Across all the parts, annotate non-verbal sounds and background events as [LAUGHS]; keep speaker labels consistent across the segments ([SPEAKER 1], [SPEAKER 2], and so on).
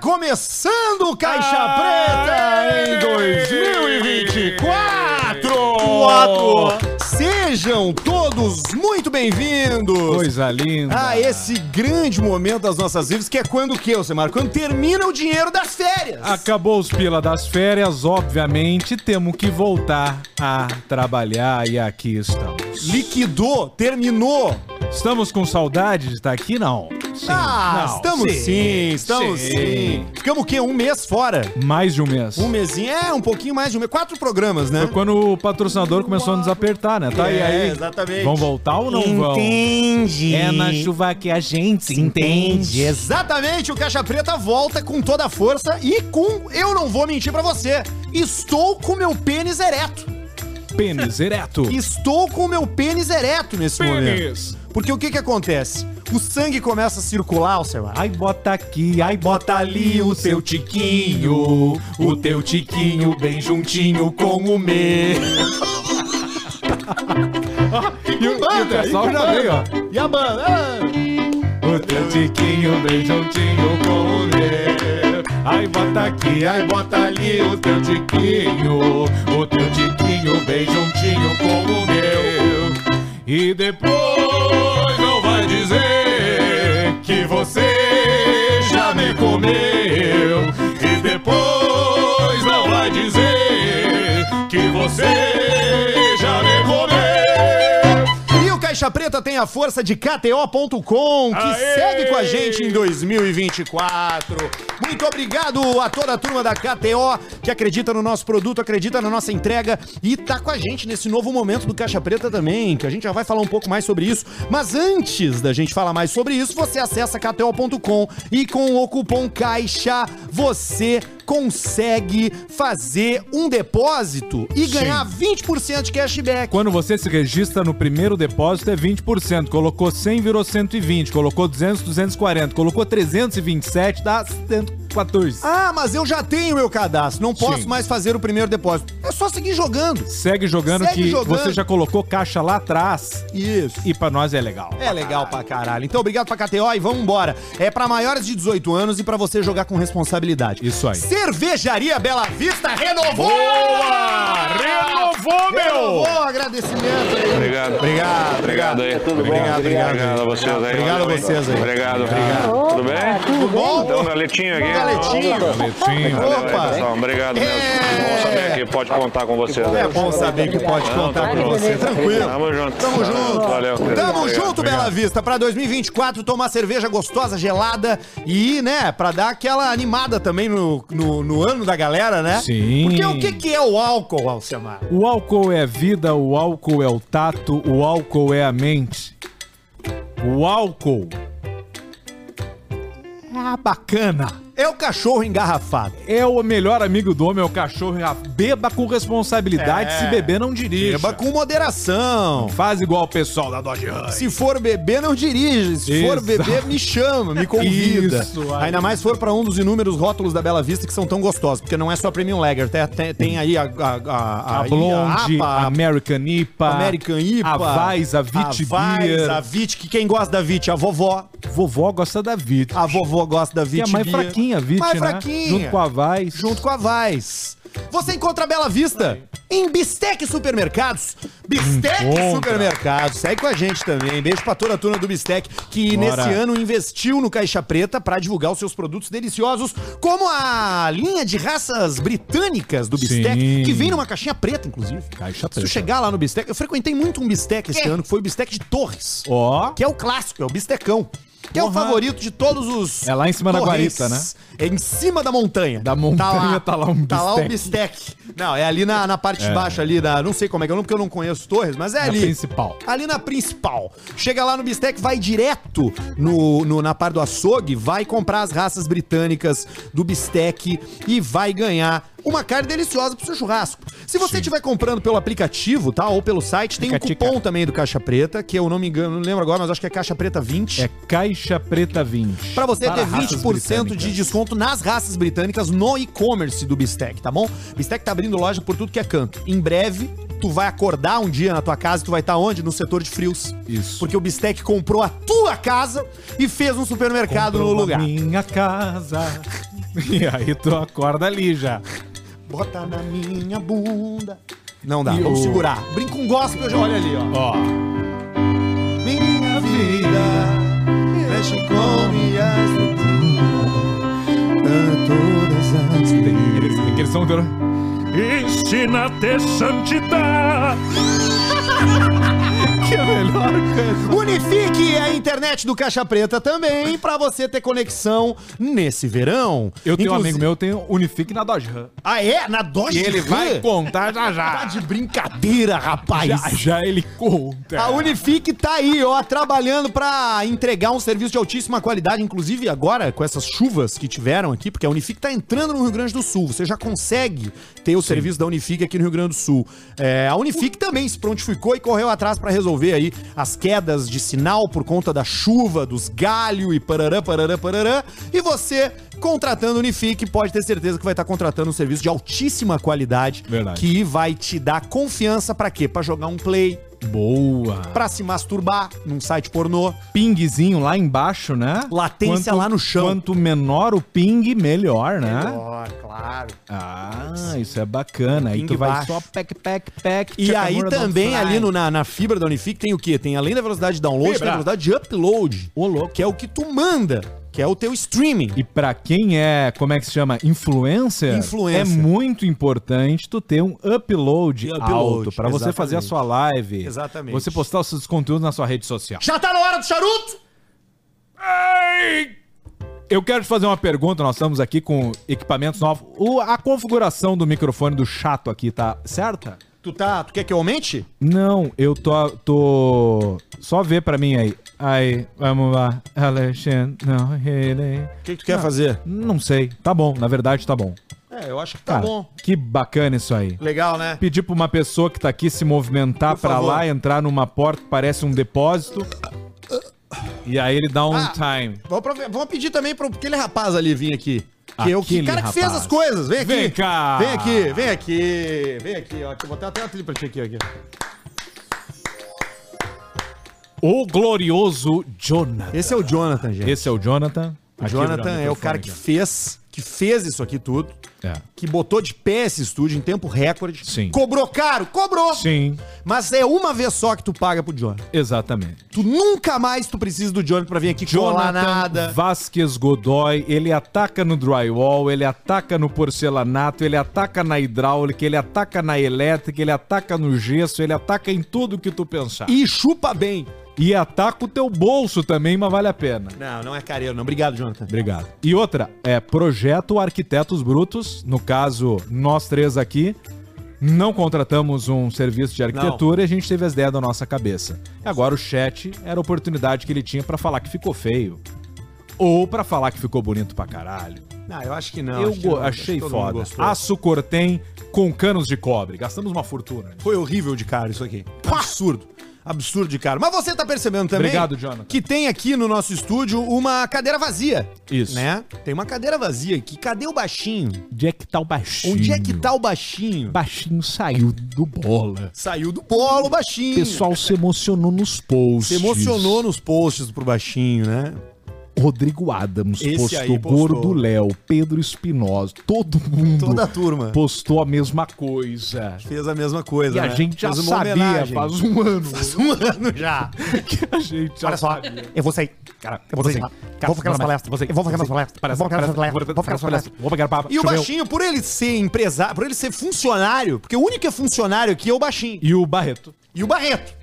[SPEAKER 1] começando o Caixa Preta em 2024! Sejam todos muito bem-vindos
[SPEAKER 2] Coisa linda.
[SPEAKER 1] a Ah, esse grande momento das nossas vidas, que é quando o que, Alcemar? Quando termina o dinheiro das férias!
[SPEAKER 2] Acabou os pila das férias, obviamente, temos que voltar a trabalhar e aqui estamos.
[SPEAKER 1] Liquidou, terminou!
[SPEAKER 2] Estamos com saudade de estar aqui? Não. Sim.
[SPEAKER 1] ah,
[SPEAKER 2] Não.
[SPEAKER 1] estamos sim, estamos sim. Ficamos o quê? Um mês fora?
[SPEAKER 2] Mais de um mês.
[SPEAKER 1] Um mesinho, é, um pouquinho mais de um mês. Quatro programas, né?
[SPEAKER 2] Foi quando o patrocinador começou a nos apertar, né? Tá, e
[SPEAKER 1] É,
[SPEAKER 2] aí?
[SPEAKER 1] exatamente.
[SPEAKER 2] Vão voltar ou não
[SPEAKER 1] Entende.
[SPEAKER 2] vão? É na chuva que a gente se entende. É
[SPEAKER 1] Exatamente, o Caixa Preta volta com toda a força e com, eu não vou mentir pra você, estou com meu pênis ereto.
[SPEAKER 2] Pênis ereto.
[SPEAKER 1] Estou com meu pênis ereto nesse momento. Porque o que que acontece? O sangue começa a circular, ao celular.
[SPEAKER 2] Ai, bota aqui, ai, bota ali o seu tiquinho. O teu tiquinho bem juntinho com o meu. e, o, e o pessoal já veio, ó.
[SPEAKER 1] E a banda? Ah,
[SPEAKER 2] O teu tiquinho bem juntinho com o meu. Ai, bota aqui, ai, bota ali o teu tiquinho. O teu tiquinho bem juntinho com o meu. E depois não vai dizer que você já me comeu. E depois não vai dizer que você já me comeu.
[SPEAKER 1] E o Caixa Preta tem a força de KTO.com, que
[SPEAKER 2] Aê!
[SPEAKER 1] segue com a gente em 2024. Muito obrigado a toda a turma da KTO que acredita no nosso produto, acredita na nossa entrega e tá com a gente nesse novo momento do Caixa Preta também, que a gente já vai falar um pouco mais sobre isso. Mas antes da gente falar mais sobre isso, você acessa KTO.com e com o cupom Caixa você consegue fazer um depósito e ganhar 20% de cashback.
[SPEAKER 2] Quando você se registra no primeiro depósito é 20%. Colocou 100, virou 120. Colocou 200, 240. Colocou 327, dá 114.
[SPEAKER 1] Ah, mas eu já tenho meu cadastro, não posso
[SPEAKER 2] Sim.
[SPEAKER 1] mais fazer o primeiro depósito. É só seguir jogando.
[SPEAKER 2] Segue jogando
[SPEAKER 1] Segue
[SPEAKER 2] que
[SPEAKER 1] jogando.
[SPEAKER 2] você já colocou caixa lá atrás
[SPEAKER 1] Isso.
[SPEAKER 2] e pra nós é legal.
[SPEAKER 1] É legal pra caralho. Então, obrigado pra KTO e vamos embora. É pra maiores de 18 anos e pra você jogar com responsabilidade.
[SPEAKER 2] Isso aí.
[SPEAKER 1] Cervejaria Bela Vista renovou!
[SPEAKER 2] Renovou,
[SPEAKER 1] Renovou, agradecimento aí.
[SPEAKER 3] Obrigado.
[SPEAKER 1] Obrigado,
[SPEAKER 3] Obrigado aí.
[SPEAKER 1] Tudo obrigado, obrigado.
[SPEAKER 3] Obrigado a vocês aí.
[SPEAKER 1] Obrigado a vocês aí.
[SPEAKER 3] Obrigado. Tudo bem?
[SPEAKER 1] Tudo bom?
[SPEAKER 3] Então, galetinho aqui.
[SPEAKER 1] Galetinho.
[SPEAKER 2] Sim.
[SPEAKER 3] Valeu aí,
[SPEAKER 1] Opa.
[SPEAKER 3] pessoal. Obrigado mesmo.
[SPEAKER 1] É.
[SPEAKER 3] Bom saber que pode contar com vocês aí. tá
[SPEAKER 1] É bom saber que pode
[SPEAKER 2] tá
[SPEAKER 1] contar com você. Tranquilo.
[SPEAKER 3] Tamo junto.
[SPEAKER 1] Tamo junto.
[SPEAKER 3] Valeu.
[SPEAKER 1] Tamo
[SPEAKER 3] Obrigado.
[SPEAKER 1] junto, Bela Vista. Pra 2024, tomar cerveja gostosa, gelada e, né, pra dar aquela animada também no, no, no ano da galera, né?
[SPEAKER 2] Sim.
[SPEAKER 1] Porque o que, que é o álcool, Alcemar?
[SPEAKER 2] O álcool é vida, o álcool é o tato, o álcool é a mente. O álcool
[SPEAKER 1] Ah, bacana. É o cachorro engarrafado.
[SPEAKER 2] é o melhor amigo do homem, é o cachorro. Beba com responsabilidade,
[SPEAKER 1] É.
[SPEAKER 2] se beber não dirija.
[SPEAKER 1] Beba com moderação.
[SPEAKER 2] Faz igual o pessoal da Dodge Ram.
[SPEAKER 1] Se for beber, não dirige. Se for
[SPEAKER 2] Exato.
[SPEAKER 1] beber, me chama, me convida.
[SPEAKER 2] Isso, aí.
[SPEAKER 1] Ainda mais se for pra um dos inúmeros rótulos da Bela Vista que são tão gostosos. Porque não é só Premium Lager. Tem, tem- tem aí a, a, a,
[SPEAKER 2] A Blonde,
[SPEAKER 1] IPA,
[SPEAKER 2] a American IPA,
[SPEAKER 1] American IPA,
[SPEAKER 2] a Vais, a Vit Beer.
[SPEAKER 1] a Vit, que quem gosta da Vit? A vovó.
[SPEAKER 2] Vovó gosta da Vit.
[SPEAKER 1] A vovó gosta da
[SPEAKER 2] que
[SPEAKER 1] Vit
[SPEAKER 2] é mais
[SPEAKER 1] Beer.
[SPEAKER 2] fraquinha, a Vit,
[SPEAKER 1] Mais
[SPEAKER 2] né?
[SPEAKER 1] fraquinha.
[SPEAKER 2] Junto com a Vais.
[SPEAKER 1] Junto com a Vais. Você encontra a Bela Vista em Bistec Supermercados. Bistec
[SPEAKER 2] Encontra.
[SPEAKER 1] Supermercados. Segue com a gente também. Beijo pra toda a turma do Bistec que
[SPEAKER 2] Bora.
[SPEAKER 1] nesse ano investiu no Caixa Preta pra divulgar os seus produtos deliciosos, como a linha de raças britânicas do Bistec,
[SPEAKER 2] Sim.
[SPEAKER 1] que vem numa caixinha preta, inclusive.
[SPEAKER 2] Caixa
[SPEAKER 1] Se tu
[SPEAKER 2] preta.
[SPEAKER 1] chegar lá no Bistec, eu frequentei muito um Bistec esse ano, que foi o Bistec de Torres.
[SPEAKER 2] Ó.
[SPEAKER 1] Que é o clássico, é o bistecão. Que é o
[SPEAKER 2] Porra.
[SPEAKER 1] favorito de todos os.
[SPEAKER 2] É lá em cima da
[SPEAKER 1] torres.
[SPEAKER 2] guarita, né?
[SPEAKER 1] É em cima da montanha.
[SPEAKER 2] Da montanha tá lá um
[SPEAKER 1] Tá lá um
[SPEAKER 2] bistec.
[SPEAKER 1] bistec. Não, é ali na, na parte de baixo ali da. Não sei como é que é o nome, porque eu não conheço Torres, mas é
[SPEAKER 2] Na
[SPEAKER 1] ali.
[SPEAKER 2] principal.
[SPEAKER 1] Ali na principal. Chega lá no Bistec, vai direto no, no- na parte do açougue, vai comprar as raças britânicas do Bistec e vai ganhar uma carne deliciosa pro seu churrasco. Se você estiver comprando pelo aplicativo, tá? Ou pelo site, tem um
[SPEAKER 2] Tica-tica.
[SPEAKER 1] cupom também do Caixa Preta, que eu não me engano, não lembro agora, mas acho que é Caixa Preta 20.
[SPEAKER 2] É Caixa Preta 20.
[SPEAKER 1] Pra você ter
[SPEAKER 2] raças
[SPEAKER 1] 20% de
[SPEAKER 2] britânicas.
[SPEAKER 1] desconto nas raças britânicas no e-commerce do Bistec, tá bom? Bistec tá abrindo loja por tudo que é canto. Em breve, tu vai acordar um dia na tua casa e tu vai estar onde? No setor de frios.
[SPEAKER 2] Isso.
[SPEAKER 1] Porque o Bistec comprou a tua casa e fez um supermercado
[SPEAKER 2] Comprou
[SPEAKER 1] no lugar.
[SPEAKER 2] a Minha casa. [LAUGHS] E aí tu acorda ali já.
[SPEAKER 1] Bota na minha bunda. Não dá,
[SPEAKER 2] E
[SPEAKER 1] vamos
[SPEAKER 2] o-
[SPEAKER 1] segurar. Brinca com gospel, já olha ali, ó.
[SPEAKER 2] Ó,
[SPEAKER 1] Minha vida mexe com minha estrutura. Todas as
[SPEAKER 2] eles, aquele som do...
[SPEAKER 4] ensina a ter santidade.
[SPEAKER 2] [LAUGHS] Que é a melhor coisa.
[SPEAKER 1] Unifique a internet do Caixa Preta também pra você ter conexão nesse verão.
[SPEAKER 2] Eu tenho um
[SPEAKER 1] Inclusi-
[SPEAKER 2] amigo meu, tem Unifique na Dodge Ram.
[SPEAKER 1] Ah, é? Na Dodge
[SPEAKER 2] E ele
[SPEAKER 1] Ram?
[SPEAKER 2] vai contar já
[SPEAKER 1] Tá
[SPEAKER 2] já.
[SPEAKER 1] de brincadeira, rapaz.
[SPEAKER 2] [LAUGHS] Já, já ele conta.
[SPEAKER 1] A Unifique tá aí, ó, trabalhando pra entregar um serviço de altíssima qualidade, inclusive agora com essas chuvas que tiveram aqui, porque a Unifique tá entrando no Rio Grande do Sul. Você já consegue ter o serviço da Unifique aqui no Rio Grande do Sul. É, a Unifique também se prontificou e correu atrás pra resolver aí as quedas de sinal por conta da chuva, dos galhos e parará, parará, parará. E você contratando a Unifique pode ter certeza que vai estar contratando um serviço de altíssima qualidade
[SPEAKER 2] Verdade.
[SPEAKER 1] que vai te dar confiança pra quê? Pra jogar um play
[SPEAKER 2] Boa.
[SPEAKER 1] pra se masturbar num site pornô.
[SPEAKER 2] Pingzinho lá embaixo, né?
[SPEAKER 1] Latência lá no chão.
[SPEAKER 2] Quanto menor o ping, melhor, né?
[SPEAKER 1] claro.
[SPEAKER 2] Ah, isso é bacana. Aí
[SPEAKER 1] Ping
[SPEAKER 2] tu vai
[SPEAKER 1] baixo.
[SPEAKER 2] só pec, pec, pec.
[SPEAKER 1] E aí
[SPEAKER 2] tchacamoura,
[SPEAKER 1] também
[SPEAKER 2] don't
[SPEAKER 1] ali
[SPEAKER 2] fry.
[SPEAKER 1] no- na, na fibra da Unifique tem o quê? Tem além da velocidade de download, tem
[SPEAKER 2] Fibra.
[SPEAKER 1] a velocidade de upload,
[SPEAKER 2] Ô, louco.
[SPEAKER 1] que é o que tu manda, que é o teu streaming.
[SPEAKER 2] E pra quem é, como é que se chama? Influencer,
[SPEAKER 1] Influencer.
[SPEAKER 2] é muito importante tu ter um upload,
[SPEAKER 1] E upload,
[SPEAKER 2] alto pra você
[SPEAKER 1] exatamente.
[SPEAKER 2] fazer a sua live.
[SPEAKER 1] Exatamente.
[SPEAKER 2] Você postar os seus conteúdos na sua rede social.
[SPEAKER 1] Já tá na hora do charuto?
[SPEAKER 2] Eu quero te fazer uma pergunta, nós estamos aqui com equipamentos novos. O- a configuração do microfone do chato aqui tá certa?
[SPEAKER 1] Tu tá, tu quer que eu aumente?
[SPEAKER 2] Não, eu tô. tô... Só vê pra mim aí. Aí, vamos lá. Alexandre. Não, ele.
[SPEAKER 1] O que, que tu quer fazer?
[SPEAKER 2] Não sei. Tá bom, na verdade tá bom.
[SPEAKER 1] É, eu acho que
[SPEAKER 2] Cara, Que bacana isso aí.
[SPEAKER 1] Legal, né?
[SPEAKER 2] Pedir pra uma pessoa que tá aqui se movimentar
[SPEAKER 1] Por
[SPEAKER 2] pra
[SPEAKER 1] favor.
[SPEAKER 2] lá, entrar numa porta que parece um depósito. E aí ele dá um
[SPEAKER 1] Ah.
[SPEAKER 2] time.
[SPEAKER 1] Vamos, prove- vamos pedir também pra aquele rapaz ali vir aqui. Que é o que,
[SPEAKER 2] Aquele
[SPEAKER 1] cara que fez
[SPEAKER 2] rapaz.
[SPEAKER 1] as coisas. Vem aqui.
[SPEAKER 2] Vem cá.
[SPEAKER 1] Vem aqui, vem aqui. Vem aqui, ó. Deixa eu botar até uma trilha pra ti aqui, ó, aqui.
[SPEAKER 2] O glorioso Jonathan.
[SPEAKER 1] Esse é o Jonathan, gente.
[SPEAKER 2] Esse é o Jonathan.
[SPEAKER 1] O Jonathan é o cara que fez, que fez isso aqui tudo,
[SPEAKER 2] É.
[SPEAKER 1] que botou de pé esse estúdio em tempo recorde.
[SPEAKER 2] Sim.
[SPEAKER 1] Cobrou caro, cobrou.
[SPEAKER 2] Sim,
[SPEAKER 1] Mas é uma vez só que tu paga pro Jonathan.
[SPEAKER 2] exatamente.
[SPEAKER 1] Tu nunca mais tu precisa do Jonathan pra vir aqui colar
[SPEAKER 2] Jonathan
[SPEAKER 1] nada.
[SPEAKER 2] Vasquez Godoy, ele ataca no drywall, ele ataca no porcelanato, ele ataca na hidráulica, ele ataca na elétrica, ele ataca no gesso, ele ataca em tudo que tu pensar. E,
[SPEAKER 1] E chupa bem.
[SPEAKER 2] ataca o teu bolso também, mas vale a pena.
[SPEAKER 1] Não, não é careiro, não. Obrigado, Jonathan.
[SPEAKER 2] Obrigado. E outra, é projeto Arquitetos Brutos, no caso, nós três aqui, não contratamos um serviço de arquitetura e a gente teve as ideias da nossa cabeça. Agora o chat era a oportunidade que ele tinha pra falar que ficou feio. Ou pra falar que ficou bonito pra caralho.
[SPEAKER 1] Não, eu acho que não.
[SPEAKER 2] Eu
[SPEAKER 1] acho que
[SPEAKER 2] go-
[SPEAKER 1] não, acho
[SPEAKER 2] achei
[SPEAKER 1] que todo mundo
[SPEAKER 2] foda.
[SPEAKER 1] gostou.
[SPEAKER 2] Aço Cortem com canos de cobre. Gastamos uma fortuna.
[SPEAKER 1] Foi horrível de cara isso aqui. Absurdo. Absurdo de cara. Mas você tá percebendo também
[SPEAKER 2] Obrigado, Jonathan.
[SPEAKER 1] que tem aqui no nosso estúdio uma cadeira vazia.
[SPEAKER 2] Isso.
[SPEAKER 1] Né? Tem uma cadeira vazia aqui. Cadê o baixinho?
[SPEAKER 2] Onde é que tá o baixinho?
[SPEAKER 1] Onde é que tá o baixinho?
[SPEAKER 2] baixinho saiu do bola?
[SPEAKER 1] Saiu do bolo, baixinho.
[SPEAKER 2] se emocionou nos posts.
[SPEAKER 1] se emocionou nos posts pro baixinho, né?
[SPEAKER 2] Rodrigo Adams
[SPEAKER 1] Esse
[SPEAKER 2] postou,
[SPEAKER 1] aí postou.
[SPEAKER 2] Gordo Léo, Pedro Espinosa, todo mundo
[SPEAKER 1] Toda a turma
[SPEAKER 2] postou a mesma coisa.
[SPEAKER 1] fez a mesma coisa,
[SPEAKER 2] E a
[SPEAKER 1] né?
[SPEAKER 2] gente já
[SPEAKER 1] Fez uma
[SPEAKER 2] sabia
[SPEAKER 1] homenagem.
[SPEAKER 2] faz um ano
[SPEAKER 1] Faz um ano já.
[SPEAKER 2] [LAUGHS] que a gente já
[SPEAKER 1] Olha só,
[SPEAKER 2] sabia.
[SPEAKER 1] eu vou sair. Cara, eu vou sair. Vou ficar nas palestras. Eu vou ficar nas palestras. Vou ficar nas palestras. Vou ficar nas palestras.
[SPEAKER 2] Vou pegar papo.
[SPEAKER 1] E o baixinho, por ele ser empresário, por ele ser funcionário, porque o único que é funcionário aqui é o baixinho.
[SPEAKER 2] E o Barreto.
[SPEAKER 1] E o Barreto.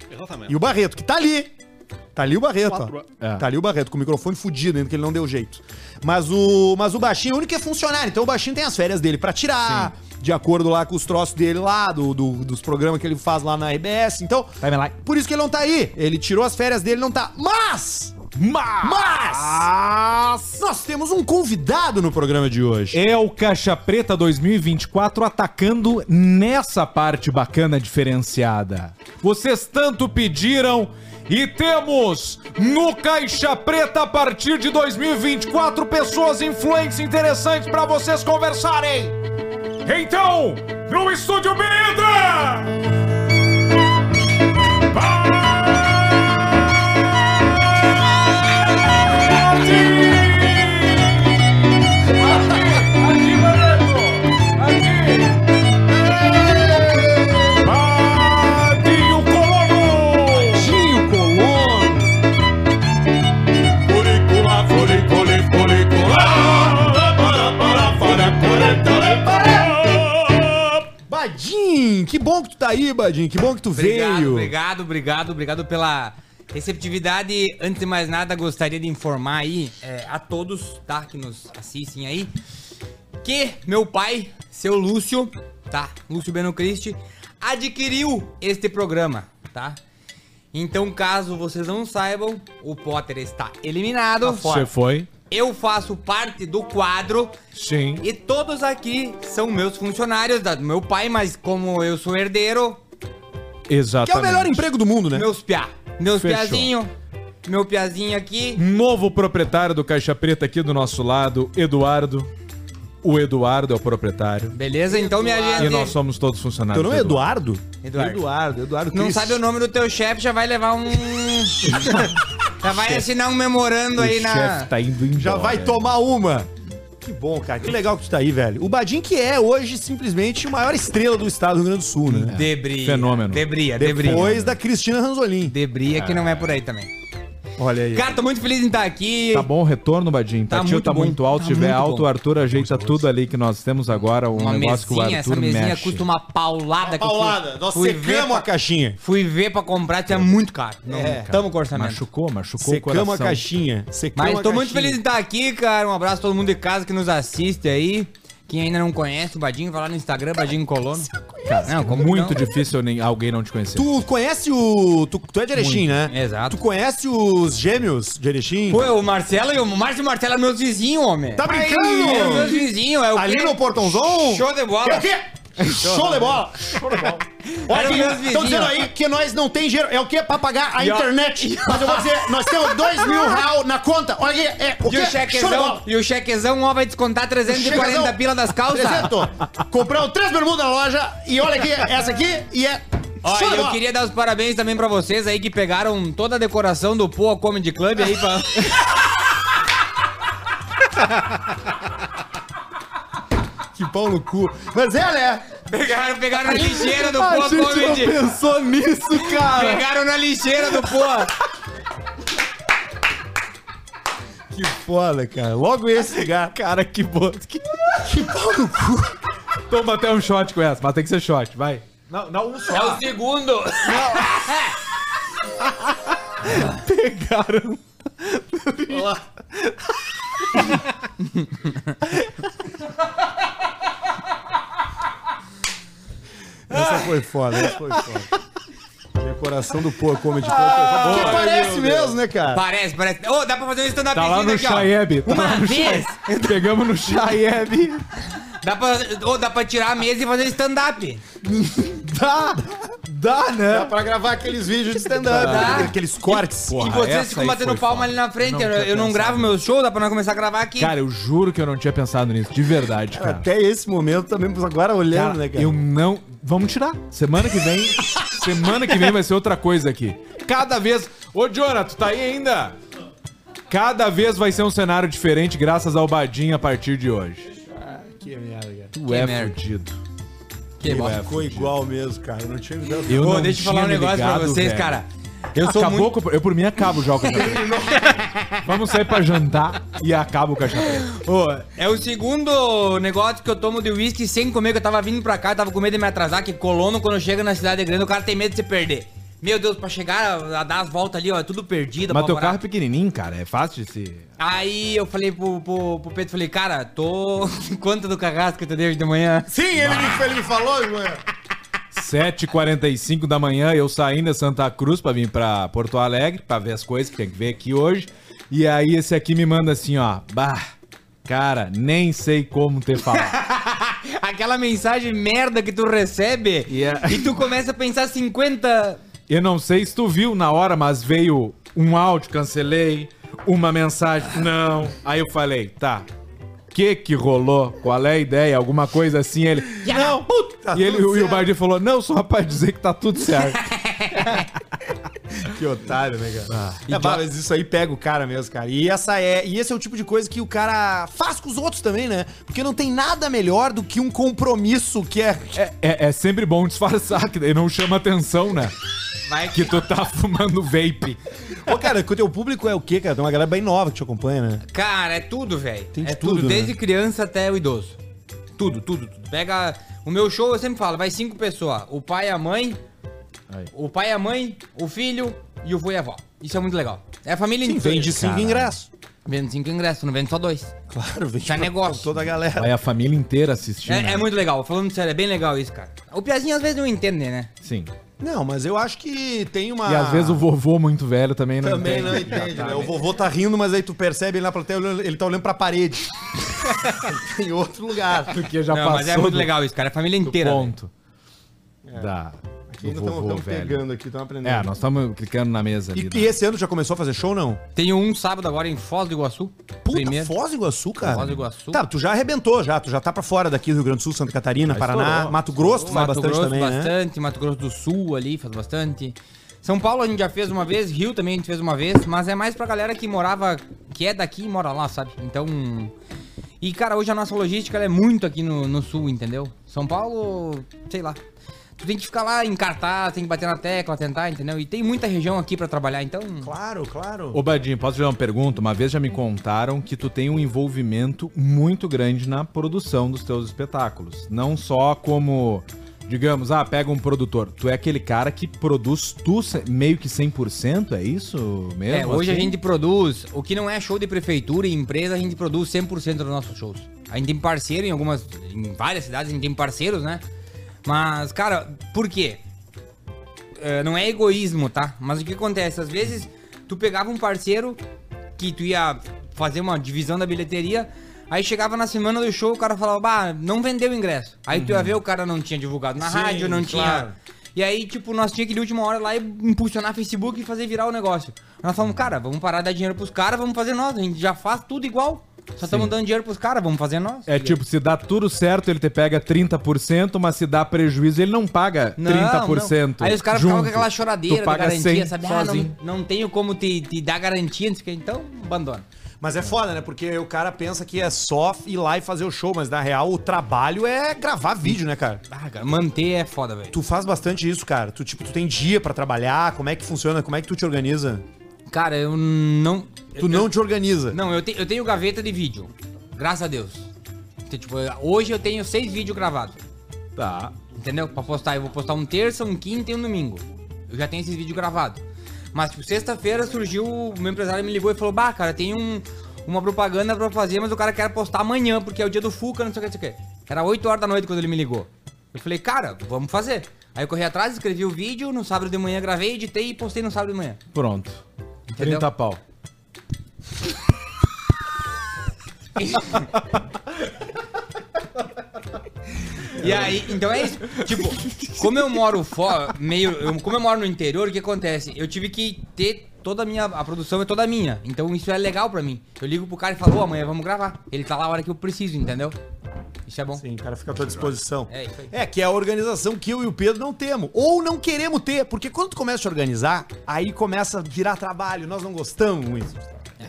[SPEAKER 1] E o Barreto, que tá ali. Tá ali o Barreto, ó.
[SPEAKER 2] É.
[SPEAKER 1] Tá ali o Barreto, com o microfone fudido ainda, que ele não deu jeito. Mas o, mas o Baixinho, o único que é funcionário. Então o Baixinho tem as férias dele pra tirar, de acordo lá com os troços dele lá, do, do- dos programas que ele faz lá na RBS. Então,
[SPEAKER 2] Vai lá.
[SPEAKER 1] por isso que ele não tá aí. Ele tirou as férias dele, não tá. Mas,
[SPEAKER 2] Mas...
[SPEAKER 1] nós temos um convidado no programa de hoje.
[SPEAKER 2] É o Caixa Preta 2024 atacando nessa parte bacana diferenciada. Vocês tanto pediram e temos no Caixa Preta a partir de 2024 pessoas influentes interessantes para vocês conversarem. Então, no estúdio Pedra!
[SPEAKER 1] aí, Badinho. Que bom que tu
[SPEAKER 5] Obrigado,
[SPEAKER 1] veio.
[SPEAKER 5] obrigado, obrigado, obrigado pela receptividade. Antes de mais nada, gostaria de informar aí é, a todos, tá? Que nos assistem aí, que meu pai, seu Lúcio, tá? Lúcio Benocristi, adquiriu este programa, tá? Então, caso vocês não saibam, o Potter está eliminado.
[SPEAKER 2] Você foi?
[SPEAKER 5] Eu faço parte do quadro
[SPEAKER 2] Sim.
[SPEAKER 5] e todos aqui são meus funcionários, da- do meu pai, mas como eu sou herdeiro,
[SPEAKER 1] Que é o
[SPEAKER 2] Exatamente.
[SPEAKER 1] melhor emprego do mundo, né?
[SPEAKER 5] meus piá. Meus
[SPEAKER 2] Fechou.
[SPEAKER 5] piazinho. Meu piazinho aqui.
[SPEAKER 2] Novo proprietário do Caixa Preta aqui do nosso lado, Eduardo. O Eduardo é o proprietário.
[SPEAKER 5] Beleza? Então, minha gente.
[SPEAKER 2] E nós somos todos funcionários.
[SPEAKER 1] Teu nome é
[SPEAKER 2] do
[SPEAKER 1] Eduardo?
[SPEAKER 5] Eduardo.
[SPEAKER 1] Eduardo, Eduardo
[SPEAKER 5] Não
[SPEAKER 1] Cristo.
[SPEAKER 5] sabe o nome do teu chefe, já vai levar
[SPEAKER 2] [LAUGHS]
[SPEAKER 5] um. já vai assinar um memorando aí
[SPEAKER 2] O
[SPEAKER 5] na.
[SPEAKER 2] chefe tá indo embora.
[SPEAKER 1] Já vai tomar uma. Que bom, cara. Que legal que tu tá aí, velho. O Badin que é hoje simplesmente a maior estrela do estado do Rio Grande do Sul, né?
[SPEAKER 5] Debria.
[SPEAKER 2] tá- Fenômeno.
[SPEAKER 5] Debria, debria.
[SPEAKER 1] Depois da Cristina Ranzolin.
[SPEAKER 5] Debria que não é por aí também.
[SPEAKER 1] Olha aí.
[SPEAKER 5] Cara, tô muito feliz em estar aqui.
[SPEAKER 2] Tá bom o retorno, Badinho?
[SPEAKER 5] Tá
[SPEAKER 2] Tá, tio,
[SPEAKER 5] muito
[SPEAKER 2] tá
[SPEAKER 5] bom.
[SPEAKER 2] muito alto.
[SPEAKER 5] Tá
[SPEAKER 2] Se tiver
[SPEAKER 5] muito
[SPEAKER 2] alto,
[SPEAKER 5] bom.
[SPEAKER 2] o Arthur ajeita tudo ali que nós temos agora. Um
[SPEAKER 5] Uma
[SPEAKER 2] negócio que o
[SPEAKER 5] mesinha,
[SPEAKER 2] Arthur
[SPEAKER 5] essa mesinha é
[SPEAKER 2] mexe.
[SPEAKER 5] custa uma paulada. que eu fui-
[SPEAKER 1] Paulada, nós
[SPEAKER 5] fui ver
[SPEAKER 1] secamos a
[SPEAKER 5] pra,
[SPEAKER 1] caixinha.
[SPEAKER 5] Fui ver pra comprar, tinha muito caro. Não,
[SPEAKER 1] É.
[SPEAKER 5] tamo com orçamento.
[SPEAKER 2] Machucou, machucou o
[SPEAKER 1] Secamos
[SPEAKER 2] coração.
[SPEAKER 1] a caixinha. Secamos
[SPEAKER 5] Mas
[SPEAKER 1] a
[SPEAKER 5] tô muito
[SPEAKER 1] caixinha.
[SPEAKER 5] feliz de estar aqui, cara. Um abraço a todo mundo de casa que nos assiste aí. Quem ainda não conhece o Badinho, vai lá no Instagram, Badinho Colono. Cara, não, como
[SPEAKER 2] Muito
[SPEAKER 5] não?
[SPEAKER 2] difícil nem- alguém não te conhecer.
[SPEAKER 1] Tu conhece o. Tu, tu é de Erechim,
[SPEAKER 5] Muito.
[SPEAKER 1] né?
[SPEAKER 5] Exato.
[SPEAKER 1] Tu conhece os gêmeos de Erechim?
[SPEAKER 5] Pô, é o Marcelo e o Márcio e o Marcelo é meus vizinhos, homem.
[SPEAKER 1] Tá brincando?
[SPEAKER 5] É meus vizinhos, é o
[SPEAKER 1] Ali
[SPEAKER 5] quê?
[SPEAKER 1] no Portãozão?
[SPEAKER 5] Show de bola.
[SPEAKER 1] É o quê? Show de bola! Olha,
[SPEAKER 5] Era meus
[SPEAKER 1] estão
[SPEAKER 5] vizinhos.
[SPEAKER 1] dizendo aí que nós não tem dinheiro. É o quê? Pra pagar a
[SPEAKER 5] E ó-
[SPEAKER 1] internet. Mas eu vou dizer, nós temos dois mil real na conta. Olha aqui, é o quê?
[SPEAKER 5] E
[SPEAKER 1] Show
[SPEAKER 5] o
[SPEAKER 1] de
[SPEAKER 5] chequezão,
[SPEAKER 1] bola.
[SPEAKER 5] e o chequezão, ó, vai descontar 340
[SPEAKER 1] Chequezão.
[SPEAKER 5] pila das calças.
[SPEAKER 1] Trezentos. Compramos três bermudas na loja e olha aqui, essa aqui e é...
[SPEAKER 5] Ó,
[SPEAKER 1] show de
[SPEAKER 5] e eu
[SPEAKER 1] bola.
[SPEAKER 5] queria dar os parabéns também pra vocês aí que pegaram toda a decoração do Poa Comedy Club aí pra... [LAUGHS]
[SPEAKER 1] Que pau no cu. Mas é, né?
[SPEAKER 5] pegaram, pegaram na lixeira do Poa Comedy.
[SPEAKER 1] pensou nisso, cara.
[SPEAKER 5] Pegaram na lixeira do Poa.
[SPEAKER 1] Que foda, cara. Logo esse lugar.
[SPEAKER 2] Cara, que boa. Que, pau no cu. Toma até um shot com essa, mas tem que ser shot, vai. Não, não um só.
[SPEAKER 5] É o segundo.
[SPEAKER 2] Pegaram.
[SPEAKER 1] Essa foi foda, essa foi foda. Decoração do Pô Comedy Club. Boa, que parece mesmo, né, cara?
[SPEAKER 5] Parece, parece. Ô, dá pra fazer um stand-up
[SPEAKER 2] Tá lá no Chayeb. Tá lá
[SPEAKER 5] Uma
[SPEAKER 2] no
[SPEAKER 5] vez.
[SPEAKER 2] Chayeb. Pegamos no Chayeb.
[SPEAKER 5] Dá pra, ô, dá pra tirar a mesa e fazer um stand-up.
[SPEAKER 1] Dá, dá, né? Dá pra gravar aqueles vídeos de stand-up. né?
[SPEAKER 5] Dá.
[SPEAKER 1] Aqueles cortes.
[SPEAKER 5] E
[SPEAKER 2] Porra,
[SPEAKER 5] vocês
[SPEAKER 2] Ah, essa
[SPEAKER 5] ficam
[SPEAKER 2] aí
[SPEAKER 5] batendo
[SPEAKER 2] foi
[SPEAKER 5] palma
[SPEAKER 2] foda.
[SPEAKER 5] ali na frente.
[SPEAKER 2] Não
[SPEAKER 5] eu,
[SPEAKER 2] tinha
[SPEAKER 5] eu não
[SPEAKER 2] pensado.
[SPEAKER 5] gravo meu show, dá pra nós começar a gravar aqui.
[SPEAKER 2] Cara, eu juro que eu não tinha pensado nisso. De verdade, cara.
[SPEAKER 1] Até esse momento também, agora olhando,
[SPEAKER 2] Cara,
[SPEAKER 1] né, cara?
[SPEAKER 2] Eu não. Vamos tirar. Semana que
[SPEAKER 5] [LAUGHS]
[SPEAKER 2] vem. semana que vem vai ser outra coisa aqui. Cada vez. Ô, Jonathan, tu tá aí ainda? Cada vez vai ser um cenário diferente, graças ao Badinho a partir de hoje.
[SPEAKER 1] Que merda, cara.
[SPEAKER 2] Tu
[SPEAKER 5] Que
[SPEAKER 2] é
[SPEAKER 5] merda.
[SPEAKER 2] fudido.
[SPEAKER 5] que bosta.
[SPEAKER 1] Ficou igual mesmo, cara. Não tinha me dado.
[SPEAKER 2] Eu
[SPEAKER 5] Ô,
[SPEAKER 2] não
[SPEAKER 5] deixa eu falar um
[SPEAKER 2] tinha me
[SPEAKER 5] negócio pra
[SPEAKER 2] ligado,
[SPEAKER 5] vocês,
[SPEAKER 2] velho.
[SPEAKER 5] cara. Eu sou
[SPEAKER 2] Acabou
[SPEAKER 5] muito...
[SPEAKER 2] com- Eu por mim acabo já o caixa preta. Vamos sair pra jantar e acaba o caixa preta.
[SPEAKER 5] Ô, é o segundo negócio que eu tomo de uísque sem comer, que eu tava vindo pra cá, eu tava com medo de me atrasar, que colono, quando chega na cidade grande, o cara tem medo de se perder. Meu Deus, pra chegar, a dar as voltas ali, ó, é tudo perdido.
[SPEAKER 2] Mas teu
[SPEAKER 5] apavorado.
[SPEAKER 2] carro é pequenininho, cara. É fácil de se.
[SPEAKER 5] Aí eu falei pro, pro, pro Pedro, falei, cara, tô. [LAUGHS] Quanto do carrasco que tu deu de manhã?
[SPEAKER 1] Sim, ele me, ele me falou, mano.
[SPEAKER 2] 7h45 da manhã, eu saindo de Santa Cruz pra vir pra Porto Alegre, pra ver as coisas que tem que ver aqui hoje. E aí esse aqui me manda assim, ó, bah, cara, nem sei como ter falado.
[SPEAKER 5] Aquela mensagem merda que tu recebe
[SPEAKER 2] Yeah.
[SPEAKER 5] e tu começa a pensar 50.
[SPEAKER 2] eu não sei se tu viu na hora, mas veio um áudio, cancelei, uma mensagem, não. Aí eu falei, tá, que que rolou? Qual é a ideia? Alguma coisa assim, ele...
[SPEAKER 5] Não, puta!
[SPEAKER 1] Tá
[SPEAKER 2] e ele, e o Bardi falou, não, só pra dizer que tá tudo certo.
[SPEAKER 1] Que otário, né, cara? é, bah, mas isso aí pega o cara mesmo, cara. E, essa é, e esse é o tipo de coisa que o cara faz com os outros também, né? Porque não tem nada melhor do que um compromisso que é.
[SPEAKER 2] é, é- é sempre bom disfarçar, que daí não chama atenção, né?
[SPEAKER 5] Vai que
[SPEAKER 2] que tu [LAUGHS] tá fumando vape.
[SPEAKER 1] Ô, cara, que o teu público é o quê, cara? Tem uma galera bem nova que te acompanha, né?
[SPEAKER 5] Cara, é tudo, velho.
[SPEAKER 1] Tem de
[SPEAKER 5] é tudo,
[SPEAKER 1] tudo, né?
[SPEAKER 5] desde criança até o idoso. Tudo, tudo, tudo. Pega. O meu show eu sempre falo, vai cinco pessoas. O pai, a mãe,
[SPEAKER 2] Aí.
[SPEAKER 5] o pai, a mãe, o filho e o vô e a avó. Isso é muito legal. É a família
[SPEAKER 1] Sim,
[SPEAKER 5] inteira.
[SPEAKER 1] vende cinco
[SPEAKER 2] Caralho.
[SPEAKER 1] ingressos.
[SPEAKER 5] Vendo cinco ingressos, não vendo só dois.
[SPEAKER 1] Claro, vende
[SPEAKER 5] Isso é
[SPEAKER 1] pra
[SPEAKER 5] negócio.
[SPEAKER 1] toda a galera.
[SPEAKER 2] Vai a família inteira assistindo.
[SPEAKER 5] É,
[SPEAKER 2] né?
[SPEAKER 5] é muito legal. Falando sério, é bem legal isso, cara. O Piazinho às vezes não entende, né?
[SPEAKER 2] Sim.
[SPEAKER 1] Não, mas eu acho que tem uma...
[SPEAKER 2] E às vezes o vovô muito velho também não
[SPEAKER 1] Ah. Também não
[SPEAKER 2] [LAUGHS] entende.
[SPEAKER 1] entende, né? O vovô tá rindo, mas aí tu percebe ele na plateia, olhando- ele tá olhando pra
[SPEAKER 2] [LAUGHS]
[SPEAKER 1] parede. Ele tá em outro lugar.
[SPEAKER 2] Porque já
[SPEAKER 5] não,
[SPEAKER 2] passou
[SPEAKER 5] mas é muito
[SPEAKER 2] do-
[SPEAKER 5] legal isso, cara. A família
[SPEAKER 2] do
[SPEAKER 5] inteira. né?
[SPEAKER 2] ponto. Da,
[SPEAKER 1] Aqui
[SPEAKER 2] do
[SPEAKER 1] ainda estamos
[SPEAKER 2] vovô
[SPEAKER 1] tamo
[SPEAKER 2] velho.
[SPEAKER 1] pegando aqui, estamos aprendendo.
[SPEAKER 2] É, nós estamos clicando na mesa ali.
[SPEAKER 1] e,
[SPEAKER 2] né?
[SPEAKER 1] e esse ano já começou a fazer show, não?
[SPEAKER 5] Tenho um sábado agora em Foz do Iguaçu.
[SPEAKER 1] Puta,
[SPEAKER 5] primeiro.
[SPEAKER 1] Foz do Iguaçu, cara.
[SPEAKER 5] Foz do Iguaçu.
[SPEAKER 1] Tá, tu já arrebentou, já. Tu já tá pra fora daqui do Rio Grande do Sul, Santa Catarina, Paraná.
[SPEAKER 2] estourou.
[SPEAKER 1] Mato Grosso, tu faz
[SPEAKER 5] Mato
[SPEAKER 1] bastante
[SPEAKER 5] Grosso
[SPEAKER 1] também, né?
[SPEAKER 5] bastante, Mato Grosso do Sul ali faz bastante. São Paulo a gente já fez uma vez, Rio também a gente fez uma vez, mas é mais pra galera que morava, que é daqui e mora lá, sabe? Então. E cara, hoje a nossa logística ela é muito aqui no, no sul, entendeu? São Paulo, sei lá. Tu tem que ficar lá, encartar, tem que bater na tecla, tentar, entendeu? E tem muita região aqui pra trabalhar, então.
[SPEAKER 1] Claro, claro.
[SPEAKER 2] Ô, Badinho, posso fazer uma pergunta? Uma vez já me contaram que tu tem um envolvimento muito grande na produção dos teus espetáculos. Não só como, digamos, ah, pega um produtor. Tu é aquele cara que produz tu se- meio que 100%, é isso mesmo?
[SPEAKER 5] É, hoje
[SPEAKER 2] assim?
[SPEAKER 5] a gente produz, o que não é show de prefeitura e empresa, a gente produz 100% dos nossos shows. A gente tem parceiro em algumas, em várias cidades, a gente tem parceiros, né? Mas, cara, por quê? É, não é egoísmo, tá? Mas o que acontece? Às vezes, tu pegava um parceiro que tu ia fazer uma divisão da bilheteria, aí chegava na semana do show, o cara falava, bah, não vendeu o ingresso. Aí tu ia ver, o cara não tinha divulgado na
[SPEAKER 1] Uhum. Sim,
[SPEAKER 5] rádio, não
[SPEAKER 1] claro.
[SPEAKER 5] tinha... E aí, tipo, nós tínhamos que ir de última hora lá e impulsionar Facebook e fazer virar o negócio. Nós falamos, cara, vamos parar de dar dinheiro pros caras, vamos fazer nós. A gente já faz tudo igual. Só estamos dando dinheiro pros caras, vamos fazer nós.
[SPEAKER 2] É tipo, se dá tudo certo, ele te pega 30%, mas se dá prejuízo, ele não paga
[SPEAKER 5] Não,
[SPEAKER 2] 30%.
[SPEAKER 5] não. Aí os caras
[SPEAKER 2] junto.
[SPEAKER 5] ficavam com aquela choradeira
[SPEAKER 2] tu
[SPEAKER 5] de
[SPEAKER 2] paga
[SPEAKER 5] garantia,
[SPEAKER 2] 100
[SPEAKER 5] sabe?
[SPEAKER 2] Sozinho.
[SPEAKER 5] Ah, não, não tenho como te, te dar garantia, não sei o quê. então abandona.
[SPEAKER 1] Mas é foda, né? Porque o cara pensa que é só ir lá e fazer o show, mas na real o trabalho é gravar vídeo, né, cara?
[SPEAKER 5] Ah, cara, manter é foda, velho.
[SPEAKER 1] Tu faz bastante isso, cara. Tu, tipo, tu tem dia pra trabalhar, como é que funciona, como é que tu te organiza?
[SPEAKER 5] Cara, eu não.
[SPEAKER 1] Tu não te organiza.
[SPEAKER 5] Não, eu, te- eu tenho gaveta de vídeo. Graças a Deus. Então, tipo, hoje eu tenho seis vídeos gravados.
[SPEAKER 2] Tá.
[SPEAKER 5] Entendeu? Pra postar. Eu vou postar um terça, um quinta e um domingo. Eu já tenho esses vídeos gravados. Mas, tipo, sexta-feira surgiu. O meu empresário me ligou e falou: Bah, cara, tem um, uma propaganda pra fazer, mas o cara quer postar amanhã, porque é o dia do Fuca, não sei o que, não sei o que. Era 8 horas da noite quando ele me ligou. Eu falei: Cara, vamos fazer. Aí eu corri atrás, escrevi o vídeo, no sábado de manhã gravei, editei e postei no sábado de manhã.
[SPEAKER 2] Pronto.
[SPEAKER 5] Entendeu?
[SPEAKER 2] 30 pau.
[SPEAKER 5] E aí, então é isso. Tipo, como eu moro fora, meio. eu- como eu moro no interior, o que acontece? Eu tive que ter toda a minha. A produção é toda minha. Então isso é legal pra mim. Eu ligo pro cara e falo, ô, amanhã vamos gravar. Ele tá lá a hora que eu preciso, entendeu? Isso é bom.
[SPEAKER 1] Sim, o cara fica à tua disposição.
[SPEAKER 5] É isso aí.
[SPEAKER 1] É, que é a organização que eu e o Pedro não temos. Ou não queremos ter, porque quando tu começa a te organizar, aí começa a virar trabalho. Nós não gostamos muito.
[SPEAKER 5] É.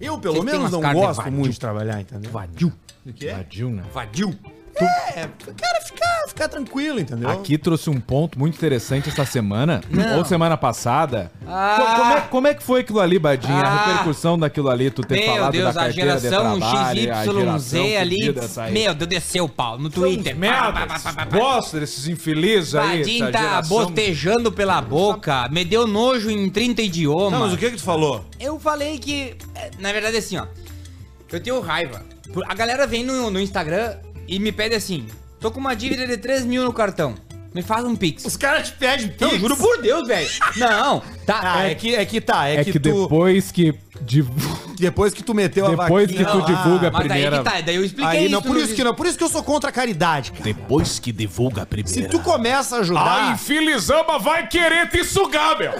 [SPEAKER 1] Eu, pelo
[SPEAKER 5] Vocês têm
[SPEAKER 1] menos,
[SPEAKER 5] umas
[SPEAKER 1] não
[SPEAKER 5] carnes
[SPEAKER 1] gosto
[SPEAKER 5] vadio.
[SPEAKER 1] muito de trabalhar, entendeu?
[SPEAKER 2] Vadiu.
[SPEAKER 1] Do quê?
[SPEAKER 2] Vadiu, né?
[SPEAKER 5] Vadio.
[SPEAKER 1] É, cara, ficar ficar tranquilo, entendeu?
[SPEAKER 2] Aqui trouxe um ponto muito interessante essa semana,
[SPEAKER 5] Não.
[SPEAKER 2] ou semana passada.
[SPEAKER 5] Ah.
[SPEAKER 2] Co- Como, é, como é que foi aquilo ali, Badinha? A
[SPEAKER 5] Ah.
[SPEAKER 2] repercussão daquilo ali, tu ter
[SPEAKER 5] Meu
[SPEAKER 2] falado
[SPEAKER 5] Deus,
[SPEAKER 2] da
[SPEAKER 5] a
[SPEAKER 2] carteira
[SPEAKER 5] geração
[SPEAKER 2] de trabalho, a
[SPEAKER 5] XYZ
[SPEAKER 2] geração
[SPEAKER 5] ali.
[SPEAKER 2] fudida, essa aí.
[SPEAKER 5] Meu Deus, desceu o pau no
[SPEAKER 2] São uns
[SPEAKER 5] Twitter.
[SPEAKER 2] merdas,
[SPEAKER 5] Pá, pá, pá, pá, pá,
[SPEAKER 2] esses
[SPEAKER 5] pá.
[SPEAKER 2] bosta desses infelizes aí,
[SPEAKER 5] Tadinho
[SPEAKER 2] essa
[SPEAKER 5] tá
[SPEAKER 2] geração.
[SPEAKER 5] bostejando pela boca, me deu nojo em 30 idiomas.
[SPEAKER 1] Não, mas o que que tu falou?
[SPEAKER 5] Eu falei que. é, Na verdade, assim, ó. Eu tenho raiva. Por- A galera vem no, no Instagram e me pede assim: tô com uma dívida de 3 mil no cartão. Me faz um pix.
[SPEAKER 1] Os caras te pedem pix.
[SPEAKER 5] Não, juro por Deus, velho. Não, tá.
[SPEAKER 1] Ah,
[SPEAKER 5] é-
[SPEAKER 1] é que, é que tá, é,
[SPEAKER 2] É
[SPEAKER 1] que,
[SPEAKER 2] que,
[SPEAKER 1] tu...
[SPEAKER 2] depois que
[SPEAKER 5] [LAUGHS]
[SPEAKER 2] divulga...
[SPEAKER 1] Depois que tu meteu a
[SPEAKER 2] Depois
[SPEAKER 1] vaquinha
[SPEAKER 2] que tu
[SPEAKER 1] lá,
[SPEAKER 2] divulga a
[SPEAKER 5] mas
[SPEAKER 2] primeira...
[SPEAKER 5] daí que tá, daí eu expliquei
[SPEAKER 1] Aí, não,
[SPEAKER 5] isso
[SPEAKER 1] por
[SPEAKER 5] no-
[SPEAKER 1] isso que não, por isso que eu sou contra a caridade, cara.
[SPEAKER 6] Depois que divulga a primeira.
[SPEAKER 2] É.
[SPEAKER 1] Se tu tá começa a
[SPEAKER 2] Ah.
[SPEAKER 1] ajudar...
[SPEAKER 2] infelizama vai querer te sugar, meu!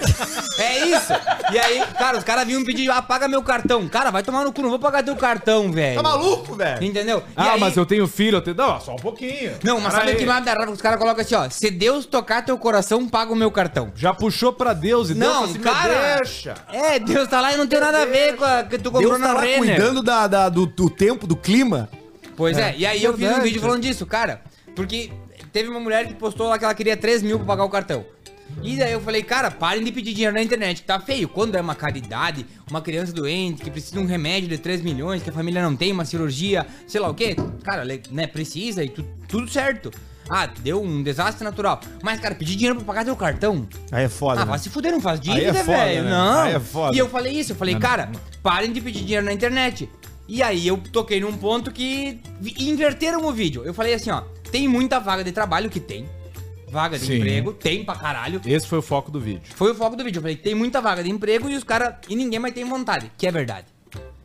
[SPEAKER 5] É isso. E aí, cara, os caras vinham pedir, ah, paga meu cartão. Cara, vai tomar no cu, não vou pagar teu cartão, velho.
[SPEAKER 1] Tá maluco, velho?
[SPEAKER 5] Entendeu? E
[SPEAKER 2] Ah,
[SPEAKER 5] aí-
[SPEAKER 2] mas eu tenho filho, eu tenho... Não, só um pouquinho.
[SPEAKER 5] Não, mas sabe
[SPEAKER 2] Pera
[SPEAKER 5] o que
[SPEAKER 2] aí.
[SPEAKER 5] mais me dá raiva? Os caras colocam assim, ó. Se Deus tocar teu coração, paga o meu cartão.
[SPEAKER 2] Já puxou pra Deus e
[SPEAKER 5] Não,
[SPEAKER 2] Deus falou assim, "Me
[SPEAKER 5] cara.
[SPEAKER 2] deixa.
[SPEAKER 5] É, Deus tá lá e não tem nada a ver com a que tu comprou
[SPEAKER 1] Deus tá
[SPEAKER 5] na
[SPEAKER 1] lá
[SPEAKER 5] Renner.
[SPEAKER 1] cuidando da, da- do, do tempo, do clima.
[SPEAKER 5] Pois é, e aí eu fiz um
[SPEAKER 2] Verdade.
[SPEAKER 5] vídeo falando disso, cara. Porque teve uma mulher que postou lá que ela queria 3 mil pra pagar o cartão. E daí eu falei, cara, parem de pedir dinheiro na internet, que tá feio. Quando é uma caridade, uma criança doente que precisa de um remédio de 3 milhões, que a família não tem, uma cirurgia, sei lá o quê, cara, le- né, precisa e tu- tudo certo. Ah, deu um desastre natural. Mas, cara, pedir dinheiro pra pagar teu cartão.
[SPEAKER 1] Aí é foda.
[SPEAKER 5] Ah,
[SPEAKER 1] né?
[SPEAKER 5] vai se fuder, não faz
[SPEAKER 1] Aí é
[SPEAKER 5] dívida,
[SPEAKER 1] foda,
[SPEAKER 5] velho.
[SPEAKER 1] né?
[SPEAKER 5] Não.
[SPEAKER 1] Aí é foda.
[SPEAKER 5] E eu falei isso, eu falei, cara, parem de pedir dinheiro na internet. E aí eu toquei num ponto que vi- inverteram o vídeo. Eu falei assim, ó, tem muita vaga de trabalho que tem. Vaga de
[SPEAKER 2] Sim.
[SPEAKER 5] emprego, tem pra caralho.
[SPEAKER 2] Esse foi o foco do vídeo.
[SPEAKER 5] Foi o foco do vídeo. Eu falei, tem muita vaga de emprego e os caras. E ninguém mais tem vontade. Que é verdade.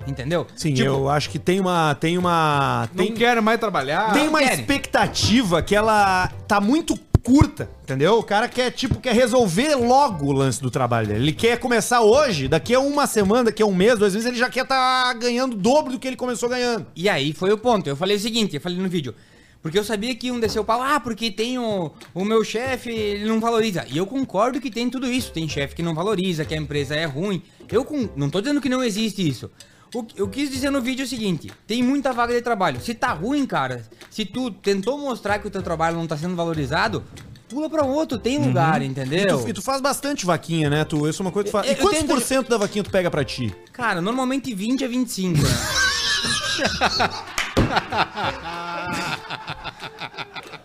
[SPEAKER 5] Entendeu?
[SPEAKER 1] Sim,
[SPEAKER 5] Tipo,
[SPEAKER 1] eu acho que tem uma. Tem uma. Tem,
[SPEAKER 2] Não quero mais trabalhar.
[SPEAKER 1] tem uma
[SPEAKER 5] querem.
[SPEAKER 1] expectativa que ela tá muito curta, entendeu? O cara quer, tipo, quer resolver logo o lance do trabalho dele. Ele quer começar hoje, daqui a uma semana, daqui a um mês, dois meses, ele já quer tá ganhando o dobro do que ele começou ganhando.
[SPEAKER 5] E aí foi o ponto. Eu falei o seguinte, eu falei no vídeo. Porque eu sabia que um desceu o pau, ah, porque tem o, o meu chefe, ele não valoriza. E eu concordo que tem tudo isso. Tem chefe que não valoriza, que a empresa é ruim. Eu con- não tô dizendo que não existe isso. O que eu quis dizer no vídeo é o seguinte: tem muita vaga de trabalho. Se tá ruim, cara, se tu tentou mostrar que o teu trabalho não tá sendo valorizado, pula pra outro, tem lugar,
[SPEAKER 1] Uhum. E
[SPEAKER 5] entendeu?
[SPEAKER 1] tu, e tu faz bastante vaquinha, né? Tu, isso é uma coisa que tu faz.
[SPEAKER 5] Eu-
[SPEAKER 1] E
[SPEAKER 5] eu
[SPEAKER 1] quantos
[SPEAKER 5] tento-
[SPEAKER 1] por cento da vaquinha tu pega pra ti?
[SPEAKER 5] Cara, normalmente 20 a 25. né? [LAUGHS]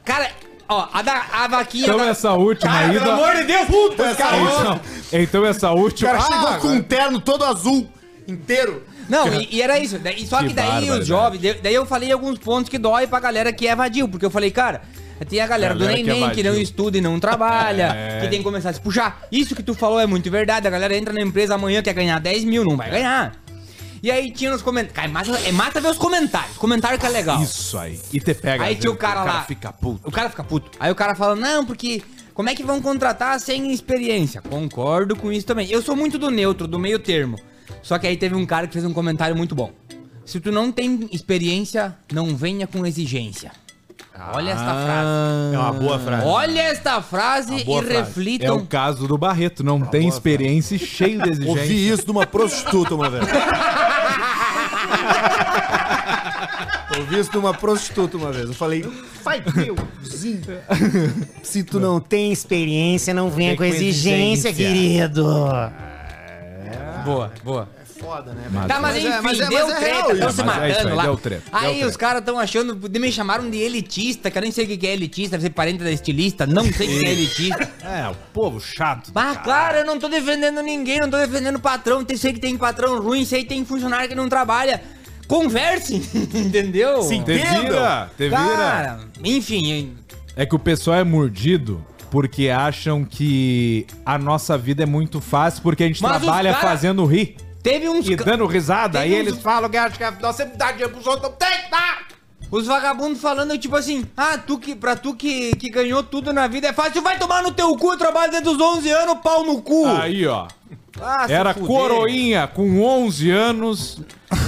[SPEAKER 5] Cara, ó, a, da, a vaquinha.
[SPEAKER 2] Então
[SPEAKER 5] da-
[SPEAKER 2] essa última
[SPEAKER 5] Cara,
[SPEAKER 2] ida.
[SPEAKER 5] pelo amor de Deus, puta, cara.
[SPEAKER 2] Então, então essa
[SPEAKER 1] O
[SPEAKER 2] última.
[SPEAKER 1] cara chegou
[SPEAKER 2] Ah,
[SPEAKER 1] com um terno todo azul, inteiro.
[SPEAKER 5] Não, e, e era isso. Daí- só que,
[SPEAKER 2] Que
[SPEAKER 5] daí
[SPEAKER 2] bárbaro,
[SPEAKER 5] os jovens. da- Daí eu falei alguns pontos que dói pra galera que é vadio. Porque eu falei, cara, tem a galera, do
[SPEAKER 2] Galera que é
[SPEAKER 5] neném que, não
[SPEAKER 2] vadio.
[SPEAKER 5] estuda e não
[SPEAKER 2] [LAUGHS]
[SPEAKER 5] trabalha,
[SPEAKER 2] É.
[SPEAKER 5] que tem que começar a se puxar. Isso que tu falou é muito verdade. A galera entra na empresa amanhã, quer ganhar 10 mil, não vai ganhar. E aí tinha nos comentários. Cara, mata, é, mata ver os comentários. Comentário que é
[SPEAKER 1] um-
[SPEAKER 5] legal.
[SPEAKER 7] Isso aí. E te pega.
[SPEAKER 5] Aí
[SPEAKER 7] viu?
[SPEAKER 5] tinha o cara lá.
[SPEAKER 7] fica puto.
[SPEAKER 5] O cara fica puto. Aí o cara fala, não, porque como é que vão contratar sem experiência? Concordo com isso também. Eu sou muito do neutro, do meio termo. Só que aí teve um cara que fez um comentário muito bom. Se tu não tem experiência, não venha com exigência. Olha esta frase.
[SPEAKER 1] É uma boa frase.
[SPEAKER 5] Olha esta frase e
[SPEAKER 2] É
[SPEAKER 5] reflitam.
[SPEAKER 2] o caso do Barreto, não tem experiência e cheio de
[SPEAKER 1] [LAUGHS]
[SPEAKER 2] exigência.
[SPEAKER 1] Ouvi isso de uma prostituta uma vez. Ouvi isso de uma prostituta uma vez. Eu falei, vai deusinho. [LAUGHS] Se tu não tem experiência, não venha com exigência, querido.
[SPEAKER 5] Boa, boa.
[SPEAKER 1] Foda, né?
[SPEAKER 5] Tá, mas
[SPEAKER 1] Mas
[SPEAKER 5] enfim,
[SPEAKER 1] é- mas é-
[SPEAKER 5] deu
[SPEAKER 1] mas é real
[SPEAKER 5] treta,
[SPEAKER 1] isso.
[SPEAKER 5] estão se
[SPEAKER 2] É, mas é isso
[SPEAKER 5] matando
[SPEAKER 2] aí,
[SPEAKER 5] lá.
[SPEAKER 2] deu treta, deu
[SPEAKER 5] aí
[SPEAKER 2] treta.
[SPEAKER 5] os caras estão achando, me chamaram de elitista, que eu nem sei o que que é elitista, ser parente da estilista, não sei o que é elitista.
[SPEAKER 7] É, o povo chato.
[SPEAKER 5] Mas, claro, eu não tô defendendo ninguém, não tô defendendo patrão. tem- Sei que tem patrão ruim, sei que tem funcionário que não trabalha. Converse, [LAUGHS] entendeu? Sim,
[SPEAKER 2] Te vira, te vira.
[SPEAKER 5] Cara, enfim, hein,
[SPEAKER 2] É que o pessoal é mordido porque acham que a nossa vida é muito fácil porque a gente
[SPEAKER 5] Mas os
[SPEAKER 2] trabalha
[SPEAKER 5] cara-
[SPEAKER 2] fazendo rir
[SPEAKER 5] teve uns.
[SPEAKER 2] e
[SPEAKER 5] ca-
[SPEAKER 2] dando risada. Aí
[SPEAKER 5] Tem uns-
[SPEAKER 2] eles falam que acho que nós
[SPEAKER 5] é
[SPEAKER 2] sempre dá dinheiro pros outros. não Tem, tá?
[SPEAKER 5] Os vagabundos falando, tipo assim, ah, tu que, pra tu que, que ganhou tudo na vida é fácil, vai tomar no teu cu, eu trabalho desde os 11 anos, pau no cu.
[SPEAKER 2] Uh! Aí, ó.
[SPEAKER 5] Ah, se
[SPEAKER 2] Era
[SPEAKER 5] fuder.
[SPEAKER 2] coroinha com 11 anos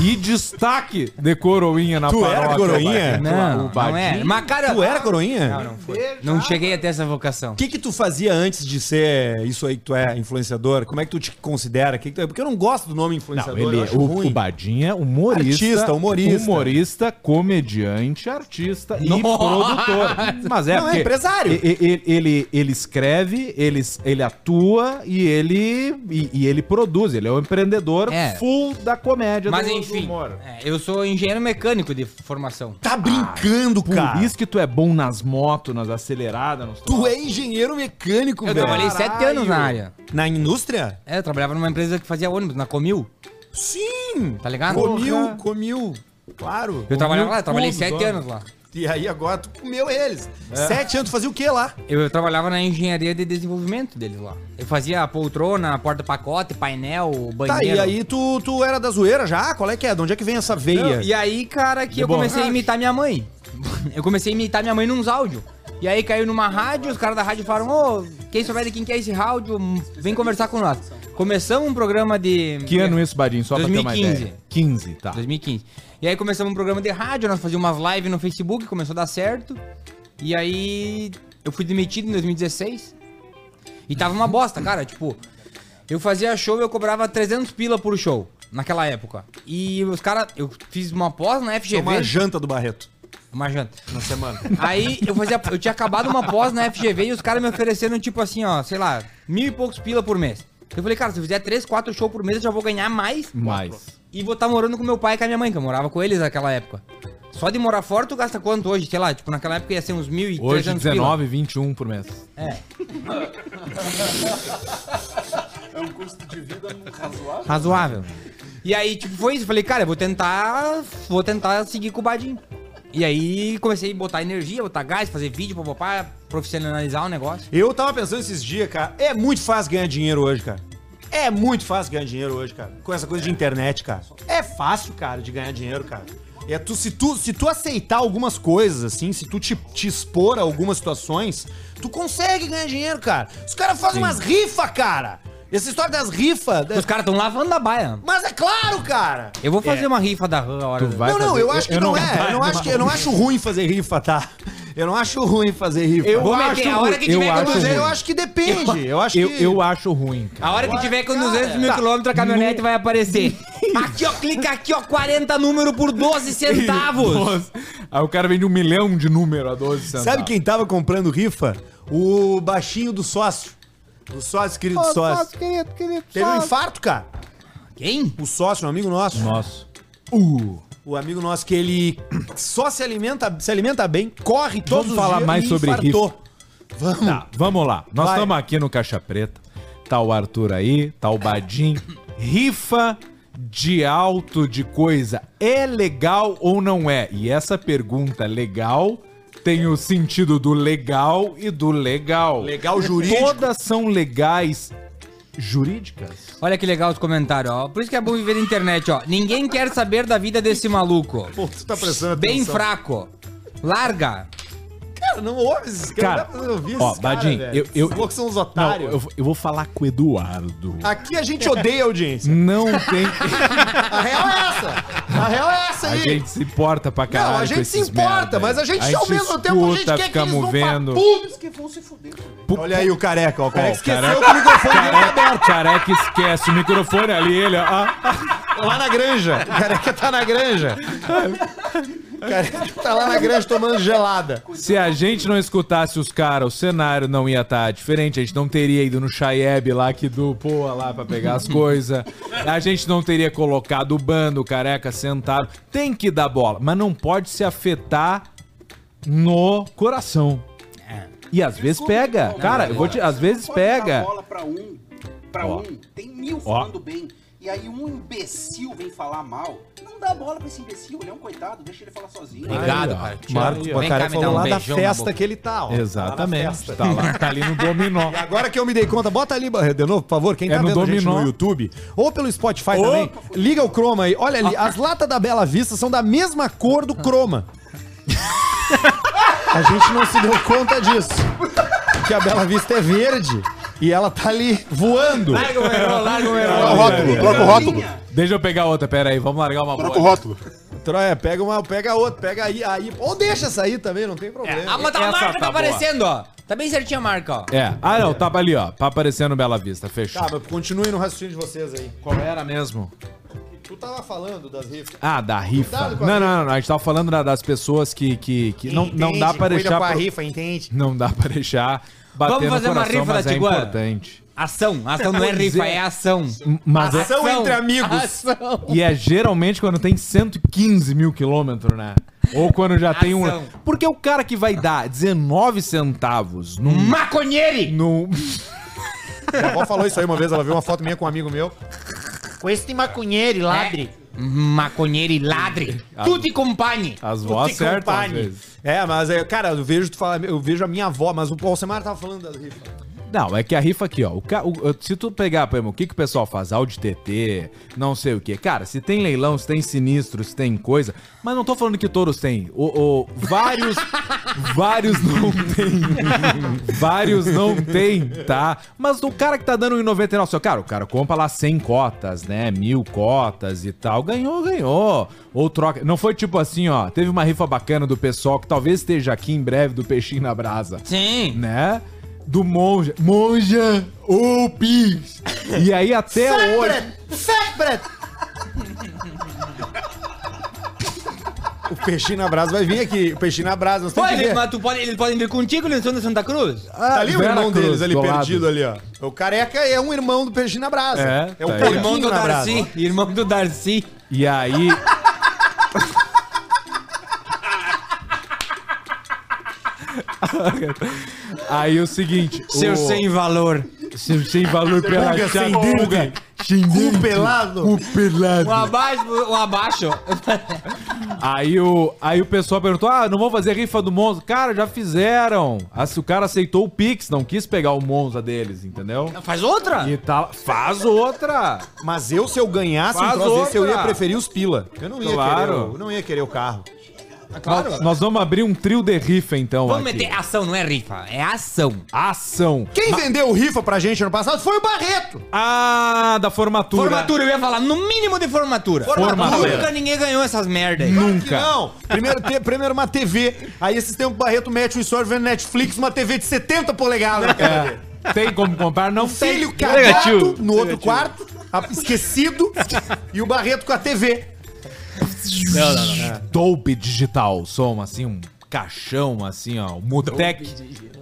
[SPEAKER 2] e destaque de coroinha na
[SPEAKER 1] Tu era coroinha?
[SPEAKER 5] Não,
[SPEAKER 2] o
[SPEAKER 5] não era. Mas, cara,
[SPEAKER 1] Tu era coroinha? Não,
[SPEAKER 5] não cheguei até essa vocação.
[SPEAKER 1] O que que tu fazia antes de ser isso aí que tu é influenciador? Como é que tu te considera? Que que tu é? Porque eu não gosto do nome
[SPEAKER 2] Não,
[SPEAKER 1] influenciador,
[SPEAKER 2] ele
[SPEAKER 1] eu
[SPEAKER 2] é
[SPEAKER 1] acho
[SPEAKER 2] o,
[SPEAKER 1] ruim.
[SPEAKER 2] o Badinha, humorista,
[SPEAKER 1] Artista, humorista.
[SPEAKER 2] humorista, comediante, artista e
[SPEAKER 5] Nossa!
[SPEAKER 2] produtor. Mas é,
[SPEAKER 1] Não, é
[SPEAKER 2] porque
[SPEAKER 1] empresário.
[SPEAKER 2] e- e- Ele, ele, ele escreve, ele, ele atua e ele, e, e ele produz. Ele é um empreendedor
[SPEAKER 5] É.
[SPEAKER 2] full da comédia
[SPEAKER 5] Mas
[SPEAKER 2] do, do
[SPEAKER 5] enfim,
[SPEAKER 2] humor.
[SPEAKER 5] é, eu sou engenheiro mecânico de formação.
[SPEAKER 1] Tá brincando,
[SPEAKER 2] Por
[SPEAKER 1] cara.
[SPEAKER 2] isso que tu é bom nas motos, nas aceleradas, nos
[SPEAKER 1] Tu é engenheiro mecânico,
[SPEAKER 5] Eu
[SPEAKER 1] velho.
[SPEAKER 5] trabalhei sete anos na área.
[SPEAKER 1] Na indústria?
[SPEAKER 5] É, eu trabalhava numa empresa que fazia ônibus, na Comil,
[SPEAKER 1] Sim!
[SPEAKER 5] tá ligado?
[SPEAKER 1] Comiu,
[SPEAKER 2] Porra.
[SPEAKER 1] comiu. Claro.
[SPEAKER 5] Eu trabalhava lá, eu
[SPEAKER 2] tudo,
[SPEAKER 5] trabalhei sete
[SPEAKER 2] dono.
[SPEAKER 5] anos lá.
[SPEAKER 1] E aí agora tu comeu eles.
[SPEAKER 5] É.
[SPEAKER 1] Sete anos, tu fazia o quê lá?
[SPEAKER 5] Eu, eu trabalhava na engenharia de desenvolvimento deles lá. Eu fazia a poltrona, a porta-pacote, painel,
[SPEAKER 1] Tá,
[SPEAKER 5] banheiro.
[SPEAKER 1] e aí tu, tu era da zoeira já? Qual é que é? De onde é que vem essa
[SPEAKER 5] Não,
[SPEAKER 1] veia?
[SPEAKER 5] e aí, cara, que
[SPEAKER 2] De
[SPEAKER 5] eu comecei a
[SPEAKER 2] borracha.
[SPEAKER 5] imitar minha mãe. [LAUGHS] Eu comecei a imitar minha mãe nos áudios. E aí caiu numa rádio, os caras da rádio falaram, ô, quem souber de quem que é esse rádio, vem conversar com nós. Começamos um programa de...
[SPEAKER 2] Que ano isso, Badinho? Só pra ter uma
[SPEAKER 5] 2015.
[SPEAKER 2] ideia. 15, tá.
[SPEAKER 5] 2015. E aí começamos um programa de rádio, nós fazíamos umas lives no Facebook, começou a dar certo. E aí eu fui demitido em 2016. E tava uma bosta, cara, tipo, eu fazia show, eu cobrava 300 pila por show naquela época. E os caras, eu fiz uma pós na FGV.
[SPEAKER 1] Uma janta do Barreto.
[SPEAKER 5] Uma janta. Uma semana. Aí eu fazia. Eu tinha acabado uma pós na FGV e os caras me ofereceram, tipo assim, ó, sei lá, mil e poucos pila por mês. Eu falei, cara, se eu fizer três, quatro shows por mês, eu já vou ganhar mais.
[SPEAKER 2] Mas.
[SPEAKER 5] E vou estar morando com meu pai e com a minha mãe, que eu morava com eles naquela época. Só de morar fora, tu gasta quanto hoje? Sei lá, tipo, naquela época ia ser uns mil e
[SPEAKER 2] Hoje, 19, 21 por mês.
[SPEAKER 5] Razoável. E aí, tipo, foi isso. Eu falei, cara, eu vou tentar. Vou tentar seguir com o Badin. E aí comecei a botar energia, botar gás, fazer vídeo, papapá, profissionalizar o negócio.
[SPEAKER 1] Eu tava pensando esses dias, cara, é muito fácil ganhar dinheiro hoje, cara. É muito fácil ganhar dinheiro hoje, cara. Com essa coisa de internet, cara. É fácil, cara, de ganhar dinheiro, cara. É tu, se, tu, se tu aceitar algumas coisas, assim, se tu te, te expor a algumas situações, tu consegue ganhar dinheiro, cara. Os caras fazem umas rifas, cara. Essa história das rifas.
[SPEAKER 5] Os caras estão lavando a baia.
[SPEAKER 1] Mas é claro, cara.
[SPEAKER 5] Eu vou fazer uma rifa da RAM a hora.
[SPEAKER 2] É. Tu vai
[SPEAKER 1] não, não,
[SPEAKER 2] fazer-
[SPEAKER 1] eu acho que não, é. eu, não acho que, eu não acho ruim fazer rifa, tá? Eu não acho ruim fazer rifa. Eu,
[SPEAKER 5] Vou meter a hora que tiver com
[SPEAKER 2] acho
[SPEAKER 1] mas
[SPEAKER 2] ruim.
[SPEAKER 1] eu acho que depende. Eu acho
[SPEAKER 2] Eu,
[SPEAKER 1] que.
[SPEAKER 2] eu acho ruim, cara.
[SPEAKER 5] A hora que tiver com 200 mil
[SPEAKER 1] Tá.
[SPEAKER 5] quilômetros, a caminhonete vai
[SPEAKER 2] [LAUGHS]
[SPEAKER 5] aparecer. Aqui, ó, clica aqui, ó, 40 número por 12
[SPEAKER 2] [LAUGHS]
[SPEAKER 5] centavos.
[SPEAKER 2] Nossa. Aí o cara vende um milhão de número a 12 centavos.
[SPEAKER 1] Sabe quem tava comprando rifa? O baixinho do sócio. Do sócio, querido é? sócio.
[SPEAKER 2] querido, querido.
[SPEAKER 1] Teve um infarto, cara.
[SPEAKER 5] Quem?
[SPEAKER 1] O sócio, um amigo nosso.
[SPEAKER 2] Nossa.
[SPEAKER 1] O amigo nosso que ele só se alimenta, se alimenta bem, corre todos
[SPEAKER 2] Vamos falar
[SPEAKER 1] os dias
[SPEAKER 2] mais
[SPEAKER 1] e
[SPEAKER 2] sobre
[SPEAKER 1] infartou. Vamos.
[SPEAKER 2] Tá, vamos lá. Nós
[SPEAKER 1] Vai.
[SPEAKER 2] estamos aqui no Caixa Preta. Tá o Arthur aí, tá o Badim.
[SPEAKER 1] [COUGHS]
[SPEAKER 2] Rifa de alto de coisa é legal ou não é? E essa pergunta legal tem o sentido do legal e do legal.
[SPEAKER 1] Legal jurídico.
[SPEAKER 2] Todas são legais jurídicas?
[SPEAKER 5] Olha que legal os comentários, ó. Por isso que é bom viver na internet, ó. Ninguém quer saber da vida desse maluco.
[SPEAKER 1] Pô, tu tá prestando atenção.
[SPEAKER 5] Bem fraco. Larga.
[SPEAKER 1] Cara, não ouve esses caras.
[SPEAKER 2] Cara,
[SPEAKER 1] não dá pra ouvir
[SPEAKER 2] ó,
[SPEAKER 1] esses caras,
[SPEAKER 2] Badim,
[SPEAKER 1] velho.
[SPEAKER 2] eu- eu-
[SPEAKER 1] Esses loucos são os
[SPEAKER 2] Não,
[SPEAKER 1] otários.
[SPEAKER 2] eu, eu vou falar com o Eduardo.
[SPEAKER 1] Aqui a gente odeia a audiência.
[SPEAKER 2] Não tem.
[SPEAKER 1] A real é essa. A real é essa
[SPEAKER 2] A
[SPEAKER 1] aí.
[SPEAKER 2] gente se importa pra caralho.
[SPEAKER 1] não, a gente
[SPEAKER 2] com
[SPEAKER 1] se
[SPEAKER 2] esses merda
[SPEAKER 1] importa,
[SPEAKER 2] aí.
[SPEAKER 1] mas a gente, ao mesmo tempo, a gente
[SPEAKER 2] escuta,
[SPEAKER 1] quer que
[SPEAKER 2] fica
[SPEAKER 1] eles
[SPEAKER 2] movendo.
[SPEAKER 1] vão pra putos que vão se fuder. Olha aí o careca, ó. O careca
[SPEAKER 2] Ó, o
[SPEAKER 1] esqueceu
[SPEAKER 2] careca-
[SPEAKER 1] que o microfone era
[SPEAKER 2] Careca, careca esquece o microfone ali, ele, ó. Ah,
[SPEAKER 1] tá lá na granja. O careca tá na granja. O careca tá lá na granja tomando gelada.
[SPEAKER 2] Se a gente não escutasse os caras, o cenário não ia estar diferente. A gente não teria ido no Chayeb lá que do Poa lá pra pegar as coisas. A gente não teria colocado o bando, o careca sentado. Tem que dar bola, mas não pode se afetar no coração. E às vezes pega. Cara, eu vou te, às vezes
[SPEAKER 8] pode
[SPEAKER 2] pega.
[SPEAKER 8] Dar bola pra um, pra
[SPEAKER 2] Ó.
[SPEAKER 8] um, tem mil falando bem. E aí um imbecil vem falar mal. Não dá bola pra esse imbecil, ele é um coitado, deixa ele falar sozinho.
[SPEAKER 5] Obrigado,
[SPEAKER 2] ó.
[SPEAKER 5] cara. Te
[SPEAKER 1] Marcos
[SPEAKER 5] amo. Vem cá,
[SPEAKER 1] Bacaré
[SPEAKER 5] me
[SPEAKER 1] falou
[SPEAKER 5] dá um
[SPEAKER 1] lá da
[SPEAKER 5] beijão na
[SPEAKER 1] festa
[SPEAKER 5] boca.
[SPEAKER 1] que ele tá, ó. Lá na
[SPEAKER 2] Exatamente.
[SPEAKER 1] festa.
[SPEAKER 2] Tá lá, tá ali no dominó.
[SPEAKER 1] Agora que eu me dei conta, bota ali, Barreto, de novo, por favor, quem
[SPEAKER 2] É
[SPEAKER 1] tá
[SPEAKER 2] no
[SPEAKER 1] vendo a gente
[SPEAKER 2] dominó.
[SPEAKER 1] no YouTube, ou pelo Spotify também, liga o Chroma aí. Olha ali,
[SPEAKER 2] Ah.
[SPEAKER 1] as latas da Bela Vista são da mesma cor do
[SPEAKER 2] [LAUGHS]
[SPEAKER 1] Chroma. a gente não se deu conta disso. Que a Bela Vista é verde e ela tá ali voando.
[SPEAKER 5] Larga o herói, larga o herói.
[SPEAKER 9] Troca o rótulo,
[SPEAKER 8] é
[SPEAKER 9] troca o rótulo,
[SPEAKER 2] Deixa eu pegar outra, pera aí, vamos largar uma
[SPEAKER 9] troca o
[SPEAKER 2] boa.
[SPEAKER 9] rótulo.
[SPEAKER 1] Troia, pega uma, pega outra, pega aí, aí. Ou deixa sair também, não tem problema.
[SPEAKER 5] Ah, mas a
[SPEAKER 2] Essa
[SPEAKER 5] marca
[SPEAKER 2] tá
[SPEAKER 5] tá,
[SPEAKER 2] boa.
[SPEAKER 5] aparecendo, ó. Tá bem certinha a marca, ó.
[SPEAKER 2] É, ah não, tava ali ó, pra aparecer no Bela Vista, fechou.
[SPEAKER 1] Tá, mas continue no raciocínio de vocês aí.
[SPEAKER 2] Qual era mesmo?
[SPEAKER 1] Tu tava falando das rifas.
[SPEAKER 2] Ah, da rifa.
[SPEAKER 1] Cuidado com
[SPEAKER 2] Não,
[SPEAKER 1] a
[SPEAKER 2] não, não, não, a gente tava falando da- das pessoas que, que, que não, não dá pra deixar, pro-
[SPEAKER 1] rifa, entende?
[SPEAKER 2] [LAUGHS] não dá pra deixar bater
[SPEAKER 5] Vamos
[SPEAKER 2] no
[SPEAKER 5] fazer uma
[SPEAKER 2] coração,
[SPEAKER 5] rifa da
[SPEAKER 2] mas é
[SPEAKER 5] Tiguan?
[SPEAKER 2] importante.
[SPEAKER 5] Ação. Ação não é
[SPEAKER 2] Pois
[SPEAKER 5] rifa,
[SPEAKER 2] é.
[SPEAKER 5] é ação.
[SPEAKER 2] Mas é-
[SPEAKER 1] Ação entre amigos.
[SPEAKER 5] Ação.
[SPEAKER 2] E é geralmente quando tem 115 mil quilômetros, né? Ou quando já tem um...
[SPEAKER 5] Ação.
[SPEAKER 2] Porque o cara que vai dar 19 centavos num...
[SPEAKER 5] Maconheire!
[SPEAKER 2] num...
[SPEAKER 1] Minha avó falou isso aí uma vez, ela viu uma foto minha com um amigo meu. Com esse macunheiro,
[SPEAKER 5] Ladre. Maconheire É. ladre. Tutti compagni.
[SPEAKER 2] As vozes
[SPEAKER 1] um
[SPEAKER 2] certas, às vezes.
[SPEAKER 1] É, mas é, cara, eu vejo tu falar, eu vejo a minha avó, mas o Paul Semar tava falando das rifas.
[SPEAKER 2] Não, é que a rifa aqui, ó. o ca- o- se tu pegar, por exemplo, o que, que o pessoal faz? Audi TT, não sei o quê. Cara, se tem leilão, se tem sinistro, se tem coisa. Mas não tô falando que todos têm. O, o- vários. vários não tem. vários não tem, tá? Mas o cara que tá dando 1,99, só, cara, o cara compra lá 100 cotas, né? Mil cotas e tal. Ganhou, ganhou. Ou troca. Não foi tipo assim, ó. Teve uma rifa bacana do pessoal que talvez esteja aqui em breve do Peixinho na Brasa
[SPEAKER 5] Sim.
[SPEAKER 2] né? Do monja. Monja ou pis. E aí até hoje.
[SPEAKER 1] O peixinho na brasa vai vir aqui. O peixinho na brasa, nós temos
[SPEAKER 5] Pode,
[SPEAKER 1] que ver.
[SPEAKER 5] mas tu pode, eles podem vir contigo, eles são da Santa Cruz?
[SPEAKER 1] Tá ali o
[SPEAKER 2] Vera
[SPEAKER 1] irmão
[SPEAKER 2] Cruz,
[SPEAKER 1] deles ali
[SPEAKER 2] do lado.
[SPEAKER 1] perdido ali, ó. O careca é um irmão do peixinho na brasa.
[SPEAKER 2] É,
[SPEAKER 1] É, o
[SPEAKER 2] tá aí.
[SPEAKER 5] Irmão do
[SPEAKER 1] porquinho na brasa.
[SPEAKER 5] Darcy, irmão do Darcy.
[SPEAKER 2] E aí. [LAUGHS] aí o seguinte.
[SPEAKER 5] Seu
[SPEAKER 2] o...
[SPEAKER 5] sem valor.
[SPEAKER 2] Seu sem valor pela
[SPEAKER 1] Pulga sem
[SPEAKER 2] chapuga.
[SPEAKER 1] Cu pelado.
[SPEAKER 2] Cu pelado.
[SPEAKER 5] Um abaixo, um abaixo.
[SPEAKER 2] Aí o, aí o pessoal perguntou: Ah, não vão fazer rifa do Monza? Cara, já fizeram. Assim, O cara aceitou o Pix, não quis pegar o Monza deles, entendeu?
[SPEAKER 5] Faz outra?
[SPEAKER 2] E tá, faz outra!
[SPEAKER 1] Mas eu, se eu ganhasse um
[SPEAKER 2] Faz
[SPEAKER 1] troço desse, eu
[SPEAKER 2] outra.
[SPEAKER 1] ia preferir os pila. Eu não ia,
[SPEAKER 2] Claro.
[SPEAKER 1] querer, o- eu não ia querer o carro.
[SPEAKER 2] Nós, nós vamos abrir um trio de rifa então.
[SPEAKER 5] É né? Vamos
[SPEAKER 2] aqui.
[SPEAKER 5] meter ação, não é rifa, é ação.
[SPEAKER 2] Ação.
[SPEAKER 1] Quem vendeu o rifa pra gente ano passado foi o Barreto.
[SPEAKER 2] Ah, da formatura.
[SPEAKER 5] Formatura, eu ia falar, no mínimo de formatura.
[SPEAKER 1] Formatura.
[SPEAKER 5] Nunca ninguém ganhou essas merda aí.
[SPEAKER 1] Claro que É. Não. Primeiro, te, primeiro uma TV. Aí esses tempos o Barreto mete o story vendo Netflix, uma TV de 70 polegadas na cara dele.
[SPEAKER 2] Ah, Tem como comprar? Não tem. É
[SPEAKER 1] Filho cagado no outro quarto, a- esquecido, e o Barreto com a TV.
[SPEAKER 2] É, Dolby Digital, som assim, um caixão assim, ó. Mutec.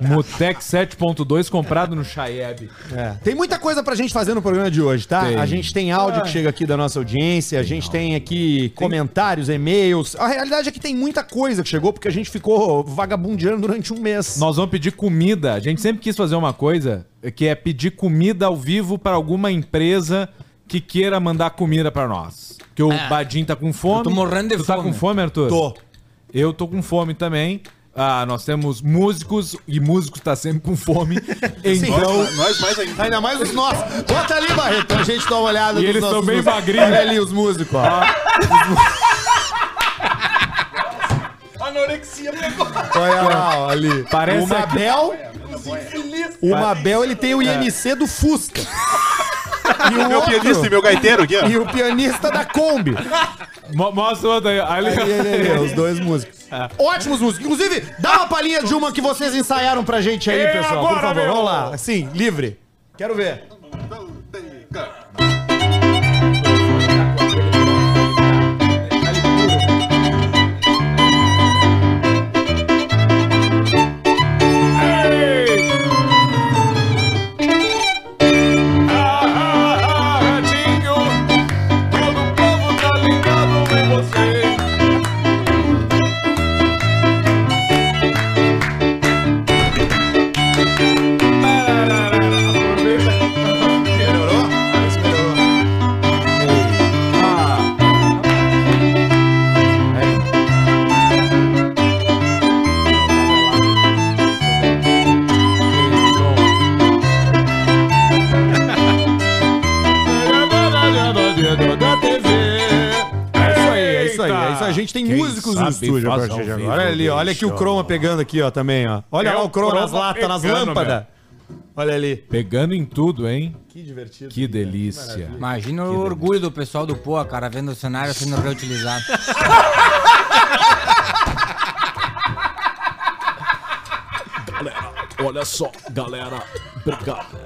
[SPEAKER 2] Mutec 7.2 comprado no Chaeb.
[SPEAKER 1] Tem muita coisa pra gente fazer no programa de hoje, tá?
[SPEAKER 2] É. Tem. Ah.
[SPEAKER 1] A gente tem áudio que chega aqui da nossa audiência, a gente tem aqui comentários, e-mails. A realidade é que tem muita coisa que chegou porque a gente ficou vagabundeando durante um mês.
[SPEAKER 2] Nós vamos pedir comida. A gente sempre quis fazer uma coisa que é pedir comida ao vivo pra alguma empresa que queira mandar comida pra nós. Que o
[SPEAKER 5] É.
[SPEAKER 2] Badin tá com fome.
[SPEAKER 5] Eu tô morrendo de
[SPEAKER 2] tu tá
[SPEAKER 5] fome.
[SPEAKER 2] com fome, Arthur?
[SPEAKER 1] Tô.
[SPEAKER 2] Eu tô com fome também. Ah, nós temos músicos e músicos tá sempre
[SPEAKER 1] [LAUGHS]
[SPEAKER 2] com fome. então,
[SPEAKER 10] Nós mais ainda.
[SPEAKER 1] Ainda mais os nossos. Bota ali, Barreto, pra gente dar uma olhada.
[SPEAKER 2] E
[SPEAKER 1] nos
[SPEAKER 2] eles
[SPEAKER 1] nossos
[SPEAKER 2] tão bem
[SPEAKER 1] músicos.
[SPEAKER 2] magrinhos.
[SPEAKER 1] Olha ali os músicos, ó.
[SPEAKER 8] Anorexia pegou.
[SPEAKER 1] Olha lá, ó, ali.
[SPEAKER 2] Parece
[SPEAKER 1] o Mabel. O Mabel, ele tem o IMC do Fusca. É. [LAUGHS] E o,
[SPEAKER 10] Meu
[SPEAKER 1] outro-
[SPEAKER 10] pianista e meu gaiteiro aqui, ó.
[SPEAKER 1] e o pianista da Kombi.
[SPEAKER 2] mo- mostra outra aí. Ali,
[SPEAKER 1] Ali, ali, ali, é, os dois músicos. Ótimos músicos. Inclusive, dá uma palhinha de uma que vocês ensaiaram pra gente aí,
[SPEAKER 2] É
[SPEAKER 1] pessoal. por
[SPEAKER 2] agora,
[SPEAKER 1] favor,
[SPEAKER 2] meu!
[SPEAKER 1] vamos lá. Assim, livre. Quero ver.
[SPEAKER 10] Ah, ratinho, todo o povo tá ligado em você.
[SPEAKER 2] Da TV.
[SPEAKER 1] É isso aí, é isso aí.
[SPEAKER 2] Eita!
[SPEAKER 1] É isso aí. A gente tem
[SPEAKER 2] Quem
[SPEAKER 1] músicos no
[SPEAKER 2] sabe
[SPEAKER 1] estúdio
[SPEAKER 2] faz
[SPEAKER 1] pra
[SPEAKER 2] ao
[SPEAKER 1] gente
[SPEAKER 2] vivo,
[SPEAKER 1] agora. Olha ali, olha aqui
[SPEAKER 2] bicho.
[SPEAKER 1] o Chroma pegando aqui, ó, também, ó. Olha
[SPEAKER 2] É
[SPEAKER 1] lá
[SPEAKER 2] o
[SPEAKER 1] o Chroma nas
[SPEAKER 2] Chroma
[SPEAKER 1] latas, nas
[SPEAKER 2] pegando,
[SPEAKER 1] lâmpadas. Olha ali.
[SPEAKER 2] Pegando em tudo, hein?
[SPEAKER 1] Que divertido.
[SPEAKER 2] Que delícia.
[SPEAKER 5] Imagina o orgulho do pessoal do Poa, cara, vendo o cenário sendo reutilizado.
[SPEAKER 2] [LAUGHS]
[SPEAKER 11] Olha só, galera. Obrigado.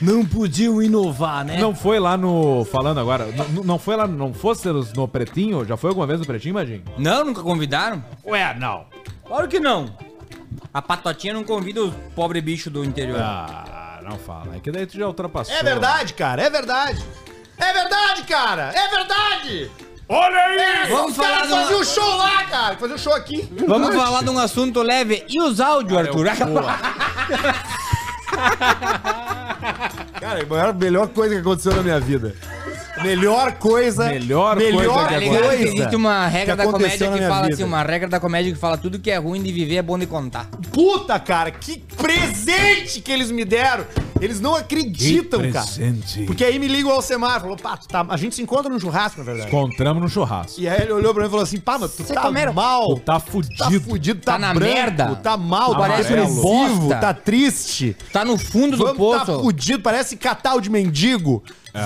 [SPEAKER 2] Não podiam inovar, né? Não foi lá no. Falando agora, n- n- não foi lá, não fosse no Pretinho? Já foi alguma vez no Pretinho, Imagina?
[SPEAKER 5] não, nunca convidaram?
[SPEAKER 11] Ué, não.
[SPEAKER 5] Claro que não. A patotinha não convida os pobre bicho do interior.
[SPEAKER 2] Ah, não fala. É que daí tu já ultrapassou.
[SPEAKER 1] É verdade, cara, é verdade. É verdade, cara, é verdade. É,
[SPEAKER 11] Olha aí!
[SPEAKER 5] Vamos
[SPEAKER 1] Os
[SPEAKER 5] falar
[SPEAKER 1] caras
[SPEAKER 5] de uma-
[SPEAKER 1] faziam um show lá, cara, faziam um show aqui.
[SPEAKER 5] Vamos falar de um assunto leve. E os áudios,
[SPEAKER 2] é
[SPEAKER 5] Arthur?
[SPEAKER 1] [LAUGHS] Cara, a maior- melhor coisa que aconteceu na minha vida. Melhor coisa.
[SPEAKER 2] Melhor coisa
[SPEAKER 1] melhor
[SPEAKER 2] que
[SPEAKER 5] Tá
[SPEAKER 1] coisa.
[SPEAKER 5] ligado? que Existe uma regra
[SPEAKER 1] que
[SPEAKER 5] da
[SPEAKER 1] aconteceu
[SPEAKER 5] comédia
[SPEAKER 1] na
[SPEAKER 5] que
[SPEAKER 1] minha
[SPEAKER 5] fala
[SPEAKER 1] vida.
[SPEAKER 5] assim, uma regra da comédia que fala tudo que é ruim de viver é bom de contar.
[SPEAKER 1] Puta, cara, que presente que eles me deram. Eles não acreditam, cara.
[SPEAKER 2] presente.
[SPEAKER 1] Porque aí me ligam ao Semar e falou, pá, tu tá... a gente se encontra num churrasco, na verdade.
[SPEAKER 2] Encontramos no churrasco.
[SPEAKER 1] E aí ele olhou pra mim e falou assim, pá, mas tu
[SPEAKER 5] Cê
[SPEAKER 1] tá
[SPEAKER 5] comeram?
[SPEAKER 1] mal.
[SPEAKER 2] Tu tá
[SPEAKER 1] Tá
[SPEAKER 2] fudido.
[SPEAKER 1] fudido,
[SPEAKER 5] Tá
[SPEAKER 1] tá,
[SPEAKER 5] na
[SPEAKER 1] branco,
[SPEAKER 5] merda.
[SPEAKER 1] Tá mal, parece
[SPEAKER 5] Amarelo.
[SPEAKER 1] um
[SPEAKER 5] Bosta.
[SPEAKER 1] tá triste.
[SPEAKER 5] Tá no fundo do
[SPEAKER 1] Vamos tá
[SPEAKER 5] poço.
[SPEAKER 1] fudido, parece catal de mendigo.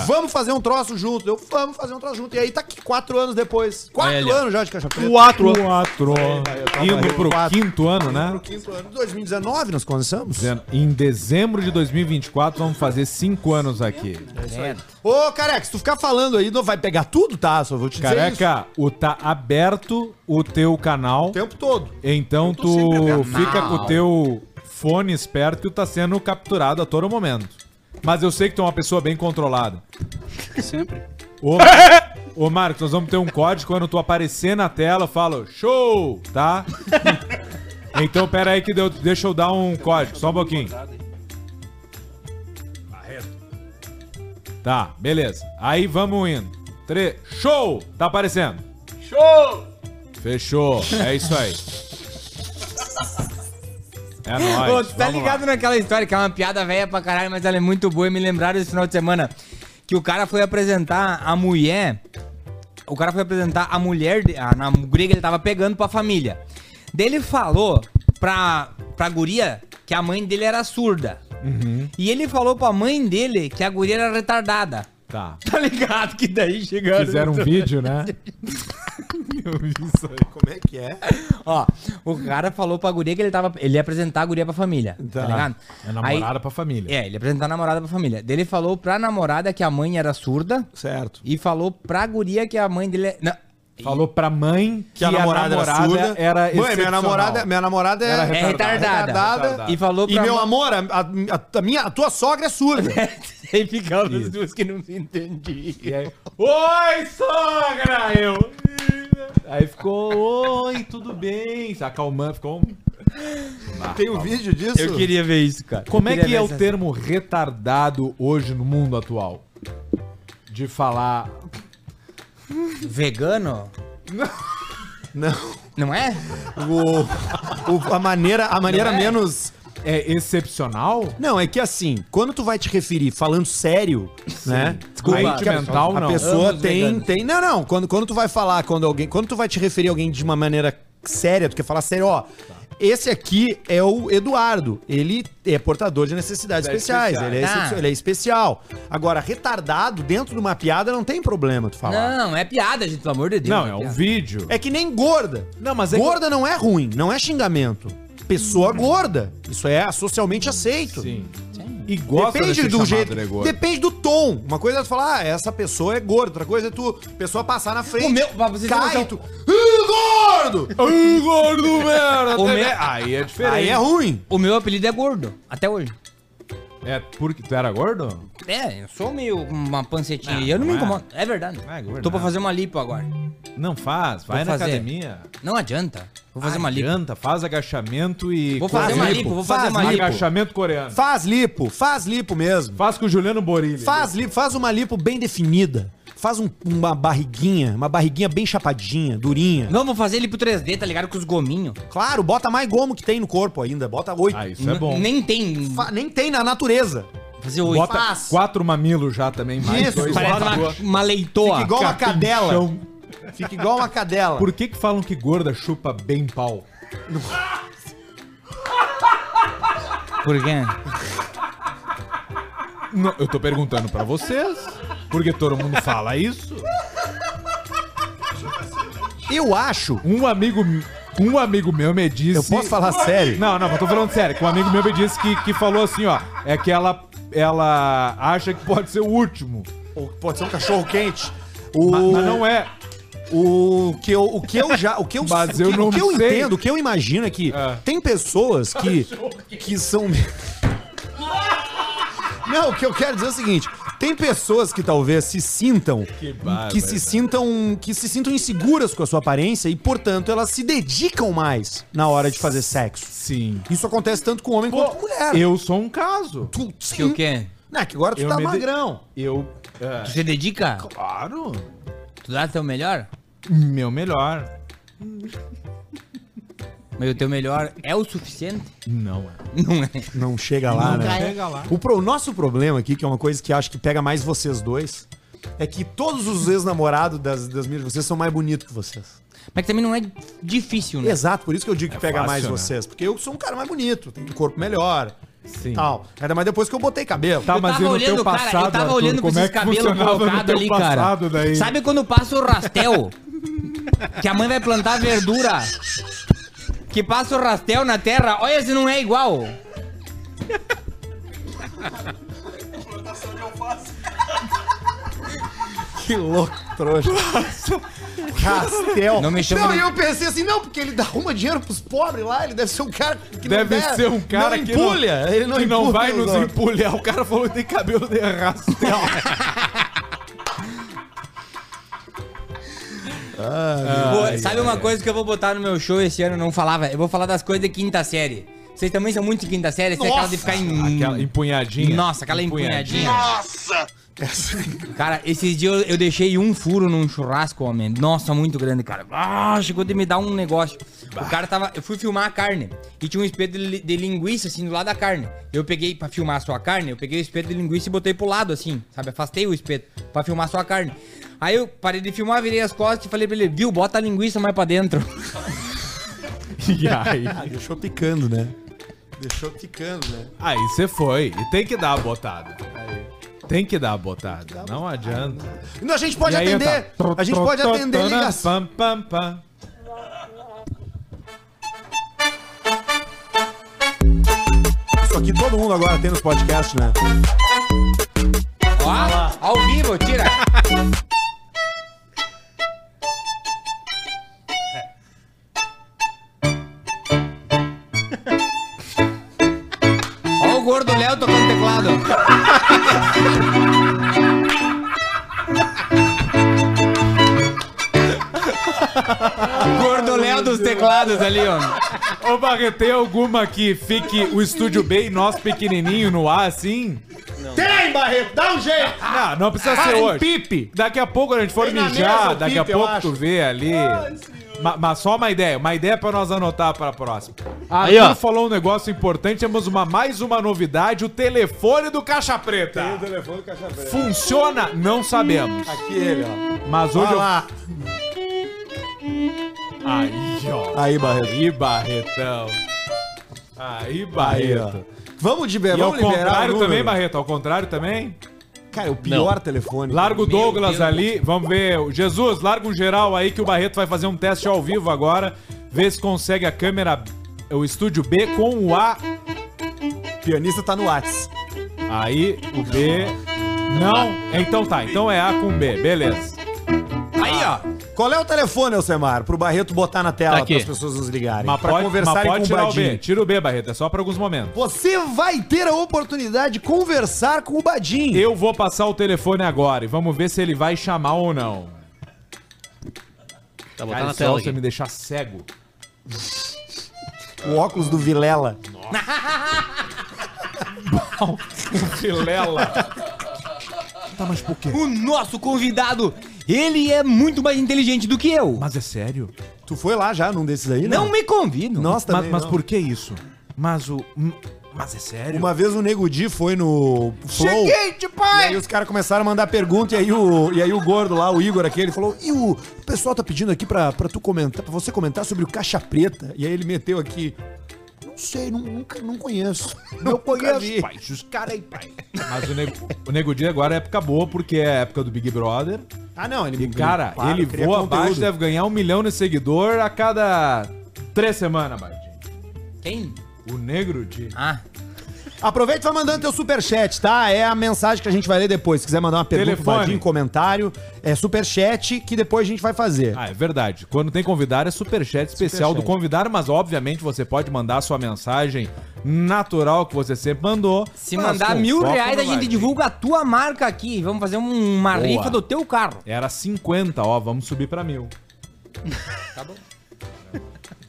[SPEAKER 1] Vamos fazer um troço junto. Eu, vamos fazer um troço junto. E aí tá aqui quatro anos depois. Quatro
[SPEAKER 5] Olha.
[SPEAKER 1] anos já de Caixa Preta.
[SPEAKER 2] Quatro. Quatro. Indo pro
[SPEAKER 1] Quatro.
[SPEAKER 2] quinto ano, né?
[SPEAKER 1] Quinto ano. 2019 nós começamos?
[SPEAKER 2] Em dezembro de 2021 24, vamos fazer 5 anos aqui.
[SPEAKER 1] Ô, careca, se tu ficar falando aí, não vai pegar tudo, tá? Só vou te dizer isso.
[SPEAKER 2] Careca, o tá aberto o teu canal,
[SPEAKER 1] O tempo todo.
[SPEAKER 2] então
[SPEAKER 8] tô sempre
[SPEAKER 2] tu
[SPEAKER 8] aberto.
[SPEAKER 2] fica
[SPEAKER 5] Não.
[SPEAKER 2] com o teu fone esperto que tu tá sendo capturado a todo momento. Mas eu sei que tu é uma pessoa bem controlada.
[SPEAKER 8] Sempre.
[SPEAKER 5] [LAUGHS]
[SPEAKER 2] Ô, ô Marcos, nós vamos ter um código quando tu aparecer na tela, eu falo show,
[SPEAKER 5] [LAUGHS]
[SPEAKER 2] tá? então pera aí que deu- deixa eu dar um código, só um pouquinho. Tá, beleza. Aí vamos indo. Tre... Show! Tá aparecendo. Show! Fechou. É isso
[SPEAKER 5] [LAUGHS]
[SPEAKER 2] aí. É nóis.
[SPEAKER 5] Ô, tu tá
[SPEAKER 2] vamos
[SPEAKER 5] ligado
[SPEAKER 2] lá.
[SPEAKER 5] naquela história que é uma piada velha pra caralho, mas ela é muito boa e me lembraram esse final de semana que o cara foi apresentar a mulher. O cara foi apresentar a mulher, de- a, na grega ele tava pegando pra família. Daí ele falou pra, pra guria que a mãe dele era surda.
[SPEAKER 1] Uhum.
[SPEAKER 5] E ele falou pra mãe dele que a guria era retardada.
[SPEAKER 2] Tá.
[SPEAKER 5] [LAUGHS] Tá ligado? Que daí chegaram.
[SPEAKER 2] Fizeram um vídeo, né?
[SPEAKER 1] Como é que é?
[SPEAKER 5] Ó, o cara falou pra guria que ele tava. Ele ia apresentar a guria pra família. Tá, ligado?
[SPEAKER 2] É
[SPEAKER 5] Aí-
[SPEAKER 2] namorada pra família.
[SPEAKER 5] É, ele apresentou a namorada pra família. Daí ele falou pra namorada que a mãe era surda
[SPEAKER 1] Certo.
[SPEAKER 5] e falou pra guria que a mãe dele é. Não,
[SPEAKER 2] Falou pra mãe que, a namorada, era,
[SPEAKER 1] Mãe, minha
[SPEAKER 2] excepcional.
[SPEAKER 1] namorada, minha namorada é,
[SPEAKER 2] Era
[SPEAKER 5] é retardada.
[SPEAKER 1] retardada.
[SPEAKER 5] E falou
[SPEAKER 1] E
[SPEAKER 5] pra.
[SPEAKER 1] meu
[SPEAKER 5] mãe-
[SPEAKER 1] amor, a, a- a minha, a tua sogra é surda.
[SPEAKER 5] Aí ficavam as duas que não se entendiam.
[SPEAKER 2] Oi, sogra! Eu. Aí ficou, oi, tudo bem? Se Acalmando, ficou. um-
[SPEAKER 1] Tem um vídeo disso?
[SPEAKER 5] Eu queria ver isso, cara.
[SPEAKER 2] Como é
[SPEAKER 5] Eu queria
[SPEAKER 2] que é
[SPEAKER 5] ver
[SPEAKER 2] o
[SPEAKER 5] essa-
[SPEAKER 2] termo retardado hoje no mundo atual? De falar.
[SPEAKER 5] Vegano?
[SPEAKER 1] Não.
[SPEAKER 5] Não é?
[SPEAKER 1] O, o- a maneira, a maneira
[SPEAKER 5] Não é?
[SPEAKER 1] menos.
[SPEAKER 2] É excepcional?
[SPEAKER 1] Não, é que assim, quando tu vai te referir falando sério, né?
[SPEAKER 5] Desculpa,
[SPEAKER 1] aí
[SPEAKER 5] a
[SPEAKER 1] que a,
[SPEAKER 2] mental
[SPEAKER 1] a
[SPEAKER 2] não.
[SPEAKER 1] pessoa
[SPEAKER 5] Amo os
[SPEAKER 1] tem,
[SPEAKER 5] veganos.
[SPEAKER 1] tem. Não, não. Quando, quando tu vai falar, quando alguém. Quando tu vai te referir a alguém de uma maneira séria, tu quer falar sério, ó. Esse aqui é o Eduardo. Ele é portador de necessidades especiais. Ele, é
[SPEAKER 5] Tá.
[SPEAKER 1] excepcio- ele é especial. Agora, retardado dentro de uma piada não tem problema tu falar.
[SPEAKER 5] Não, é piada, gente, pelo amor de Deus.
[SPEAKER 2] Não, é um vídeo.
[SPEAKER 1] É que nem gorda.
[SPEAKER 2] Não, mas é que- Hum.
[SPEAKER 1] gorda não é ruim, não é xingamento. Pessoa gorda. Isso é socialmente aceito.
[SPEAKER 2] Sim. E gosta de
[SPEAKER 1] Depende
[SPEAKER 2] ser
[SPEAKER 1] do
[SPEAKER 2] chamado,
[SPEAKER 1] jeito.
[SPEAKER 2] né, gordo?
[SPEAKER 1] Depende do tom. Uma coisa é tu falar, ah, essa pessoa é gorda. Outra coisa é tu, pessoa passar na frente.
[SPEAKER 5] O meu- pra vocês terem
[SPEAKER 1] cai,
[SPEAKER 5] noção-
[SPEAKER 1] tu. "Ih, gordo!
[SPEAKER 2] Ai, gordo, merda!
[SPEAKER 5] O meu-
[SPEAKER 2] Aí é diferente.
[SPEAKER 1] Aí é ruim.
[SPEAKER 5] O meu apelido é gordo, até hoje.
[SPEAKER 2] É porque tu era gordo?
[SPEAKER 5] É, eu sou meio uma pancetinha. eu
[SPEAKER 2] não
[SPEAKER 5] não, me
[SPEAKER 2] é.
[SPEAKER 5] incomodo. É verdade.
[SPEAKER 2] Não é gordo,
[SPEAKER 5] Tô pra
[SPEAKER 2] não.
[SPEAKER 5] fazer uma lipo agora.
[SPEAKER 2] Não faz, vai
[SPEAKER 5] Vou
[SPEAKER 2] na
[SPEAKER 5] fazer.
[SPEAKER 2] academia.
[SPEAKER 5] Não adianta. Vou
[SPEAKER 2] Ah,
[SPEAKER 5] fazer uma lipo.
[SPEAKER 2] Adianta, faz agachamento e.
[SPEAKER 5] Vou fazer
[SPEAKER 2] correr.
[SPEAKER 5] uma lipo, vou fazer
[SPEAKER 1] Faz
[SPEAKER 5] uma lipo.
[SPEAKER 2] Agachamento coreano.
[SPEAKER 1] Faz lipo, faz lipo mesmo.
[SPEAKER 2] Faz com o Juliano Borilli.
[SPEAKER 1] Faz lipo, faz uma lipo bem definida. Faz um- uma barriguinha, uma barriguinha bem chapadinha, durinha.
[SPEAKER 5] Não, vou fazer lipo 3D, tá ligado? Com os gominhos.
[SPEAKER 1] Claro, bota mais gomo que tem no corpo ainda. Bota oito.
[SPEAKER 2] Ah, isso é
[SPEAKER 5] N-
[SPEAKER 2] bom.
[SPEAKER 5] Nem tem.
[SPEAKER 1] Fa- nem tem na natureza.
[SPEAKER 5] Fazer oito.
[SPEAKER 2] Bota
[SPEAKER 1] faz.
[SPEAKER 2] quatro mamilos já também, mais
[SPEAKER 1] Isso,
[SPEAKER 2] dois.
[SPEAKER 5] Parece
[SPEAKER 2] Bota-
[SPEAKER 5] uma, uma leitoa.
[SPEAKER 1] Fica igual uma
[SPEAKER 2] capinchão.
[SPEAKER 1] cadela. Fica igual uma cadela.
[SPEAKER 2] Por que que falam que gorda chupa bem pau?
[SPEAKER 5] Por quê?
[SPEAKER 2] Não, eu tô perguntando pra vocês. Porque todo mundo fala isso.
[SPEAKER 1] Eu acho.
[SPEAKER 2] Um amigo, um amigo meu me disse...
[SPEAKER 1] Eu posso falar sério?
[SPEAKER 2] Não, não, eu tô falando sério. que Um amigo meu me disse que, que falou assim, ó. É que ela, ela acha que pode ser o último.
[SPEAKER 1] Ou pode ser um cachorro quente. O,
[SPEAKER 2] Mas, mas não é.
[SPEAKER 1] o que eu, o que eu já, o que eu,
[SPEAKER 2] Mas
[SPEAKER 1] o que,
[SPEAKER 2] eu não
[SPEAKER 1] o que eu
[SPEAKER 2] sei.
[SPEAKER 1] entendo, o que eu imagino é que
[SPEAKER 2] É.
[SPEAKER 1] tem pessoas que que são Não, o que eu quero dizer é o seguinte, tem pessoas que talvez se sintam que se sintam que se sintam inseguras com a sua aparência e, portanto, elas se dedicam mais na hora de fazer sexo.
[SPEAKER 2] Sim.
[SPEAKER 1] Isso acontece tanto com homem quanto com mulher.
[SPEAKER 2] Eu sou um caso.
[SPEAKER 1] tu, sim.
[SPEAKER 5] Que o quê?
[SPEAKER 1] Não, é que agora tu
[SPEAKER 2] Eu
[SPEAKER 1] tá
[SPEAKER 2] me de-
[SPEAKER 1] magrão.
[SPEAKER 2] Eu. é,
[SPEAKER 5] Tu se dedica?
[SPEAKER 2] Claro.
[SPEAKER 5] Tu dá teu melhor?
[SPEAKER 2] Meu melhor.
[SPEAKER 5] Mas o teu melhor é o suficiente?
[SPEAKER 2] Não é.
[SPEAKER 5] Não é.
[SPEAKER 1] Não chega lá, né?
[SPEAKER 2] Chega lá.
[SPEAKER 1] O, pro, o nosso problema aqui, que é uma coisa que acho que pega mais vocês dois, é que todos os ex-namorados das, das minhas de vocês são mais bonitos que vocês.
[SPEAKER 5] Mas também não é difícil, né?
[SPEAKER 1] Exato, por isso que eu digo que pega
[SPEAKER 2] fácil,
[SPEAKER 1] mais
[SPEAKER 2] né?
[SPEAKER 1] vocês. Porque eu sou um cara mais bonito, tenho um corpo melhor.
[SPEAKER 2] Sim.
[SPEAKER 1] Tal. Ainda mais depois que eu botei cabelo.
[SPEAKER 2] Tá,
[SPEAKER 5] Eu
[SPEAKER 2] mas
[SPEAKER 5] tava
[SPEAKER 2] e no
[SPEAKER 5] olhando,
[SPEAKER 2] teu
[SPEAKER 5] cara,
[SPEAKER 2] passado,
[SPEAKER 5] eu tava
[SPEAKER 2] Arthur,
[SPEAKER 5] olhando pra
[SPEAKER 2] como é
[SPEAKER 5] esses
[SPEAKER 2] que
[SPEAKER 5] cabelos
[SPEAKER 2] funcionava no
[SPEAKER 5] colocados
[SPEAKER 2] teu
[SPEAKER 5] ali, cara.
[SPEAKER 2] passado daí?
[SPEAKER 5] Sabe quando passa o rastel? que a mãe vai plantar verdura. Que passa o rastel na terra. Olha se não é igual.
[SPEAKER 8] Plantação de alface.
[SPEAKER 1] Que louco, trouxa. [LAUGHS] Castel.
[SPEAKER 5] Não me chama
[SPEAKER 1] Não,
[SPEAKER 5] no-
[SPEAKER 1] e eu pensei assim, não, porque ele dá arruma dinheiro pros pobres lá, ele deve ser um cara que
[SPEAKER 2] Deve
[SPEAKER 1] der-
[SPEAKER 2] ser um cara
[SPEAKER 1] não
[SPEAKER 2] que
[SPEAKER 1] empulha.
[SPEAKER 2] não,
[SPEAKER 1] ele não
[SPEAKER 2] que não
[SPEAKER 1] empulha
[SPEAKER 2] vai
[SPEAKER 1] os
[SPEAKER 2] nos
[SPEAKER 1] outros.
[SPEAKER 2] empulhar. O cara falou que tem cabelo de rastel.
[SPEAKER 5] Pô, sabe uma coisa que eu vou botar no meu show esse ano? Eu não falava. Eu vou falar das coisas de quinta série. Vocês também são muito de quinta série? Você é aquela de ficar em.
[SPEAKER 2] Aquela empunhadinha.
[SPEAKER 5] Nossa, aquela empunhadinha.
[SPEAKER 8] Nossa!
[SPEAKER 5] [LAUGHS] Cara, esses dias eu, eu deixei um furo num churrasco, homem. Nossa, muito grande, cara. Ah, chegou de me dar um negócio. O cara tava. Eu fui filmar a carne. E tinha um espeto de, li- de linguiça, assim, do lado da carne. Eu peguei, pra filmar só a carne, eu peguei o espeto de linguiça e botei pro lado, assim, sabe? Afastei o espeto pra filmar só a carne. Aí eu parei de filmar, virei as costas e falei pra ele, viu, bota a linguiça mais pra dentro.
[SPEAKER 2] [LAUGHS] E aí?
[SPEAKER 1] Ah, deixou picando, né? Deixou picando, né?
[SPEAKER 2] Aí você foi. E tem que dar a botada. Tem que dar a botada. Não adianta.
[SPEAKER 1] Não, a gente pode
[SPEAKER 2] E aí,
[SPEAKER 1] atender.
[SPEAKER 2] tá.
[SPEAKER 1] A gente pode atender né,
[SPEAKER 2] Totona,
[SPEAKER 1] ligação.
[SPEAKER 2] Pam, pam, pam.
[SPEAKER 1] Isso aqui todo mundo agora tem nos podcasts, né?
[SPEAKER 5] Ó, ao vivo, [LAUGHS] tira. Ó o gordo Léo tocando [LAUGHS] teclado. gordo Léo dos teclados ali, ó.
[SPEAKER 2] Ô, Barreto, tem alguma que fique o estúdio B e nós pequenininho no ar, assim?
[SPEAKER 1] Tem, Barreto! Dá um jeito!
[SPEAKER 2] Não, não precisa ser
[SPEAKER 1] em
[SPEAKER 2] hoje. pipe. Daqui a pouco a gente for
[SPEAKER 1] Ah, um Tem na
[SPEAKER 2] mijar,
[SPEAKER 1] mesa o
[SPEAKER 2] daqui a
[SPEAKER 1] pipe, eu
[SPEAKER 2] pouco
[SPEAKER 1] acho.
[SPEAKER 2] tu vê ali. Ma- Mas só uma ideia, uma ideia pra nós anotar pra próxima. Arthur
[SPEAKER 9] Aí, ó.
[SPEAKER 2] falou um negócio importante, temos uma, mais uma novidade, o telefone do Caixa Preta. Tem o telefone do Caixa Preta. Funciona? Não sabemos.
[SPEAKER 1] Aqui ele, ó.
[SPEAKER 2] Mas hoje
[SPEAKER 1] Olha
[SPEAKER 2] eu...
[SPEAKER 1] lá.
[SPEAKER 2] Aí, ó.
[SPEAKER 1] Aí, Barreto.
[SPEAKER 2] Aí, Barretão. Aí,
[SPEAKER 1] Aí, ó.
[SPEAKER 2] Barreto.
[SPEAKER 1] Vamos de
[SPEAKER 2] E ao
[SPEAKER 1] verão liberar
[SPEAKER 2] contrário
[SPEAKER 1] o
[SPEAKER 2] também,
[SPEAKER 1] número.
[SPEAKER 2] Barreto, ao contrário também?
[SPEAKER 1] Cara, o pior telefone.
[SPEAKER 2] Larga o
[SPEAKER 5] Meu
[SPEAKER 2] Douglas
[SPEAKER 5] Deus.
[SPEAKER 2] ali, vamos ver. o Jesus, larga um geral aí que o Barreto vai fazer um teste ao vivo agora. Vê se consegue a câmera, o estúdio B com o A.
[SPEAKER 1] O pianista tá no Whats.
[SPEAKER 2] Aí o B. Não? Então tá, então é A com B, beleza.
[SPEAKER 5] Aí, ó.
[SPEAKER 1] Qual é o telefone, Alcemar? Pro Barreto botar na tela
[SPEAKER 9] Tá aqui.
[SPEAKER 1] para as pessoas nos ligarem.
[SPEAKER 2] Mas
[SPEAKER 1] pra
[SPEAKER 2] pode, mas
[SPEAKER 1] conversarem
[SPEAKER 2] pode
[SPEAKER 1] com o
[SPEAKER 2] tirar o B.
[SPEAKER 1] Badinho.
[SPEAKER 2] Tira o B, Barreto, é só pra alguns momentos.
[SPEAKER 1] Você vai ter a oportunidade de conversar com o Badinho.
[SPEAKER 2] Eu vou passar o telefone agora e vamos ver se ele vai chamar ou não.
[SPEAKER 9] Tá
[SPEAKER 2] Cara,
[SPEAKER 9] botando na
[SPEAKER 2] se
[SPEAKER 9] tela
[SPEAKER 2] você
[SPEAKER 9] aqui.
[SPEAKER 2] me deixar cego.
[SPEAKER 1] O óculos do Vilela.
[SPEAKER 2] Filela.
[SPEAKER 5] O nosso convidado, ele é muito mais inteligente do que eu.
[SPEAKER 2] Mas é sério?
[SPEAKER 1] Tu foi lá já num desses aí,
[SPEAKER 5] Não me convido.
[SPEAKER 1] Nossa,
[SPEAKER 2] Mas,
[SPEAKER 1] também
[SPEAKER 2] mas
[SPEAKER 1] não.
[SPEAKER 2] por que isso? Mas o. Mas é sério?
[SPEAKER 1] Uma vez o Nego Di foi no Flow. E aí os caras começaram a mandar pergunta e aí, o, e aí o gordo lá, o Igor aqui, ele falou: E o pessoal tá pedindo aqui pra, pra tu comentar, pra você comentar sobre o Caixa Preta. E aí ele meteu aqui. Não sei, nu- nunca, não conheço. Não conheço.
[SPEAKER 2] pai. Os caras aí, pai. Mas o Nego, o Nego Di agora é época boa, porque é a época do Big Brother.
[SPEAKER 1] Ah, não, ele
[SPEAKER 2] E, cara,
[SPEAKER 1] claro,
[SPEAKER 2] ele
[SPEAKER 1] cria
[SPEAKER 2] voa
[SPEAKER 1] conteúdo.
[SPEAKER 2] abaixo, deve ganhar um milhão de seguidor a cada três semanas, Bardinho.
[SPEAKER 5] Quem?
[SPEAKER 2] O Negro Di.
[SPEAKER 5] Ah,
[SPEAKER 1] Aproveita e vai mandando teu superchat, tá? É a mensagem que a gente vai ler depois. Se quiser mandar uma pergunta,
[SPEAKER 2] Telefone.
[SPEAKER 1] Vadinho, comentário, é superchat que depois a gente vai fazer.
[SPEAKER 2] Ah, é verdade. Quando tem convidado, é superchat especial
[SPEAKER 1] Superchat.
[SPEAKER 2] do convidado, mas obviamente você pode mandar a sua mensagem natural que você sempre mandou.
[SPEAKER 5] Se
[SPEAKER 2] mas
[SPEAKER 5] mandar
[SPEAKER 2] com
[SPEAKER 5] mil
[SPEAKER 2] foco
[SPEAKER 5] reais,
[SPEAKER 2] no
[SPEAKER 5] a gente
[SPEAKER 2] Bardinho.
[SPEAKER 5] divulga a tua marca aqui. Vamos fazer um- uma
[SPEAKER 2] Boa.
[SPEAKER 5] rifa do teu carro.
[SPEAKER 2] Era 50, ó, vamos subir pra mil.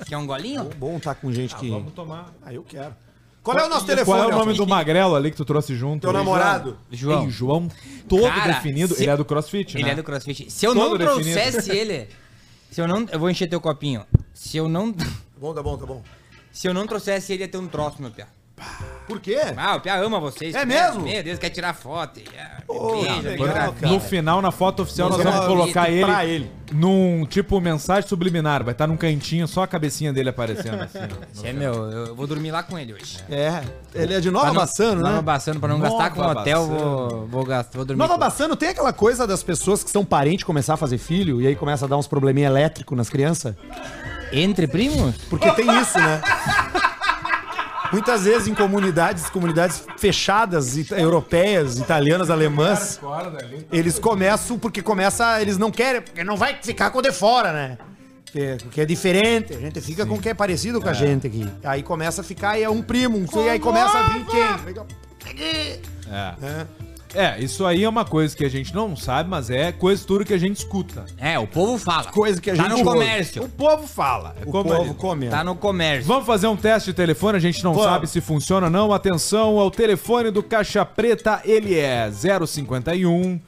[SPEAKER 5] Quer um golinho?
[SPEAKER 2] é
[SPEAKER 1] Bom tá com gente que.
[SPEAKER 2] Vamos tomar.
[SPEAKER 1] Ah, eu quero. Qual é o nosso
[SPEAKER 2] E
[SPEAKER 1] telefone?
[SPEAKER 2] Qual é o nome
[SPEAKER 1] Alcemar?
[SPEAKER 2] do magrelo ali que tu trouxe junto?
[SPEAKER 1] Teu
[SPEAKER 2] Ei,
[SPEAKER 1] namorado.
[SPEAKER 5] João.
[SPEAKER 2] Ei, João, todo
[SPEAKER 5] Cara,
[SPEAKER 2] definido.
[SPEAKER 5] se-
[SPEAKER 2] Ele é do CrossFit,
[SPEAKER 5] Ele
[SPEAKER 2] né?
[SPEAKER 5] é do CrossFit. Se eu
[SPEAKER 2] Todo
[SPEAKER 5] não
[SPEAKER 2] definido.
[SPEAKER 5] trouxesse ele... Se eu não... Eu vou encher teu copinho. Se eu não... [LAUGHS]
[SPEAKER 1] Tá bom, tá bom, tá bom.
[SPEAKER 5] Se eu não trouxesse ele, ia ter um troço, meu piá.
[SPEAKER 1] Por quê?
[SPEAKER 5] Ah, o piá ama vocês.
[SPEAKER 1] É
[SPEAKER 5] Meu-
[SPEAKER 1] mesmo?
[SPEAKER 5] Meu Deus, quer tirar foto. e, ah, me
[SPEAKER 1] Ô,
[SPEAKER 5] beija,
[SPEAKER 1] que
[SPEAKER 5] me
[SPEAKER 1] legal,
[SPEAKER 5] abraça.
[SPEAKER 1] cara.
[SPEAKER 2] No final, na foto oficial,
[SPEAKER 1] Mas
[SPEAKER 2] nós
[SPEAKER 1] é
[SPEAKER 2] vamos
[SPEAKER 1] uma-
[SPEAKER 2] colocar ele,
[SPEAKER 1] pra ele.
[SPEAKER 2] num tipo mensagem subliminar. Vai estar num cantinho, só a cabecinha dele aparecendo assim.
[SPEAKER 1] [LAUGHS]
[SPEAKER 2] ó.
[SPEAKER 5] Esse é meu, eu eu vou dormir lá com ele hoje.
[SPEAKER 1] É. Ele é de
[SPEAKER 5] Pra
[SPEAKER 1] Nova
[SPEAKER 5] não-
[SPEAKER 1] Bassano, né?
[SPEAKER 5] Nova Bassano, pra não gastar com
[SPEAKER 2] Nova
[SPEAKER 5] hotel,
[SPEAKER 2] Bassano.
[SPEAKER 5] vou, vou, gastar, vou dormir
[SPEAKER 1] Nova
[SPEAKER 5] com-
[SPEAKER 1] Bassano tem aquela coisa das pessoas que são parentes começar a fazer filho e aí começa a dar uns probleminha elétrico nas crianças?
[SPEAKER 5] Entre primos?
[SPEAKER 1] Porque tem isso, né? Muitas vezes em comunidades, comunidades fechadas, ita- europeias, italianas, alemãs, eles começam porque começa, eles não querem, porque não vai ficar com o de fora, né? É, Porque é diferente, a gente fica com o que é parecido com a gente aqui. Aí começa a ficar, e é um primo, um e aí começa a vir quem?
[SPEAKER 2] É, isso aí é uma coisa que a gente não sabe, mas é coisa tudo que a gente escuta.
[SPEAKER 5] É, o povo fala.
[SPEAKER 1] Coisa que a
[SPEAKER 5] Tá
[SPEAKER 1] gente
[SPEAKER 5] no
[SPEAKER 1] ouve.
[SPEAKER 2] O
[SPEAKER 5] comércio.
[SPEAKER 2] povo fala. É
[SPEAKER 1] O
[SPEAKER 2] como
[SPEAKER 1] povo
[SPEAKER 2] ele-
[SPEAKER 1] come.
[SPEAKER 5] Tá no comércio.
[SPEAKER 2] Vamos fazer um teste de telefone, a gente não
[SPEAKER 1] Vamos.
[SPEAKER 2] sabe se funciona ou não. Atenção ao telefone do Caixa Preta, ele é 051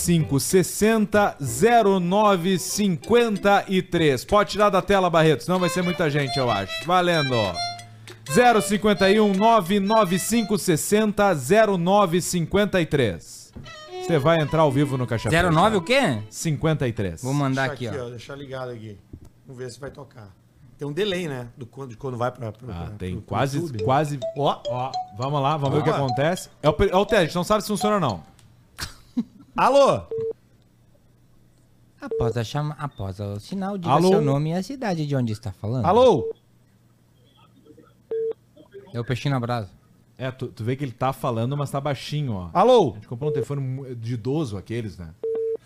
[SPEAKER 2] 99560 0953. Pode tirar da tela, Barreto, senão vai ser muita gente, eu acho. Valendo. 051 99560 0953. Você vai entrar ao vivo no Caixa Preta.
[SPEAKER 5] 09 o quê?
[SPEAKER 2] 53.
[SPEAKER 5] Vou mandar aqui, ó.
[SPEAKER 1] Deixa ligado aqui. Vamos ver se vai tocar. Tem um delay, né? Do quando, de quando vai pra. pra-
[SPEAKER 2] Ah,
[SPEAKER 1] pra-
[SPEAKER 2] tem
[SPEAKER 1] pro- pro
[SPEAKER 2] quase,
[SPEAKER 1] YouTube.
[SPEAKER 2] quase. Ó, ó, vamos lá, vamos ver o que acontece. É o, pe- é o teste, não sabe se funciona ou não.
[SPEAKER 1] Alô?
[SPEAKER 5] Após, a chama... Após o sinal, diga
[SPEAKER 2] Alô?
[SPEAKER 5] seu nome e a cidade de onde está falando.
[SPEAKER 2] Alô?
[SPEAKER 5] É o peixinho na brasa.
[SPEAKER 2] É, tu, tu vê que ele tá falando, mas tá baixinho, ó.
[SPEAKER 1] Alô?
[SPEAKER 2] A gente comprou um telefone mu- de idoso aqueles, né?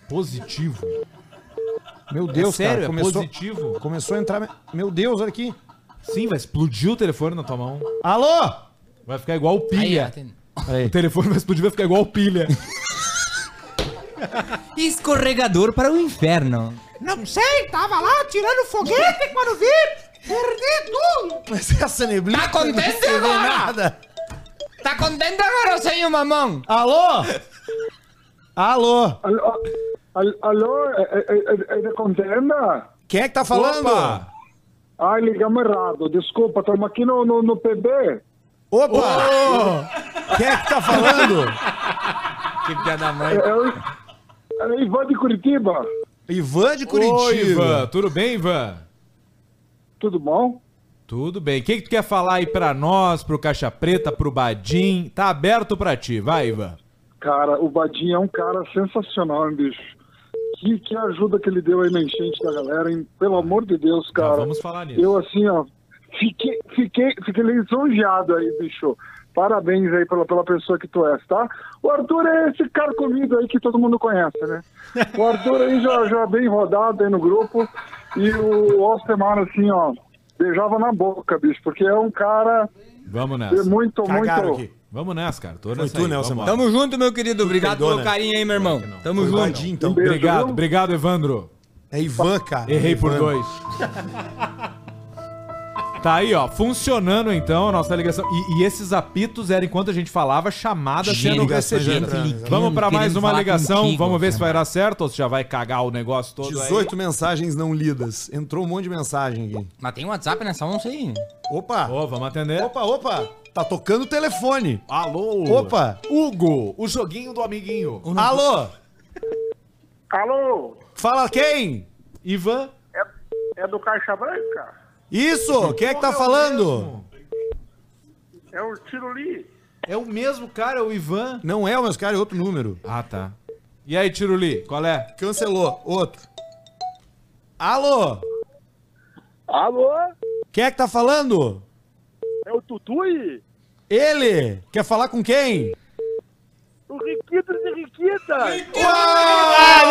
[SPEAKER 2] Positivo.
[SPEAKER 1] Meu Deus,
[SPEAKER 2] sério,
[SPEAKER 1] cara,
[SPEAKER 2] é
[SPEAKER 1] começou,
[SPEAKER 2] positivo?
[SPEAKER 1] começou a entrar. me- [LAUGHS] Meu Deus, olha aqui.
[SPEAKER 2] Sim, vai explodir o telefone na tua mão.
[SPEAKER 1] Alô?
[SPEAKER 2] Vai ficar igual o pilha.
[SPEAKER 5] atende.
[SPEAKER 2] o telefone vai explodir, vai ficar igual o pilha.
[SPEAKER 5] Escorregador para o inferno.
[SPEAKER 9] Não sei, tava lá tirando foguete quando vi, perdi tudo.
[SPEAKER 1] Mas essa neblina.
[SPEAKER 5] Tá contente
[SPEAKER 1] não se vê
[SPEAKER 5] agora?
[SPEAKER 1] Nada.
[SPEAKER 5] Tá contente agora, senhor mamão?
[SPEAKER 2] Ah.
[SPEAKER 1] Alô? Alô?
[SPEAKER 12] Alô, al- alô, é, é, é, é da contenda?
[SPEAKER 1] Quem é que tá falando? Opa!
[SPEAKER 2] Opa!
[SPEAKER 12] Ai, ligamos errado, desculpa, estamos aqui no, no, no PB.
[SPEAKER 1] Quem é que tá falando?
[SPEAKER 5] Que filha da mãe.
[SPEAKER 12] É, o- é o Ivan de Curitiba,
[SPEAKER 1] Ivan de Curitiba.
[SPEAKER 2] Oi, Ivan. Tudo bem, Ivan?
[SPEAKER 12] tudo bom?
[SPEAKER 2] Tudo bem. O que, que tu quer falar aí pra nós, pro Caixa Preta, pro Badim? Tá aberto pra ti. Vai, Ivan.
[SPEAKER 12] Cara, o Badinho é um cara sensacional, hein, bicho? Que, que ajuda que ele deu aí na enchente da galera, hein? Pelo amor de Deus, cara.
[SPEAKER 2] Já vamos falar nisso.
[SPEAKER 12] Eu, assim, ó, fiquei, fiquei, fiquei lisonjeado aí, bicho. Parabéns aí pela, pela pessoa que tu és, tá? O Arthur é esse cara comido aí que todo mundo conhece, né? O Arthur aí já, já bem rodado aí no grupo. E o Ostemar, assim, ó, beijava na boca, bicho, porque é um cara
[SPEAKER 2] Vamos
[SPEAKER 12] de
[SPEAKER 2] nessa.
[SPEAKER 12] muito,
[SPEAKER 1] Cagaram
[SPEAKER 12] muito.
[SPEAKER 1] aqui.
[SPEAKER 2] Vamos nessa, cara. Tô nessa
[SPEAKER 1] tu,
[SPEAKER 2] aí.
[SPEAKER 1] Nelson
[SPEAKER 2] Vambora.
[SPEAKER 5] Tamo junto, meu querido. Obrigado
[SPEAKER 1] perdoa, né?
[SPEAKER 5] pelo carinho aí, meu irmão. Tamo
[SPEAKER 1] Foi o
[SPEAKER 5] junto.
[SPEAKER 1] Badinho, então.
[SPEAKER 12] um Beijo,
[SPEAKER 2] Obrigado,
[SPEAKER 12] viu?
[SPEAKER 2] obrigado, Evandro.
[SPEAKER 1] É Ivan, cara.
[SPEAKER 2] Errei por
[SPEAKER 1] Ivan.
[SPEAKER 2] dois. Tá aí, ó, funcionando então a nossa ligação. E, e esses apitos eram enquanto a gente falava, chamada sendo
[SPEAKER 1] ligações
[SPEAKER 2] recebida.
[SPEAKER 1] entrando, né?
[SPEAKER 2] Vamos pra mais
[SPEAKER 5] Querendo
[SPEAKER 2] uma
[SPEAKER 5] falar
[SPEAKER 2] ligação,
[SPEAKER 5] contigo,
[SPEAKER 2] vamos ver se vai
[SPEAKER 5] Alcemar.
[SPEAKER 2] dar certo ou se já vai cagar o negócio todo aí.
[SPEAKER 1] 18 mensagens não lidas. Entrou um monte de mensagem aqui.
[SPEAKER 5] Mas tem um WhatsApp nessa onça aí?
[SPEAKER 1] Opa!
[SPEAKER 2] Ô, vamos atender.
[SPEAKER 1] Opa, opa! Tá tocando o telefone.
[SPEAKER 2] Alô!
[SPEAKER 1] Opa!
[SPEAKER 2] Hugo, o joguinho do amiguinho.
[SPEAKER 1] Alô?
[SPEAKER 12] Alô,
[SPEAKER 1] Fala quem?
[SPEAKER 2] Ivan.
[SPEAKER 12] é do Caixa Branca?
[SPEAKER 1] Isso! Quem é que tá falando?
[SPEAKER 12] É o Tiroli?
[SPEAKER 2] É o mesmo cara, é o Ivan.
[SPEAKER 1] Não é o meus caras, é outro número.
[SPEAKER 2] Ah, tá. E aí, Tiruli, qual é?
[SPEAKER 1] Cancelou. Outro. Alô?
[SPEAKER 12] Alô,
[SPEAKER 1] Quem é que tá falando?
[SPEAKER 12] é o Tutui?
[SPEAKER 1] Ele! Quer falar com quem?
[SPEAKER 12] O Riquito de Riquita!
[SPEAKER 2] Ah,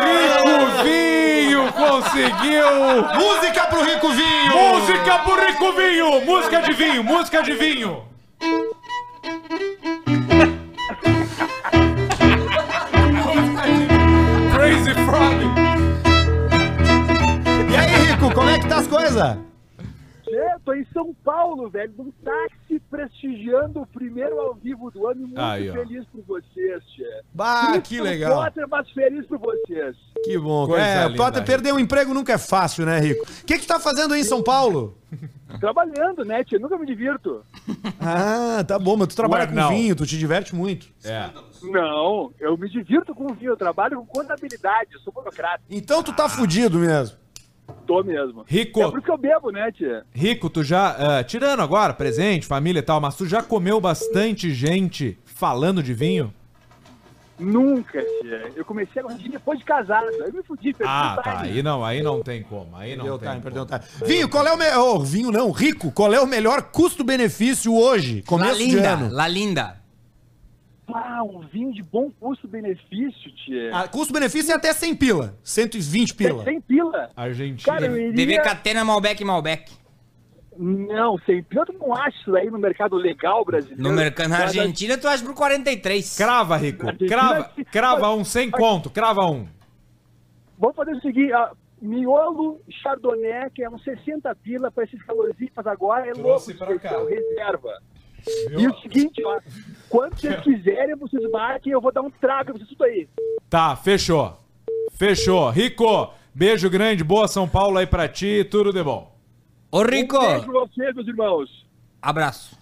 [SPEAKER 2] Rico Vinho conseguiu!
[SPEAKER 1] Música pro Rico Vinho!
[SPEAKER 2] Música pro Rico Vinho! Música de vinho, música de vinho! Crazy Frog!
[SPEAKER 1] E aí, Rico, como é que tá as coisas?
[SPEAKER 12] É, tô em São Paulo, velho, num táxi prestigiando o primeiro ao vivo do ano e muito
[SPEAKER 2] Aí, ó. Ah,
[SPEAKER 12] feliz por vocês, tchê.
[SPEAKER 1] Bah,
[SPEAKER 12] Triste
[SPEAKER 1] que
[SPEAKER 12] pelo
[SPEAKER 1] legal.
[SPEAKER 12] Potter, mas feliz por vocês.
[SPEAKER 1] Que bom.
[SPEAKER 2] Coisa
[SPEAKER 1] é,
[SPEAKER 2] linda,
[SPEAKER 1] Potter,
[SPEAKER 2] Rico.
[SPEAKER 1] perder um emprego nunca é fácil, né, Rico? O que que tá fazendo aí em São Paulo?
[SPEAKER 12] Trabalhando, né, tchê? Nunca me divirto.
[SPEAKER 1] Ah, tá bom, mas tu trabalha
[SPEAKER 2] Ué,
[SPEAKER 1] com
[SPEAKER 2] não.
[SPEAKER 1] vinho, tu te diverte muito.
[SPEAKER 2] É.
[SPEAKER 12] Não, eu me divirto com o vinho, eu trabalho com contabilidade, eu sou burocrata,
[SPEAKER 1] Então tu
[SPEAKER 2] Ah.
[SPEAKER 1] tá fudido mesmo.
[SPEAKER 12] tô mesmo.
[SPEAKER 2] Rico.
[SPEAKER 12] É por isso que eu bebo, né, tchê?
[SPEAKER 2] Rico, tu já. ah, tirando agora, presente, família e tal, mas tu já comeu bastante gente falando de vinho?
[SPEAKER 12] Nunca, tia. Eu comecei a corrigir depois de casado. Aí me fudi, perdi
[SPEAKER 2] Ah,
[SPEAKER 12] o
[SPEAKER 2] tá.
[SPEAKER 12] time.
[SPEAKER 2] Aí não, aí não tem como. Aí não
[SPEAKER 1] Perdeu o
[SPEAKER 2] tem
[SPEAKER 1] time,
[SPEAKER 2] como.
[SPEAKER 1] perdeu o time. Vinho, qual é o melhor. vinho não, rico. Qual é o melhor custo-benefício hoje?
[SPEAKER 5] La
[SPEAKER 1] Começo de
[SPEAKER 5] Linda,
[SPEAKER 1] ano.
[SPEAKER 5] La Linda.
[SPEAKER 12] Ah, um vinho de bom custo-benefício, tia.
[SPEAKER 1] Ah, Custo-benefício é até 100 pila. 120 pila.
[SPEAKER 12] Sem pila.
[SPEAKER 2] Argentina.
[SPEAKER 12] Cara, eu iria...
[SPEAKER 5] DV Catena Malbec e Malbec.
[SPEAKER 12] Não, sem pila eu não acho isso aí no mercado legal brasileiro.
[SPEAKER 5] No mercado na
[SPEAKER 12] Cada-
[SPEAKER 5] Argentina, tu acha por 43.
[SPEAKER 2] Crava, Rico. Crava, crava um sem conto. Crava um.
[SPEAKER 12] Vamos fazer o seguinte, ah, miolo chardonnay, que é uns 60 pila para esses calorzinhos que faz agora, é
[SPEAKER 2] Trouxe
[SPEAKER 12] louco
[SPEAKER 2] pra
[SPEAKER 12] especial,
[SPEAKER 2] cá.
[SPEAKER 12] reserva. E o seguinte, ó, quando
[SPEAKER 2] [LAUGHS]
[SPEAKER 12] vocês quiserem, vocês marquem, eu vou dar um trago pra vocês tudo aí.
[SPEAKER 2] Tá, fechou. Fechou. Rico, beijo grande. Boa São Paulo aí pra ti. Tudo de bom.
[SPEAKER 5] Ô, Rico,
[SPEAKER 12] Um beijo pra vocês, meus irmãos.
[SPEAKER 5] abraço.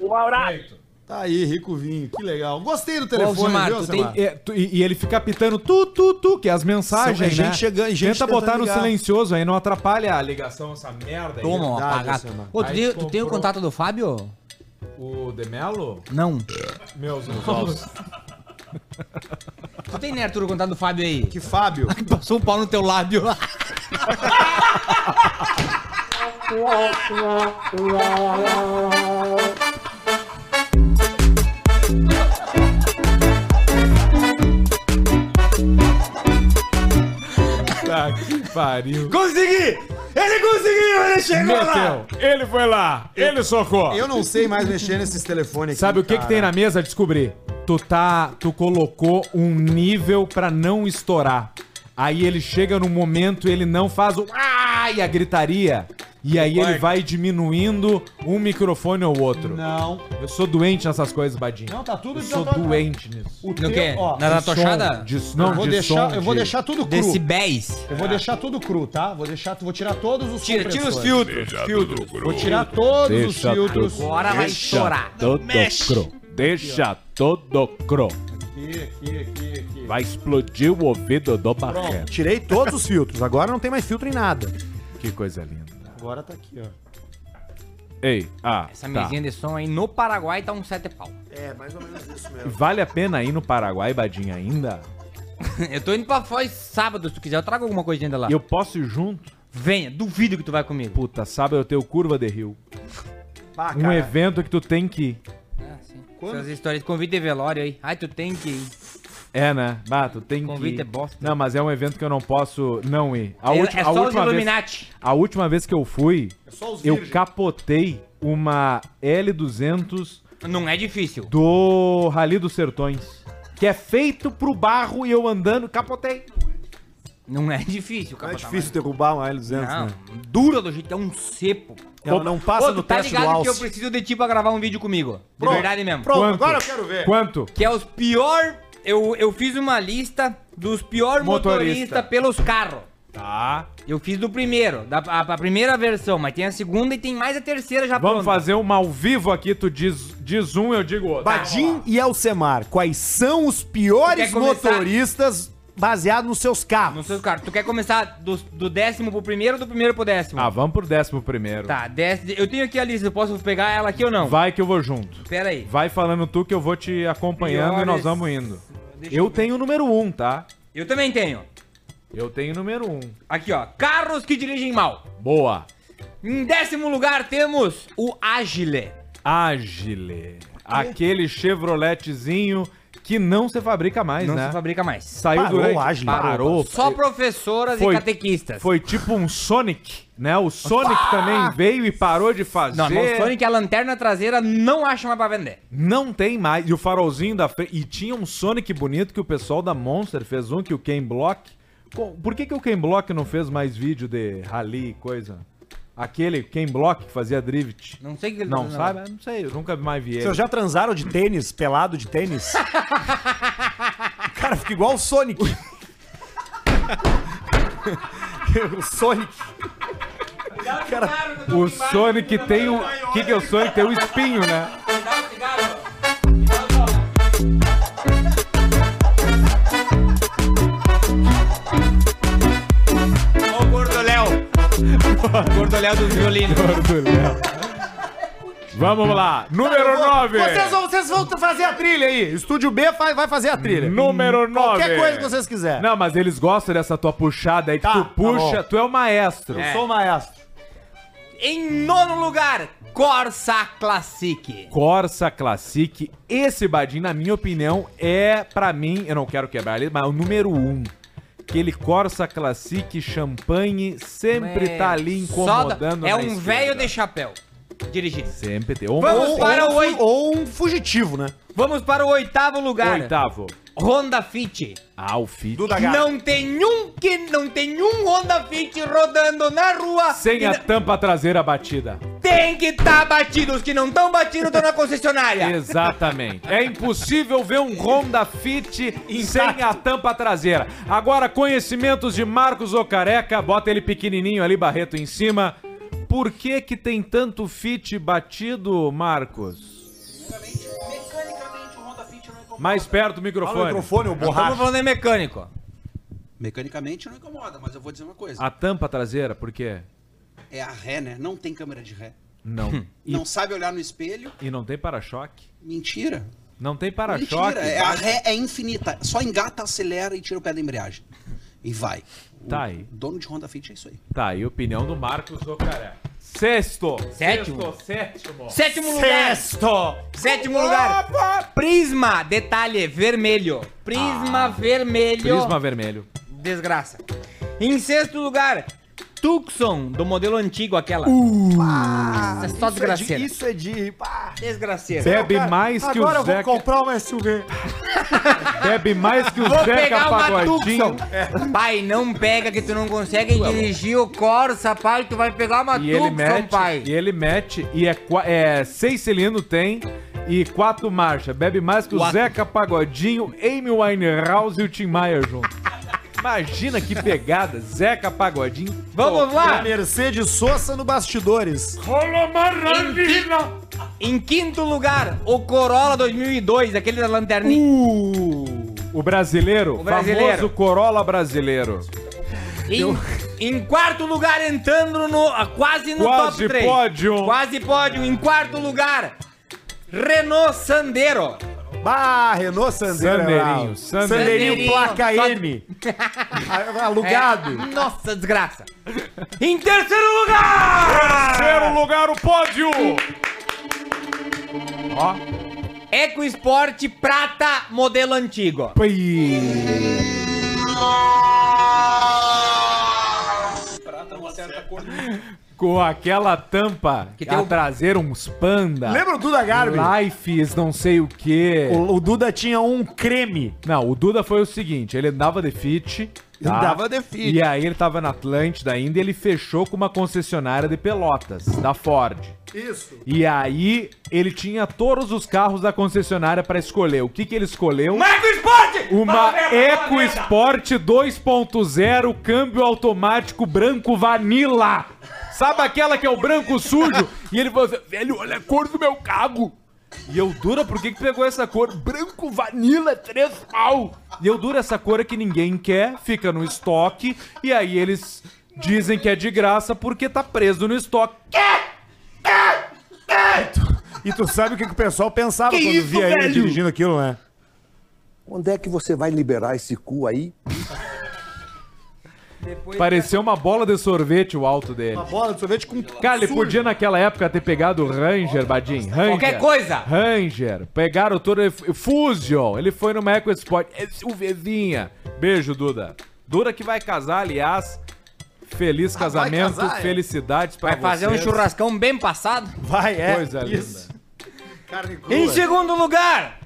[SPEAKER 12] Um abraço.
[SPEAKER 1] Tá aí, rico vinho. Que legal. Gostei do
[SPEAKER 5] Ô, Gilmar, tu
[SPEAKER 1] Alcemar?
[SPEAKER 5] tem-
[SPEAKER 2] É, tu- e, e ele fica pitando tu, tu, tu, que é as mensagens,
[SPEAKER 1] São- é
[SPEAKER 2] né?
[SPEAKER 1] gente chegando- é gente
[SPEAKER 2] Tenta botar
[SPEAKER 1] tentando
[SPEAKER 2] no
[SPEAKER 1] ligar.
[SPEAKER 2] silencioso aí, não atrapalha a ligação, essa merda aí.
[SPEAKER 5] Toma, ó,
[SPEAKER 1] verdade,
[SPEAKER 5] apagado.
[SPEAKER 1] Alcemar.
[SPEAKER 5] Ô, tu,
[SPEAKER 2] Aí
[SPEAKER 5] tem, tu tem o
[SPEAKER 2] comprou.
[SPEAKER 5] contato do Fábio?
[SPEAKER 2] O Demelo?
[SPEAKER 5] Não.
[SPEAKER 2] Meus irmãos.
[SPEAKER 5] Tu tem, né, Arthur, o contato do Fábio aí?
[SPEAKER 1] Que Fábio.
[SPEAKER 5] [LAUGHS] Passou o pau no teu lábio.
[SPEAKER 2] Tá, que pariu.
[SPEAKER 5] Consegui! Ele conseguiu! Ele chegou
[SPEAKER 2] Meteu. Ele foi lá. Ele socou.
[SPEAKER 1] Eu não sei mais mexer nesses telefones aqui.
[SPEAKER 2] Sabe o que, que
[SPEAKER 1] cara.
[SPEAKER 2] tem na mesa? Descobri. Tu tá. Tu colocou um nível pra não estourar. Aí ele chega no momento, ele não faz o. Ai, a gritaria. E aí ele vai diminuindo um microfone ou outro.
[SPEAKER 1] Não.
[SPEAKER 2] Eu sou doente nessas coisas, Badinho.
[SPEAKER 1] Não, tá tudo
[SPEAKER 2] Eu sou
[SPEAKER 1] desatualizado.
[SPEAKER 2] doente nisso.
[SPEAKER 1] O
[SPEAKER 5] No
[SPEAKER 1] teu,
[SPEAKER 5] quê?
[SPEAKER 1] ó,
[SPEAKER 5] Na
[SPEAKER 2] De som,
[SPEAKER 5] tochada?
[SPEAKER 2] De,
[SPEAKER 1] eu
[SPEAKER 2] não,
[SPEAKER 1] vou
[SPEAKER 2] de
[SPEAKER 1] deixar,
[SPEAKER 2] é som,
[SPEAKER 1] eu vou
[SPEAKER 2] de-
[SPEAKER 1] deixar tudo cru.
[SPEAKER 5] Decibéis.
[SPEAKER 1] Eu vou deixar tudo cru, tá? Vou deixar, vou tirar todos os
[SPEAKER 5] Tira, tira os
[SPEAKER 1] compressores.
[SPEAKER 5] filtros. filtros.
[SPEAKER 1] Vou tirar todos
[SPEAKER 2] Deixa
[SPEAKER 1] os filtros.
[SPEAKER 2] tudo.
[SPEAKER 5] Agora vai chorar.
[SPEAKER 2] Todo cru. Deixa todo cru.
[SPEAKER 1] Aqui, aqui, aqui, aqui.
[SPEAKER 2] Vai explodir o ouvido do barreto.
[SPEAKER 1] Tirei todos os filtros. Agora não tem mais filtro em nada.
[SPEAKER 2] Que coisa linda.
[SPEAKER 1] Agora tá aqui, ó.
[SPEAKER 2] Ei, ah,
[SPEAKER 5] Essa
[SPEAKER 2] tá.
[SPEAKER 5] mesinha de som aí no Paraguai tá um sete pau. [LAUGHS]
[SPEAKER 2] Vale a pena ir no Paraguai, Badinha, ainda?
[SPEAKER 5] Eu tô indo pra fora sábado, se tu quiser. Eu trago alguma coisinha de lá.
[SPEAKER 2] Eu posso ir junto?
[SPEAKER 5] Venha, duvido que tu vai comigo.
[SPEAKER 2] Puta, sábado eu tenho Curva de Rio.
[SPEAKER 1] Pá,
[SPEAKER 2] Um
[SPEAKER 1] cara.
[SPEAKER 2] evento que tu tem que ir.
[SPEAKER 5] Ah, sim. Essas histórias de convite de velório aí. Ai, tu tem que ir.
[SPEAKER 2] É, né? Bah, tu tem que
[SPEAKER 5] Convite
[SPEAKER 2] ir.
[SPEAKER 5] é bosta.
[SPEAKER 2] Não, mas é um evento que eu não posso não ir. A
[SPEAKER 5] É-
[SPEAKER 2] última,
[SPEAKER 5] é
[SPEAKER 2] a
[SPEAKER 5] só os
[SPEAKER 2] última vez,
[SPEAKER 5] Illuminati.
[SPEAKER 2] a última vez que eu fui,
[SPEAKER 1] só os
[SPEAKER 2] eu
[SPEAKER 1] virgem.
[SPEAKER 2] capotei uma L200
[SPEAKER 5] Não é difícil.
[SPEAKER 2] do Rally dos Sertões. Que é feito pro barro e eu andando, capotei.
[SPEAKER 5] Não é difícil,
[SPEAKER 1] Não é
[SPEAKER 5] capotar
[SPEAKER 1] difícil derrubar uma L200,
[SPEAKER 5] mais.
[SPEAKER 1] né?
[SPEAKER 5] Não, dura do jeito, é um sepo.
[SPEAKER 1] Ela não passa
[SPEAKER 5] Ô,
[SPEAKER 1] no
[SPEAKER 5] tu tá
[SPEAKER 1] teste do
[SPEAKER 5] ligado que eu
[SPEAKER 1] alce.
[SPEAKER 5] preciso de ti pra gravar um vídeo comigo. De verdade mesmo.
[SPEAKER 1] Pronto,
[SPEAKER 2] Quanto?
[SPEAKER 1] agora eu quero ver.
[SPEAKER 2] Quanto?
[SPEAKER 5] Que é os pior... Eu, eu fiz uma lista dos pior
[SPEAKER 2] Motorista.
[SPEAKER 5] motoristas pelos carros.
[SPEAKER 2] Tá.
[SPEAKER 5] Eu fiz do primeiro, da, a, a primeira versão, mas tem a segunda e tem mais a terceira já
[SPEAKER 2] Vamos
[SPEAKER 5] pronta.
[SPEAKER 2] fazer uma ao vivo aqui, tu diz, diz um, eu digo outro.
[SPEAKER 1] Badim e Alcemar, quais são os piores
[SPEAKER 5] Quer começar?
[SPEAKER 1] motoristas baseados nos seus
[SPEAKER 5] Nos
[SPEAKER 1] carros?
[SPEAKER 5] seus carros. Tu quer começar do, do décimo pro primeiro ou do primeiro pro décimo?
[SPEAKER 2] Ah, vamos pro décimo primeiro.
[SPEAKER 5] Tá, décimo. Eu tenho aqui a lista, eu posso pegar ela aqui ou não?
[SPEAKER 2] Vai que eu vou junto.
[SPEAKER 5] Pera aí.
[SPEAKER 2] Vai falando tu que eu vou te acompanhando e nós
[SPEAKER 5] Piores-
[SPEAKER 2] vamos indo.
[SPEAKER 5] Deixa
[SPEAKER 2] Eu tenho o número um, tá?
[SPEAKER 5] Eu também tenho.
[SPEAKER 2] Eu tenho o número um.
[SPEAKER 5] Aqui, ó. Carros que dirigem mal.
[SPEAKER 2] Boa.
[SPEAKER 5] Em décimo lugar temos o Agile.
[SPEAKER 2] Agile. Aquele Chevroletzinho que não se fabrica mais,
[SPEAKER 5] Não
[SPEAKER 2] né?
[SPEAKER 5] se fabrica mais.
[SPEAKER 2] Saiu
[SPEAKER 1] Parou
[SPEAKER 2] durante...
[SPEAKER 1] o Agile.
[SPEAKER 2] Parou.
[SPEAKER 5] Só professoras
[SPEAKER 2] Foi-
[SPEAKER 5] e catequistas.
[SPEAKER 2] Foi tipo um Sonic, né? O Sonic também veio e parou de fazer.
[SPEAKER 5] Não, mas o Sonic, a lanterna traseira não acha mais pra vender.
[SPEAKER 2] Não tem mais. E o farolzinho da frente. E tinha um Sonic bonito que o pessoal da Monster fez um, que o Ken Block. Co- Por que, que o Ken Block não fez mais vídeo de rally e coisa? Aquele Ken Block que fazia drift.
[SPEAKER 5] Não sei o que ele tá
[SPEAKER 2] Não,
[SPEAKER 5] fazendo
[SPEAKER 2] sabe? Ah, Não sei, eu nunca mais vi ele.
[SPEAKER 1] Vocês já transaram de tênis, pelado de [LAUGHS] tênis? Cara, fica igual o Sonic. o Sonic.
[SPEAKER 2] O Sonic tem o. O que, que é o Sonic? Tem o espinho, né? [LAUGHS] [LAUGHS]
[SPEAKER 5] Ô, Gordo Léo. Gordo Léo dos violinos.
[SPEAKER 10] Vamos lá. Número
[SPEAKER 1] Vou-
[SPEAKER 10] 9.
[SPEAKER 1] Vocês, vão- vocês vão fazer a trilha aí. Estúdio B faz- vai fazer a trilha.
[SPEAKER 10] Número 9.
[SPEAKER 1] Qualquer coisa que vocês quiserem.
[SPEAKER 2] Não, mas eles gostam dessa tua puxada aí que
[SPEAKER 1] Tá,
[SPEAKER 2] tu
[SPEAKER 1] tá
[SPEAKER 2] puxa, tu é o maestro.
[SPEAKER 1] Eu sou o maestro.
[SPEAKER 5] Em nono lugar, Corsa Classic.
[SPEAKER 2] Corsa Classic, esse Badin, na minha opinião, é pra mim, eu não quero quebrar ele, mas é o número um. Aquele Corsa Classic champanhe sempre tá ali
[SPEAKER 5] É, Só
[SPEAKER 2] incomodando.
[SPEAKER 5] da- É
[SPEAKER 2] na
[SPEAKER 5] um
[SPEAKER 2] esquerda.
[SPEAKER 5] velho de chapéu. Dirigindo.
[SPEAKER 2] Sempre tem. Ou
[SPEAKER 5] Vamos
[SPEAKER 2] ou-
[SPEAKER 5] para
[SPEAKER 1] ou, um
[SPEAKER 5] o
[SPEAKER 1] fu-
[SPEAKER 5] oito.
[SPEAKER 1] ou um fugitivo, né?
[SPEAKER 5] Vamos para o oitavo lugar.
[SPEAKER 2] oitavo.
[SPEAKER 5] Honda Fit.
[SPEAKER 2] Ah, o Fit.
[SPEAKER 1] Duda Gato.
[SPEAKER 5] Não tem um que não tem um Honda Fit rodando na rua.
[SPEAKER 2] Sem
[SPEAKER 5] que
[SPEAKER 2] a
[SPEAKER 5] não-
[SPEAKER 2] tampa traseira batida.
[SPEAKER 5] Tem que tá batido. Os que não estão batidos estão na concessionária.
[SPEAKER 2] Exatamente. É impossível ver um Honda Fit sem a tampa traseira. Agora, conhecimentos de Marcos Ocareca, bota ele pequenininho ali, Barreto, em cima. Por que que tem tanto Fit batido, Marcos?
[SPEAKER 8] Mecanicamente, mecanicamente o Honda Fit não incomoda.
[SPEAKER 2] Mais perto do
[SPEAKER 1] Fala o
[SPEAKER 2] microfone.
[SPEAKER 1] microfone, o
[SPEAKER 5] Estamos
[SPEAKER 1] borracho.
[SPEAKER 5] falando de mecânico.
[SPEAKER 8] Mecanicamente não incomoda, mas eu vou dizer uma coisa.
[SPEAKER 2] A tampa traseira, por quê?
[SPEAKER 8] É a ré, né? Não tem câmera de ré.
[SPEAKER 2] Não. Ah. E,
[SPEAKER 8] Não sabe olhar no espelho.
[SPEAKER 2] e não tem para-choque?
[SPEAKER 8] Mentira.
[SPEAKER 2] Não tem para-choque?
[SPEAKER 8] Mentira. É, a ré é infinita. Só engata, acelera e tira o pé da embreagem. E vai. O
[SPEAKER 2] Tá aí.
[SPEAKER 8] dono de Honda Fit é isso aí.
[SPEAKER 2] Tá, e opinião do Marcos Ocareca. Sexto.
[SPEAKER 5] Sétimo.
[SPEAKER 2] Sexto, sétimo.
[SPEAKER 5] Sétimo
[SPEAKER 2] é
[SPEAKER 5] lugar. Sétimo lugar. Prisma, detalhe, vermelho. Prisma vermelho.
[SPEAKER 2] Ah, Prisma vermelho.
[SPEAKER 5] Desgraça. Em sexto lugar, Tucson, do modelo antigo, aquela. Nossa, só desgraceira.
[SPEAKER 1] Uh. Isso é de. pá.
[SPEAKER 5] Desgraceira.
[SPEAKER 2] Bebe
[SPEAKER 1] Cara,
[SPEAKER 2] mais que
[SPEAKER 1] Agora
[SPEAKER 2] o
[SPEAKER 1] eu vou
[SPEAKER 2] Zeca.
[SPEAKER 1] comprar uma SUV.
[SPEAKER 2] Bebe mais que o
[SPEAKER 5] [LAUGHS] Vou
[SPEAKER 2] Zeca
[SPEAKER 5] pegar uma
[SPEAKER 2] Pagodinho. É.
[SPEAKER 5] Tucson. Pai, não pega que tu não consegue dirigir o Corsa, pai. Tu vai pegar uma
[SPEAKER 2] E ele
[SPEAKER 5] Tucson,
[SPEAKER 2] mete,
[SPEAKER 5] pai.
[SPEAKER 2] e ele mete, e é, qua- é seis cilindros tem, e quatro marchas. Bebe mais que o
[SPEAKER 5] Quatro.
[SPEAKER 2] Zeca Pagodinho, Amy Winehouse e o Tim Maia junto. Imagina que pegada, Zeca Pagodinho.
[SPEAKER 5] Vamos
[SPEAKER 1] A
[SPEAKER 5] lá.
[SPEAKER 1] Mercedes Sosa no bastidores.
[SPEAKER 5] Em, qui- em quinto lugar, o Corolla 2002, aquele da lanterninha.
[SPEAKER 2] Uh! O brasileiro,
[SPEAKER 5] O brasileiro.
[SPEAKER 2] famoso Corolla brasileiro.
[SPEAKER 5] Em, em quarto lugar, entrando no, ah, quase no
[SPEAKER 2] Quase
[SPEAKER 5] top 3.
[SPEAKER 2] pódio.
[SPEAKER 5] Quase pódio. Em quarto lugar, Renault Sandero.
[SPEAKER 1] Bah, Renault Sandeirinho.
[SPEAKER 2] Sandeirinho,
[SPEAKER 1] Sandeirinho,
[SPEAKER 5] Sandeirinho.
[SPEAKER 1] placa
[SPEAKER 5] Só-
[SPEAKER 1] M. [LAUGHS] Alugado.
[SPEAKER 5] É, nossa, desgraça. Em terceiro lugar,
[SPEAKER 2] Terceiro lugar, o pódio! Ó.
[SPEAKER 5] EcoSport Prata, modelo antigo.
[SPEAKER 8] Prata uma certa cor. né?
[SPEAKER 2] Com aquela tampa que
[SPEAKER 5] Que tem
[SPEAKER 2] a
[SPEAKER 5] o-
[SPEAKER 2] traseira, uns panda.
[SPEAKER 1] Lembra o Duda Garbi?
[SPEAKER 2] Lifes, não sei o quê.
[SPEAKER 1] O, o Duda tinha um creme.
[SPEAKER 2] Não, o Duda foi o seguinte, ele andava de fit. tá?
[SPEAKER 1] Andava de fit.
[SPEAKER 2] E aí ele tava na Atlântida ainda e ele fechou com uma concessionária de pelotas, da Ford.
[SPEAKER 1] Isso.
[SPEAKER 2] E aí ele tinha todos os carros da concessionária pra escolher. O que que ele escolheu?
[SPEAKER 5] EcoSport!
[SPEAKER 2] Uma Eco Sport 2.0 câmbio automático branco vanilla. Sabe aquela que é o branco sujo? E ele falou assim, velho, olha a cor do meu carro. E eu, Dura, por que que pegou essa cor? Branco vanilla, três pau. E eu, Dura, essa cor é que ninguém quer, fica no estoque, e aí eles dizem que é de graça porque tá preso no estoque.
[SPEAKER 1] E tu sabe o que, que o pessoal pensava
[SPEAKER 5] Que
[SPEAKER 1] quando
[SPEAKER 5] isso,
[SPEAKER 1] via ele
[SPEAKER 5] velho?
[SPEAKER 1] dirigindo aquilo, né?
[SPEAKER 13] Onde é que você vai liberar esse cu aí?
[SPEAKER 2] Pareceu uma bola de sorvete o alto dele.
[SPEAKER 1] Uma bola de sorvete com.
[SPEAKER 2] Cara, ele podia naquela época ter pegado o Ranger, Badin. Ranger.
[SPEAKER 5] Qualquer coisa.
[SPEAKER 2] Ranger. Pegaram todo. Fusion. Ele foi numa Eco Sport. SUVzinha. Beijo, Duda. Duda que vai casar, aliás. Feliz casamento,
[SPEAKER 1] casar, é?
[SPEAKER 2] felicidades pra
[SPEAKER 5] Vai fazer um
[SPEAKER 2] vocês.
[SPEAKER 5] churrascão bem passado.
[SPEAKER 1] Vai, é.
[SPEAKER 2] Coisa linda.
[SPEAKER 1] Carne crua.
[SPEAKER 5] Em segundo lugar,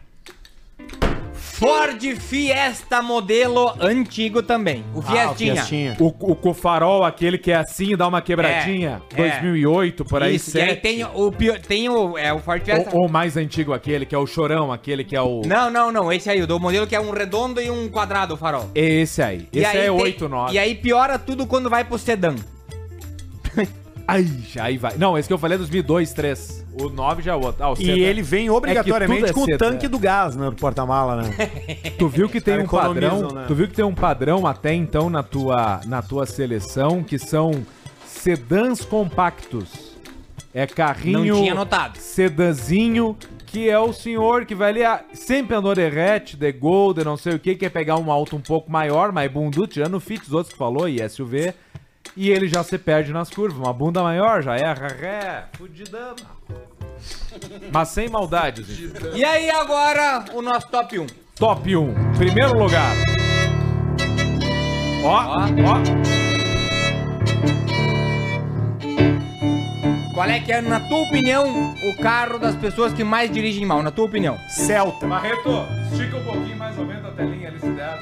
[SPEAKER 5] Ford Fiesta modelo antigo também. O
[SPEAKER 1] Ah, o
[SPEAKER 5] Fiestinha.
[SPEAKER 2] O, o, com o farol, aquele que é assim, dá uma quebradinha.
[SPEAKER 5] É, é.
[SPEAKER 2] 2008, por aí.
[SPEAKER 5] Isso, e aí
[SPEAKER 2] sete.
[SPEAKER 5] tem o pior, tem o, é, o Ford Fiesta.
[SPEAKER 2] Ou, ou mais antigo, aquele que é o chorão, aquele que é o.
[SPEAKER 5] Não, não, não, esse aí, o do modelo que é um redondo e um quadrado o farol.
[SPEAKER 2] É Esse aí.
[SPEAKER 5] e
[SPEAKER 2] Esse
[SPEAKER 5] aí
[SPEAKER 2] é
[SPEAKER 5] tem-
[SPEAKER 2] 8, 9.
[SPEAKER 5] E aí piora tudo quando vai pro sedã.
[SPEAKER 2] Ai, já aí vai. Não, esse que eu falei é 2002, 3. O 9 já é outro. Ah, o
[SPEAKER 1] E
[SPEAKER 2] Seta.
[SPEAKER 1] ele vem obrigatoriamente
[SPEAKER 2] É que
[SPEAKER 1] com
[SPEAKER 2] tudo é
[SPEAKER 1] o
[SPEAKER 2] seta,
[SPEAKER 1] tanque
[SPEAKER 2] é.
[SPEAKER 1] do gás né, no porta-mala, né?
[SPEAKER 2] Tu viu que tem
[SPEAKER 1] Os
[SPEAKER 2] um
[SPEAKER 1] caras economizam,
[SPEAKER 2] padrão,
[SPEAKER 1] né?
[SPEAKER 2] tu viu que tem um padrão até então na tua na tua seleção que são sedãs compactos. É carrinho.
[SPEAKER 5] Não tinha notado.
[SPEAKER 2] Sedanzinho, que é o senhor que vai ali. ah, sempre andou de hatch, de golden, não sei o que, quer pegar um alto um pouco maior, mas bundu, tirando o fit, os outros que falou, e SUV. E ele já se perde nas curvas. Uma bunda maior já é ré, fudidama. Mas sem maldade, gente.
[SPEAKER 5] E aí agora o nosso top 1.
[SPEAKER 2] Top 1. Primeiro lugar. Ó, ó.
[SPEAKER 5] Qual é que é, na tua opinião, o carro das pessoas que mais dirigem mal? Na tua opinião?
[SPEAKER 1] Celta.
[SPEAKER 2] Barreto, estica um pouquinho mais ou menos a telinha ali se der.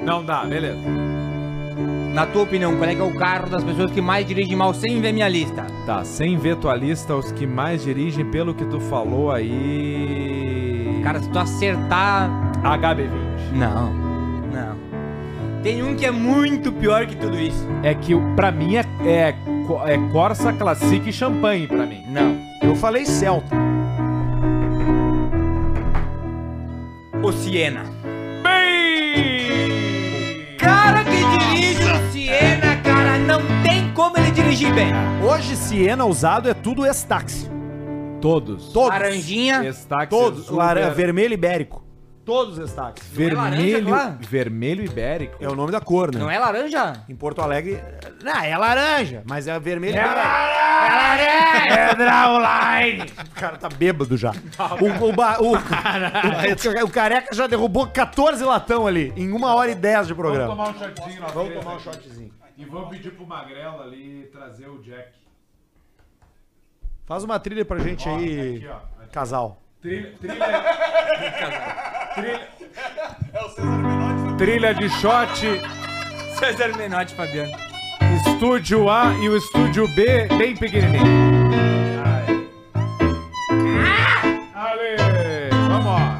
[SPEAKER 2] Não dá, beleza.
[SPEAKER 5] Na tua opinião, qual é que é o carro das pessoas que mais dirigem mal sem ver minha lista?
[SPEAKER 2] Tá, sem ver tua lista, os que mais dirigem, pelo que tu falou aí.
[SPEAKER 5] Cara, se tu acertar.
[SPEAKER 2] tá. HB20.
[SPEAKER 5] Não, não. Tem um que é muito pior que tudo isso.
[SPEAKER 2] É que o- pra mim é, é, co- é Corsa Classic e Champanhe pra mim.
[SPEAKER 5] Não.
[SPEAKER 1] Eu falei Celta.
[SPEAKER 5] O Siena. Cara que dirige o Siena, cara, não tem como ele dirigir bem.
[SPEAKER 1] Hoje, Siena usado é tudo ex-táxi.
[SPEAKER 2] Todos.
[SPEAKER 1] Todos.
[SPEAKER 5] Laranjinha.
[SPEAKER 2] Destaque,
[SPEAKER 1] Todos.
[SPEAKER 2] super-
[SPEAKER 1] Lara- vermelho ibérico. Todos ex-táxi.
[SPEAKER 2] Vermelho,
[SPEAKER 5] É laranja,
[SPEAKER 2] vermelho ibérico.
[SPEAKER 1] É o nome da cor, né?
[SPEAKER 5] Não é laranja?
[SPEAKER 1] Em Porto Alegre. Não, é laranja, mas é vermelho é O cara tá bêbado já. O, o, ba- o, o, o careca já derrubou 14 latão ali, em 1 hora e 10 de programa.
[SPEAKER 2] um shotzinho, nós
[SPEAKER 1] Vamos tomar um shotzinho.
[SPEAKER 2] E vou pedir pro Magrela ali trazer o Jack.
[SPEAKER 1] Faz uma trilha pra gente aí, casal.
[SPEAKER 2] Trilha. Trilha. trilha. Trilha de shot,
[SPEAKER 5] César Menotti, Fabiano.
[SPEAKER 2] estúdio A e o estúdio B bem pequenininho. Ah! Ale, vamos lá.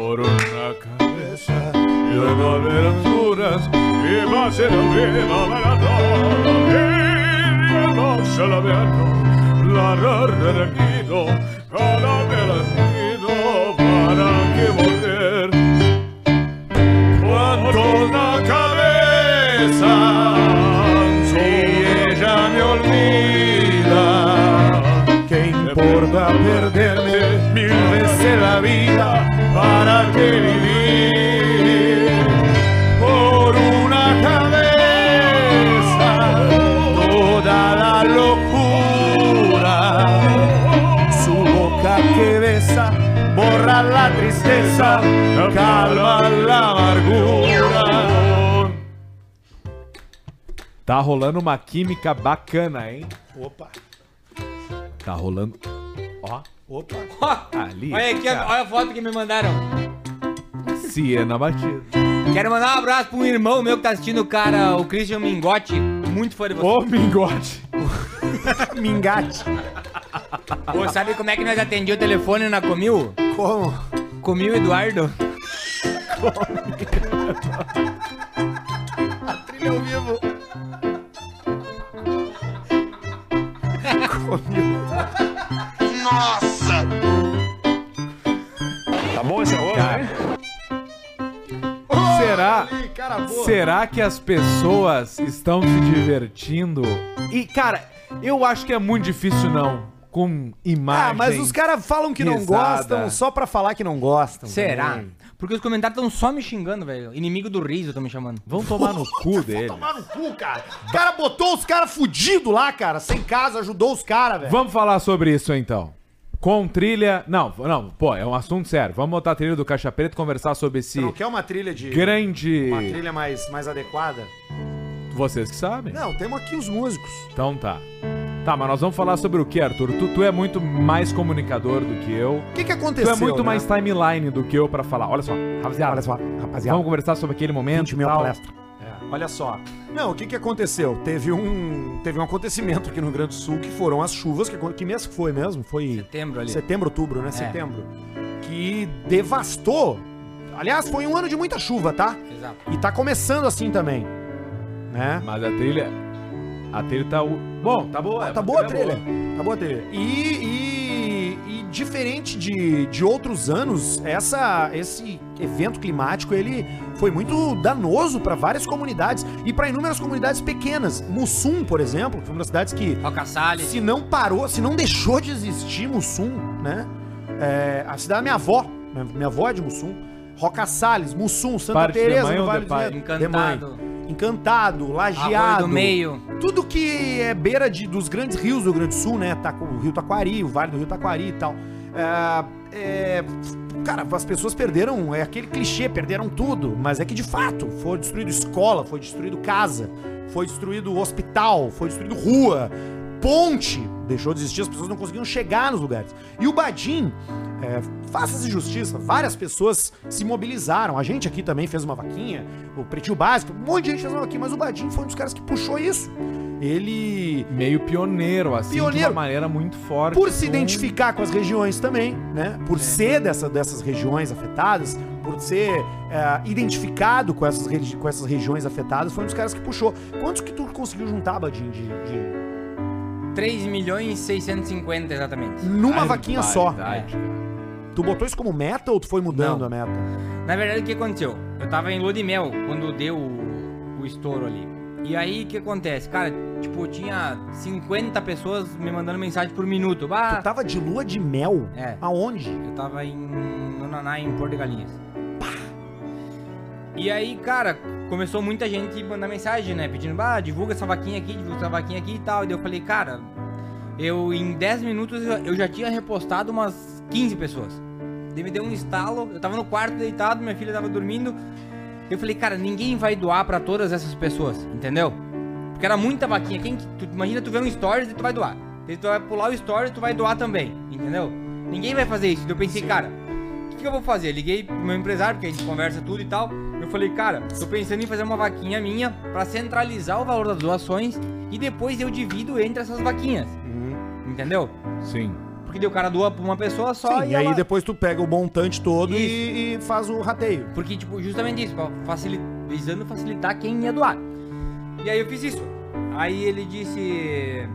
[SPEAKER 10] Ouro na cabeça e as duras e você não vê na maratona e não se lamento la rara de guido cada melanido para que morrer quanto na cabeça e ella me olvida
[SPEAKER 1] Quem
[SPEAKER 10] importa perderme mil veces la vida para que vivir por una cabeza toda la locura su boca que besa borra la tristeza calma la amargura
[SPEAKER 2] Tá rolando uma química bacana, hein?
[SPEAKER 1] Opa,
[SPEAKER 2] Tá rolando
[SPEAKER 1] opa.
[SPEAKER 2] ali.
[SPEAKER 5] Olha aqui, a-
[SPEAKER 2] cara,
[SPEAKER 5] olha a foto que me mandaram.
[SPEAKER 2] Siena batida.
[SPEAKER 5] Quero mandar um abraço pra um irmão meu que tá assistindo o cara, o Christian Mingotti. Muito fã de você.
[SPEAKER 2] Ô, mingote.
[SPEAKER 1] Mingate.
[SPEAKER 5] Pô, sabe como é que nós atendíamos o telefone na Comil?
[SPEAKER 1] Como?
[SPEAKER 5] Comil Eduardo.
[SPEAKER 1] Trilha ao vivo.
[SPEAKER 3] Tá bom esse arroz, né?
[SPEAKER 2] Será?
[SPEAKER 1] Ih, cara boa.
[SPEAKER 2] Será que as pessoas estão se divertindo? E, cara, eu acho que é muito difícil não. Com imagem.
[SPEAKER 1] Ah, mas os caras falam que não
[SPEAKER 2] Risada.
[SPEAKER 1] gostam só pra falar que não gostam. né?
[SPEAKER 5] Será?
[SPEAKER 14] Hum.
[SPEAKER 1] também.
[SPEAKER 5] Porque os comentários estão só me xingando, velho. Inimigo do riso estão me chamando.
[SPEAKER 2] Vão tomar no cu dele.
[SPEAKER 1] Tomar no cu, cara. O cara botou os caras fudidos lá, cara. Sem casa, ajudou os caras, velho.
[SPEAKER 2] Vamos falar sobre isso então. Com trilha. Não, não, pô, é um assunto sério. Vamos botar a trilha do Caixa Preto e conversar sobre esse
[SPEAKER 1] Você não quer uma trilha de.
[SPEAKER 2] grande.
[SPEAKER 1] Uma trilha mais, mais adequada?
[SPEAKER 2] Vocês que sabem.
[SPEAKER 1] Não, temos aqui os músicos.
[SPEAKER 2] Então tá. Tá, mas nós vamos falar sobre o que, Arthur? Tu, tu é muito mais comunicador do que eu.
[SPEAKER 1] O que, que
[SPEAKER 2] Tu
[SPEAKER 1] aconteceu?
[SPEAKER 2] é muito
[SPEAKER 1] né?
[SPEAKER 2] mais timeline do que eu pra falar. Olha só, rapaziada.
[SPEAKER 1] Olha só, rapaziada.
[SPEAKER 2] Vamos conversar sobre aquele momento.
[SPEAKER 1] 20 mil
[SPEAKER 2] e tal.
[SPEAKER 1] palestra. É, Olha só. Não, o que, que aconteceu? Teve um, teve um acontecimento aqui no Rio Grande do Sul que foram as chuvas. Que, acon- que mês que foi mesmo? Foi
[SPEAKER 5] Setembro ali.
[SPEAKER 1] setembro, outubro, né? Setembro. Que devastou. Aliás, foi um ano de muita chuva, tá?
[SPEAKER 5] Exato.
[SPEAKER 1] E tá começando assim também. Né?
[SPEAKER 2] Mas a trilha. A trilha tá. o- Bom, tá boa.
[SPEAKER 1] tá boa a trilha. Tá boa a trilha. E, e- e diferente de, de outros anos, essa, esse evento climático, ele foi muito danoso para várias comunidades e para inúmeras comunidades pequenas. Mussum, por exemplo, foi uma das cidades que se não parou, se não deixou de existir Mussum, né? É, a cidade da minha avó, minha- minha avó é de Mussum, Roca Salles, Mussum, Santa
[SPEAKER 2] Parte de
[SPEAKER 1] Teresa,
[SPEAKER 2] mãe
[SPEAKER 1] no
[SPEAKER 2] ou de
[SPEAKER 1] Vale do
[SPEAKER 2] pai?
[SPEAKER 1] Vento,
[SPEAKER 5] Encantado.
[SPEAKER 1] É, de mãe. Encantado, Lajeado.
[SPEAKER 5] Arroio do Meio.
[SPEAKER 1] Tudo que é beira de, dos grandes rios do Rio Grande do Sul, né? Tá com o Rio Taquari, o Vale do Rio Taquari e tal. É, é, cara, as pessoas perderam, é aquele clichê, perderam tudo. Mas é que de fato, foi destruído escola, foi destruído casa, foi destruído hospital, foi destruído rua, ponte. Deixou de existir, as pessoas não conseguiam chegar nos lugares. E o Badim, é, faça-se justiça, várias pessoas se mobilizaram. A gente aqui também fez uma vaquinha, o Pretinho Básico, um monte de gente fez uma vaquinha, mas o Badim foi um dos caras que puxou isso. Ele
[SPEAKER 2] Meio pioneiro, assim, de
[SPEAKER 1] Pioneiro.
[SPEAKER 2] uma maneira muito forte.
[SPEAKER 1] por se
[SPEAKER 5] um
[SPEAKER 2] com-
[SPEAKER 1] identificar com as regiões também, né?
[SPEAKER 5] É.
[SPEAKER 1] Por ser dessa, dessas regiões afetadas, por ser é, identificado com essas, regi- com essas regiões afetadas, foi um dos caras que puxou. Quantos que tu conseguiu juntar, Badinho, de, de-
[SPEAKER 5] 3 milhões e 650 exatamente.
[SPEAKER 1] numa vaquinha só?
[SPEAKER 2] Barbaridade, cara.
[SPEAKER 1] Tu botou isso como meta ou tu foi mudando
[SPEAKER 5] Não.
[SPEAKER 1] a meta?
[SPEAKER 5] Na verdade, o que aconteceu? Eu tava em lua de mel quando deu o, o estouro ali. E aí, o que acontece? Cara, tipo, tinha 50 pessoas me mandando mensagem por minuto. Ah,
[SPEAKER 1] Tu tá tava de lua de mel?
[SPEAKER 5] É.
[SPEAKER 1] Aonde?
[SPEAKER 5] Eu tava em Nonaná, em Porto de Galinhas. E aí, cara, começou muita gente mandar mensagem, né? Pedindo, ah, divulga essa vaquinha aqui, divulga essa vaquinha aqui e tal. E daí eu falei, cara, eu em 10 minutos eu eu já tinha repostado umas 15 pessoas. Daí me deu um estalo, eu tava no quarto deitado, minha filha tava dormindo. Eu falei, cara, ninguém vai doar pra todas essas pessoas, entendeu? Porque era muita vaquinha. Quem que- tu, imagina tu ver um stories e tu vai doar. Daí tu vai pular o story e tu vai doar também, entendeu? Ninguém vai fazer isso. Daí eu pensei, cara, o que, que eu vou fazer? Liguei pro meu empresário, porque a gente conversa tudo e tal. Eu falei, cara, tô pensando em fazer uma vaquinha minha pra centralizar o valor das doações e depois eu divido entre essas vaquinhas. Entendeu?
[SPEAKER 2] Sim.
[SPEAKER 5] Porque daí o cara doa pra uma pessoa só
[SPEAKER 1] Uhum. Sim,
[SPEAKER 5] e
[SPEAKER 1] e aí
[SPEAKER 5] ela-
[SPEAKER 1] depois tu pega o montante todo e, e faz o rateio.
[SPEAKER 5] Porque, tipo, justamente isso, pra facili- visando facilitar quem ia doar. E aí eu fiz isso. Aí ele disse: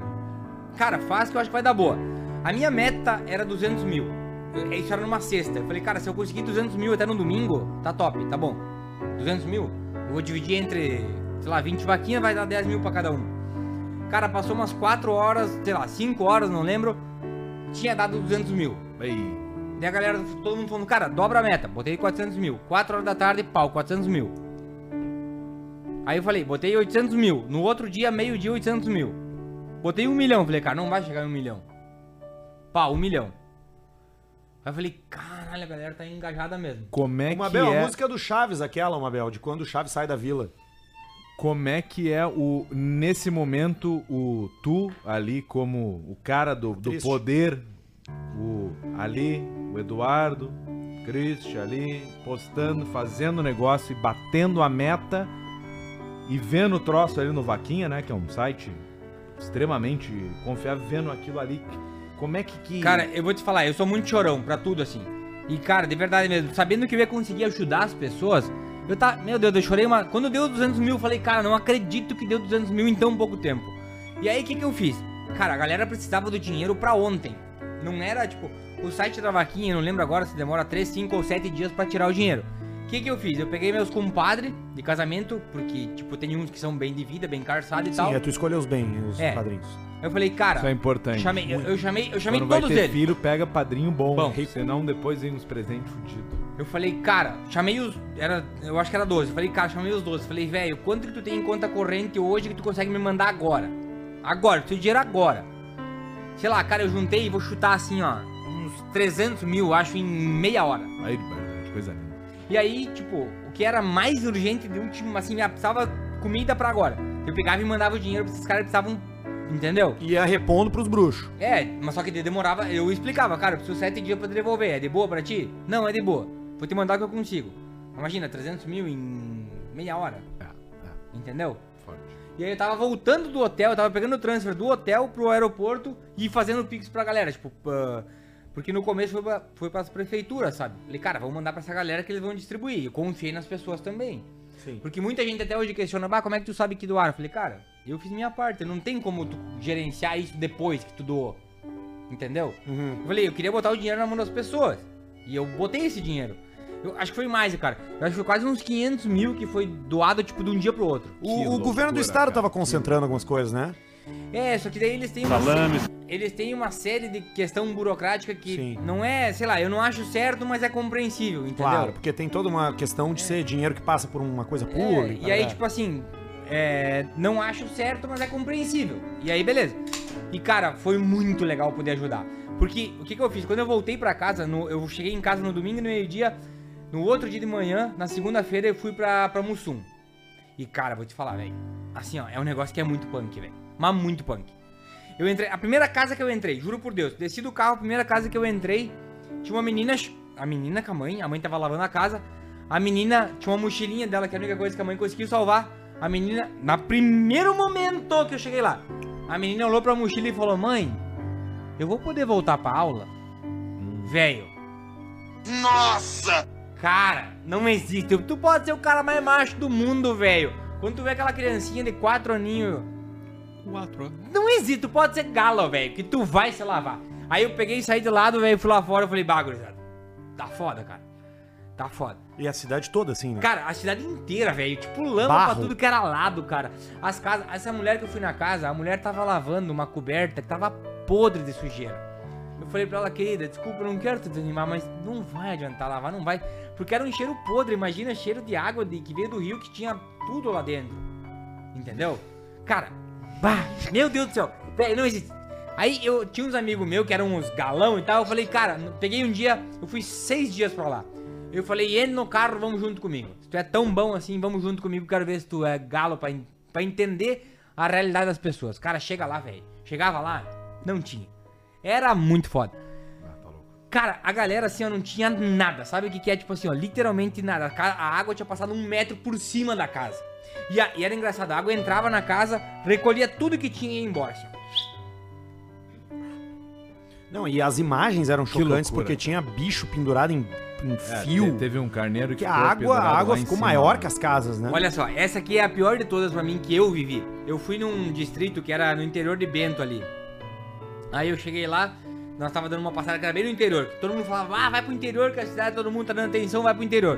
[SPEAKER 5] Cara, faz que eu acho que vai dar boa. A minha meta era 200 mil. Eu- Isso era numa sexta. Eu falei: Cara, se eu conseguir 200 mil até no domingo, tá top, tá bom. 200 mil, eu vou dividir entre, sei lá, 20 vaquinhas, vai dar 10 mil pra cada um. Cara, passou umas 4 horas, sei lá, 5 horas, não lembro. Tinha dado 200 mil.
[SPEAKER 2] Aí.
[SPEAKER 5] Daí a galera, todo mundo falando, cara, dobra a meta. Botei 400 mil. 4 horas da tarde, pau, 400 mil. Aí eu falei, botei 800 mil. No outro dia, meio-dia, 800 mil. Botei 1 milhão. Falei, cara, não vai chegar em 1 milhão. Pau, 1 milhão. Aí eu falei, caralho, a galera tá engajada mesmo.
[SPEAKER 2] Como é
[SPEAKER 1] Uma
[SPEAKER 2] que
[SPEAKER 1] bela
[SPEAKER 2] é...
[SPEAKER 1] música do Chaves, aquela, Mabel, de quando o Chaves sai da vila.
[SPEAKER 2] Como é que é o nesse momento o tu ali como o cara do, do
[SPEAKER 1] Triste.
[SPEAKER 2] poder, o ali, o Eduardo, o Christian ali postando, fazendo negócio e batendo a meta e vendo o troço ali no Vaquinha, né, que é um site extremamente confiável, vendo aquilo ali. Como é que que
[SPEAKER 5] Cara, eu vou te falar, eu sou muito chorão pra tudo assim. E, cara, de verdade mesmo, sabendo que eu ia conseguir ajudar as pessoas, eu tá. Meu Deus, eu chorei uma. Quando deu 200 mil, eu falei, cara, não acredito que deu 200 mil em tão pouco tempo. E aí, o que, que eu fiz? Cara, a galera precisava do dinheiro pra ontem. Não era tipo. O site da vaquinha, eu não lembro agora se demora 3, 5 ou 7 dias pra tirar o dinheiro. O que, que eu fiz? Eu peguei meus compadres de casamento, porque, tipo, tem uns que são bem de vida, bem carçados e tal.
[SPEAKER 1] Sim, é, tu escolheu os bem, os
[SPEAKER 5] É.
[SPEAKER 1] padrinhos.
[SPEAKER 5] Eu falei, cara,
[SPEAKER 2] isso é importante.
[SPEAKER 5] chamei, eu, eu chamei, eu chamei
[SPEAKER 2] Quando
[SPEAKER 5] todos
[SPEAKER 2] vai ter
[SPEAKER 5] eles.
[SPEAKER 2] filho, pega padrinho bom,
[SPEAKER 5] Bom.
[SPEAKER 2] senão depois vem uns presentes fudidos.
[SPEAKER 5] Eu falei, cara, chamei os. Era, eu acho que era 12. Eu falei, cara, chamei os 12. Falei, velho, quanto que tu tem em conta corrente hoje que tu consegue me mandar agora? Agora, teu dinheiro agora. Sei lá, cara, eu juntei e vou chutar assim, ó. Uns 300 mil, acho, em meia hora.
[SPEAKER 2] Aí, barbaridade, coisa linda.
[SPEAKER 5] E aí, tipo, o que era mais urgente de último, assim, me precisava comida pra agora. Eu pegava e mandava o dinheiro pra esses caras que precisavam. Entendeu?
[SPEAKER 1] E a repondo pros bruxos.
[SPEAKER 5] É, mas só que daí demorava, eu explicava, cara, eu preciso sete dias pra devolver, é de boa pra ti? Não, é de boa, vou te mandar o que eu consigo. Imagina, 300 mil em meia hora,
[SPEAKER 2] É, é,
[SPEAKER 5] entendeu?
[SPEAKER 2] forte.
[SPEAKER 5] E aí eu tava voltando do hotel, eu tava pegando o transfer do hotel pro aeroporto e fazendo pix pra galera, tipo, pã, porque no começo foi, pra, foi pras prefeituras, sabe? Falei, cara, vamos mandar pra essa galera que eles vão distribuir, eu confiei nas pessoas também.
[SPEAKER 1] Sim.
[SPEAKER 5] Porque muita gente até hoje questiona, bah, como é que tu sabe que doaram? Eu falei, cara, eu fiz minha parte, não tem como tu gerenciar isso depois que tu doou. Entendeu? Eu falei, eu queria botar o dinheiro na mão das pessoas. E eu botei esse dinheiro. Eu acho que foi mais, cara. Eu acho que foi quase uns 500 mil que foi doado, tipo, de um dia pro outro.
[SPEAKER 1] O, o governo do estado tava concentrando algumas coisas, né?
[SPEAKER 5] É, só que daí eles têm uma,
[SPEAKER 1] Salames.
[SPEAKER 5] eles têm uma série de questão burocrática que não é, sei lá, eu não acho certo, mas é compreensível, entendeu?
[SPEAKER 1] Claro, porque tem toda uma questão de ser dinheiro que passa por uma coisa
[SPEAKER 5] É,
[SPEAKER 1] pública.
[SPEAKER 5] e aí,
[SPEAKER 1] né?
[SPEAKER 5] tipo assim, é, não acho certo, mas é compreensível. E aí, beleza. E, cara, foi muito legal poder ajudar. Porque o que, que eu fiz? Quando eu voltei pra casa, no- eu cheguei em casa no domingo, no meio-dia. No outro dia de manhã, na segunda-feira, eu fui pra, pra Mussum. E, cara, vou te falar, velho. Assim, ó, é um negócio que é muito punk, velho. Mas muito punk. Eu entrei. A primeira casa que eu entrei, juro por Deus, desci do carro, a primeira casa que eu entrei, tinha uma menina. ch- A menina com a mãe, a mãe tava lavando a casa. A menina tinha uma mochilinha dela, que é a única coisa que a mãe conseguiu salvar. A menina, na primeiro momento que eu cheguei lá, a menina olhou pra mochila e falou: Mãe, eu vou poder voltar pra aula? Velho. Nossa! Cara, não existe. Tu- Tu pode ser o cara mais macho do mundo, velho. Quando tu vê aquela criancinha de quatro aninhos. Quatro Não existe, tu pode ser galo, velho, que tu vai se lavar. Aí eu peguei e saí de lado, velho, fui lá fora e falei, bagulho, tá foda, cara. Tá foda.
[SPEAKER 1] E a cidade toda, assim, né?
[SPEAKER 5] Cara, a cidade inteira, velho. Tipo, lama
[SPEAKER 1] Barro.
[SPEAKER 5] pra tudo que era lado, cara. As casas. Essa mulher que eu fui na casa, a mulher tava lavando uma coberta que tava podre de sujeira. Eu falei pra ela, querida, desculpa, eu não quero te desanimar, mas não vai adiantar lavar, não vai. Porque era um cheiro podre, imagina cheiro de água de, que veio do rio que tinha tudo lá dentro. Entendeu? Cara, bah, meu Deus do céu, velho, não existe. Aí eu tinha uns amigos meus que eram uns galão e tal, eu falei, cara, n- peguei um dia, eu fui seis dias pra lá. Eu falei, ele no carro, vamos junto comigo. Se tu é tão bom assim, vamos junto comigo, quero ver se tu é galo pra, en- pra entender a realidade das pessoas. Cara, chega lá, velho. Chegava lá, não tinha. Era muito foda. Cara, a galera assim, ó, não tinha nada. Sabe o que, que é? Tipo assim, ó, literalmente nada. A ca- A água tinha passado um metro por cima da casa. E, a- e era engraçado, a água entrava na casa, recolhia tudo que tinha e ia embora. assim.
[SPEAKER 1] Não, e as imagens eram chocantes
[SPEAKER 2] loucura.
[SPEAKER 1] porque tinha bicho pendurado em, em
[SPEAKER 2] É,
[SPEAKER 1] fio.
[SPEAKER 2] te- Teve um carneiro
[SPEAKER 1] Porque
[SPEAKER 2] que
[SPEAKER 1] a
[SPEAKER 2] ficou
[SPEAKER 1] água,
[SPEAKER 2] pendurado
[SPEAKER 1] a água
[SPEAKER 2] lá em
[SPEAKER 1] ficou
[SPEAKER 2] cima.
[SPEAKER 1] maior que as casas, né?
[SPEAKER 5] Olha só, essa aqui é a pior de todas pra mim que eu vivi. Eu fui num distrito que era no interior de Bento ali. Aí eu cheguei lá, nós tava dando uma passada que era bem no interior. que Todo mundo falava, ah, vai pro interior que a cidade, todo mundo tá dando atenção, vai pro interior.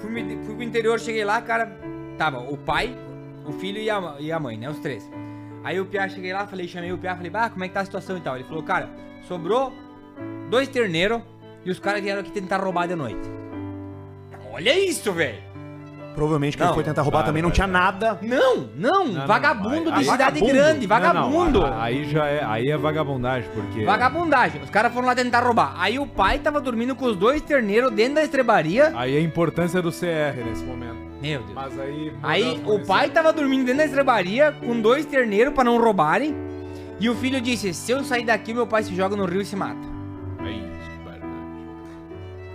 [SPEAKER 5] Fui, me- fui pro interior, cheguei lá, cara, tava o pai, o filho e a, e a mãe, né, os três. Aí o Piá, cheguei lá, falei, chamei o Piá, falei, bah, como é que tá a situação e tal. Ele falou, cara, sobrou dois terneiros e os caras vieram aqui tentar roubar de noite. Olha isso, velho!
[SPEAKER 1] Provavelmente quem
[SPEAKER 5] Não,
[SPEAKER 1] foi tentar roubar
[SPEAKER 5] claro, é
[SPEAKER 1] também não
[SPEAKER 5] claro.
[SPEAKER 1] tinha nada.
[SPEAKER 5] Não, não, vagabundo de
[SPEAKER 2] Aí- é
[SPEAKER 5] cidade
[SPEAKER 2] vagabundo.
[SPEAKER 5] grande,
[SPEAKER 2] Não, não,
[SPEAKER 5] vagabundo.
[SPEAKER 2] a- aí já é, aí é vagabundagem, porque
[SPEAKER 5] Vagabundagem. Os caras foram lá tentar roubar. Aí o pai tava dormindo com os dois terneiros dentro da estrebaria.
[SPEAKER 2] aí é a importância do CR nesse momento.
[SPEAKER 5] Meu Deus.
[SPEAKER 2] Mas aí
[SPEAKER 5] Aí o pai tava dormindo dentro da estrebaria com dois terneiros pra não roubarem. E o filho disse: Se eu sair daqui, meu pai se joga no rio e se mata.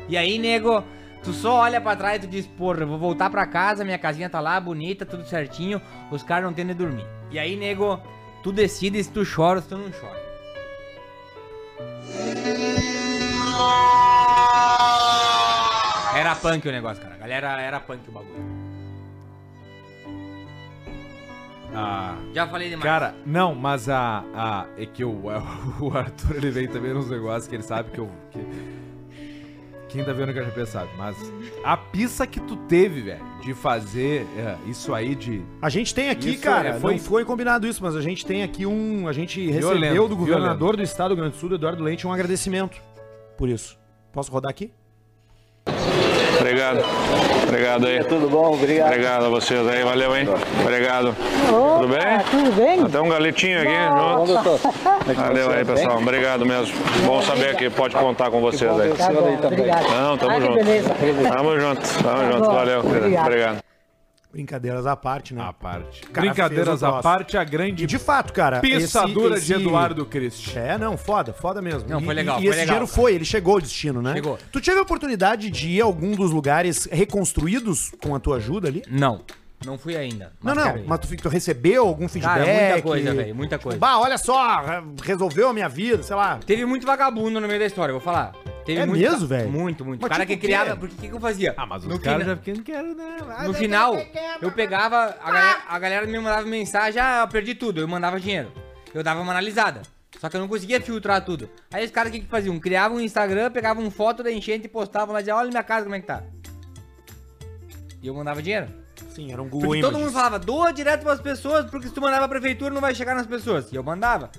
[SPEAKER 5] E aí, nego, tu só olha pra trás e tu diz: Porra, eu vou voltar pra casa, minha casinha tá lá, bonita, tudo certinho. Os caras não têm nem dormir. E aí, nego, tu decide se tu chora ou se tu não chora. Era punk o negócio, cara. A galera era punk o bagulho.
[SPEAKER 2] Ah.
[SPEAKER 5] Já falei demais.
[SPEAKER 2] Cara, não, mas a, a é que o, o [LAUGHS] Arthur ele vem também nos negócios que ele sabe que eu que- quem tá vendo o KGP sabe, mas a pista que tu teve, velho, de fazer é, isso aí de
[SPEAKER 1] A gente tem aqui,
[SPEAKER 2] Isso
[SPEAKER 1] cara,
[SPEAKER 2] é, foi-
[SPEAKER 1] não foi combinado isso, mas a gente tem aqui um. A gente recebeu
[SPEAKER 2] Violento,
[SPEAKER 1] do governador do estado do Rio Grande do Sul, Eduardo Leite, um agradecimento por isso. Posso rodar aqui?
[SPEAKER 3] Obrigado. Obrigado aí. Tá Tudo bom, obrigado. Obrigado a vocês aí, valeu, hein? Obrigado. tudo bem? Tudo bem. Até um galetinho aqui junto. Valeu aí, pessoal. Obrigado mesmo. Bom saber que pode contar com vocês
[SPEAKER 15] bom
[SPEAKER 3] aí.
[SPEAKER 15] ver o senhor aí também. Obrigado.
[SPEAKER 3] Não, Então, tamo
[SPEAKER 15] Ah, que
[SPEAKER 3] junto.
[SPEAKER 15] beleza.
[SPEAKER 3] Tamo junto, tamo
[SPEAKER 15] Tá
[SPEAKER 3] junto.
[SPEAKER 15] bom.
[SPEAKER 3] Valeu, querida.
[SPEAKER 15] Obrigado.
[SPEAKER 3] obrigado.
[SPEAKER 1] Brincadeiras à parte,
[SPEAKER 2] Ah,
[SPEAKER 1] né? À
[SPEAKER 2] parte. Brincadeiras à parte, a grande.
[SPEAKER 1] de fato, cara.
[SPEAKER 2] Pisadura de Eduardo
[SPEAKER 1] Cristi. É, não, foda, foda mesmo.
[SPEAKER 2] Não,
[SPEAKER 1] E-
[SPEAKER 2] foi
[SPEAKER 1] E,
[SPEAKER 2] legal,
[SPEAKER 1] e
[SPEAKER 2] foi
[SPEAKER 1] esse
[SPEAKER 2] legal.
[SPEAKER 1] dinheiro foi, ele chegou ao destino, né?
[SPEAKER 2] Chegou.
[SPEAKER 1] Tu teve a oportunidade de ir a algum dos lugares reconstruídos com a tua ajuda ali?
[SPEAKER 5] Não. Não fui ainda.
[SPEAKER 1] Não,
[SPEAKER 5] mas
[SPEAKER 1] não,
[SPEAKER 5] quero ir.
[SPEAKER 1] mas tu, fi- tu recebeu algum feedback?
[SPEAKER 5] Cara, muita coisa, velho, muita coisa.
[SPEAKER 1] Bah, olha só, re- resolveu a minha vida, sei lá.
[SPEAKER 5] Teve muito vagabundo no meio da história, eu vou falar. Teve
[SPEAKER 1] É
[SPEAKER 5] muito,
[SPEAKER 1] mesmo, velho?
[SPEAKER 5] Muito, muito.
[SPEAKER 1] Mas
[SPEAKER 5] O cara
[SPEAKER 1] tipo
[SPEAKER 5] que
[SPEAKER 1] o quê?
[SPEAKER 5] criava. Porque o que, que eu fazia? Ah, mas
[SPEAKER 2] os caras já ficam, quero, né?
[SPEAKER 5] No final, eu pegava. A galera, a galera me mandava mensagem, ah, eu perdi tudo. Eu mandava dinheiro. Eu dava uma analisada. Só que eu não conseguia filtrar tudo. Aí os caras o que, que faziam? Criavam um Instagram, pegavam foto da enchente e postavam lá e diziam, olha minha casa como é que tá. E eu mandava dinheiro.
[SPEAKER 1] Sim, era um
[SPEAKER 5] Porque
[SPEAKER 1] Google
[SPEAKER 5] todo mundo falava, doa direto pras pessoas, porque se tu mandar pra prefeitura não vai chegar nas pessoas. E eu mandava.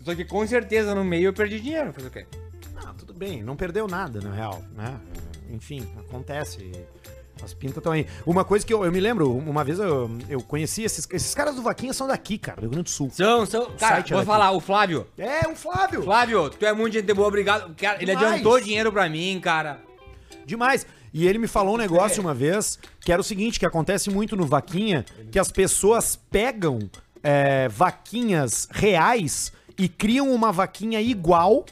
[SPEAKER 5] Só que com certeza no meio eu perdi dinheiro. Fazer o quê?
[SPEAKER 1] Ah, tudo bem, não perdeu nada, na real, né? Enfim, acontece. As pintas estão aí. Uma coisa que eu, eu me lembro, uma vez eu, eu conheci esses, esses caras do Vaquinha são daqui, cara, do Rio Grande do Sul.
[SPEAKER 5] São, são. Cara,
[SPEAKER 1] site
[SPEAKER 5] vou
[SPEAKER 1] era
[SPEAKER 5] falar, o Flávio.
[SPEAKER 1] É, um Flávio.
[SPEAKER 5] Flávio, tu é muito gente boa, obrigado. Cara, ele
[SPEAKER 1] Demais.
[SPEAKER 5] adiantou dinheiro pra mim, cara.
[SPEAKER 1] Demais. E ele me falou um negócio uma vez, que era o seguinte, que acontece muito no Vaquinha, que as pessoas pegam é, vaquinhas reais e criam uma vaquinha igual,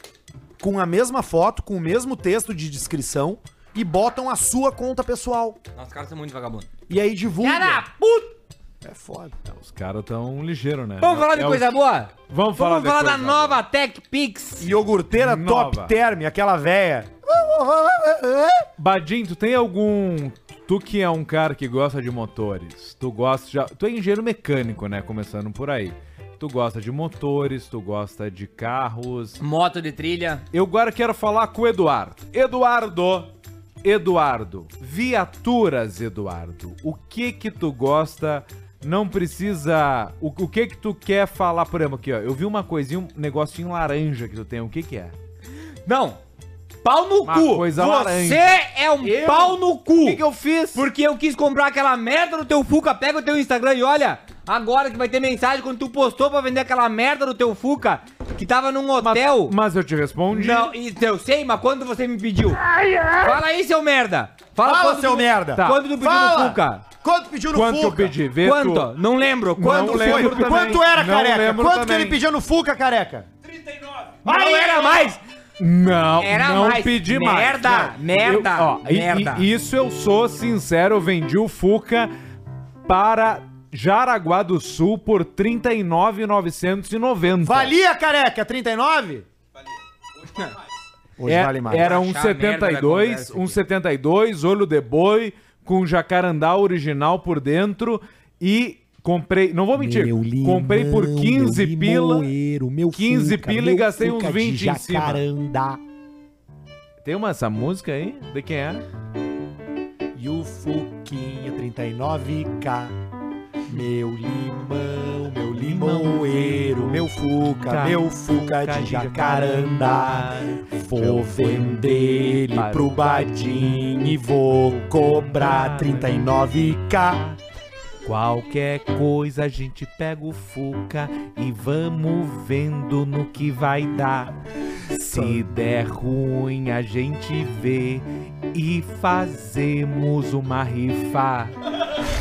[SPEAKER 1] com a mesma foto, com o mesmo texto de descrição, e botam a sua conta pessoal.
[SPEAKER 5] Nossa, os caras são muito vagabundo.
[SPEAKER 1] E aí divulga.
[SPEAKER 5] Cara, puta!
[SPEAKER 1] É foda.
[SPEAKER 2] Os caras tão ligeiro, né?
[SPEAKER 5] Vamos falar de
[SPEAKER 2] É o-
[SPEAKER 5] coisa boa?
[SPEAKER 2] Vamos falar,
[SPEAKER 5] Vamos falar
[SPEAKER 2] de
[SPEAKER 5] da
[SPEAKER 2] coisa
[SPEAKER 5] nova TechPix.
[SPEAKER 1] Iogurteira
[SPEAKER 2] Nova.
[SPEAKER 1] Top Term, aquela véia.
[SPEAKER 2] Badim, tu tem algum. Tu que é um cara que gosta de motores, tu gosta já. Tu é engenheiro mecânico, né? Começando por aí. Tu gosta de motores, tu gosta de carros.
[SPEAKER 5] Moto de trilha.
[SPEAKER 2] Eu agora quero falar com o Eduardo. Eduardo! Eduardo, viaturas, Eduardo. O que que tu gosta? Não precisa. O, o que que tu quer falar, por exemplo, aqui, ó. Eu vi uma coisinha, um negocinho laranja que tu tem. O que que é?
[SPEAKER 5] Não. Pau no
[SPEAKER 2] Uma
[SPEAKER 5] cu.
[SPEAKER 2] coisa
[SPEAKER 5] Você
[SPEAKER 2] laranja.
[SPEAKER 5] é um pau no cu.
[SPEAKER 2] O que que eu fiz?
[SPEAKER 5] Porque eu quis comprar aquela merda do teu Fuca. Pega o teu Instagram e olha. Agora que vai ter mensagem quando tu postou pra vender aquela merda do teu Fuca que tava num hotel.
[SPEAKER 2] Mas eu te respondi.
[SPEAKER 5] Não, isso eu sei, mas quando você me pediu? Fala aí, seu merda. Fala,
[SPEAKER 1] Fala,
[SPEAKER 5] quando
[SPEAKER 1] seu
[SPEAKER 5] tu,
[SPEAKER 1] merda.
[SPEAKER 5] Tá. Quando tu pediu
[SPEAKER 1] Fala.
[SPEAKER 5] no Fuca?
[SPEAKER 1] Quanto pediu no
[SPEAKER 2] Quanto que eu
[SPEAKER 1] Fuca?
[SPEAKER 2] pedi? Vê
[SPEAKER 5] Quanto?
[SPEAKER 2] tu.
[SPEAKER 5] Não lembro. Quanto
[SPEAKER 2] Não
[SPEAKER 5] foi?
[SPEAKER 2] lembro também.
[SPEAKER 1] Quanto era,
[SPEAKER 2] Não
[SPEAKER 1] careca?
[SPEAKER 2] lembro
[SPEAKER 1] Quanto que
[SPEAKER 2] também.
[SPEAKER 1] ele pediu no Fuca, careca?
[SPEAKER 5] Não era mais.
[SPEAKER 2] Não,
[SPEAKER 5] Era
[SPEAKER 2] não
[SPEAKER 5] mais.
[SPEAKER 2] pedi
[SPEAKER 5] Merda,
[SPEAKER 2] mais. Não,
[SPEAKER 5] merda,
[SPEAKER 2] eu- ó, e-
[SPEAKER 5] merda.
[SPEAKER 2] e- isso eu sou sincero, eu vendi o Fuca para Jaraguá do Sul por 39,990.
[SPEAKER 1] Valia, careca, 39? Hoje
[SPEAKER 2] É,
[SPEAKER 1] vale mais.
[SPEAKER 2] Era um
[SPEAKER 5] Achar a merda da
[SPEAKER 2] 72,
[SPEAKER 5] conversa
[SPEAKER 2] um
[SPEAKER 5] aqui.
[SPEAKER 2] 72, olho de boi, com jacarandá original por dentro e comprei, não vou mentir, comprei por 15 pila.
[SPEAKER 1] meu
[SPEAKER 2] 15 pila e gastei uns 20
[SPEAKER 1] de
[SPEAKER 2] em cima.
[SPEAKER 1] jacarandá.
[SPEAKER 2] Tem uma essa música aí? De quem é?
[SPEAKER 1] E o Fuquinha 39K. Meu limão, meu limoeiro, meu fuca,
[SPEAKER 2] Tá.
[SPEAKER 1] meu fuca de
[SPEAKER 2] de
[SPEAKER 1] jacarandá. Vou vender ele
[SPEAKER 2] Para
[SPEAKER 1] pro
[SPEAKER 2] o
[SPEAKER 1] Badim e vou cobrar 39K.
[SPEAKER 2] Qualquer coisa a gente pega o Fuca e vamos vendo no que vai dar. Se der ruim a gente vê e fazemos uma rifa.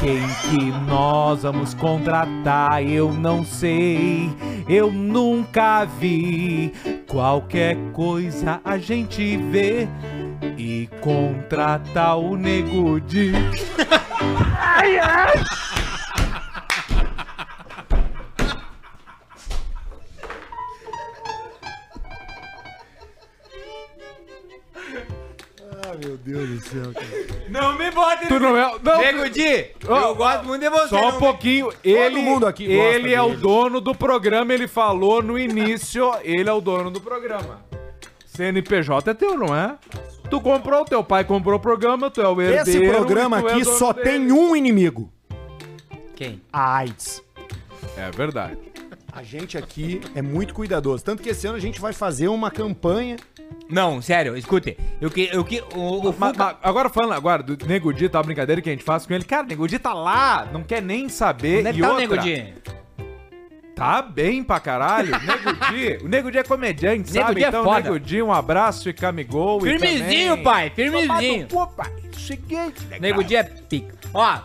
[SPEAKER 2] Quem que nós vamos contratar eu não sei, eu nunca vi. Qualquer coisa a gente vê e contrata o nego de.
[SPEAKER 5] Não Oh. me bota
[SPEAKER 2] Tu não é. Não,
[SPEAKER 5] Nego Di,
[SPEAKER 2] Ó,
[SPEAKER 5] eu gosto muito de você.
[SPEAKER 2] Só
[SPEAKER 5] não
[SPEAKER 2] um
[SPEAKER 5] me-
[SPEAKER 2] pouquinho. Ele,
[SPEAKER 1] mundo aqui gosta
[SPEAKER 2] ele é o
[SPEAKER 1] dele.
[SPEAKER 2] dono do programa, ele falou no início, ele é o dono do programa. CNPJ é teu, não é? Tu comprou, teu pai comprou o programa, tu é o herdeiro.
[SPEAKER 1] Esse programa
[SPEAKER 2] e tu é
[SPEAKER 1] aqui
[SPEAKER 2] dono
[SPEAKER 1] só
[SPEAKER 2] dele.
[SPEAKER 1] tem um inimigo:
[SPEAKER 5] Quem?
[SPEAKER 1] a AIDS.
[SPEAKER 2] É verdade.
[SPEAKER 1] A gente aqui é muito cuidadoso. Tanto que esse ano a gente vai fazer uma campanha.
[SPEAKER 5] Não, sério, escute. Eu que. Eu que o, o
[SPEAKER 2] Mas,
[SPEAKER 5] Fuca-
[SPEAKER 2] mas agora falando agora do Nego Di, tá a brincadeira que a gente faz com ele. Cara, o Nego Di tá lá, não quer nem saber.
[SPEAKER 5] Onde é que
[SPEAKER 2] e
[SPEAKER 5] tá o
[SPEAKER 2] outra,
[SPEAKER 5] Nego Di?
[SPEAKER 2] Tá bem pra
[SPEAKER 5] [LAUGHS]
[SPEAKER 2] caralho. Nego Di, o Nego Di é comediante,
[SPEAKER 5] Nego
[SPEAKER 2] sabe?
[SPEAKER 5] Di é
[SPEAKER 2] então,
[SPEAKER 5] foda.
[SPEAKER 2] Nego Di, um abraço e camigol. e
[SPEAKER 5] Firmezinho,
[SPEAKER 2] também-
[SPEAKER 5] pai, firmezinho.
[SPEAKER 2] Tomar no cu, pai. Seguinte, né,
[SPEAKER 5] Nego
[SPEAKER 2] cara?
[SPEAKER 5] Di é pica. Ó,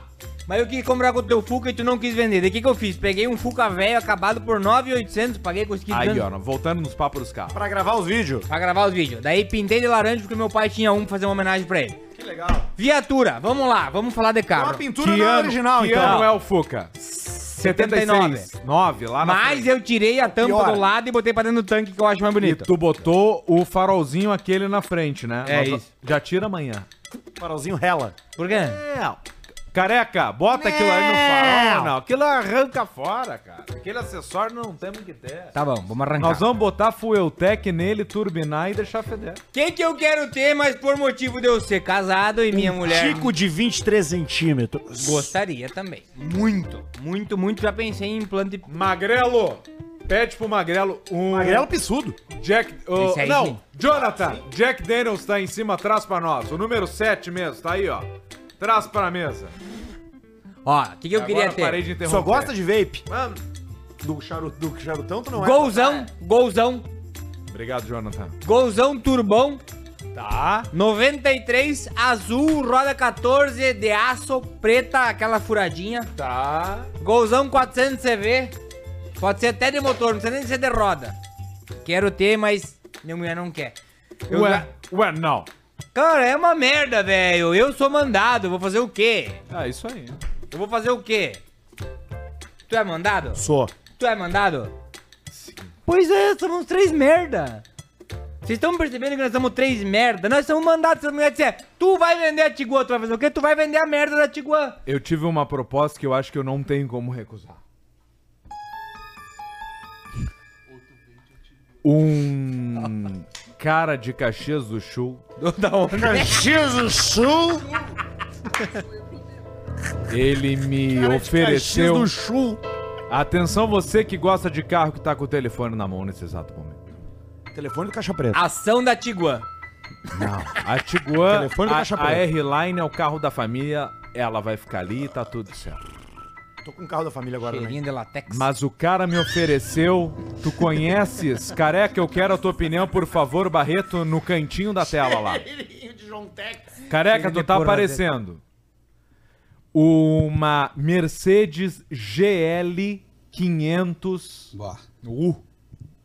[SPEAKER 5] mas eu quis comprar com o teu Fuca e tu não quis vender. Daí o que, que eu fiz? Peguei um Fuca velho acabado por 9,800, paguei com os 15
[SPEAKER 2] Aí, ó,
[SPEAKER 5] anos
[SPEAKER 2] voltando nos papos dos carros.
[SPEAKER 1] Pra gravar os vídeos.
[SPEAKER 5] pra gravar os vídeos. Daí pintei de laranja porque meu pai tinha um pra fazer uma homenagem pra ele. Que legal. Viatura, vamos lá, vamos falar de
[SPEAKER 1] Uma
[SPEAKER 5] carro.
[SPEAKER 1] pintura não é original,
[SPEAKER 2] que
[SPEAKER 1] então.
[SPEAKER 2] ano é o Fuca? 76. 9, lá na Tá
[SPEAKER 5] Mas eu tirei a tampa
[SPEAKER 1] Piora.
[SPEAKER 5] do lado e botei pra dentro do tanque que eu acho mais bonito.
[SPEAKER 2] Tu botou o farolzinho aquele na frente, né?
[SPEAKER 5] É
[SPEAKER 2] Nós-
[SPEAKER 5] isso.
[SPEAKER 2] Já tira amanhã.
[SPEAKER 1] Farolzinho rela.
[SPEAKER 5] Por quê?
[SPEAKER 2] É, Careca, bota aquilo ali no farol, não. Aquilo arranca fora, cara. Aquele acessório não temos que ter.
[SPEAKER 5] Tá bom, vamos arrancar.
[SPEAKER 2] Nós vamos botar Fuel Tech nele, turbinar e deixar feder.
[SPEAKER 5] Quem que eu quero ter, mas por motivo de eu ser casado e
[SPEAKER 2] Um
[SPEAKER 5] minha mulher...
[SPEAKER 15] Tico de 23 centímetros.
[SPEAKER 5] Gostaria também. Muito, muito, muito. Já pensei em implante...
[SPEAKER 2] Magrelo! Pede pro Magrelo um.
[SPEAKER 1] Magrelo pissudo.
[SPEAKER 2] Jack. ô,
[SPEAKER 5] Esse aí
[SPEAKER 2] não,
[SPEAKER 5] sim.
[SPEAKER 2] Jonathan. Jack Daniels tá em cima, traz pra nós. O número 7 mesmo, tá aí, ó. Traz pra mesa.
[SPEAKER 5] Ó, o que, que eu queria
[SPEAKER 2] Agora parei
[SPEAKER 5] ter?
[SPEAKER 2] de interromper.
[SPEAKER 1] Só gosta de vape?
[SPEAKER 2] Mano.
[SPEAKER 1] Do, charu, do charutão, tu não é?
[SPEAKER 5] Golzão, golzão,
[SPEAKER 2] Obrigado, Jonathan.
[SPEAKER 5] golzão turbão,
[SPEAKER 2] Tá.
[SPEAKER 5] 93, azul, roda 14, de aço, preta, aquela furadinha.
[SPEAKER 2] Tá.
[SPEAKER 5] Golzão 400 CV. Pode ser até de motor, não precisa nem ser de roda. Quero ter, mas minha mulher não quer. Eu
[SPEAKER 2] Ué,
[SPEAKER 5] já-
[SPEAKER 2] ué, não.
[SPEAKER 5] Cara, é uma merda, velho. Eu sou mandado, vou fazer o quê?
[SPEAKER 2] Ah, isso aí.
[SPEAKER 5] Eu vou fazer o quê? Tu é mandado?
[SPEAKER 1] Sou.
[SPEAKER 5] Tu é mandado? Pois é, somos três merda. Vocês estão percebendo que nós somos três merda? Nós somos mandados, se a mulher disser, tu vai vender a Tiguan, tu vai fazer o quê? Tu vai vender a merda da Tiguan.
[SPEAKER 2] Eu tive uma proposta que eu acho que eu não tenho como recusar. Um cara de Caxias do Sul,
[SPEAKER 5] Da onde?
[SPEAKER 1] Caxias do Sul.
[SPEAKER 2] ele me
[SPEAKER 1] Caxias
[SPEAKER 2] ofereceu.
[SPEAKER 1] do Sul.
[SPEAKER 2] Atenção você que gosta de carro que tá com o telefone na mão nesse exato momento.
[SPEAKER 1] Telefone do Caixa Preta.
[SPEAKER 5] Ação da Tiguan.
[SPEAKER 2] A Tiguan,
[SPEAKER 1] Telefone do
[SPEAKER 2] a,
[SPEAKER 1] Caixa
[SPEAKER 2] a
[SPEAKER 1] Preta.
[SPEAKER 2] R-Line é o carro da família, ela vai ficar ali e tá tudo certo.
[SPEAKER 1] Tô com o carro da família agora, né?
[SPEAKER 5] Cheirinho de latex.
[SPEAKER 2] Mas o cara me ofereceu, tu conheces? Careca, eu quero a tua opinião, por favor, Barreto, no cantinho da tela lá. Careca, tu tá aparecendo. Uma Mercedes GL 500
[SPEAKER 8] Boa.
[SPEAKER 2] U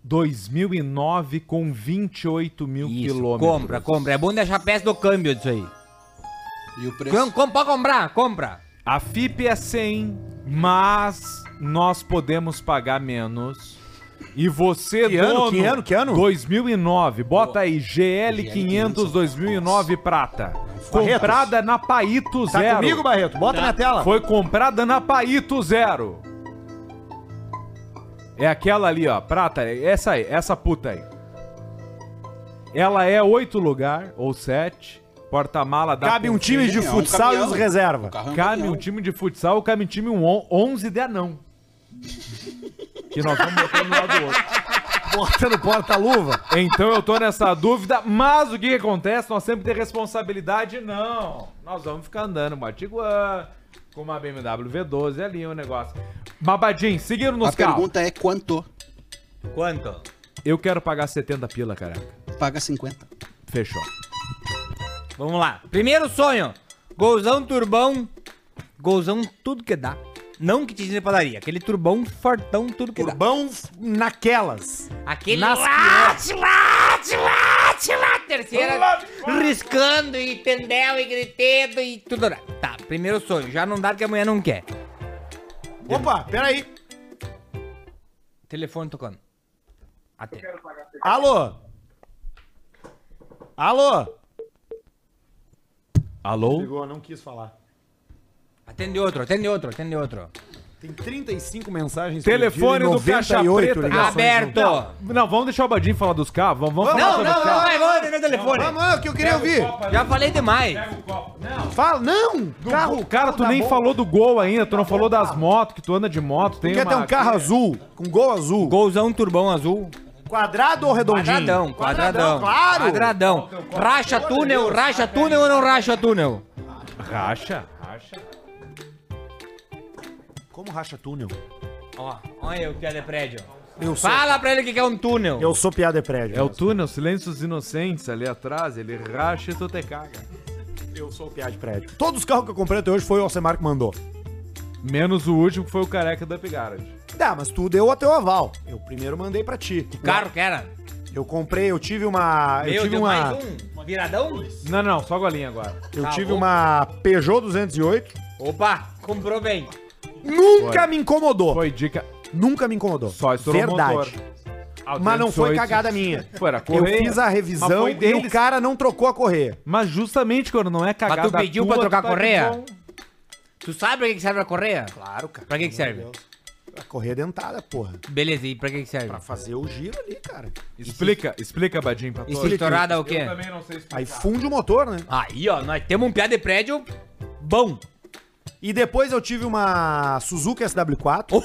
[SPEAKER 2] 2009 com 28 mil
[SPEAKER 5] Isso,
[SPEAKER 2] quilômetros.
[SPEAKER 5] compra, compra. É bom deixar peça do câmbio disso aí.
[SPEAKER 8] E o preço?
[SPEAKER 5] Com, com- pode comprar, compra.
[SPEAKER 2] A FIP é 100, mas nós podemos pagar menos. E você,
[SPEAKER 1] Que ano,
[SPEAKER 2] dono...
[SPEAKER 1] que ano, que ano?
[SPEAKER 2] 2009. Bota aí, GL500 2009 prata. Comprada na Paito
[SPEAKER 1] Tá
[SPEAKER 2] Zero.
[SPEAKER 1] comigo, Barreto? Bota na tela.
[SPEAKER 2] Foi comprada na Paito Zero. É aquela ali, ó, prata. é Essa aí, essa puta aí. Ela é oito lugar, ou sete. Porta-mala da
[SPEAKER 1] Cabe um time de
[SPEAKER 8] É um
[SPEAKER 1] futsal e
[SPEAKER 8] caminhão.
[SPEAKER 1] os reserva.
[SPEAKER 8] O carro é um
[SPEAKER 2] Cabe
[SPEAKER 8] caminhão.
[SPEAKER 2] um time de futsal ou cabe um time um on- 11 de anão. Que nós vamos botar um no lado do outro.
[SPEAKER 1] Bota no porta-luva.
[SPEAKER 2] Então eu tô nessa dúvida, mas o que, que acontece? Nós sempre tem responsabilidade, não. Nós vamos ficar andando uma Tiguan, com uma BMW V12 ali, um negócio. Babadinho, seguindo
[SPEAKER 8] A
[SPEAKER 2] nos carros.
[SPEAKER 8] pergunta é quanto?
[SPEAKER 5] Quanto?
[SPEAKER 2] Eu quero pagar 70 pila, cara.
[SPEAKER 8] Paga 50.
[SPEAKER 2] Fechou.
[SPEAKER 5] Vamos lá. Primeiro sonho. Golzão turbão. Golzão tudo que dá. Não que te diz na padaria. Aquele turbão fortão tudo que
[SPEAKER 1] Urbão f- naquelas.
[SPEAKER 5] dá. Aquele late, late, late, late. Terceira riscando e tendel e gritando e tudo. Tá, primeiro sonho. Já não dá porque amanhã não quer.
[SPEAKER 1] Opa, peraí.
[SPEAKER 5] Telefone tocando. Atende.
[SPEAKER 1] Alô? Alô?
[SPEAKER 2] Alô?
[SPEAKER 1] Ligou, não quis falar.
[SPEAKER 5] Atende outro, atende outro, atende outro.
[SPEAKER 1] Tem 35 mensagens.
[SPEAKER 2] Telefone do Caixa Preta.
[SPEAKER 5] Aberto.
[SPEAKER 2] Não, vamos deixar o Badinho falar dos carros. Vamos, vamos falar
[SPEAKER 5] Não,
[SPEAKER 2] sobre
[SPEAKER 5] não, não, é
[SPEAKER 2] os carros.
[SPEAKER 5] vai, vou atender o telefone.
[SPEAKER 1] Vamos, é que eu queria ouvir.
[SPEAKER 5] Já falei demais.
[SPEAKER 1] Fala, não!
[SPEAKER 2] Carro, cara, tu nem falou do gol ainda, tu não falou das motos, que tu anda de moto, tem
[SPEAKER 1] Quer ter um
[SPEAKER 2] uma-
[SPEAKER 1] carro azul, com gol azul.
[SPEAKER 5] Golzão turbão azul.
[SPEAKER 1] Quadrado ou redondinho?
[SPEAKER 5] Quadradão, quadradão.
[SPEAKER 1] claro!
[SPEAKER 5] Quadradão. Racha túnel, racha túnel ou não racha túnel?
[SPEAKER 2] Racha, racha.
[SPEAKER 1] Como racha túnel?
[SPEAKER 5] Ó, olha o que é de prédio.
[SPEAKER 1] Eu sou,
[SPEAKER 5] Fala pra ele o que que é um túnel.
[SPEAKER 1] eu sou piada de prédio.
[SPEAKER 2] É o túnel, silêncio dos inocentes ali atrás, ele racha e tu te caga.
[SPEAKER 1] eu sou piada de prédio. Todos os carros que eu comprei até hoje foi o Alcemar que mandou.
[SPEAKER 2] Menos o último que foi o careca da Pigarage.
[SPEAKER 1] Tá, mas tu deu o teu aval. Eu primeiro mandei pra ti. Que
[SPEAKER 5] Carro que era?
[SPEAKER 1] Eu comprei, eu tive uma. Ah, eu
[SPEAKER 5] Meu
[SPEAKER 1] tive
[SPEAKER 5] Deus,
[SPEAKER 1] uma.
[SPEAKER 5] mais um. Viradão?
[SPEAKER 2] Não, não, só golinha agora.
[SPEAKER 1] Eu
[SPEAKER 5] Tá
[SPEAKER 1] tive
[SPEAKER 5] bom.
[SPEAKER 1] uma Peugeot 208.
[SPEAKER 5] Opa, comprou bem.
[SPEAKER 1] Nunca me incomodou.
[SPEAKER 2] Foi dica.
[SPEAKER 1] Nunca me incomodou.
[SPEAKER 2] Só estourou o
[SPEAKER 1] Verdade.
[SPEAKER 2] motor. Ah, o
[SPEAKER 1] Mas não foi
[SPEAKER 2] 208.
[SPEAKER 1] cagada minha.
[SPEAKER 2] Foi, era
[SPEAKER 1] Eu
[SPEAKER 2] correia.
[SPEAKER 1] fiz a
[SPEAKER 2] Mas
[SPEAKER 1] revisão
[SPEAKER 2] foi
[SPEAKER 1] e o
[SPEAKER 2] deles.
[SPEAKER 1] cara não trocou a correia.
[SPEAKER 2] Mas justamente quando não é cagada
[SPEAKER 5] Mas tu pediu
[SPEAKER 2] tua,
[SPEAKER 5] pra trocar
[SPEAKER 2] tu
[SPEAKER 5] a correia?
[SPEAKER 2] de bom.
[SPEAKER 5] Tu sabe pra que que serve a correia?
[SPEAKER 1] Claro, cara.
[SPEAKER 5] Pra que que serve?
[SPEAKER 1] A correia é dentada, porra.
[SPEAKER 5] Beleza, e pra que que serve? Pra
[SPEAKER 1] fazer o giro ali, cara.
[SPEAKER 2] Explica, explica, Badinho, pra
[SPEAKER 5] E
[SPEAKER 2] todos.
[SPEAKER 5] se estourada o quê?
[SPEAKER 1] Aí funde o motor, né?
[SPEAKER 5] Aí, ó, nós temos um piá de prédio bom.
[SPEAKER 1] E depois eu tive uma Suzuki SW4.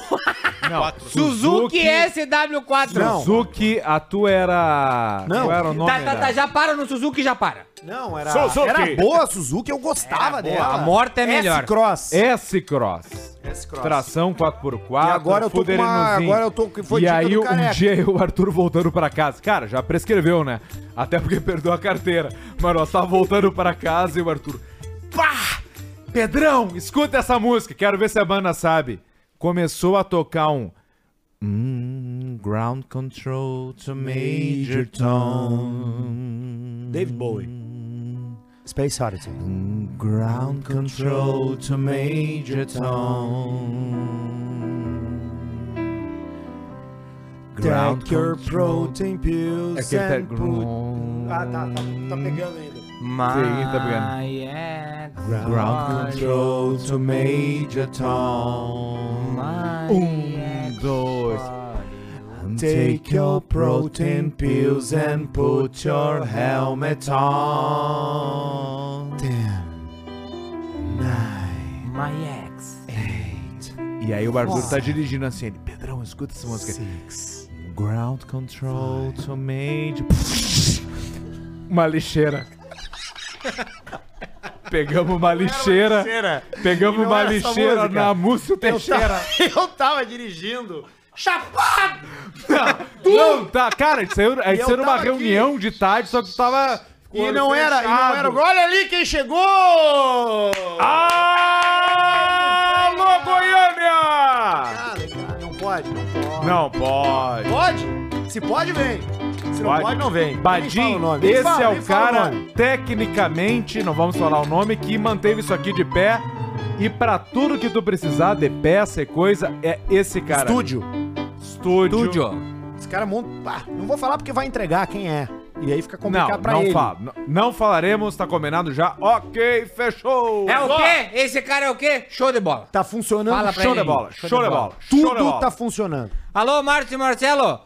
[SPEAKER 2] Não,
[SPEAKER 5] Suzuki SW4.
[SPEAKER 2] Suzuki, a tua era.
[SPEAKER 1] Não.
[SPEAKER 2] Qual era o nome?
[SPEAKER 5] Tá, tá, tá,
[SPEAKER 2] da-
[SPEAKER 5] já para no Suzuki, já para.
[SPEAKER 1] Não, era,
[SPEAKER 2] Suzuki.
[SPEAKER 1] era boa a Suzuki, eu gostava
[SPEAKER 5] Era boa,
[SPEAKER 1] dela.
[SPEAKER 5] a morta é melhor.
[SPEAKER 1] S-Cross.
[SPEAKER 2] S-Cross.
[SPEAKER 1] S-Cross.
[SPEAKER 2] Tração 4x4.
[SPEAKER 1] E agora eu tô com uma-
[SPEAKER 2] fuderinozinho.
[SPEAKER 1] agora eu tô- que foi
[SPEAKER 2] E
[SPEAKER 1] dica
[SPEAKER 2] aí
[SPEAKER 1] do
[SPEAKER 2] um
[SPEAKER 1] careca.
[SPEAKER 2] dia o Arthur voltando pra casa. Cara, já prescreveu, né? Até porque perdeu a carteira. Mas nós tava voltando pra casa e o Arthur. Pá! Pedrão, escuta essa música. Quero ver se a banda sabe. Começou a tocar um. Hum, ground control to major tone.
[SPEAKER 1] David Bowie. Space Oddity.
[SPEAKER 2] Ground control to major
[SPEAKER 1] Take your protein pills
[SPEAKER 2] Aquele tá-
[SPEAKER 1] and put- Ah, tá, tá, tá pegando ainda.
[SPEAKER 2] Sim, tá pegando. Ground control to major tone. Um, dois. Take your protein pills and put your helmet on.
[SPEAKER 5] My ex.
[SPEAKER 2] E aí o Arthur tá dirigindo assim, ele, Pedrão, escuta essa música. Ground control to major. Uma lixeira. Pegamos uma lixeira. Pegamos
[SPEAKER 1] E não
[SPEAKER 2] uma
[SPEAKER 1] era essa
[SPEAKER 2] lixeira
[SPEAKER 1] música.
[SPEAKER 2] na Múcio
[SPEAKER 1] Eu tava,
[SPEAKER 2] Teixeira.
[SPEAKER 1] [LAUGHS] eu tava dirigindo. Chapado!
[SPEAKER 2] Não, tá, cara, a gente saiu, a
[SPEAKER 1] E
[SPEAKER 2] gente
[SPEAKER 1] eu
[SPEAKER 2] saiu numa
[SPEAKER 1] tava
[SPEAKER 2] reunião de tarde, só que tava. com o
[SPEAKER 1] E
[SPEAKER 2] olho
[SPEAKER 1] não era, e não era.
[SPEAKER 2] fechado.
[SPEAKER 1] Olha ali quem chegou!
[SPEAKER 2] Alô, Goiânia!
[SPEAKER 1] Cara, cara, Ah, não pode, não pode.
[SPEAKER 2] Não pode.
[SPEAKER 1] Pode? Se pode, vem. Se não pode, não vem. Nem fala
[SPEAKER 2] Badim,
[SPEAKER 1] o nome, nem
[SPEAKER 2] esse
[SPEAKER 1] fala,
[SPEAKER 2] é
[SPEAKER 1] nem
[SPEAKER 2] o
[SPEAKER 1] fala
[SPEAKER 2] cara,
[SPEAKER 1] nome.
[SPEAKER 2] tecnicamente, não vamos falar o nome, que manteve isso aqui de pé. E pra tudo que tu precisar de peça e coisa, é esse cara. ali.
[SPEAKER 1] Estúdio.
[SPEAKER 2] Estúdio.
[SPEAKER 5] Estúdio.
[SPEAKER 1] Esse cara monta. Ah, não vou falar porque vai entregar quem é. E aí fica complicado
[SPEAKER 2] Não,
[SPEAKER 1] pra
[SPEAKER 2] não
[SPEAKER 1] ele.
[SPEAKER 2] fala. Não, não falaremos, tá combinado já. Ok, fechou.
[SPEAKER 5] É o quê? Esse cara é o quê? Show de bola.
[SPEAKER 1] Tá funcionando.
[SPEAKER 5] Fala pra
[SPEAKER 2] Show
[SPEAKER 5] ele.
[SPEAKER 2] de bola, show, de bola.
[SPEAKER 1] Tudo
[SPEAKER 2] show de bola.
[SPEAKER 1] tá funcionando.
[SPEAKER 5] Alô, Márcio e Marcelo.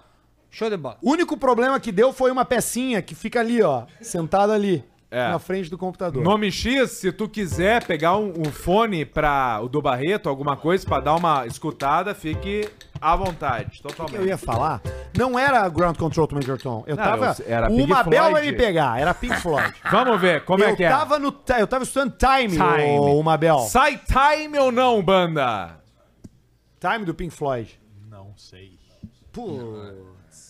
[SPEAKER 5] Show de bola.
[SPEAKER 1] O único problema que deu foi uma pecinha que fica ali, ó. Sentada ali.
[SPEAKER 2] É.
[SPEAKER 1] Na frente do computador.
[SPEAKER 2] Nome X, se tu quiser pegar um, um fone pra o do Barreto, alguma coisa, pra dar uma escutada, fique à vontade, totalmente.
[SPEAKER 1] Eu ia falar. Não era Ground Control to Major Tom. Eu
[SPEAKER 2] Não,
[SPEAKER 1] tava.
[SPEAKER 2] eu- era Pink
[SPEAKER 1] uma Bel vai
[SPEAKER 2] Floyd.
[SPEAKER 1] me pegar. Era Pink Floyd.
[SPEAKER 2] Vamos ver, como é
[SPEAKER 1] eu
[SPEAKER 2] que é?
[SPEAKER 1] tava no. ti- Eu tava estudando Time,
[SPEAKER 2] Time.
[SPEAKER 1] ô, uma Bel.
[SPEAKER 2] Sai time ou não, banda?
[SPEAKER 1] Time do Pink Floyd.
[SPEAKER 11] Não sei.
[SPEAKER 1] Pô.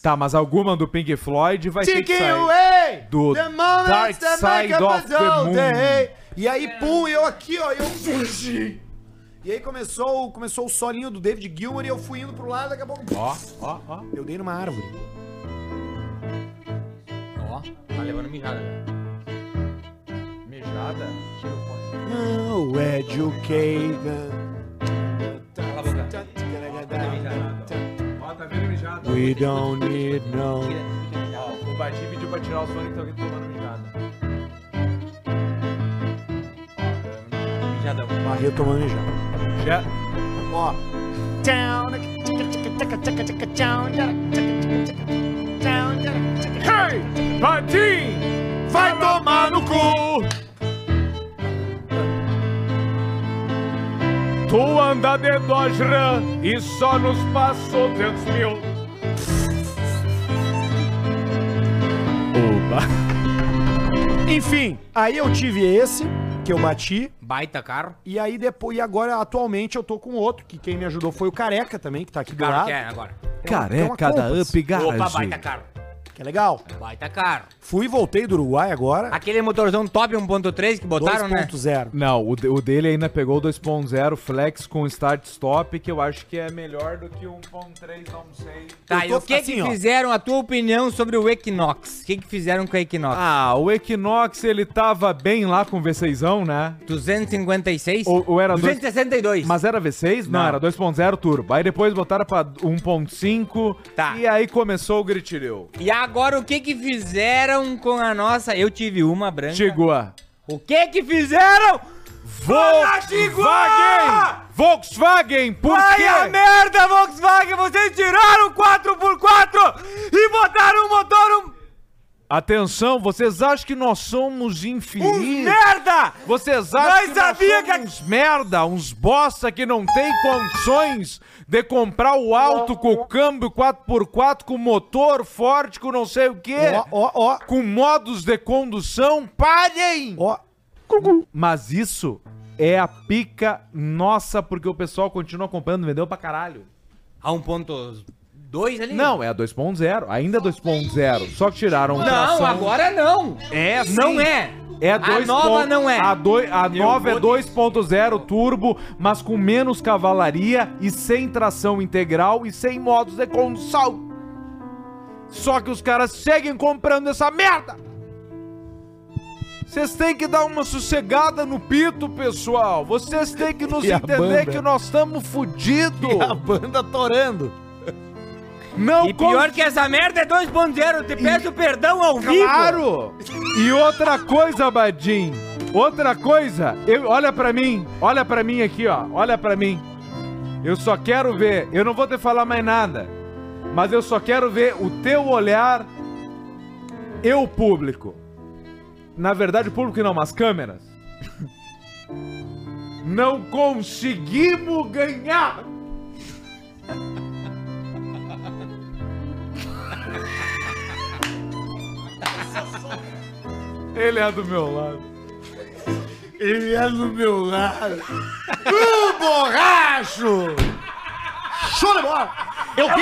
[SPEAKER 2] Tá, mas alguma do Pink Floyd vai ter que
[SPEAKER 1] Taking
[SPEAKER 2] sair.
[SPEAKER 1] away
[SPEAKER 2] Do
[SPEAKER 1] the moments
[SPEAKER 2] Dark
[SPEAKER 1] that
[SPEAKER 2] Side
[SPEAKER 1] make up
[SPEAKER 2] of
[SPEAKER 1] a
[SPEAKER 2] the
[SPEAKER 1] dull
[SPEAKER 2] Moon.
[SPEAKER 1] day. E aí, pum, eu aqui, ó, eu fugi. E aí começou, começou o solinho do David Gilmour e eu fui indo pro lado, daqui a pouco...
[SPEAKER 2] Ó, ó, ó.
[SPEAKER 1] Eu dei numa árvore.
[SPEAKER 5] Ó, tá levando mijada.
[SPEAKER 2] né?
[SPEAKER 5] velho.
[SPEAKER 2] Mijada?
[SPEAKER 5] Tira o fone.
[SPEAKER 1] Não educated.
[SPEAKER 5] Cala a boca.
[SPEAKER 2] Ó, tá vendo mijada.
[SPEAKER 1] We don't need no...
[SPEAKER 5] Tira, tira, tira.
[SPEAKER 2] Ó, o Bati pediu pra tirar o Sonic que tá alguém tomando mijada.
[SPEAKER 5] Mijadão.
[SPEAKER 1] Barreto tomando já.
[SPEAKER 2] Já.
[SPEAKER 1] Ó.
[SPEAKER 2] Hey! Batim! Vai tomar no cu! Tu anda de Dodge Ram e só nos passou 200 mil. Oba!
[SPEAKER 1] Enfim, aí eu tive esse, que eu bati.
[SPEAKER 5] Baita carro.
[SPEAKER 1] E aí depois, e agora atualmente eu tô com outro, que quem me ajudou foi o Careca também, que tá aqui do
[SPEAKER 5] Carro
[SPEAKER 1] lado.
[SPEAKER 5] que é agora.
[SPEAKER 1] Careca da Up
[SPEAKER 5] Opa, baita carro.
[SPEAKER 1] Que é legal.
[SPEAKER 5] Baita carro.
[SPEAKER 1] Fui e voltei do Uruguai agora.
[SPEAKER 5] Aquele motorzão top 1.3 que botaram, né?
[SPEAKER 1] 2.0.
[SPEAKER 2] Não, o, de- o dele ainda pegou o 2.0 flex com start stop, que eu acho que é melhor do que o 1.3, não sei.
[SPEAKER 1] Eu
[SPEAKER 5] Tá, e
[SPEAKER 1] tô
[SPEAKER 5] o que
[SPEAKER 1] assim,
[SPEAKER 5] que
[SPEAKER 1] ó.
[SPEAKER 5] fizeram, a tua opinião sobre o Equinox? O que que fizeram com o Equinox?
[SPEAKER 2] Ah, o Equinox ele tava bem lá com o V6zão, né?
[SPEAKER 5] 256?
[SPEAKER 2] Ou- ou era dois-
[SPEAKER 5] 262.
[SPEAKER 2] Mas era V6? Não,
[SPEAKER 5] Não.
[SPEAKER 2] era 2.0 turbo. Aí depois botaram pra 1.5.
[SPEAKER 5] Tá.
[SPEAKER 2] E aí começou o gritilho.
[SPEAKER 5] E agora o que que fizeram com a nossa... Eu tive uma branca.
[SPEAKER 2] Tigua.
[SPEAKER 5] O que que fizeram
[SPEAKER 2] Volkswagen! Volkswagen, por
[SPEAKER 16] Vai
[SPEAKER 2] quê?
[SPEAKER 16] a merda, Volkswagen! Vocês tiraram o 4x4 e botaram um motor um...
[SPEAKER 2] Atenção, vocês acham que nós somos infelizes?
[SPEAKER 16] merda!
[SPEAKER 2] Vocês acham
[SPEAKER 16] Nós
[SPEAKER 2] que
[SPEAKER 16] sabia
[SPEAKER 2] nós somos uns merda, uns bosta que não tem condições de comprar o alto com o câmbio 4x4, com motor forte, com não sei o quê, com modos de condução, parem! Mas isso é a pica nossa, porque o pessoal continua comprando, vendeu pra caralho.
[SPEAKER 5] A 1.2 ali?
[SPEAKER 2] Não, é a 2.0, ainda é 2.0, só que tiraram
[SPEAKER 5] Não,
[SPEAKER 2] tração.
[SPEAKER 5] agora não.
[SPEAKER 2] É, sim.
[SPEAKER 5] Não é.
[SPEAKER 2] É
[SPEAKER 5] A
[SPEAKER 2] dois
[SPEAKER 5] nova
[SPEAKER 2] ponto-
[SPEAKER 5] não é.
[SPEAKER 2] A, doi- a
[SPEAKER 5] Eu
[SPEAKER 2] nova é
[SPEAKER 5] vou
[SPEAKER 2] 2.0 turbo, mas com menos cavalaria e sem tração integral e sem modos de condução. Só que os caras seguem comprando essa merda. Vocês têm que dar uma sossegada no pito, pessoal. Vocês têm que nos
[SPEAKER 1] E a
[SPEAKER 2] entender
[SPEAKER 1] banda?
[SPEAKER 2] que nós estamos fodidos.
[SPEAKER 1] A banda torando.
[SPEAKER 2] Não
[SPEAKER 5] E pior que essa merda é 2.0, te peço perdão ao vivo.
[SPEAKER 2] Claro! E outra coisa, Badim. Outra coisa. Eu, olha pra mim. Olha pra mim aqui, ó. Olha pra mim. Eu só quero ver. Eu não vou te falar mais nada. Mas eu só quero ver o teu olhar. Eu, público. Na verdade, o público não, mas câmeras. [LAUGHS] Não conseguimos ganhar! Ele é do meu lado.
[SPEAKER 1] Ele é do meu lado.
[SPEAKER 2] [LAUGHS]
[SPEAKER 1] O borracho! Show de bola! Eu
[SPEAKER 2] É o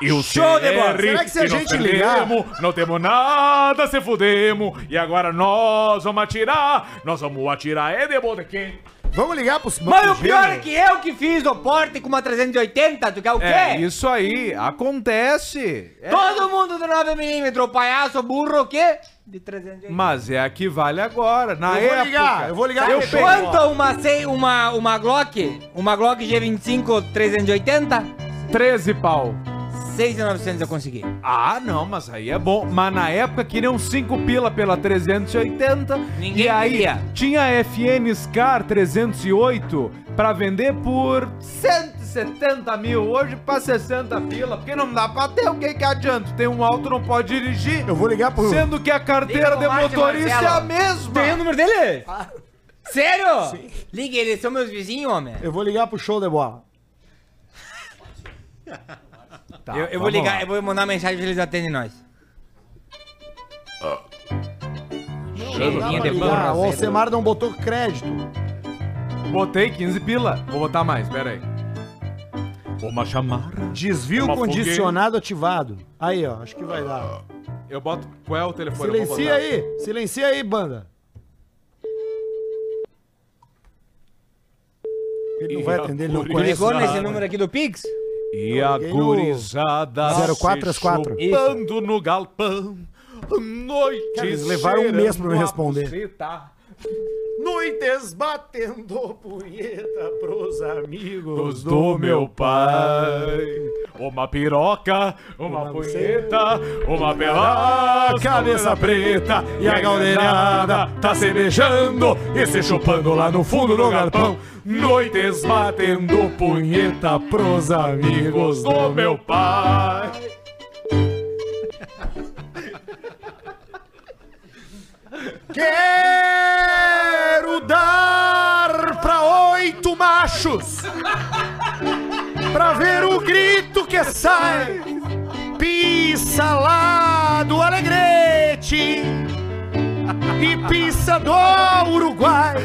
[SPEAKER 2] quê?
[SPEAKER 10] o
[SPEAKER 1] Será que se a gente ligar...
[SPEAKER 10] Não temos nada, se fudemos. E agora nós vamos atirar. Nós vamos atirar é de botequim.
[SPEAKER 1] Vamos ligar pros
[SPEAKER 5] Mas o pior é que eu que fiz o porte com uma 380, tu quer o quê?
[SPEAKER 2] É, isso aí. Acontece. É.
[SPEAKER 5] Todo mundo do 9mm, o palhaço, burro, o quê? De 380.
[SPEAKER 2] Mas é a que vale agora. Na
[SPEAKER 5] Eu vou
[SPEAKER 2] época.
[SPEAKER 5] ligar, eu
[SPEAKER 1] vou ligar
[SPEAKER 2] Eu
[SPEAKER 5] Sabe
[SPEAKER 2] peguei-
[SPEAKER 5] quanto uma, sei- uma, uma Glock? Uma Glock G25 380?
[SPEAKER 2] 13 pau.
[SPEAKER 5] 6,900 eu consegui.
[SPEAKER 2] Ah, não, mas aí é bom. Mas na época queriam 5 pila pela 380. Ninguém e aí
[SPEAKER 5] queria.
[SPEAKER 2] tinha a FN Scar 308 pra vender por 170 mil. Hoje pra 60 pila. Porque não dá pra ter. O que, que adianta? Tem um alto, não pode dirigir. Eu
[SPEAKER 1] vou ligar pro.
[SPEAKER 2] Sendo que a carteira de
[SPEAKER 5] Liga pro Márcio
[SPEAKER 2] motorista é a
[SPEAKER 5] Marcelo.
[SPEAKER 2] mesma.
[SPEAKER 5] Tem o número dele? Sério? Liga, eles são meus vizinhos, homem.
[SPEAKER 1] Eu vou ligar pro show de bola.
[SPEAKER 5] eu, eu vou
[SPEAKER 1] vamos
[SPEAKER 5] ligar,
[SPEAKER 1] lá.
[SPEAKER 5] eu vou mandar uma mensagem pra eles atendem nós.
[SPEAKER 1] Não dá pra ligar. O Alcemar não botou crédito.
[SPEAKER 2] Botei 15 pila. Vou botar mais, pera aí. Uma chamada.
[SPEAKER 1] Desvio
[SPEAKER 2] Uma
[SPEAKER 1] condicionado ativado. Aí, ó, acho que vai dar.
[SPEAKER 2] Eu boto. Qual é o telefone? Eu vou
[SPEAKER 1] Silencia
[SPEAKER 2] botar.
[SPEAKER 1] aí, silencia aí, banda. Ele não vai atender, ele não
[SPEAKER 5] Tu
[SPEAKER 1] conhece.
[SPEAKER 5] ligou nesse número aqui do Pix?
[SPEAKER 2] E a
[SPEAKER 1] liguei no-
[SPEAKER 2] gurizada
[SPEAKER 1] 04 às
[SPEAKER 2] se
[SPEAKER 1] quatro.
[SPEAKER 2] chupando no galpão. Noite
[SPEAKER 1] Cara, eles levaram um mês pra me responder.
[SPEAKER 10] Noites batendo punheta pros amigos
[SPEAKER 2] Do meu pai. Uma piroca, uma punheta, uma pelada.
[SPEAKER 10] Cabeça preta e a galdeirada tá se beijando e se chupando lá no fundo do galpão. Noites batendo punheta pros amigos do meu pai.
[SPEAKER 1] Quero dar pra oito machos pra ver o grito que sai. Pisa lá do Alegrete e pisa do Uruguai.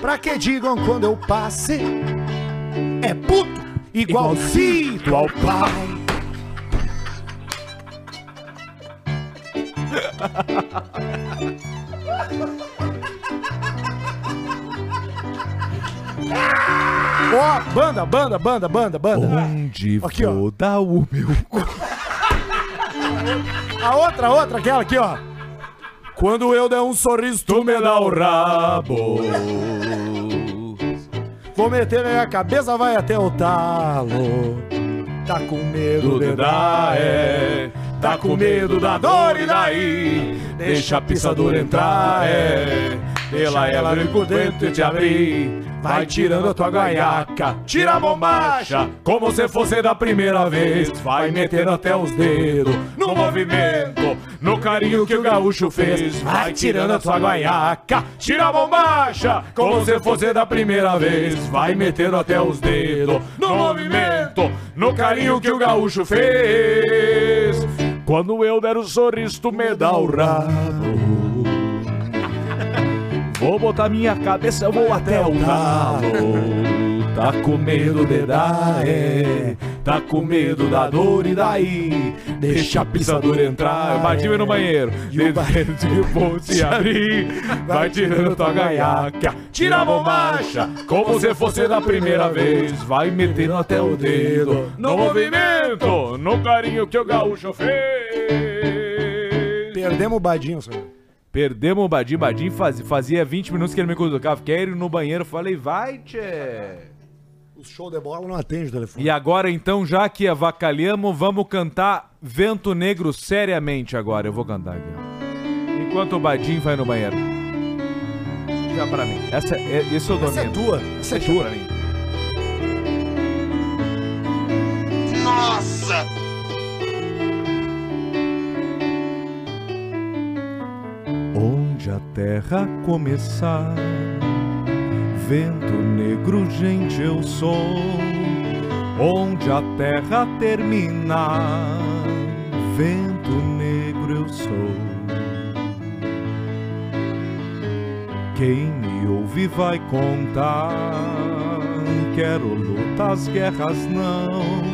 [SPEAKER 1] Pra que digam quando eu passe é puto igualzinho ao pai. Ó, banda, banda, banda, banda, banda.
[SPEAKER 2] Onde
[SPEAKER 1] Aqui, ó.
[SPEAKER 2] dá o meu
[SPEAKER 1] A outra, a outra, aquela aqui, ó. Quando eu der um sorriso, tu me dá o rabo. Vou meter na minha cabeça, vai até o talo. Tá com medo
[SPEAKER 10] Tudo
[SPEAKER 1] de
[SPEAKER 10] dá
[SPEAKER 1] dar,
[SPEAKER 10] é. Tá com medo da dor e daí? Deixa a pisadura entrar, é. Pela ela abrir por dentro e te abrir. Vai tirando a tua gaiaca, tira a bombacha, como se fosse da primeira vez. Vai metendo até os dedos no movimento, no carinho que o gaúcho fez. Vai tirando a tua gaiaca, tira a bombacha, como se fosse da primeira vez. Vai metendo até os dedos no movimento, no carinho que o gaúcho fez. Quando eu der o sorriso, tu me dá o rabo. Vou botar minha cabeça, eu vou até o talo. Tá com medo de dar, é. Tá com medo da dor e daí? Deixa a pisadura entrar. Vai tirando no banheiro. E o banheiro [LAUGHS] de vou se abrir. Vai tirando tua gaiaca. Tira a bombacha, como se fosse da primeira vez. Vai metendo até o dedo. No movimento, no carinho que o gaúcho fez.
[SPEAKER 1] Perdemos o badinho, senhor.
[SPEAKER 2] Perdemos o Badim, Badim faz- fazia 20 minutos que ele me cutucava. Quer ir no banheiro? Eu Falei, vai, tchê.
[SPEAKER 1] O show de bola não atende o telefone.
[SPEAKER 2] E agora, então, já que avacalhamos, vamos cantar Vento Negro seriamente agora. Eu vou cantar aqui. ó. Enquanto o Badim vai no banheiro. Já pra mim. Essa é, esse eu domino.
[SPEAKER 1] Essa é tua.
[SPEAKER 2] Essa é tua, pra mim.
[SPEAKER 17] Nossa!
[SPEAKER 2] Onde a terra começar, vento negro, gente, eu sou. Onde a terra terminar, vento negro, eu sou. Quem me ouve vai contar. Quero lutas, guerras não.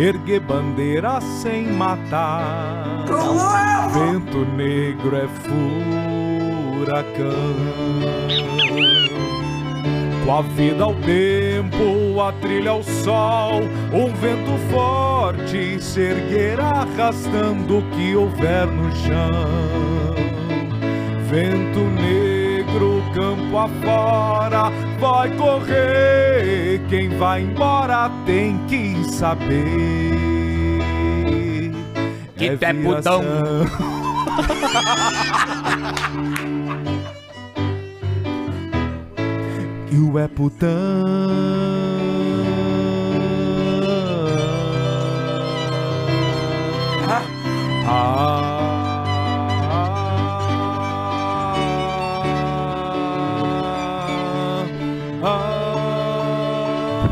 [SPEAKER 2] Erguer bandeira sem matar. Vento negro é furacão. Com a vida ao tempo, a trilha ao sol, um vento forte se erguerá arrastando o que houver no chão. Vento negro, campo afora, vai correr. Quem vai embora tem que saber.
[SPEAKER 5] Que tu é putão.
[SPEAKER 2] viração. E o é putão. Ah.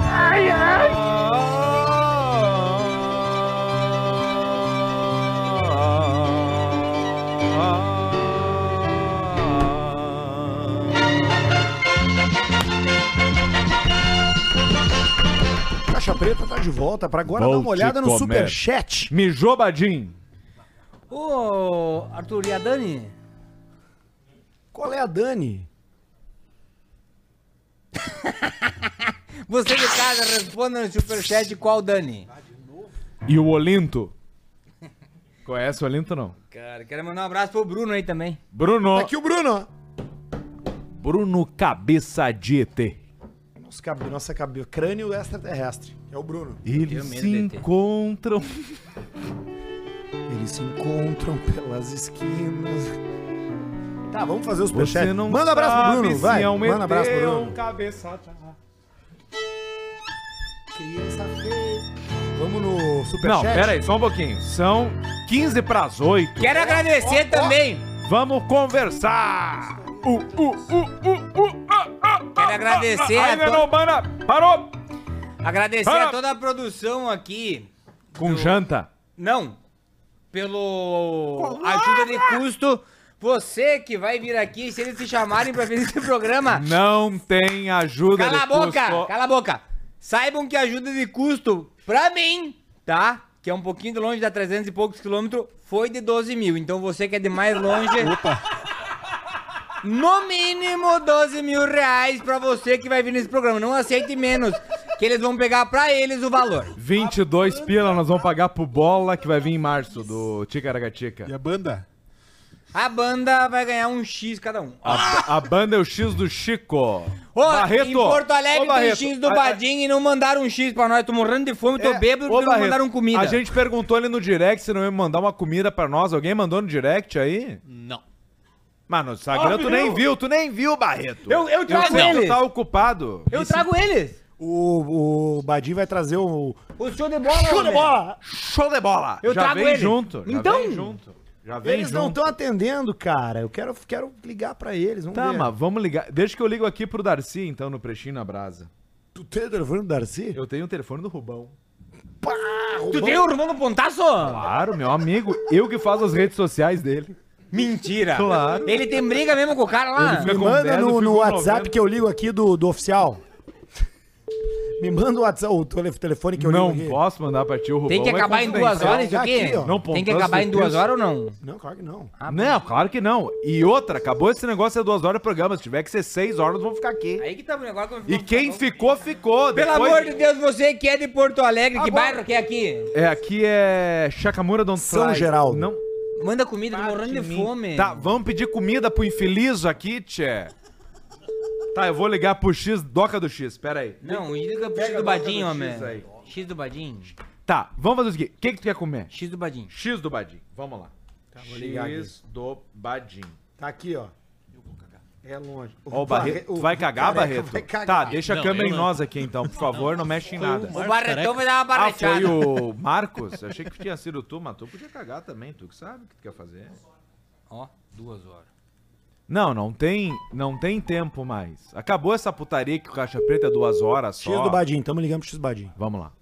[SPEAKER 2] Ai, ai. Ah. Ah.
[SPEAKER 1] Caixa Preta tá de volta pra agora dar uma olhada no Superchat.
[SPEAKER 2] Mijou, Badim.
[SPEAKER 18] Ô, Arthur, e a Dani?
[SPEAKER 1] Qual é a Dani?
[SPEAKER 5] [LAUGHS] Você de casa, responda no superchat qual Dani.
[SPEAKER 2] E o Olinto? Conhece o Olinto não?
[SPEAKER 5] Cara, quero mandar um abraço pro Bruno aí também.
[SPEAKER 2] Bruno.
[SPEAKER 1] Aqui o Bruno.
[SPEAKER 2] Bruno Cabeça de ET.
[SPEAKER 1] Nosso cabe- Nossa cabeça. Crânio extraterrestre. É o Bruno.
[SPEAKER 2] Eles se encontram.
[SPEAKER 1] Eles se encontram pelas esquinas. Tá, vamos fazer o
[SPEAKER 2] Você
[SPEAKER 1] superchat.
[SPEAKER 2] não
[SPEAKER 1] Manda um abraço pro
[SPEAKER 2] sabe
[SPEAKER 1] Bruno,
[SPEAKER 2] se
[SPEAKER 1] vai.
[SPEAKER 2] é um
[SPEAKER 1] Manda um abraço pro
[SPEAKER 2] ET ou
[SPEAKER 1] Bruno.
[SPEAKER 2] um cabeçada.
[SPEAKER 1] Criança feia. Vamos no
[SPEAKER 2] Não,
[SPEAKER 1] superchat.
[SPEAKER 2] pera aí, só um pouquinho. São 15 pras 8.
[SPEAKER 5] Quero agradecer também.
[SPEAKER 2] Vamos conversar. Uh, uh, uh, uh, uh, ah, ah,
[SPEAKER 5] Quero agradecer
[SPEAKER 2] ah,
[SPEAKER 5] a
[SPEAKER 2] ah, ainda
[SPEAKER 5] to-
[SPEAKER 2] não, mana. Parou.
[SPEAKER 5] Agradecer
[SPEAKER 2] Ah.
[SPEAKER 5] a toda a produção aqui.
[SPEAKER 2] Com janta.
[SPEAKER 5] Não. Pelo ajuda de custo. Você que vai vir aqui, se eles te chamarem pra fazer esse programa,
[SPEAKER 2] Não tem ajuda
[SPEAKER 5] Cala a
[SPEAKER 2] de
[SPEAKER 5] boca!
[SPEAKER 2] custo.
[SPEAKER 5] Cala a boca! Saibam que a ajuda de custo, pra mim, tá? Que é um pouquinho de longe, dá 300 e poucos quilômetros, foi de 12 mil. Então você que é de mais
[SPEAKER 2] [LAUGHS]
[SPEAKER 5] longe. No mínimo 12 mil reais pra você que vai vir nesse programa. Não aceite menos, que eles vão pegar pra eles o valor.
[SPEAKER 2] 22
[SPEAKER 19] Ah, é
[SPEAKER 2] pila nós vamos pagar pro Bola, que vai vir em março, do Ticaracatica. E a
[SPEAKER 20] banda?
[SPEAKER 5] A banda vai ganhar um X cada um.
[SPEAKER 2] A, a banda é o X do Chico.
[SPEAKER 5] Ô, em Porto Alegre
[SPEAKER 2] ô,
[SPEAKER 5] tem
[SPEAKER 2] Barreto,
[SPEAKER 5] X do
[SPEAKER 2] a- a-
[SPEAKER 5] Badin e não mandaram um X pra nós. Tô morrendo de fome, tô
[SPEAKER 2] É,
[SPEAKER 5] bêbado
[SPEAKER 2] ô,
[SPEAKER 5] porque não
[SPEAKER 2] Barreto,
[SPEAKER 5] mandaram comida.
[SPEAKER 2] A gente perguntou ali no direct se não ia mandar uma comida pra nós. Alguém mandou no direct aí?
[SPEAKER 21] Não.
[SPEAKER 2] Mas no Instagram tu nem viu, tu nem viu, Barreto.
[SPEAKER 19] Eu- eu trago
[SPEAKER 2] sei que tu
[SPEAKER 19] eles.
[SPEAKER 2] tá ocupado.
[SPEAKER 19] Eu trago eles.
[SPEAKER 10] O, o Badin vai trazer o.
[SPEAKER 19] O show de bola.
[SPEAKER 10] Show de
[SPEAKER 19] homem.
[SPEAKER 10] bola!
[SPEAKER 2] Show de bola!
[SPEAKER 19] Eu
[SPEAKER 2] já
[SPEAKER 19] trago
[SPEAKER 2] vem
[SPEAKER 19] ele.
[SPEAKER 2] junto. já
[SPEAKER 19] Então-
[SPEAKER 2] vem junto. Já vem
[SPEAKER 10] Eles
[SPEAKER 2] junto.
[SPEAKER 10] não estão atendendo, cara. Eu quero, quero ligar pra eles. Vamos
[SPEAKER 2] Tá,
[SPEAKER 10] ver.
[SPEAKER 2] mas vamos ligar. Deixa que eu ligo aqui pro Darcy, então, no Prestinho na Brasa.
[SPEAKER 10] Tu tem o telefone do Darcy?
[SPEAKER 2] Eu tenho o telefone do Rubão.
[SPEAKER 5] Tu tem o Romão no pontaço?
[SPEAKER 2] Claro, meu amigo. Eu que faço as redes sociais dele.
[SPEAKER 5] Mentira.
[SPEAKER 2] Claro.
[SPEAKER 5] Ele tem briga mesmo com o cara lá?
[SPEAKER 10] Me manda no, no WhatsApp que eu ligo aqui do, do oficial. Me manda o WhatsApp, o tele- telefone que eu
[SPEAKER 2] não
[SPEAKER 10] ligo. aqui.
[SPEAKER 2] posso mandar pra ti o Rubão.
[SPEAKER 5] Tem que
[SPEAKER 2] é
[SPEAKER 5] acabar em
[SPEAKER 2] confidencial.
[SPEAKER 5] duas horas isso aqui?
[SPEAKER 10] Aqui, ó.
[SPEAKER 2] Não,
[SPEAKER 5] tem que
[SPEAKER 2] pontas
[SPEAKER 5] acabar em
[SPEAKER 2] de
[SPEAKER 5] duas
[SPEAKER 2] Cristo.
[SPEAKER 5] horas ou não?
[SPEAKER 10] Não, claro que não.
[SPEAKER 2] não, claro que não. E outra, acabou esse negócio, é duas horas de programa. Se tiver que ser seis horas, nós vamos ficar aqui.
[SPEAKER 5] Aí que tá o negócio.
[SPEAKER 2] E quem ficou, ficou.
[SPEAKER 5] Pelo
[SPEAKER 2] Depois-
[SPEAKER 5] amor de Deus, você que é de Porto Alegre, que bairro que é aqui?
[SPEAKER 2] É, aqui é Chacamura Don't
[SPEAKER 10] São
[SPEAKER 2] Fly.
[SPEAKER 10] Geraldo.
[SPEAKER 2] Não.
[SPEAKER 5] Manda comida, tô morrendo de fome.
[SPEAKER 2] Tá, vamos pedir comida pro infeliz aqui, tchê. Tá, eu vou ligar pro X, doca do X, pera aí.
[SPEAKER 5] Não, liga pro
[SPEAKER 2] Pega
[SPEAKER 5] X
[SPEAKER 2] a
[SPEAKER 5] do
[SPEAKER 2] boca
[SPEAKER 5] Badinho,
[SPEAKER 2] do
[SPEAKER 5] homem.
[SPEAKER 2] X aí.
[SPEAKER 5] X do Badinho.
[SPEAKER 2] Tá, vamos fazer o seguinte. O que, que tu quer comer?
[SPEAKER 5] X do Badinho.
[SPEAKER 2] X do Badim. Vamos lá.
[SPEAKER 10] vou ligar aqui.
[SPEAKER 2] X do Badim.
[SPEAKER 10] Tá aqui, ó. É longe.
[SPEAKER 2] Ó, o Barreto. Tu vai cagar,
[SPEAKER 10] careca
[SPEAKER 2] Barreto?
[SPEAKER 10] vai cagar.
[SPEAKER 2] Tá, deixa a
[SPEAKER 10] Não,
[SPEAKER 2] câmera
[SPEAKER 10] eu
[SPEAKER 2] em
[SPEAKER 10] não.
[SPEAKER 2] nós aqui então, por favor, não mexe em nada.
[SPEAKER 5] O Barretão vai dar uma
[SPEAKER 2] Ah,
[SPEAKER 5] barreteada.
[SPEAKER 2] foi o Marcos? Achei que tinha sido tu, mas tu podia cagar também, tu que sabe o que tu quer fazer.
[SPEAKER 5] Ó, duas horas.
[SPEAKER 2] Não, não tem, não tem tempo mais. Acabou essa putaria que o Caixa Preta é duas horas só.
[SPEAKER 10] X do Badinho, tamo ligando pro X do Badinho.
[SPEAKER 2] Vamos lá.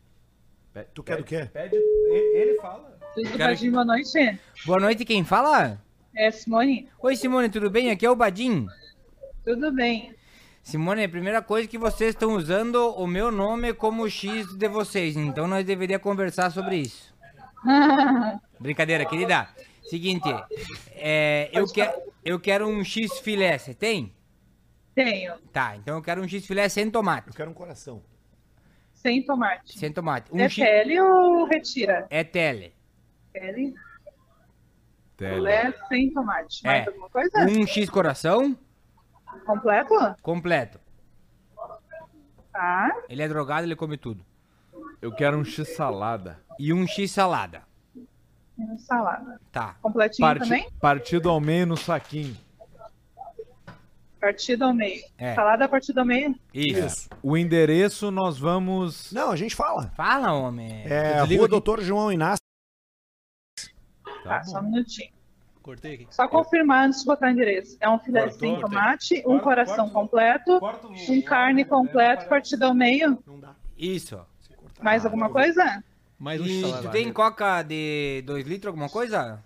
[SPEAKER 10] Tu quer do quê?
[SPEAKER 2] Pede, ele, fala.
[SPEAKER 12] Tudo
[SPEAKER 5] Quero
[SPEAKER 12] Badinho, boa noite.
[SPEAKER 5] Boa noite, quem fala?
[SPEAKER 12] É, Simone,
[SPEAKER 5] Oi, Simone, tudo bem? Aqui é o Badinho.
[SPEAKER 12] tudo bem?
[SPEAKER 5] Simone, a primeira coisa é que vocês estão usando o meu nome como X de vocês, então nós deveríamos conversar sobre
[SPEAKER 12] [LAUGHS]
[SPEAKER 5] isso. Brincadeira, querida. Seguinte, é, eu, que- eu quero um X filé, você tem?
[SPEAKER 12] Tenho,
[SPEAKER 5] Tá, então eu quero um X filé sem tomate. Eu
[SPEAKER 10] quero um coração.
[SPEAKER 12] sem tomate.
[SPEAKER 5] Sem tomate. Um
[SPEAKER 12] é
[SPEAKER 5] X...
[SPEAKER 12] pele ou retira?
[SPEAKER 5] É tele.
[SPEAKER 12] Pele,
[SPEAKER 2] Tele.
[SPEAKER 12] filé, sem tomate. Mais
[SPEAKER 5] É.
[SPEAKER 12] alguma coisa?
[SPEAKER 5] Um X coração
[SPEAKER 12] Completo?
[SPEAKER 5] completo.
[SPEAKER 12] Tá,
[SPEAKER 5] Ele é drogado, ele come tudo.
[SPEAKER 2] Eu quero um X salada.
[SPEAKER 5] E um X salada.
[SPEAKER 12] e salada.
[SPEAKER 5] Tá.
[SPEAKER 12] Completinho também?
[SPEAKER 2] Parti, partido ao meio no saquinho.
[SPEAKER 12] Partido ao meio.
[SPEAKER 2] É.
[SPEAKER 12] Salada a partir do meio?
[SPEAKER 10] Isso.
[SPEAKER 2] É. O endereço nós vamos.
[SPEAKER 10] Não, a gente fala.
[SPEAKER 5] Fala, homem.
[SPEAKER 10] É,
[SPEAKER 2] Eu ligo
[SPEAKER 10] Rua
[SPEAKER 2] aqui.
[SPEAKER 10] Doutor João Inácio.
[SPEAKER 12] Tá, só um minutinho.
[SPEAKER 8] Cortei aqui.
[SPEAKER 12] Só confirmar antes de botar o endereço. É um filé
[SPEAKER 8] Cortou,
[SPEAKER 12] sem
[SPEAKER 8] tem.
[SPEAKER 12] tomate, um coração completo, um carne completo, partido ao meio.
[SPEAKER 5] Isso.
[SPEAKER 12] Mais alguma coisa?
[SPEAKER 8] Mais
[SPEAKER 5] um
[SPEAKER 12] X
[SPEAKER 5] e
[SPEAKER 12] salada.
[SPEAKER 5] tu tem coca de 2 litros, alguma coisa?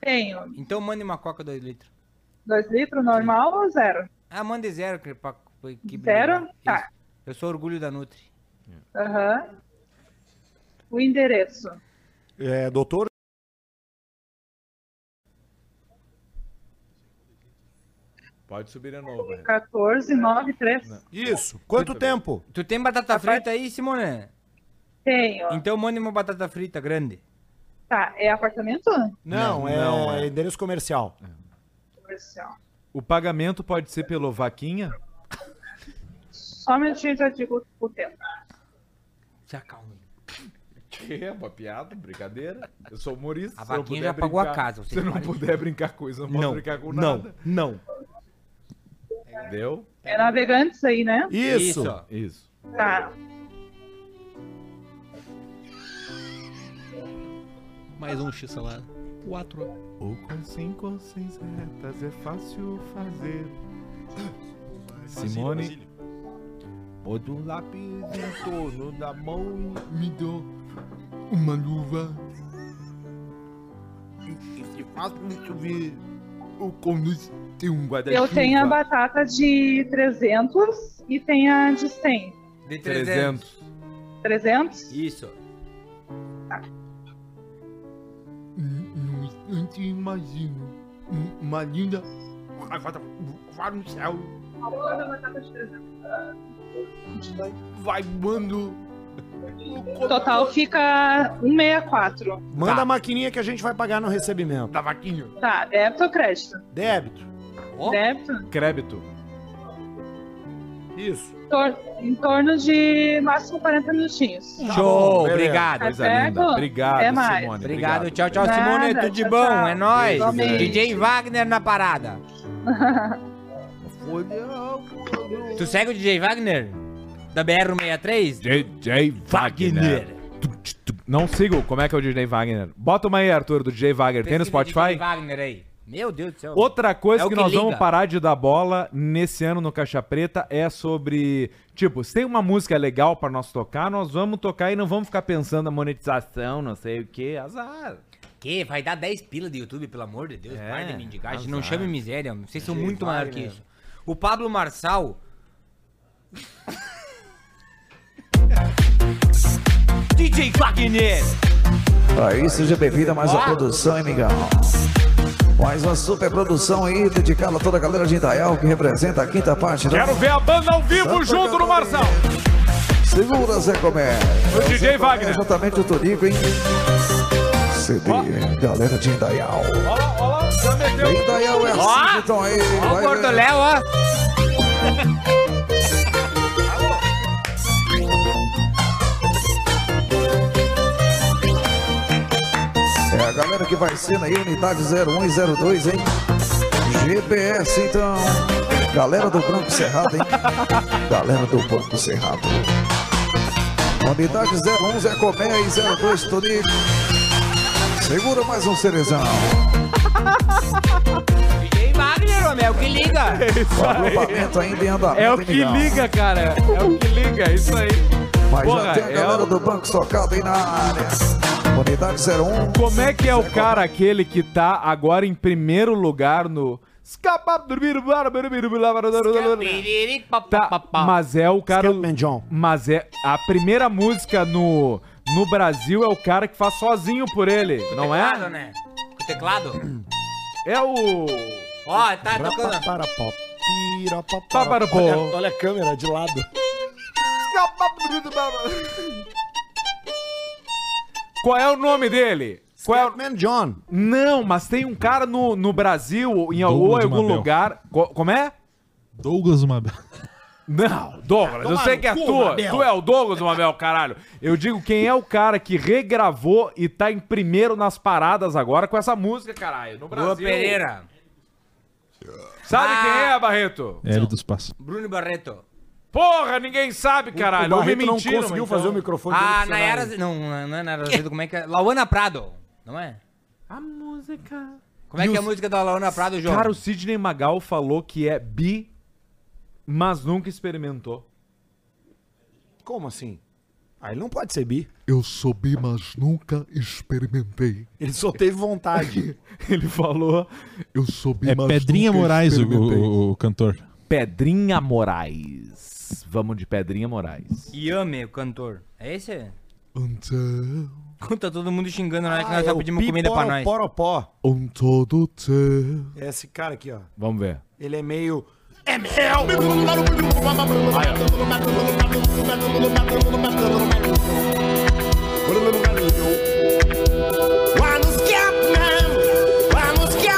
[SPEAKER 12] Tenho.
[SPEAKER 5] Então mande uma coca 2 litros.
[SPEAKER 12] 2 litros normal ou zero?
[SPEAKER 5] Ah, mande zero. Que, pra- que
[SPEAKER 12] Zero? Tá.
[SPEAKER 5] Eu sou orgulho da Nutri.
[SPEAKER 12] Aham. O endereço.
[SPEAKER 10] É, doutor.
[SPEAKER 2] Pode subir de novo.
[SPEAKER 12] 1493.
[SPEAKER 10] Isso. Quanto tempo?
[SPEAKER 5] Tu tem batata frita aí, Simone?
[SPEAKER 12] Tenho.
[SPEAKER 5] Então mande uma batata frita grande.
[SPEAKER 12] Tá, é apartamento?
[SPEAKER 10] Não,
[SPEAKER 2] Não,
[SPEAKER 10] é,
[SPEAKER 2] não, é.
[SPEAKER 10] endereço comercial.
[SPEAKER 12] Comercial.
[SPEAKER 2] O pagamento pode ser pelo Vaquinha?
[SPEAKER 12] Só um minutinho já digo o tempo.
[SPEAKER 5] Se acalme.
[SPEAKER 2] Que é uma piada, brincadeira. Eu sou humorista.
[SPEAKER 5] A
[SPEAKER 2] se eu
[SPEAKER 5] Vaquinha
[SPEAKER 2] puder
[SPEAKER 5] já pagou a
[SPEAKER 2] brincar-
[SPEAKER 5] casa, você
[SPEAKER 2] Se eu não
[SPEAKER 5] pare de-
[SPEAKER 2] puder brincar com isso, eu não posso
[SPEAKER 10] Não,
[SPEAKER 2] brincar com
[SPEAKER 10] não,
[SPEAKER 2] nada.
[SPEAKER 10] não.
[SPEAKER 2] Deu?
[SPEAKER 12] É navegantes aí, né?
[SPEAKER 10] Isso.
[SPEAKER 2] Isso.
[SPEAKER 12] Tá.
[SPEAKER 8] Mais um X salada. Quatro.
[SPEAKER 2] Ou com cinco ou seis retas é fácil fazer. Simone. Bota um lápis em torno da mão. Me dou uma luva. E se fácil chover. O conduz tem um guarda-chuva.
[SPEAKER 12] Eu tenho a batata de 300 e tem a de 100.
[SPEAKER 5] De
[SPEAKER 2] 300.
[SPEAKER 12] 300?
[SPEAKER 5] Isso.
[SPEAKER 2] Num instante imagino um- uma linda raivada voar no céu.
[SPEAKER 12] Qual é a batata de 300?
[SPEAKER 2] Vai voando
[SPEAKER 17] Total fica 164.
[SPEAKER 1] Manda
[SPEAKER 2] Tá.
[SPEAKER 1] a maquininha que a gente vai pagar no recebimento. Tá,
[SPEAKER 17] maquinho. Tá, débito ou crédito?
[SPEAKER 1] Débito.
[SPEAKER 17] Débito?
[SPEAKER 2] Crédito.
[SPEAKER 1] Isso.
[SPEAKER 17] Tor- em torno de máximo 40 minutinhos.
[SPEAKER 2] Show, obrigado,
[SPEAKER 17] Tá
[SPEAKER 2] coisa
[SPEAKER 17] certo?
[SPEAKER 2] linda. Obrigado,
[SPEAKER 17] Até mais.
[SPEAKER 2] Simone.
[SPEAKER 5] Obrigado, tchau, tchau,
[SPEAKER 17] Nada,
[SPEAKER 5] Simone. Tudo de
[SPEAKER 17] tchau,
[SPEAKER 5] bom,
[SPEAKER 17] tchau.
[SPEAKER 5] é nóis.
[SPEAKER 17] Igualmente.
[SPEAKER 5] DJ Wagner
[SPEAKER 17] [LAUGHS]
[SPEAKER 5] na parada. Tu segue o DJ Wagner? Da BR-163?
[SPEAKER 2] DJ Wagner. Não sigo, como é que é o DJ Wagner? Bota uma aí, Arthur, do DJ Wagner. Tem no
[SPEAKER 5] Pesquisa DJ
[SPEAKER 2] Spotify?
[SPEAKER 5] Wagner aí. Meu Deus do céu.
[SPEAKER 2] Outra coisa
[SPEAKER 5] É o
[SPEAKER 2] que, nós vamos
[SPEAKER 5] liga.
[SPEAKER 2] parar de dar bola nesse ano no Caixa Preta é sobre. Tipo, se tem uma música legal pra nós tocar, nós vamos tocar e não vamos ficar pensando na monetização, não sei o que. Azar.
[SPEAKER 5] Que? Vai dar 10 pila do YouTube, pelo amor de Deus. Para de me indicar.
[SPEAKER 2] É, azar.
[SPEAKER 5] Não chame miséria. mano. Vocês são
[SPEAKER 2] DJ
[SPEAKER 5] muito maior que
[SPEAKER 2] Wagner.
[SPEAKER 5] isso. O Pablo Marçal. DJ Wagner!
[SPEAKER 22] Aí, seja bem-vindo a mais uma produção, hein, migão? Mais uma super produção aí, dedicada a toda a galera de Indaial, que representa a quinta parte. né? da-
[SPEAKER 2] Quero ver a banda ao vivo junto no Marçal.
[SPEAKER 22] Segura, Zé Comé.
[SPEAKER 2] O DJ Wagner.
[SPEAKER 22] Exatamente o Tonico, hein? CD, galera de Indaial. Indaial é assim que estão aí.
[SPEAKER 5] Ó o
[SPEAKER 22] vai
[SPEAKER 5] Porto
[SPEAKER 22] ver.
[SPEAKER 2] É,
[SPEAKER 5] Léo, ó.
[SPEAKER 22] É a galera que vai ser aí, unidade 01 e 02, hein? GPS, então. Galera do Branco Cerrado, hein? Galera do Branco Cerrado. Unidade 01, Zé Comé e 02, Tonico. Segura mais um cerezão.
[SPEAKER 5] DJ Wagner, homem. É o
[SPEAKER 2] [LAUGHS]
[SPEAKER 5] que
[SPEAKER 22] O
[SPEAKER 5] liga.
[SPEAKER 22] agrupamento ainda em andamento.
[SPEAKER 5] É o que
[SPEAKER 22] hein, Miguel?
[SPEAKER 5] liga,
[SPEAKER 2] cara. É o que liga, isso aí.
[SPEAKER 22] Mas
[SPEAKER 2] Porra,
[SPEAKER 22] já tem a
[SPEAKER 2] é
[SPEAKER 22] galera
[SPEAKER 2] o-
[SPEAKER 22] do Banco Socado aí na área. Unidade 01.
[SPEAKER 2] Como é que é o cara aquele que tá agora em primeiro lugar no. Tá, mas é o cara. Mas é a primeira música no no Brasil é o cara que faz sozinho por ele, não
[SPEAKER 5] Teclado,
[SPEAKER 2] é?
[SPEAKER 5] né?
[SPEAKER 2] [CLEARS THROAT]
[SPEAKER 5] Com teclado?
[SPEAKER 2] É o.
[SPEAKER 5] Ó, tá tocando.
[SPEAKER 1] Para pop.
[SPEAKER 2] Para, pó.
[SPEAKER 1] Olha, olha a câmera de lado.
[SPEAKER 2] Qual é o nome dele? Qual é o...
[SPEAKER 1] John.
[SPEAKER 2] Não, mas tem um cara no, no Brasil, em algum-
[SPEAKER 10] Douglas
[SPEAKER 2] algum
[SPEAKER 10] Mabel.
[SPEAKER 2] lugar. Co- como é?
[SPEAKER 10] Douglas Mabel.
[SPEAKER 2] Não, Douglas, eu
[SPEAKER 10] Tomar
[SPEAKER 2] sei
[SPEAKER 10] no
[SPEAKER 2] que é
[SPEAKER 10] cu,
[SPEAKER 2] tua.
[SPEAKER 10] Mabel.
[SPEAKER 2] Tu é o Douglas, Mabel, caralho. Eu digo quem é o cara que regravou e tá em primeiro nas paradas agora com essa música, caralho. No Brasil.
[SPEAKER 5] Lua Pereira.
[SPEAKER 2] Sabe
[SPEAKER 5] Ah.
[SPEAKER 2] quem é, Barreto?
[SPEAKER 10] Hélio dos Passos.
[SPEAKER 5] Bruno Barreto.
[SPEAKER 2] Porra, ninguém sabe, caralho.
[SPEAKER 1] O
[SPEAKER 2] Ou me
[SPEAKER 1] Barreto não
[SPEAKER 2] mentiram,
[SPEAKER 1] conseguiu
[SPEAKER 2] então.
[SPEAKER 1] fazer o microfone
[SPEAKER 5] Ah, Nayara... Ze- Não, não é Nayara Azevedo, como é que é? Lauana Prado, não é?
[SPEAKER 2] A música.
[SPEAKER 5] Como é
[SPEAKER 2] E
[SPEAKER 5] que é a
[SPEAKER 2] os-
[SPEAKER 5] música da Lauana Prado, João?
[SPEAKER 2] Cara, o Sidney Magal falou que é bi, mas nunca experimentou.
[SPEAKER 1] Como assim? Ah, ele não pode ser bi.
[SPEAKER 23] Eu subi, mas nunca experimentei.
[SPEAKER 1] Ele só teve vontade.
[SPEAKER 2] [LAUGHS] Ele falou.
[SPEAKER 23] Eu subi,
[SPEAKER 10] É
[SPEAKER 23] mas
[SPEAKER 10] Pedrinha
[SPEAKER 23] nunca
[SPEAKER 10] Moraes o,
[SPEAKER 23] experimentei.
[SPEAKER 10] o- o cantor.
[SPEAKER 2] Pedrinha Moraes. Vamos de Pedrinha Moraes.
[SPEAKER 5] Yame, o cantor. É esse?
[SPEAKER 23] Então,
[SPEAKER 5] Tá todo mundo xingando na hora que
[SPEAKER 1] Ah,
[SPEAKER 5] nós
[SPEAKER 1] é
[SPEAKER 5] só
[SPEAKER 1] o
[SPEAKER 5] pedimos
[SPEAKER 1] Pi
[SPEAKER 5] comida pra
[SPEAKER 1] Poro
[SPEAKER 5] nós.
[SPEAKER 1] Poro Pó.
[SPEAKER 23] um todo teu.
[SPEAKER 1] É esse cara aqui, ó.
[SPEAKER 2] Vamos ver.
[SPEAKER 1] Ele é meio.
[SPEAKER 11] É meu! Vamos que Vamos que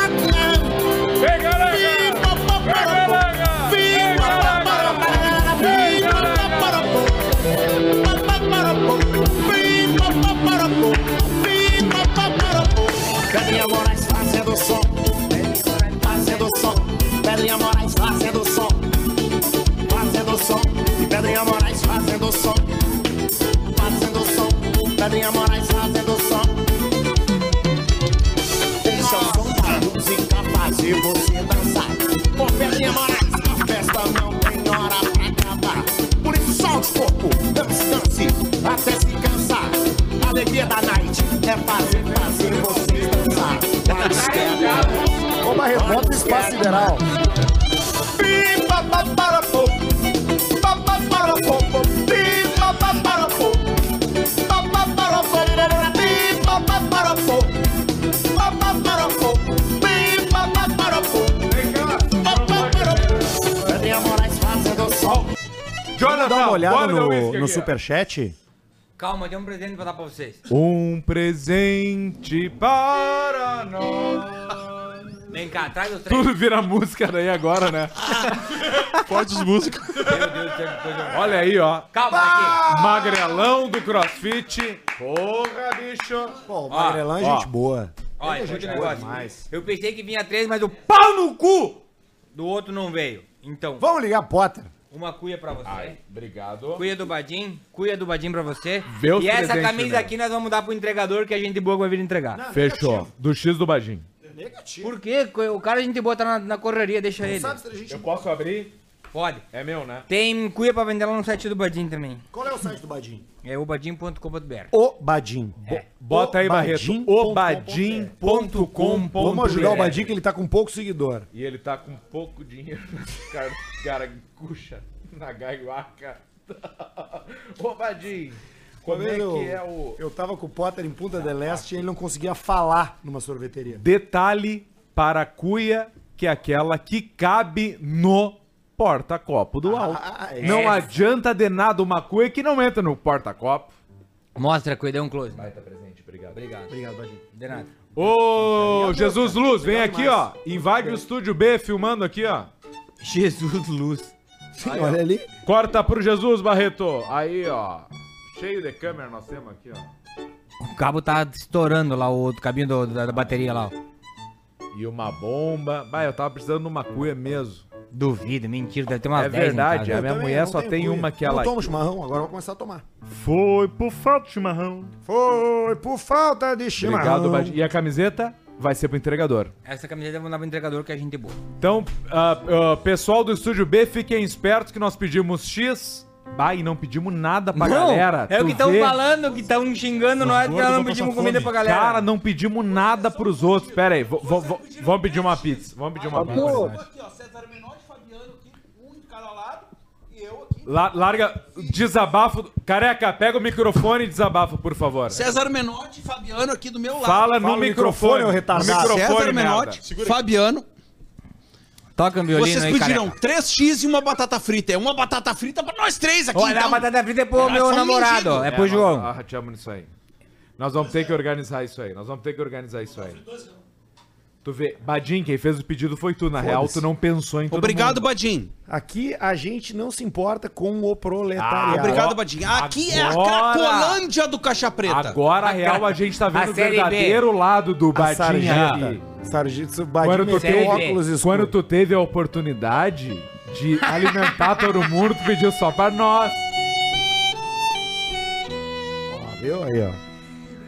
[SPEAKER 14] Pedrinha Moraes fazendo som, fazendo som, Pedrinha Moraes fazendo som, fazendo som, e Pedrinha Moraes fazendo som, fazendo som, Pedrinha Moraes fazendo som. Deixa o som da música fazer você dançar. Ô Pedrinha Moraes, a festa não tem hora pra acabar. Por isso solte o corpo, dance, dance, até se cansar. A alegria da night é fazer, fazer você dançar. Vai descarregar.
[SPEAKER 1] Como a rebota espaço sideral.
[SPEAKER 14] Pedrinha Moraes fazendo sol.
[SPEAKER 1] Vamos dar uma olhada
[SPEAKER 14] bora dar um
[SPEAKER 1] no,
[SPEAKER 14] whisky
[SPEAKER 1] no
[SPEAKER 14] aqui, ó.
[SPEAKER 2] é um então
[SPEAKER 1] superchat?
[SPEAKER 5] Calma, tem um presente pra dar pra vocês.
[SPEAKER 2] Um presente para nós.
[SPEAKER 5] Vem cá, traz os
[SPEAKER 2] [LAUGHS]
[SPEAKER 5] três.
[SPEAKER 2] Tudo vira música daí agora, né? Fortes músicos. Olha aí, ó.
[SPEAKER 5] um- Calma aqui.
[SPEAKER 2] Magrelão do crossfit. Porra, bicho.
[SPEAKER 1] Pô, o
[SPEAKER 2] Ó,
[SPEAKER 1] Magrelão é
[SPEAKER 2] ó.
[SPEAKER 1] gente boa. Ele
[SPEAKER 5] Olha,
[SPEAKER 1] é
[SPEAKER 5] escuta o
[SPEAKER 1] gente boa
[SPEAKER 5] um negócio.
[SPEAKER 1] demais.
[SPEAKER 5] Eu pensei que vinha três, mas o pau no cu do outro não veio. Então,
[SPEAKER 1] Vamos ligar a Potter.
[SPEAKER 5] uma cuia pra você.
[SPEAKER 2] obrigado.
[SPEAKER 5] Cuia do Badim, cuia do Badim pra você.
[SPEAKER 2] Vê os
[SPEAKER 5] e essa
[SPEAKER 2] presentes,
[SPEAKER 5] camisa
[SPEAKER 2] né?
[SPEAKER 5] aqui nós vamos dar pro entregador que a gente boa vai vir entregar.
[SPEAKER 2] Fechou. Do X do Bajim.
[SPEAKER 5] Por quê? Co- O cara a gente bota na, na correria, deixa ele.
[SPEAKER 2] Eu posso abrir?
[SPEAKER 5] Pode.
[SPEAKER 2] É meu, né?
[SPEAKER 5] Tem cuia pra vender lá no site do Badim também.
[SPEAKER 1] Qual é o site do Badim?
[SPEAKER 5] É obadim.com.br.
[SPEAKER 1] O Badim.
[SPEAKER 5] É.
[SPEAKER 2] Bota aí, Barreto. Obadim.com.br.
[SPEAKER 1] Vamos ajudar o Badim que ele tá com pouco seguidor.
[SPEAKER 2] E ele tá com pouco dinheiro. Cara, cara puxa na gaiaca. [LAUGHS] Ô, Badim. Como é
[SPEAKER 1] eu,
[SPEAKER 2] que é o...
[SPEAKER 1] Eu tava com o Potter em Punta del Este e ele não conseguia falar numa sorveteria.
[SPEAKER 2] Detalhe para a cuia, que é aquela que cabe no porta-copo do alto.
[SPEAKER 1] é.
[SPEAKER 2] não
[SPEAKER 1] Essa.
[SPEAKER 2] adianta de nada uma cuia que não entra no porta-copo.
[SPEAKER 5] Mostra, cuia, dê um close.
[SPEAKER 2] Vai tá presente, obrigado.
[SPEAKER 5] Obrigado.
[SPEAKER 1] Obrigado, Badim.
[SPEAKER 5] De nada.
[SPEAKER 2] Ô,
[SPEAKER 5] Obrigado,
[SPEAKER 2] Jesus
[SPEAKER 5] cara.
[SPEAKER 2] Luz, vem
[SPEAKER 5] Obrigado
[SPEAKER 2] aqui, ó.
[SPEAKER 5] demais.
[SPEAKER 2] Invade o estúdio B filmando aqui, ó.
[SPEAKER 5] Jesus Luz.
[SPEAKER 1] Sim, olha ali.
[SPEAKER 2] Corta pro Jesus, Barreto. Aí, ó. Cheio de câmera nós temos aqui, ó.
[SPEAKER 5] O cabo tá estourando lá, o outro cabinho do- da, da bateria lá. ó.
[SPEAKER 2] E uma bomba. Bah, eu tava precisando de uma cuia mesmo.
[SPEAKER 5] Duvido, mentira, deve ter umas
[SPEAKER 1] Ah,
[SPEAKER 2] É
[SPEAKER 5] 10 em
[SPEAKER 2] verdade,
[SPEAKER 5] casa.
[SPEAKER 2] a minha
[SPEAKER 1] Também
[SPEAKER 2] mulher
[SPEAKER 1] não
[SPEAKER 2] só
[SPEAKER 1] tenho
[SPEAKER 2] tem
[SPEAKER 1] cuia.
[SPEAKER 2] uma que ela.
[SPEAKER 1] Eu tomo chimarrão, agora eu vou começar a tomar.
[SPEAKER 2] Foi por falta de chimarrão.
[SPEAKER 1] Foi por falta de chimarrão.
[SPEAKER 2] Obrigado, Badi. E a camiseta vai ser pro entregador.
[SPEAKER 5] Essa camiseta eu vou dar pro entregador que a gente é boa.
[SPEAKER 2] Então, ah, ah, pessoal do Estúdio B, fiquem espertos que nós pedimos X. Bah, e não pedimos nada pra galera.
[SPEAKER 5] é o
[SPEAKER 2] Tu
[SPEAKER 5] que estão
[SPEAKER 2] vê?
[SPEAKER 5] falando, que estão xingando nós, que nós não pedimos comida pra galera.
[SPEAKER 2] Cara, não pedimos nada pros outros. Pera aí, vo- vo- vo- vamos pedir uma pizza. Vamos pedir uma pizza.
[SPEAKER 8] Aqui, ó, César Menotti, Fabiano aqui, um de cada lado, e eu aqui.
[SPEAKER 2] La- larga, desabafo. Careca, pega o microfone e desabafa, por favor.
[SPEAKER 16] César Menotti, Fabiano aqui do meu lado.
[SPEAKER 2] Fala no microfone, ô retardado.
[SPEAKER 16] César
[SPEAKER 2] Microfone, merda.
[SPEAKER 16] Menotti,
[SPEAKER 2] Segura aí.
[SPEAKER 16] Fabiano.
[SPEAKER 5] Toca um violino
[SPEAKER 16] Vocês
[SPEAKER 5] aí,
[SPEAKER 16] pediram
[SPEAKER 5] careca.
[SPEAKER 16] 3x e uma batata frita. É uma batata frita pra nós três aqui,
[SPEAKER 5] Olha,
[SPEAKER 16] então.
[SPEAKER 5] a batata frita é pro
[SPEAKER 16] Caralho,
[SPEAKER 5] meu
[SPEAKER 16] só um
[SPEAKER 5] namorado,
[SPEAKER 16] mendigo.
[SPEAKER 5] ó, é pro João.
[SPEAKER 2] Ah, tchamo nisso aí. Nós vamos ter que organizar isso aí. Nós vamos ter que organizar isso aí. Tu vê, Badin, quem fez o pedido foi tu. Na real, tu não pensou em todo mundo.
[SPEAKER 16] Badim.
[SPEAKER 1] Aqui a gente não se importa com o proletariado.
[SPEAKER 2] Ah, obrigado,
[SPEAKER 16] Badinho. Aqui é a
[SPEAKER 2] Agora-
[SPEAKER 16] Cracolândia do Caixa Preta.
[SPEAKER 2] Agora, a real, a gente tá vendo o verdadeiro lado do
[SPEAKER 1] A
[SPEAKER 2] Badin aqui.
[SPEAKER 1] sarjeta. Sarjeta, o Badim
[SPEAKER 2] Quando tu,
[SPEAKER 1] meteu
[SPEAKER 2] teve,
[SPEAKER 1] óculos escuros.
[SPEAKER 2] quando tu teve a oportunidade de
[SPEAKER 1] [LAUGHS]
[SPEAKER 2] alimentar todo mundo, tu pediu só pra nós.
[SPEAKER 1] Ó, Viu aí, ó.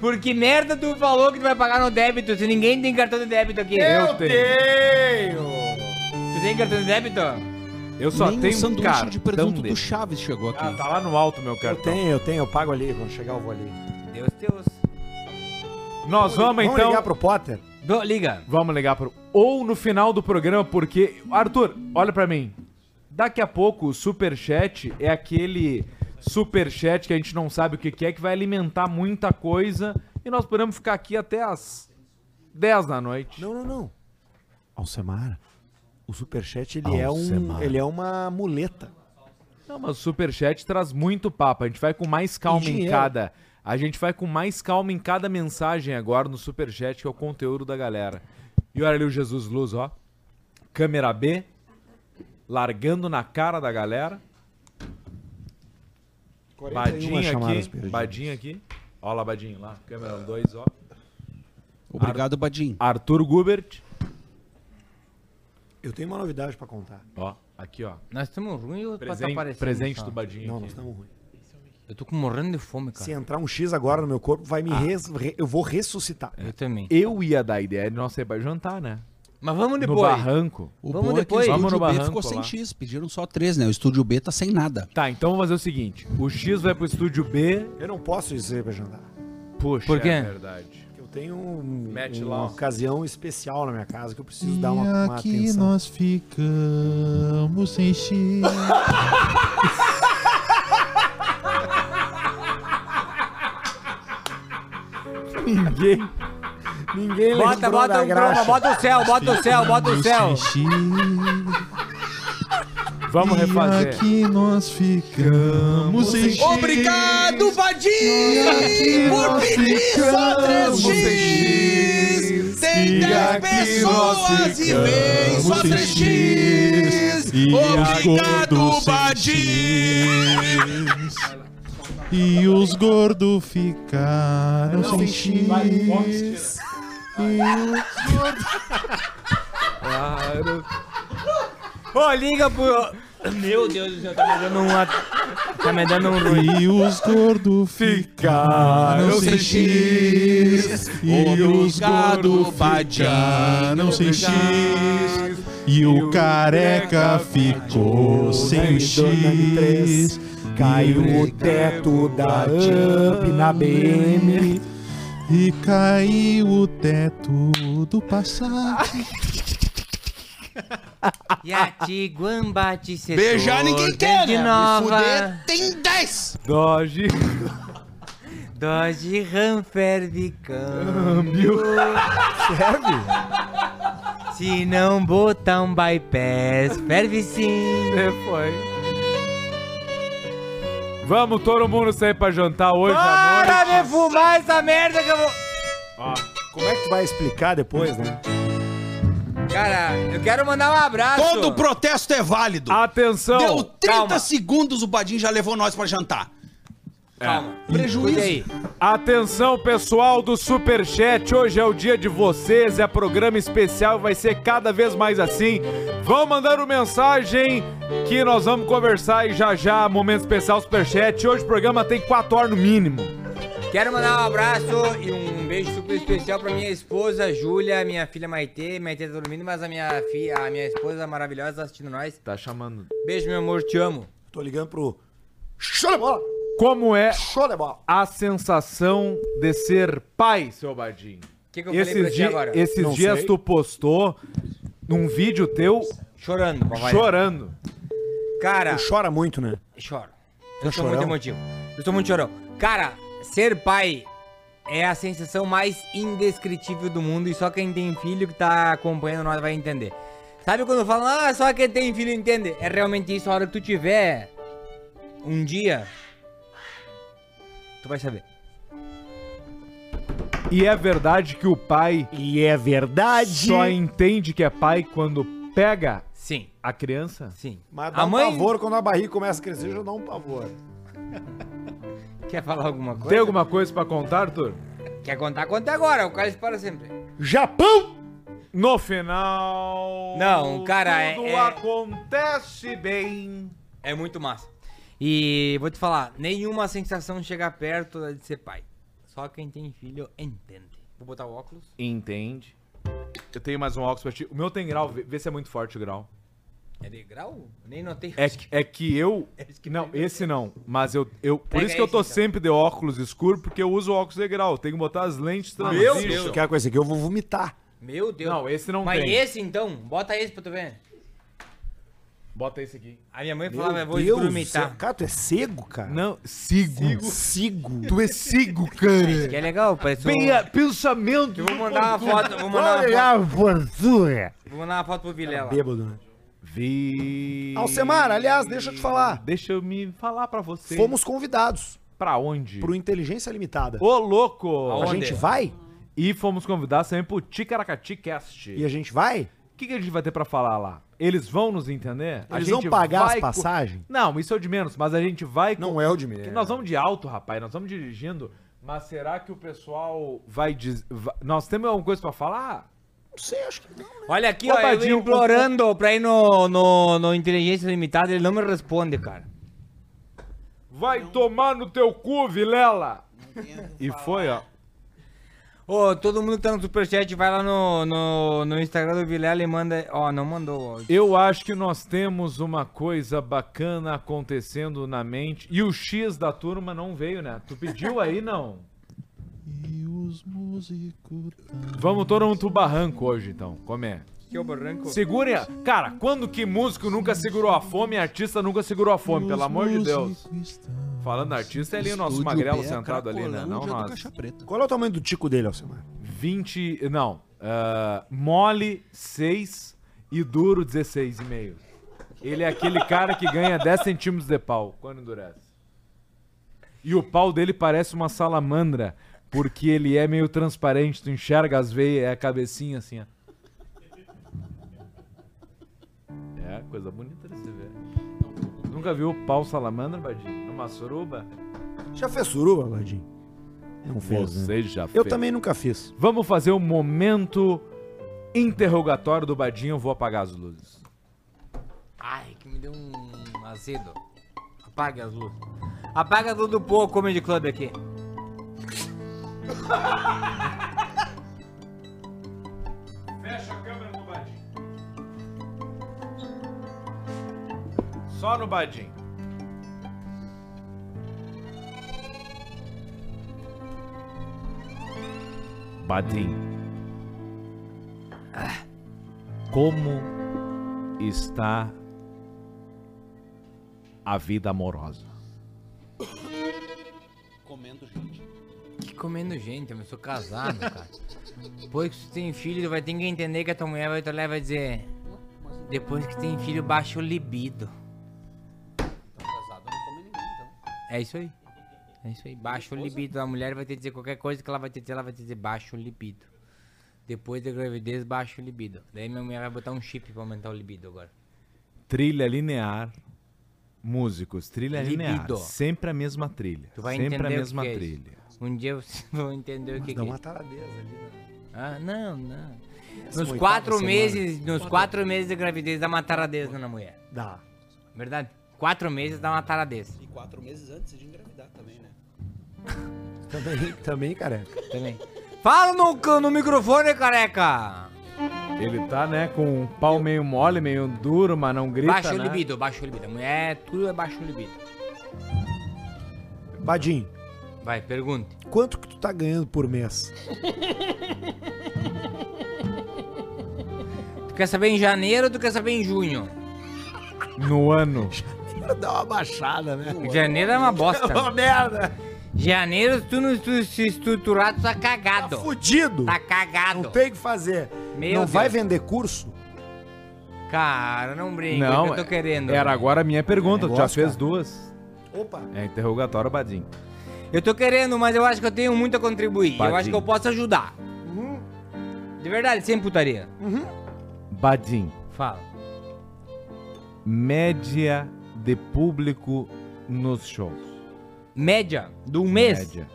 [SPEAKER 5] Por que merda tu falou que tu vai pagar no débito se ninguém tem cartão de débito aqui?
[SPEAKER 2] Eu tenho.
[SPEAKER 5] Tu tem cartão de débito?
[SPEAKER 2] Eu só
[SPEAKER 16] Nem um
[SPEAKER 2] tenho um
[SPEAKER 16] sanduíche
[SPEAKER 2] cara.
[SPEAKER 16] de presunto do Chaves chegou aqui.
[SPEAKER 2] Ah, tá lá no alto, meu
[SPEAKER 1] Eu
[SPEAKER 2] cartão.
[SPEAKER 1] tenho, eu tenho, eu pago ali. Quando chegar, eu vou ali.
[SPEAKER 5] Deus teus.
[SPEAKER 2] Nós vamos,
[SPEAKER 1] Vamos
[SPEAKER 2] então.
[SPEAKER 1] ligar pro Potter?
[SPEAKER 5] Do- liga.
[SPEAKER 2] Vamos ligar pro. Ou no final do programa, porque. Arthur, olha pra mim. Daqui a pouco o superchat é aquele superchat que a gente não sabe o que que é, que vai alimentar muita coisa. E nós podemos ficar aqui até as 10 da noite.
[SPEAKER 1] Não, não, não. Alcemar, o superchat ele é um,
[SPEAKER 2] Alcemar.
[SPEAKER 1] ele é uma muleta.
[SPEAKER 2] Não, mas o Superchat traz muito papo. A gente vai com mais calma
[SPEAKER 1] E
[SPEAKER 2] em
[SPEAKER 1] dinheiro.
[SPEAKER 2] cada. A gente vai com mais calma em cada mensagem agora no Superchat, que é o conteúdo da galera. E olha ali o Jesus Luz, ó. Câmera B, largando na cara da galera.
[SPEAKER 1] 41
[SPEAKER 2] Badinha
[SPEAKER 1] chamadas
[SPEAKER 2] aqui,
[SPEAKER 1] perdidas.
[SPEAKER 2] badinha aqui. Ó lá, badinha lá. Câmera 2, ó.
[SPEAKER 16] Obrigado, Badim.
[SPEAKER 2] Arthur Gubert,
[SPEAKER 1] Eu tenho uma novidade pra contar.
[SPEAKER 2] ó. Aqui, ó.
[SPEAKER 5] Nós estamos ruins ou tá
[SPEAKER 2] Presente,
[SPEAKER 5] aparecendo?
[SPEAKER 2] presente
[SPEAKER 5] só?
[SPEAKER 2] do badinho
[SPEAKER 1] Não, nós
[SPEAKER 2] aqui.
[SPEAKER 1] estamos ruim.
[SPEAKER 5] Eu tô com- morrendo de fome, cara.
[SPEAKER 1] Se entrar um X agora no meu corpo, vai
[SPEAKER 14] Ah.
[SPEAKER 1] me res- re- eu vou ressuscitar.
[SPEAKER 5] Eu também.
[SPEAKER 2] Eu ia dar a ideia de nós ir pra jantar, né?
[SPEAKER 5] Mas vamos
[SPEAKER 2] No
[SPEAKER 5] depois.
[SPEAKER 2] barranco.
[SPEAKER 16] O
[SPEAKER 5] Vamos
[SPEAKER 16] bom
[SPEAKER 5] depois.
[SPEAKER 16] é que o
[SPEAKER 2] Vamos
[SPEAKER 16] Estúdio
[SPEAKER 2] no
[SPEAKER 16] B
[SPEAKER 2] barranco
[SPEAKER 16] ficou sem
[SPEAKER 2] lá.
[SPEAKER 16] X. Pediram só três, né? O Estúdio B tá sem nada.
[SPEAKER 2] Tá, então vamos fazer o seguinte: o X vai pro estúdio B.
[SPEAKER 1] Eu não posso dizer pra jantar.
[SPEAKER 2] Puxa,
[SPEAKER 5] Por quê?
[SPEAKER 2] é verdade.
[SPEAKER 1] Eu tenho um-
[SPEAKER 2] Mete lá,
[SPEAKER 1] uma
[SPEAKER 2] ó.
[SPEAKER 1] ocasião especial na minha casa que eu preciso
[SPEAKER 23] E
[SPEAKER 1] dar uma, uma
[SPEAKER 23] aqui
[SPEAKER 1] atenção.
[SPEAKER 23] nós ficamos sem X.
[SPEAKER 2] Ninguém.
[SPEAKER 1] Ninguém
[SPEAKER 5] Bota,
[SPEAKER 1] lembrou
[SPEAKER 5] bota
[SPEAKER 1] da
[SPEAKER 5] um
[SPEAKER 1] graxa.
[SPEAKER 5] croma, bota o céu, bota o céu, bota o céu.
[SPEAKER 23] Sem X.
[SPEAKER 2] Vamos refazer.
[SPEAKER 23] aqui nós ficamos sem
[SPEAKER 2] Vocês-
[SPEAKER 23] cheiro.
[SPEAKER 5] Obrigado,
[SPEAKER 23] E
[SPEAKER 5] Vadim, por
[SPEAKER 23] aqui
[SPEAKER 5] pedir só
[SPEAKER 23] nós ficamos
[SPEAKER 5] 3x. Tem
[SPEAKER 23] E
[SPEAKER 5] 10
[SPEAKER 23] aqui nós
[SPEAKER 5] pessoas e vem só
[SPEAKER 23] ficamos
[SPEAKER 5] 3x.
[SPEAKER 23] E
[SPEAKER 5] Obrigado,
[SPEAKER 23] os gordos
[SPEAKER 5] Vadim.
[SPEAKER 23] E os gordos ficaram sem X.
[SPEAKER 16] Ô, liga pro. Meu Deus do céu, tá me dando um. Tá me dando um ruim.
[SPEAKER 23] E os gordos ficaram sem X. E os gordos ficaram sem X. E o careca ficou sem X.
[SPEAKER 1] um
[SPEAKER 15] Caiu o teto da Jump na BM.
[SPEAKER 23] E caiu o teto do passado.
[SPEAKER 5] Yatiguamba de setor.
[SPEAKER 16] Beijar ninguém quer,
[SPEAKER 5] De
[SPEAKER 16] né?
[SPEAKER 5] nova.
[SPEAKER 16] Me
[SPEAKER 24] Ah,
[SPEAKER 16] fuder,
[SPEAKER 5] tem 10.
[SPEAKER 2] Doge. [LAUGHS]
[SPEAKER 5] Doge Ramfer de
[SPEAKER 2] Câmbio.
[SPEAKER 5] Serve? Se não botar um bypass, ferve sim.
[SPEAKER 2] É, foi. Vamos todo mundo sair pra jantar hoje à
[SPEAKER 5] Para
[SPEAKER 2] noite.
[SPEAKER 5] de fumar essa merda que eu vou...
[SPEAKER 2] Ó,
[SPEAKER 15] Como é que tu vai explicar depois, né?
[SPEAKER 5] Cara, eu quero mandar um abraço.
[SPEAKER 24] Todo protesto é válido.
[SPEAKER 2] Atenção.
[SPEAKER 24] Deu 30
[SPEAKER 5] calma.
[SPEAKER 16] assim.
[SPEAKER 24] segundos, o Badin já levou nós pra jantar.
[SPEAKER 5] Calma.
[SPEAKER 24] Prejuízo.
[SPEAKER 2] Atenção, pessoal do Superchat. Hoje é o dia de vocês. É programa especial e vai ser cada vez mais assim. Vão mandando mensagem que nós vamos conversar e já já, momento especial Superchat. Hoje o programa tem 4 horas no mínimo.
[SPEAKER 5] Quero mandar um abraço e um beijo super especial pra minha esposa, Júlia, minha filha Maitê. Maitê tá dormindo, mas a minha, filha, a minha esposa maravilhosa tá assistindo nós.
[SPEAKER 2] Tá chamando.
[SPEAKER 5] Beijo, meu amor, te amo.
[SPEAKER 15] Tô ligando pro. Show de bola!
[SPEAKER 2] Como é
[SPEAKER 15] Show de bola!
[SPEAKER 2] a sensação de ser pai, seu Badinho?
[SPEAKER 5] Que que eu falei pra ti
[SPEAKER 2] di-
[SPEAKER 5] agora?
[SPEAKER 2] esses
[SPEAKER 5] Não
[SPEAKER 2] dias
[SPEAKER 5] sei.
[SPEAKER 2] tu postou num vídeo teu
[SPEAKER 5] Chorando, papai.
[SPEAKER 2] chorando.
[SPEAKER 5] Cara,
[SPEAKER 15] Tu chora muito, né?
[SPEAKER 5] choro.
[SPEAKER 15] Tá
[SPEAKER 5] Eu sou muito
[SPEAKER 15] chorão?
[SPEAKER 5] emotivo. Eu sou muito chorão. Cara, ser pai é a sensação mais indescritível do mundo e só quem tem filho que tá acompanhando nós vai entender. Sabe quando falam, ah, só quem tem filho entende? É realmente isso, a hora que tu tiver um dia, tu vai saber.
[SPEAKER 2] E é verdade que o pai.
[SPEAKER 15] E é verdade.
[SPEAKER 2] Só entende que é pai quando pega.
[SPEAKER 5] Sim.
[SPEAKER 2] A criança?
[SPEAKER 5] Sim.
[SPEAKER 15] Mas dá
[SPEAKER 2] A
[SPEAKER 15] um
[SPEAKER 2] mãe-
[SPEAKER 15] pavor quando a barriga começa a crescer, já dá um pavor.
[SPEAKER 5] Quer falar alguma coisa?
[SPEAKER 2] Tem alguma coisa pra contar, Arthur?
[SPEAKER 5] Quer contar? Conta agora, o cara espera sempre.
[SPEAKER 15] Japão!
[SPEAKER 2] No final.
[SPEAKER 5] Não, cara, é-
[SPEAKER 2] tudo
[SPEAKER 5] é-
[SPEAKER 2] acontece bem.
[SPEAKER 5] É muito massa. E vou te falar, nenhuma sensação chega perto da de ser pai. Só quem tem filho entende. Vou botar o óculos.
[SPEAKER 2] Entende? Eu tenho mais um óculos pra ti. O meu tem grau, vê, vê se é muito forte o grau.
[SPEAKER 5] É de grau? Nem notei.
[SPEAKER 2] É, que- é que eu. Não, esse não. Mas eu. eu por
[SPEAKER 5] Pega
[SPEAKER 2] isso que eu
[SPEAKER 5] esse,
[SPEAKER 2] tô
[SPEAKER 5] então.
[SPEAKER 2] sempre de óculos escuro, porque eu uso óculos de grau. Tenho que botar as lentes
[SPEAKER 15] Ah, mas
[SPEAKER 2] transmissíveis.
[SPEAKER 15] se eu ficar com esse aqui, eu vou vomitar.
[SPEAKER 5] Meu Deus.
[SPEAKER 2] Não, esse não
[SPEAKER 5] Mas
[SPEAKER 2] tem.
[SPEAKER 5] esse então, bota esse pra tu ver.
[SPEAKER 2] Bota esse aqui.
[SPEAKER 5] A minha mãe
[SPEAKER 15] Meu
[SPEAKER 5] falava, eu vou
[SPEAKER 15] Deus do
[SPEAKER 5] experimentar.
[SPEAKER 15] céu. Cara, tu é cego, cara?
[SPEAKER 2] Não, sigo.
[SPEAKER 15] Sigo.
[SPEAKER 2] Tu é sigo, cara.
[SPEAKER 5] Que é legal, parece um...
[SPEAKER 2] Penha,
[SPEAKER 15] Então,
[SPEAKER 2] pensamento.
[SPEAKER 5] Eu vou mandar uma foto, eu vou mandar uma
[SPEAKER 15] Olha
[SPEAKER 5] foto.
[SPEAKER 15] a fortuna.
[SPEAKER 5] Vou mandar uma foto pro Vilela.
[SPEAKER 15] Bêbado, né?
[SPEAKER 2] Vi.
[SPEAKER 15] Alcemar, aliás, deixa eu te falar.
[SPEAKER 2] Deixa eu me falar pra você.
[SPEAKER 15] Fomos convidados
[SPEAKER 2] pra onde?
[SPEAKER 15] pro Inteligência Limitada.
[SPEAKER 2] Ô, louco!
[SPEAKER 15] A gente vai?
[SPEAKER 2] E fomos convidados também pro Ticaracati Cast.
[SPEAKER 15] E a gente vai?
[SPEAKER 2] O que, que a gente vai ter pra falar lá? Eles vão nos entender? A
[SPEAKER 15] Eles
[SPEAKER 2] gente
[SPEAKER 15] vão pagar
[SPEAKER 2] vai
[SPEAKER 15] as
[SPEAKER 2] co-
[SPEAKER 15] passagens?
[SPEAKER 2] Não, isso é o de menos, mas a gente vai.
[SPEAKER 15] Não é o de menos.
[SPEAKER 2] Porque Nós vamos de alto, rapaz, nós vamos dirigindo. Mas será que o pessoal vai dizer. Nós temos alguma coisa pra falar?
[SPEAKER 15] Não sei, acho que não.
[SPEAKER 5] Olha aqui,
[SPEAKER 2] Ô,
[SPEAKER 5] ó, eu
[SPEAKER 2] Badinho,
[SPEAKER 5] implorando pra ir no, no, no Inteligência Limitada, ele não me responde, cara.
[SPEAKER 2] Vai tomar no teu cu, Vilela! E foi, ó.
[SPEAKER 5] Ô, todo mundo que tá no Superchat, vai lá no, no, no Instagram do Vilela e manda... Ó, não mandou, ó.
[SPEAKER 2] Eu acho que nós temos uma coisa bacana acontecendo na mente. E o X da turma não veio, né? Tu pediu aí, não?
[SPEAKER 23] E os músicos.
[SPEAKER 2] Vamos todo mundo pro barranco hoje, então. Como é?
[SPEAKER 5] Que é o barranco?
[SPEAKER 2] Segurem a... Cara, quando que músico nunca segurou a fome e artista nunca segurou a fome, pelo amor de Deus. Falando artista, é ali o nosso magrelo sentado ali, né? Não, nós.
[SPEAKER 15] Qual é o tamanho do tico dele, Alcemar?
[SPEAKER 2] 20... Não. ah, mole, 6 e duro, 16,5. Ele é aquele cara que ganha 10 centímetros de pau quando endurece. E o pau dele parece uma salamandra, porque ele é meio transparente, tu enxerga as veias, é a cabecinha assim, ó. É, coisa bonita de se ver. Nunca viu o pau salamandra, Badinho? Numa suruba?
[SPEAKER 1] Já fez suruba, Badinho? Não fez, né?
[SPEAKER 2] Você já
[SPEAKER 1] Eu
[SPEAKER 2] fez.
[SPEAKER 1] também nunca fiz.
[SPEAKER 2] Vamos fazer o momento interrogatório do Badinho. Eu vou apagar as luzes.
[SPEAKER 5] Ai, que me deu um azedo. Apaga as luzes. Apaga as luzes do Poa Comedy Club aqui.
[SPEAKER 2] Fecha a câmera no Badinho. Só no Badinho. Badim. Como está a vida amorosa?
[SPEAKER 24] Comendo gente.
[SPEAKER 5] Que comendo gente, eu sou casado, cara. Depois que tu tem filho, tu vai ter que entender que a tua mulher vai te olhar e vai dizer. Depois que tem filho, baixa o libido. É isso aí. É isso aí. Baixa o libido. A mulher vai ter que dizer qualquer coisa que ela vai te dizer, ela vai te dizer baixa o libido. Depois da gravidez, baixa o libido. Daí minha mulher vai botar um chip pra aumentar o libido agora.
[SPEAKER 2] Trilha linear. Músicos, trilha
[SPEAKER 5] Libido.
[SPEAKER 2] linear. Sempre a mesma trilha.
[SPEAKER 5] Tu vai
[SPEAKER 2] Sempre
[SPEAKER 5] entender
[SPEAKER 2] a
[SPEAKER 5] o que
[SPEAKER 2] mesma
[SPEAKER 5] que é isso.
[SPEAKER 2] trilha.
[SPEAKER 5] Um dia [LAUGHS] você vai entender o que,
[SPEAKER 1] dá
[SPEAKER 5] que
[SPEAKER 1] uma
[SPEAKER 5] é. Ah, não, não.
[SPEAKER 1] Décima
[SPEAKER 5] Nos
[SPEAKER 1] oitava
[SPEAKER 5] quatro
[SPEAKER 1] semana.
[SPEAKER 5] meses, nos
[SPEAKER 1] Quatro.
[SPEAKER 5] quatro meses de gravidez dá uma taradeza na mulher.
[SPEAKER 1] Dá.
[SPEAKER 5] Verdade? Quatro meses dá uma taradeza.
[SPEAKER 24] E quatro meses antes de engravidar também, né?
[SPEAKER 1] Também, também, careca.
[SPEAKER 5] Também. Fala no, c- no microfone, careca!
[SPEAKER 2] Ele tá, né, com um pau meio mole, meio duro, mas não grita,
[SPEAKER 5] baixa o
[SPEAKER 2] né?
[SPEAKER 5] libido, baixa o libido. A mulher, tudo é baixo o libido.
[SPEAKER 1] Badinho,
[SPEAKER 5] Vai, pergunta.
[SPEAKER 1] quanto que tu tá ganhando por mês?
[SPEAKER 5] Tu quer saber em janeiro ou tu quer saber em junho?
[SPEAKER 2] No
[SPEAKER 5] [LAUGHS]
[SPEAKER 2] ano.
[SPEAKER 1] Dá uma baixada, né?
[SPEAKER 5] Janeiro é uma bosta.
[SPEAKER 1] É uma merda.
[SPEAKER 5] Janeiro, se tu não tu, se estruturar, tu tá cagado. Tá
[SPEAKER 1] fudido.
[SPEAKER 5] Tá cagado.
[SPEAKER 1] Não tem o que fazer.
[SPEAKER 5] Meu
[SPEAKER 1] não vai
[SPEAKER 5] Deus.
[SPEAKER 1] vender curso?
[SPEAKER 5] Cara, não brinca, é
[SPEAKER 2] Não,
[SPEAKER 5] o que eu tô querendo.
[SPEAKER 2] era agora a minha pergunta, tu já
[SPEAKER 5] Negócio,
[SPEAKER 2] fez
[SPEAKER 5] cara.
[SPEAKER 2] duas.
[SPEAKER 1] Opa.
[SPEAKER 2] É interrogatório, Badim.
[SPEAKER 5] Eu tô querendo, mas eu acho que eu tenho muito a contribuir. Eu
[SPEAKER 2] Padinho.
[SPEAKER 5] acho que eu posso ajudar.
[SPEAKER 1] Uhum.
[SPEAKER 5] De verdade, sem putaria.
[SPEAKER 2] Badim,
[SPEAKER 5] Fala.
[SPEAKER 2] média de público nos shows.
[SPEAKER 5] Média do mês.
[SPEAKER 2] Média.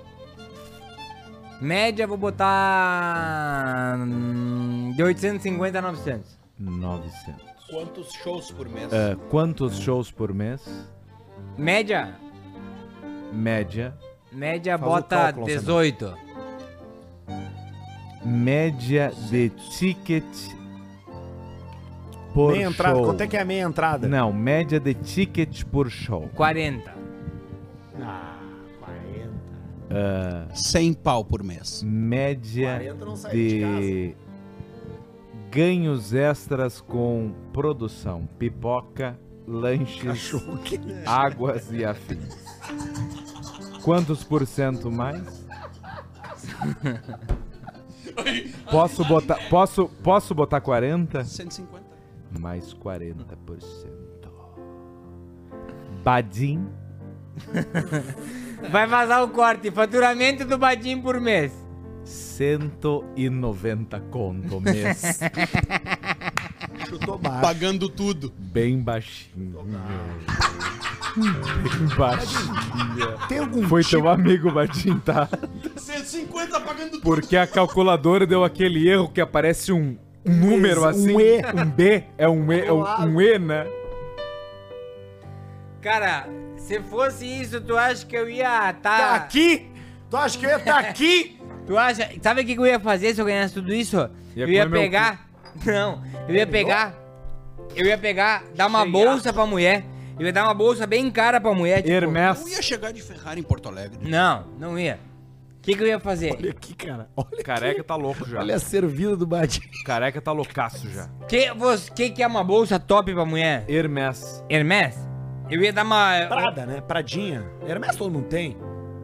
[SPEAKER 5] Média, vou botar. hum, De 850 a 900.
[SPEAKER 2] 900.
[SPEAKER 24] Quantos shows por mês?
[SPEAKER 2] Ah, quantos shows por mês?
[SPEAKER 5] Média?
[SPEAKER 2] Média.
[SPEAKER 5] Média,
[SPEAKER 2] Faz o
[SPEAKER 5] bota
[SPEAKER 2] cálculo,
[SPEAKER 5] 18.
[SPEAKER 2] Média de ticket por
[SPEAKER 1] meia entrada.
[SPEAKER 2] show.
[SPEAKER 1] Quanto é que é a meia entrada?
[SPEAKER 2] Não, média de ticket por show.
[SPEAKER 5] 40.
[SPEAKER 1] Ah, 40.
[SPEAKER 24] 100 pau por mês.
[SPEAKER 2] Média
[SPEAKER 24] 40 não saía de
[SPEAKER 2] de, ganhos extras com produção, pipoca, lanches,
[SPEAKER 1] Cachorro que-
[SPEAKER 2] águas e afins. Quantos por cento mais? Posso botar, posso, posso botar 40?
[SPEAKER 24] 150.
[SPEAKER 2] Mais 40%. Badim,
[SPEAKER 5] Vai vazar o corte. Faturamento do Badim por mês.
[SPEAKER 2] 190
[SPEAKER 1] [LAUGHS]
[SPEAKER 2] conto mês.
[SPEAKER 1] Chutou baixo.
[SPEAKER 24] Pagando tudo.
[SPEAKER 2] Bem baixinho. Bem baixinho.
[SPEAKER 1] Tem algum tipo-
[SPEAKER 2] Foi teu amigo, Badim, tá?
[SPEAKER 24] 150 pagando
[SPEAKER 2] Porque a calculadora deu aquele erro que aparece um um número
[SPEAKER 1] Um
[SPEAKER 2] assim.
[SPEAKER 1] E.
[SPEAKER 2] Um B. É um E, é um, um E, né?
[SPEAKER 5] Cara, se fosse isso, tu acha que eu ia tá...
[SPEAKER 1] Tá aqui? Tu acha que eu ia tá aqui?
[SPEAKER 5] tu acha... Sabe o que que eu ia fazer se eu ganhasse tudo isso?
[SPEAKER 2] Ia
[SPEAKER 5] eu ia
[SPEAKER 2] comer meu
[SPEAKER 5] pegar... Não, eu ia pegar... Eu ia pegar, dar uma bolsa pra mulher. Eu ia dar uma bolsa bem cara pra mulher. Tipo...
[SPEAKER 2] Hermes.
[SPEAKER 24] Não ia chegar de Ferrari em Porto Alegre.
[SPEAKER 5] Não, não ia. O que que eu ia fazer?
[SPEAKER 1] Olha aqui, cara.
[SPEAKER 2] Careca tá louco já.
[SPEAKER 1] Olha a servida É do Badinho.
[SPEAKER 2] Careca tá loucaço já.
[SPEAKER 5] Que, você, que que é uma bolsa top pra mulher?
[SPEAKER 2] Hermes.
[SPEAKER 5] Hermes? Eu ia dar uma...
[SPEAKER 1] Prada, né? Pradinha. Hermes todo mundo tem.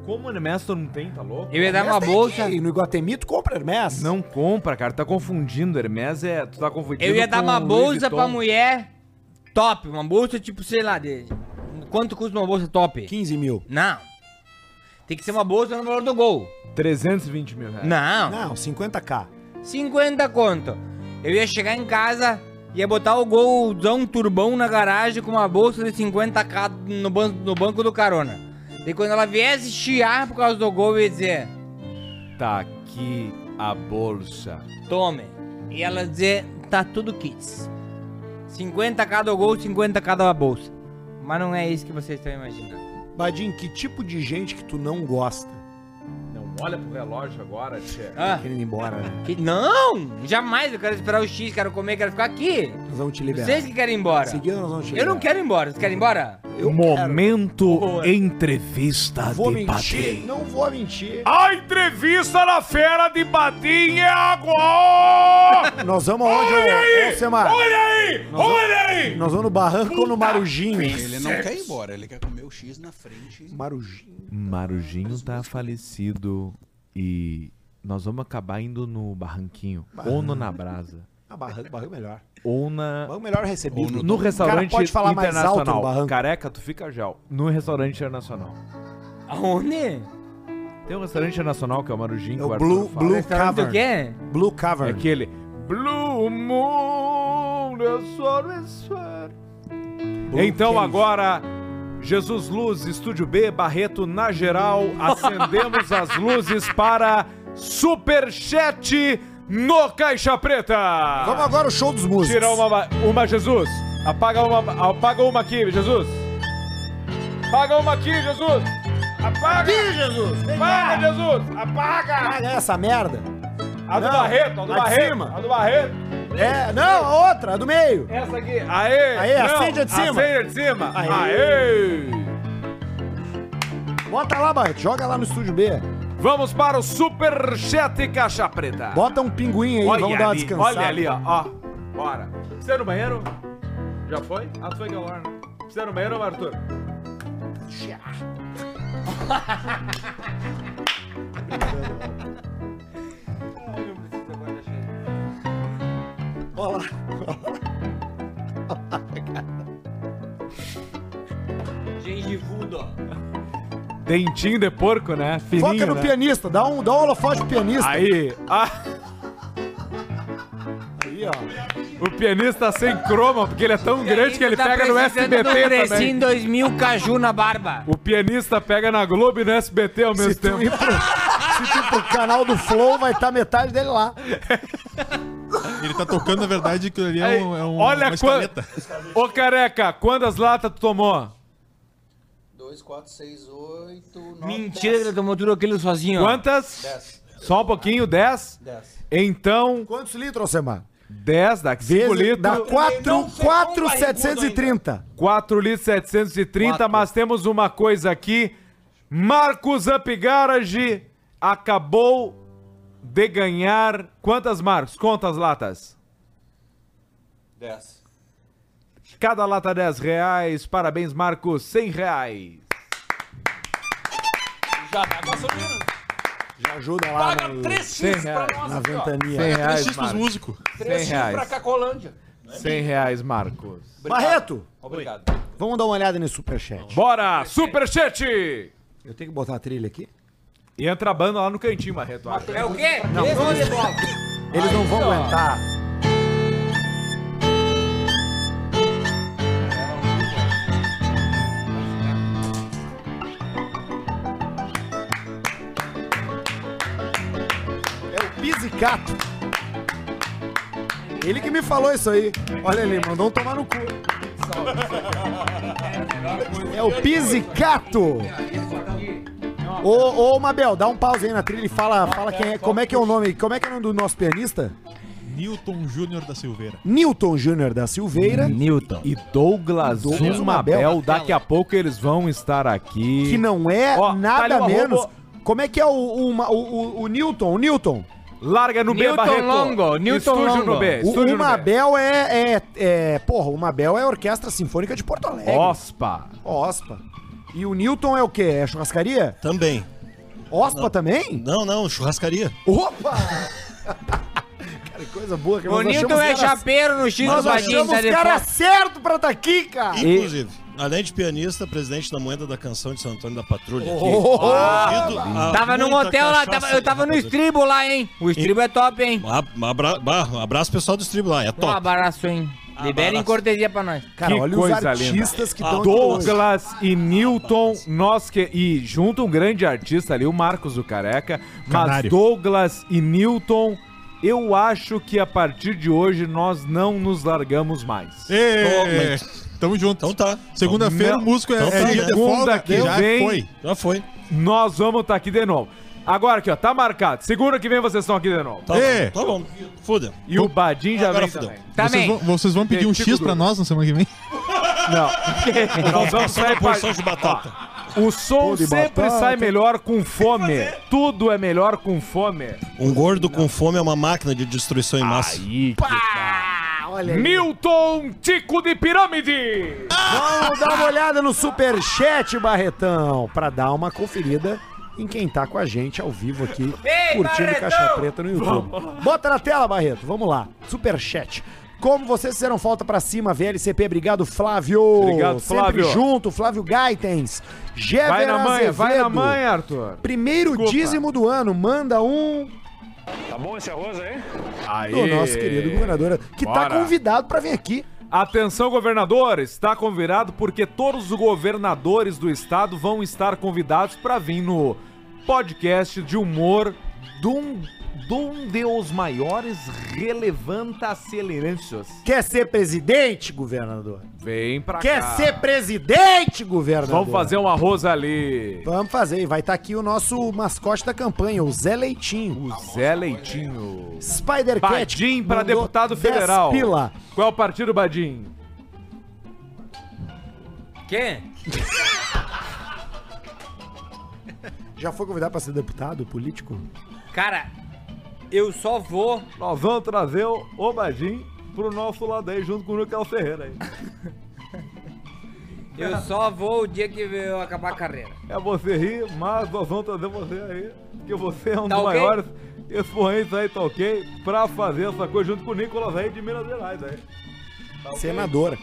[SPEAKER 2] Como Hermes tu não tem, tá louco?
[SPEAKER 5] Eu ia dar uma
[SPEAKER 1] tem
[SPEAKER 5] bolsa...
[SPEAKER 1] aqui. No Iguatemi, tu compra Hermes.
[SPEAKER 2] Não compra, cara. Tá confundindo. Hermes é. Tu tá confundindo.
[SPEAKER 5] Eu ia dar
[SPEAKER 2] com
[SPEAKER 5] uma
[SPEAKER 2] Louis
[SPEAKER 5] bolsa pra
[SPEAKER 2] Vuitton.
[SPEAKER 5] mulher top, uma bolsa tipo, sei lá, de... quanto custa uma bolsa top?
[SPEAKER 1] 15 mil.
[SPEAKER 5] Não. Tem que ser uma bolsa no valor do gol.
[SPEAKER 2] 320 mil reais.
[SPEAKER 5] Não.
[SPEAKER 1] Não, 50k.
[SPEAKER 5] 50 conto. Eu ia chegar em casa, ia botar o golzão turbão na garagem com uma bolsa de 50k no, ban no banco do carona. E quando ela viesse chiar por causa do gol, eu ia dizer,
[SPEAKER 2] Tá aqui a bolsa.
[SPEAKER 5] tome. E ela ia dizer, tá tudo kits. 50k do gol, 50k da bolsa. Mas não é isso que vocês estão imaginando.
[SPEAKER 1] Badim, que tipo de gente que tu não gosta?
[SPEAKER 2] Não olha pro relógio agora, Tchê.
[SPEAKER 5] Ah.
[SPEAKER 1] Querendo ir embora, né?
[SPEAKER 5] Que- Não! Jamais eu quero esperar o X, quero comer, quero ficar aqui.
[SPEAKER 1] Nós vamos te liberar.
[SPEAKER 5] Vocês que querem ir embora.
[SPEAKER 1] Seguindo, nós vamos te
[SPEAKER 5] Eu
[SPEAKER 1] liberar.
[SPEAKER 5] não quero ir embora. Vocês querem ir embora?
[SPEAKER 2] Momento entrevista
[SPEAKER 1] Vou
[SPEAKER 2] de
[SPEAKER 1] mentir,
[SPEAKER 2] Patê.
[SPEAKER 1] não vou mentir.
[SPEAKER 10] A entrevista na fera de Batim é agora!
[SPEAKER 1] Nós vamos aonde,
[SPEAKER 10] Olha
[SPEAKER 1] ô-
[SPEAKER 10] aí!
[SPEAKER 1] ô, Semar?
[SPEAKER 10] Olha aí!
[SPEAKER 1] Nós vamos-
[SPEAKER 10] Olha aí!
[SPEAKER 1] Nós vamos no barranco ou no Marujinho?
[SPEAKER 24] Ele não quer ir embora, ele quer comer o X na frente.
[SPEAKER 1] Marujinho.
[SPEAKER 2] Marujinho tá falecido e nós vamos acabar indo no barranquinho. Ou no na brasa.
[SPEAKER 1] Ah, barranco, barranco é melhor.
[SPEAKER 2] Ou na.
[SPEAKER 1] Barranco é melhor recebido.
[SPEAKER 2] No,
[SPEAKER 1] O cara
[SPEAKER 2] restaurante
[SPEAKER 1] pode falar mais
[SPEAKER 2] internacional.
[SPEAKER 1] alto no barranco.
[SPEAKER 2] Careca, tu fica gel. No restaurante internacional.
[SPEAKER 5] Aonde?
[SPEAKER 2] Tem um restaurante internacional que é o Marujinho.
[SPEAKER 1] É o
[SPEAKER 2] que Arthur
[SPEAKER 1] Blue,
[SPEAKER 2] fala.
[SPEAKER 1] Blue Cavern.
[SPEAKER 5] O quê?
[SPEAKER 1] Blue
[SPEAKER 2] É
[SPEAKER 1] Cavern.
[SPEAKER 2] aquele. Blue Moon, eu sou eu sou.
[SPEAKER 1] é
[SPEAKER 2] Então agora, Jesus Luz, Estúdio B, Barreto na geral, acendemos as luzes para Superchat no Caixa Preta.
[SPEAKER 1] Vamos agora o show dos músicos.
[SPEAKER 2] Tira uma, ba- uma Jesus. Apaga uma, apaga uma aqui, Jesus. Apaga uma aqui, Jesus. Apaga.
[SPEAKER 1] Ih, Jesus! vem cá.
[SPEAKER 2] Apaga, Jesus. Apaga.
[SPEAKER 1] Olha essa merda.
[SPEAKER 2] A do
[SPEAKER 1] Não,
[SPEAKER 2] Barreto, a do
[SPEAKER 1] a de
[SPEAKER 2] Barreto.
[SPEAKER 1] cima.
[SPEAKER 2] A do Barreto.
[SPEAKER 1] É, não, a outra, a do meio.
[SPEAKER 2] Essa aqui. Aê.
[SPEAKER 1] Aê,
[SPEAKER 2] não,
[SPEAKER 1] acende a de cima.
[SPEAKER 2] Acende a de cima.
[SPEAKER 1] Aê.
[SPEAKER 2] Aê.
[SPEAKER 1] Bota lá, Barreto, joga lá no estúdio B.
[SPEAKER 2] Vamos para o Superchat Caixa Preta.
[SPEAKER 1] Bota um pinguim aí, vamos dar uma
[SPEAKER 2] ali,
[SPEAKER 1] descansada.
[SPEAKER 2] Olha ali, ó. ó. Bora. Precisa ir no banheiro? Já foi? Ah, tu foi que é o Lorna. Precisa ir no banheiro, Arthur?
[SPEAKER 1] Olha lá.
[SPEAKER 5] Gengivudo.
[SPEAKER 2] Dentinho de porco, né? Fininho,
[SPEAKER 1] Foca no
[SPEAKER 2] né?
[SPEAKER 1] pianista, dá um, dá um holofote pro pianista.
[SPEAKER 2] Aí, ah,
[SPEAKER 1] Aí, ó.
[SPEAKER 2] o pianista sem croma, porque ele é tão grande que ele
[SPEAKER 5] tá
[SPEAKER 2] pega no
[SPEAKER 5] um
[SPEAKER 2] SBT também.
[SPEAKER 5] 2000 caju na barba.
[SPEAKER 2] O pianista pega na Globo e no SBT ao mesmo
[SPEAKER 1] Se tu,
[SPEAKER 2] tempo.
[SPEAKER 1] ir pro, se tu ir pro canal do Flow, vai estar metade dele lá.
[SPEAKER 23] Ele tá tocando, na verdade, que ele
[SPEAKER 2] Aí,
[SPEAKER 23] é, um, é um,
[SPEAKER 2] olha
[SPEAKER 23] uma
[SPEAKER 2] quan-
[SPEAKER 23] escaleta.
[SPEAKER 2] Ô careca, quantas latas tu tomou?
[SPEAKER 24] 2, 4, 6, 8, 9.
[SPEAKER 5] Mentira que ele tomou tudo aquilo sozinho. ó.
[SPEAKER 2] Quantas? Só um pouquinho, 10?
[SPEAKER 24] Dez.
[SPEAKER 2] Então,
[SPEAKER 1] Quantos litros, Semar?
[SPEAKER 2] 10 dá 5
[SPEAKER 1] Vezes, dá
[SPEAKER 2] litros.
[SPEAKER 1] 4, 4,730.
[SPEAKER 2] 4 litros 730,
[SPEAKER 5] Quatro.
[SPEAKER 2] mas temos uma coisa aqui. Marcos Up Garage acabou de ganhar. Quantas, Marcos? Quantas latas?
[SPEAKER 24] 10.
[SPEAKER 2] Cada lata 10 reais. Parabéns, Marcos. 100 reais.
[SPEAKER 24] Já tá gasolina.
[SPEAKER 1] Já ajuda lá
[SPEAKER 24] Paga
[SPEAKER 1] no-
[SPEAKER 24] 3x pra
[SPEAKER 2] reais.
[SPEAKER 24] nós
[SPEAKER 1] na
[SPEAKER 24] aqui, ó.
[SPEAKER 1] ventania.
[SPEAKER 2] reais,
[SPEAKER 23] X pros
[SPEAKER 2] Marcos.
[SPEAKER 23] músicos.
[SPEAKER 24] 3x
[SPEAKER 2] reais.
[SPEAKER 5] É
[SPEAKER 24] pra Cacolândia.
[SPEAKER 2] 100 reais, Marcos.
[SPEAKER 1] Barreto,
[SPEAKER 24] Obrigado.
[SPEAKER 1] vamos dar uma olhada nesse superchat.
[SPEAKER 2] Bora, Superchat!
[SPEAKER 1] Eu tenho que botar a trilha aqui?
[SPEAKER 2] E entra a banda lá no cantinho, Marreto. acha?
[SPEAKER 5] É o quê? Não. Vamos de bola.
[SPEAKER 1] Eles não vão aguentar. É o Pizzicato. Ele que me falou isso aí. Olha ele, mandou um tomar no cu. É o Pizzicato. Ô, ô, Mabel, dá um pause aí na trilha e fala, fala quem é, como é que é o nome, como é que é o nome do nosso pianista?
[SPEAKER 23] Newton Júnior da Silveira.
[SPEAKER 1] Newton Júnior da Silveira,
[SPEAKER 5] Newton.
[SPEAKER 2] E Douglas,
[SPEAKER 1] Douglas
[SPEAKER 2] Zumabel,
[SPEAKER 1] Zumabel.
[SPEAKER 2] daqui a pouco eles vão estar aqui.
[SPEAKER 1] que não é
[SPEAKER 2] Ó,
[SPEAKER 1] nada
[SPEAKER 2] tá ali o
[SPEAKER 1] menos.
[SPEAKER 2] arroba-
[SPEAKER 1] Como é que é o, o, ma- o, o- o Newton? O Newton.
[SPEAKER 2] Larga no B,
[SPEAKER 5] Newton
[SPEAKER 2] Barreto.
[SPEAKER 5] Longo, Newton
[SPEAKER 2] Estúdio
[SPEAKER 5] Longo.
[SPEAKER 2] no B,
[SPEAKER 1] O,
[SPEAKER 2] estúdio
[SPEAKER 1] o
[SPEAKER 2] no B.
[SPEAKER 1] Mabel é, é, é- Porra, o Mabel é a Orquestra Sinfônica de Porto Alegre.
[SPEAKER 2] Ospa.
[SPEAKER 1] Ospa. E o Newton é o quê? É churrascaria?
[SPEAKER 25] Também.
[SPEAKER 1] Ospa também?
[SPEAKER 25] Não, não, churrascaria.
[SPEAKER 1] Opa! [LAUGHS] Cara,
[SPEAKER 10] coisa boa que nós
[SPEAKER 5] Bonito
[SPEAKER 10] achamos
[SPEAKER 5] é
[SPEAKER 10] os caras-
[SPEAKER 5] chapeiro no X do
[SPEAKER 10] Nós
[SPEAKER 5] Badim,
[SPEAKER 10] achamos
[SPEAKER 5] tá
[SPEAKER 10] o
[SPEAKER 5] de
[SPEAKER 10] cara
[SPEAKER 5] fora.
[SPEAKER 10] certo pra tá aqui,
[SPEAKER 1] Ah,
[SPEAKER 10] cara.
[SPEAKER 14] Inclusive, além de pianista, presidente da moeda da canção de Santo Antônio da Patrulha. aqui.
[SPEAKER 5] Oh,
[SPEAKER 2] Ah,
[SPEAKER 14] Devido a
[SPEAKER 5] tava num
[SPEAKER 14] muita
[SPEAKER 5] hotel lá,
[SPEAKER 14] cachaça
[SPEAKER 5] tava- eu tava no estribo lá, hein? O estribo é top, hein?
[SPEAKER 14] Um abra- bah, um abraço pessoal do Estribo lá, é
[SPEAKER 5] Um
[SPEAKER 14] top.
[SPEAKER 5] abraço, hein? Liberem
[SPEAKER 14] Abraço.
[SPEAKER 5] cortesia pra nós.
[SPEAKER 2] Que
[SPEAKER 14] tão aqui hoje.
[SPEAKER 2] Douglas e Newton, nós que. E junto um grande artista ali, o Marcos do Careca. Mas
[SPEAKER 26] Canário.
[SPEAKER 2] Douglas e Newton, eu acho que a partir de hoje nós não nos largamos mais.
[SPEAKER 26] Ê, Tamo junto.
[SPEAKER 14] Então tá.
[SPEAKER 26] Segunda-feira o músico é,
[SPEAKER 2] Então
[SPEAKER 26] é
[SPEAKER 2] tá,
[SPEAKER 26] dia de
[SPEAKER 2] segunda
[SPEAKER 26] folga.
[SPEAKER 2] que vem-
[SPEAKER 14] Já foi.
[SPEAKER 2] Nós vamos estar aqui de novo. Agora aqui, ó, tá marcado. Segunda que vem vocês estão aqui de novo.
[SPEAKER 14] Tá
[SPEAKER 26] Ê.
[SPEAKER 14] bom, tá bom. Foda.
[SPEAKER 2] E o Badim já
[SPEAKER 14] Agora
[SPEAKER 2] vem
[SPEAKER 14] fudeu.
[SPEAKER 2] também.
[SPEAKER 5] Tá
[SPEAKER 26] Vocês vão, vocês vão pedir um
[SPEAKER 2] Testigo
[SPEAKER 26] X pra
[SPEAKER 2] duro.
[SPEAKER 26] nós na semana que vem?
[SPEAKER 14] [LAUGHS]
[SPEAKER 2] Não. Nós vamos
[SPEAKER 26] Só na
[SPEAKER 2] sair
[SPEAKER 26] porção
[SPEAKER 2] pra-
[SPEAKER 26] de batata.
[SPEAKER 2] Ó, O som
[SPEAKER 26] Pão de
[SPEAKER 2] sempre
[SPEAKER 26] batata.
[SPEAKER 2] sai melhor com fome. Tudo é melhor com fome.
[SPEAKER 14] Um gordo com fome é uma máquina de destruição em massa.
[SPEAKER 10] Olha aí.
[SPEAKER 2] Milton Tico de Pirâmide.
[SPEAKER 10] Vamos dar uma olhada no superchat, Barretão, pra dar uma conferida em quem tá com a gente ao vivo aqui,
[SPEAKER 5] Ei,
[SPEAKER 10] curtindo
[SPEAKER 5] Barretão!
[SPEAKER 10] Caixa Preta no YouTube. Bota na tela, Barreto, vamos lá. Superchat. Como vocês fizeram falta pra cima, VLCP, obrigado, Flávio.
[SPEAKER 2] Obrigado, Flávio.
[SPEAKER 10] Sempre junto, Flávio Gaitens. Jever
[SPEAKER 2] Vai na mãe, vai na
[SPEAKER 10] Azevedo.
[SPEAKER 2] mãe, Arthur.
[SPEAKER 10] Primeiro
[SPEAKER 2] Desculpa.
[SPEAKER 10] dízimo do ano, manda um
[SPEAKER 27] Tá bom esse arroz aí?
[SPEAKER 10] do nosso querido governador, que tá
[SPEAKER 2] Bora.
[SPEAKER 10] convidado pra vir aqui.
[SPEAKER 2] Atenção, governadores, está convidado porque todos os governadores do estado vão estar convidados para vir no podcast de humor de um, de um dos maiores relevanta silêncios.
[SPEAKER 10] Quer ser presidente, governador?
[SPEAKER 2] Vem pra
[SPEAKER 10] Quer
[SPEAKER 2] cá.
[SPEAKER 10] ser presidente, governador?
[SPEAKER 2] Vamos fazer um arroz ali.
[SPEAKER 10] Vamos fazer. E vai estar aqui o nosso mascote da campanha, o Zé Leitinho.
[SPEAKER 2] O Zé Leitinho.
[SPEAKER 10] Spider Cat.
[SPEAKER 2] Badim para
[SPEAKER 10] mandou
[SPEAKER 2] deputado
[SPEAKER 10] 10
[SPEAKER 2] federal.
[SPEAKER 10] Pila.
[SPEAKER 2] Qual é partido, Badim?
[SPEAKER 5] Quê?
[SPEAKER 10] Já foi convidado para ser deputado político?
[SPEAKER 5] Cara, eu só vou.
[SPEAKER 2] Nós vamos trazer o, o Badim pro nosso lado aí, junto com o Nucal Ferreira aí.
[SPEAKER 14] [LAUGHS]
[SPEAKER 5] Eu só vou o dia que eu acabar a carreira.
[SPEAKER 2] É você rir, mas nós vamos trazer você aí, porque você é um
[SPEAKER 5] Tá
[SPEAKER 2] dos
[SPEAKER 5] ok?
[SPEAKER 2] maiores expoentes aí, tá ok? Pra fazer essa coisa junto com o Nicolas aí de Minas Gerais aí.
[SPEAKER 10] Senadora.